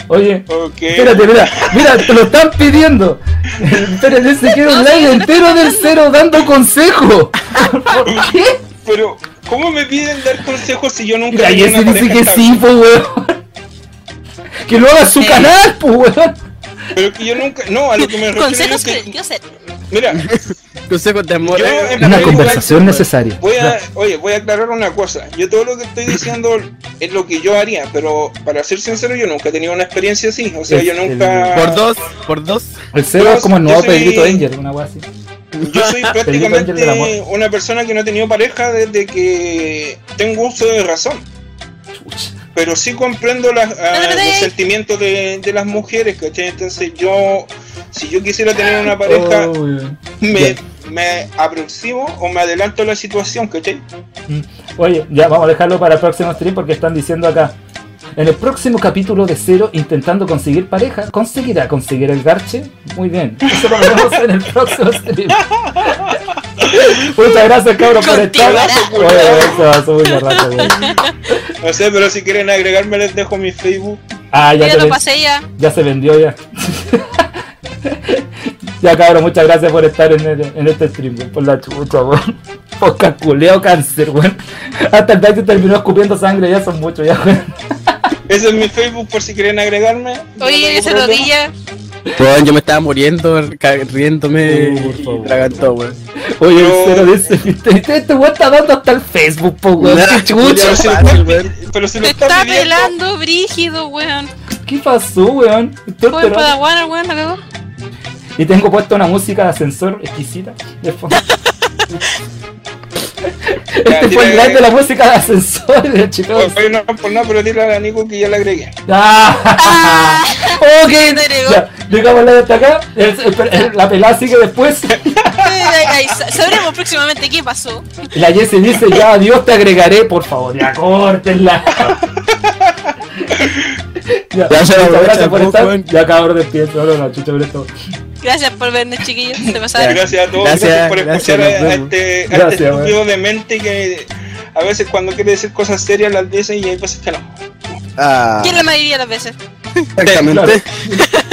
Speaker 2: Oye,
Speaker 5: Ok.
Speaker 2: espérate, mira, mira, te lo están pidiendo. Espérate, se queda un live entero del cero dando consejo. ¿Por qué?
Speaker 5: Pero, ¿cómo me piden dar consejos si yo
Speaker 2: Y
Speaker 5: nunca
Speaker 2: la
Speaker 5: he tenido
Speaker 2: Jessie
Speaker 5: una
Speaker 2: dice
Speaker 5: pareja
Speaker 2: que
Speaker 5: estable?
Speaker 2: sí, pues weón. Que lo haga su
Speaker 4: Sí.
Speaker 2: canal, pues weón.
Speaker 5: Pero que yo nunca. No, a lo que me refiero.
Speaker 4: Consejos
Speaker 5: es
Speaker 4: que
Speaker 5: que-
Speaker 4: dio ser.
Speaker 5: Mira,
Speaker 1: Consejos de amor.
Speaker 5: Yo-
Speaker 1: eh.
Speaker 5: Una conversación
Speaker 2: necesaria.
Speaker 5: voy a, oye, voy a aclarar una cosa. Yo todo lo que estoy diciendo es lo que yo haría, pero para ser sincero, yo nunca he tenido una experiencia así. O sea,
Speaker 2: Es
Speaker 5: yo
Speaker 2: el-
Speaker 5: nunca.
Speaker 1: Por dos, por dos.
Speaker 2: El cero es como el
Speaker 5: Yo
Speaker 2: nuevo
Speaker 5: soy-
Speaker 2: Pedrito Angel, una weá así.
Speaker 5: Yo soy
Speaker 2: Felipe Ángel del
Speaker 5: prácticamente
Speaker 2: amor.
Speaker 5: una persona que no ha tenido pareja desde que tengo uso de razón. Pero sí comprendo las, ah,
Speaker 4: Pero, pero,
Speaker 5: los
Speaker 4: eh.
Speaker 5: sentimientos de, de las mujeres, ¿cachai? Entonces yo, si yo quisiera tener una pareja,
Speaker 2: Oh, weón.
Speaker 5: me, me aproximo o me adelanto a la situación, ¿cachai?
Speaker 2: Oye, ya vamos a dejarlo para el próximo stream porque están diciendo acá. En el próximo capítulo de Cero, intentando conseguir pareja, ¿conseguirá conseguir el garche? Muy bien. Eso lo veremos en el próximo stream. Muchas gracias, cabros, por estar.
Speaker 5: Continuará.
Speaker 2: Oye, eso va a subir la rata, weón.
Speaker 5: No sé, pero si quieren agregarme les dejo mi Facebook.
Speaker 2: Ah, ya,
Speaker 4: Yo
Speaker 2: te
Speaker 4: lo
Speaker 2: ven-
Speaker 4: pasé ya.
Speaker 2: ya se vendió ya. ya, cabros, muchas gracias por estar en, el- en este stream, weón, por la chucha, weón. Por calculeo cáncer, weón. Hasta el Daito terminó escupiendo sangre, ya son muchos, ya, weón.
Speaker 5: Ese es mi Facebook por si quieren agregarme. No
Speaker 4: Oye,
Speaker 5: tengo
Speaker 4: ese lo
Speaker 5: problema.
Speaker 4: di ya.
Speaker 1: Weón, yo me estaba muriendo, ca- riéndome
Speaker 2: Uh, por
Speaker 1: y
Speaker 2: favor.
Speaker 1: tragando, weón.
Speaker 2: Oye,
Speaker 5: No.
Speaker 2: el cero dice, este este weón está dando hasta el Facebook, po, weón.
Speaker 1: Nah,
Speaker 2: Qué chucha.
Speaker 5: Pero si lo
Speaker 1: Fácil,
Speaker 5: está-
Speaker 1: weón.
Speaker 5: Pero si lo
Speaker 4: Te está
Speaker 5: está pidiendo,
Speaker 4: pelando brígido, weón.
Speaker 2: ¿Qué pasó, weón? Estoy
Speaker 4: Joven
Speaker 2: alterado.
Speaker 4: padaguana, weón, la cagó.
Speaker 2: Y tengo puesta una música de ascensor exquisita. de fondo. este fue el
Speaker 5: tira-
Speaker 2: gran de la música de ascensor de Chicago.
Speaker 5: Oye, no, pues no, pero dile a la Nico que ya la agregué.
Speaker 2: Ah, ok,
Speaker 4: entregó.
Speaker 2: ya, digámosle hasta acá. El- el- el- la pelada sigue después.
Speaker 4: Ay, ay, sa- Sabremos próximamente qué pasó.
Speaker 2: Y la Jessie dice: Ya, adiós, te agregaré, por favor. Ya, córtenla. ya,
Speaker 1: Ya se la
Speaker 2: muchas
Speaker 1: aprovecha
Speaker 2: gracias por
Speaker 1: poco,
Speaker 2: estar.
Speaker 1: weón.
Speaker 2: Ya, cabrón, despierto. No, no, chucha, por esto.
Speaker 4: Gracias por vernos, chiquillos. Se
Speaker 5: Ya,
Speaker 4: pasaron.
Speaker 5: Gracias a todos,
Speaker 1: Gracias,
Speaker 5: gracias, por escuchar
Speaker 1: gracias,
Speaker 5: a,
Speaker 1: nos
Speaker 5: a
Speaker 1: vemos.
Speaker 5: este, a
Speaker 2: Gracias,
Speaker 5: este
Speaker 2: weón.
Speaker 5: estúpido de mente que a veces cuando quiere decir cosas serias las dice y hay veces que no.
Speaker 1: Ah,
Speaker 4: ¿Quién la mayoría de las veces?
Speaker 2: Claro.
Speaker 1: exactamente.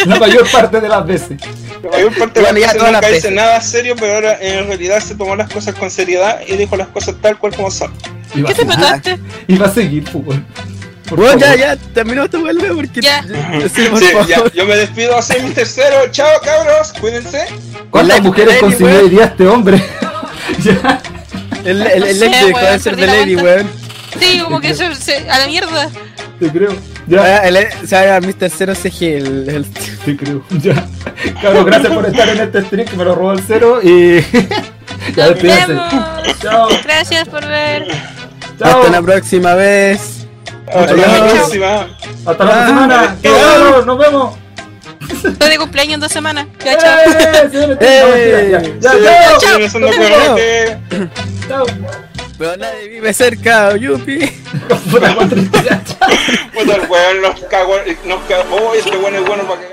Speaker 2: La mayor parte de las veces.
Speaker 5: La mayor parte de
Speaker 1: Bueno, ya
Speaker 5: las veces
Speaker 1: todas las
Speaker 5: nunca dice
Speaker 1: veces.
Speaker 5: nada serio, pero ahora en realidad se tomó las cosas con seriedad y dijo las cosas tal cual como son.
Speaker 2: Y va,
Speaker 4: ¿Qué
Speaker 2: a
Speaker 4: te
Speaker 2: seguir,
Speaker 4: mataste?
Speaker 2: y va a seguir, fútbol. Por
Speaker 1: Weón, ya,
Speaker 2: favor.
Speaker 1: ya, terminó esta weón, weón, porque.
Speaker 4: Ya.
Speaker 1: Sí, por
Speaker 5: Sí,
Speaker 1: favor.
Speaker 5: ya, yo me despido, soy mi tercero. Chao, cabros, cuídense.
Speaker 2: ¿Cuántas
Speaker 1: Like
Speaker 2: mujeres
Speaker 1: Lady,
Speaker 2: consiguió
Speaker 1: weón.
Speaker 2: hoy día este hombre? Ya.
Speaker 1: El, el,
Speaker 4: No
Speaker 1: el
Speaker 4: sé,
Speaker 1: ex dejó de
Speaker 4: weón,
Speaker 1: ser
Speaker 4: perdí
Speaker 1: de
Speaker 4: la
Speaker 1: Lady,
Speaker 4: cuenta.
Speaker 1: weón.
Speaker 4: Sí, como que se, se- a la mierda.
Speaker 2: Te creo. Ya,
Speaker 1: Ah, el- O sea, Mr. Zero CG, el, el-
Speaker 2: te creo. Ya. Cabrón, gracias por estar en este stream que me lo robó el cero y. ya
Speaker 4: Nos
Speaker 2: despídense.
Speaker 4: vemos.
Speaker 2: Chao,
Speaker 4: Gracias por ver.
Speaker 2: chao.
Speaker 1: Hasta la próxima vez.
Speaker 5: Hasta la
Speaker 2: Adiós.
Speaker 5: próxima.
Speaker 2: Hasta la
Speaker 1: Ah,
Speaker 2: semana.
Speaker 5: qué
Speaker 2: Chao, nos vemos.
Speaker 4: Estoy de cumpleaños en dos semanas. Ya, chao.
Speaker 2: ¡Eh! señores,
Speaker 1: ¡Eh!
Speaker 2: no, mentira, ya. Ya,
Speaker 5: Sigan haciendo
Speaker 2: Chao.
Speaker 5: correte.
Speaker 2: chao.
Speaker 1: Pero nadie vive cerca, yupi.
Speaker 2: Chao. Puta, cuatro estrellas.
Speaker 5: Puta, el weón nos cagó. Nos cagó. Este weón es bueno para que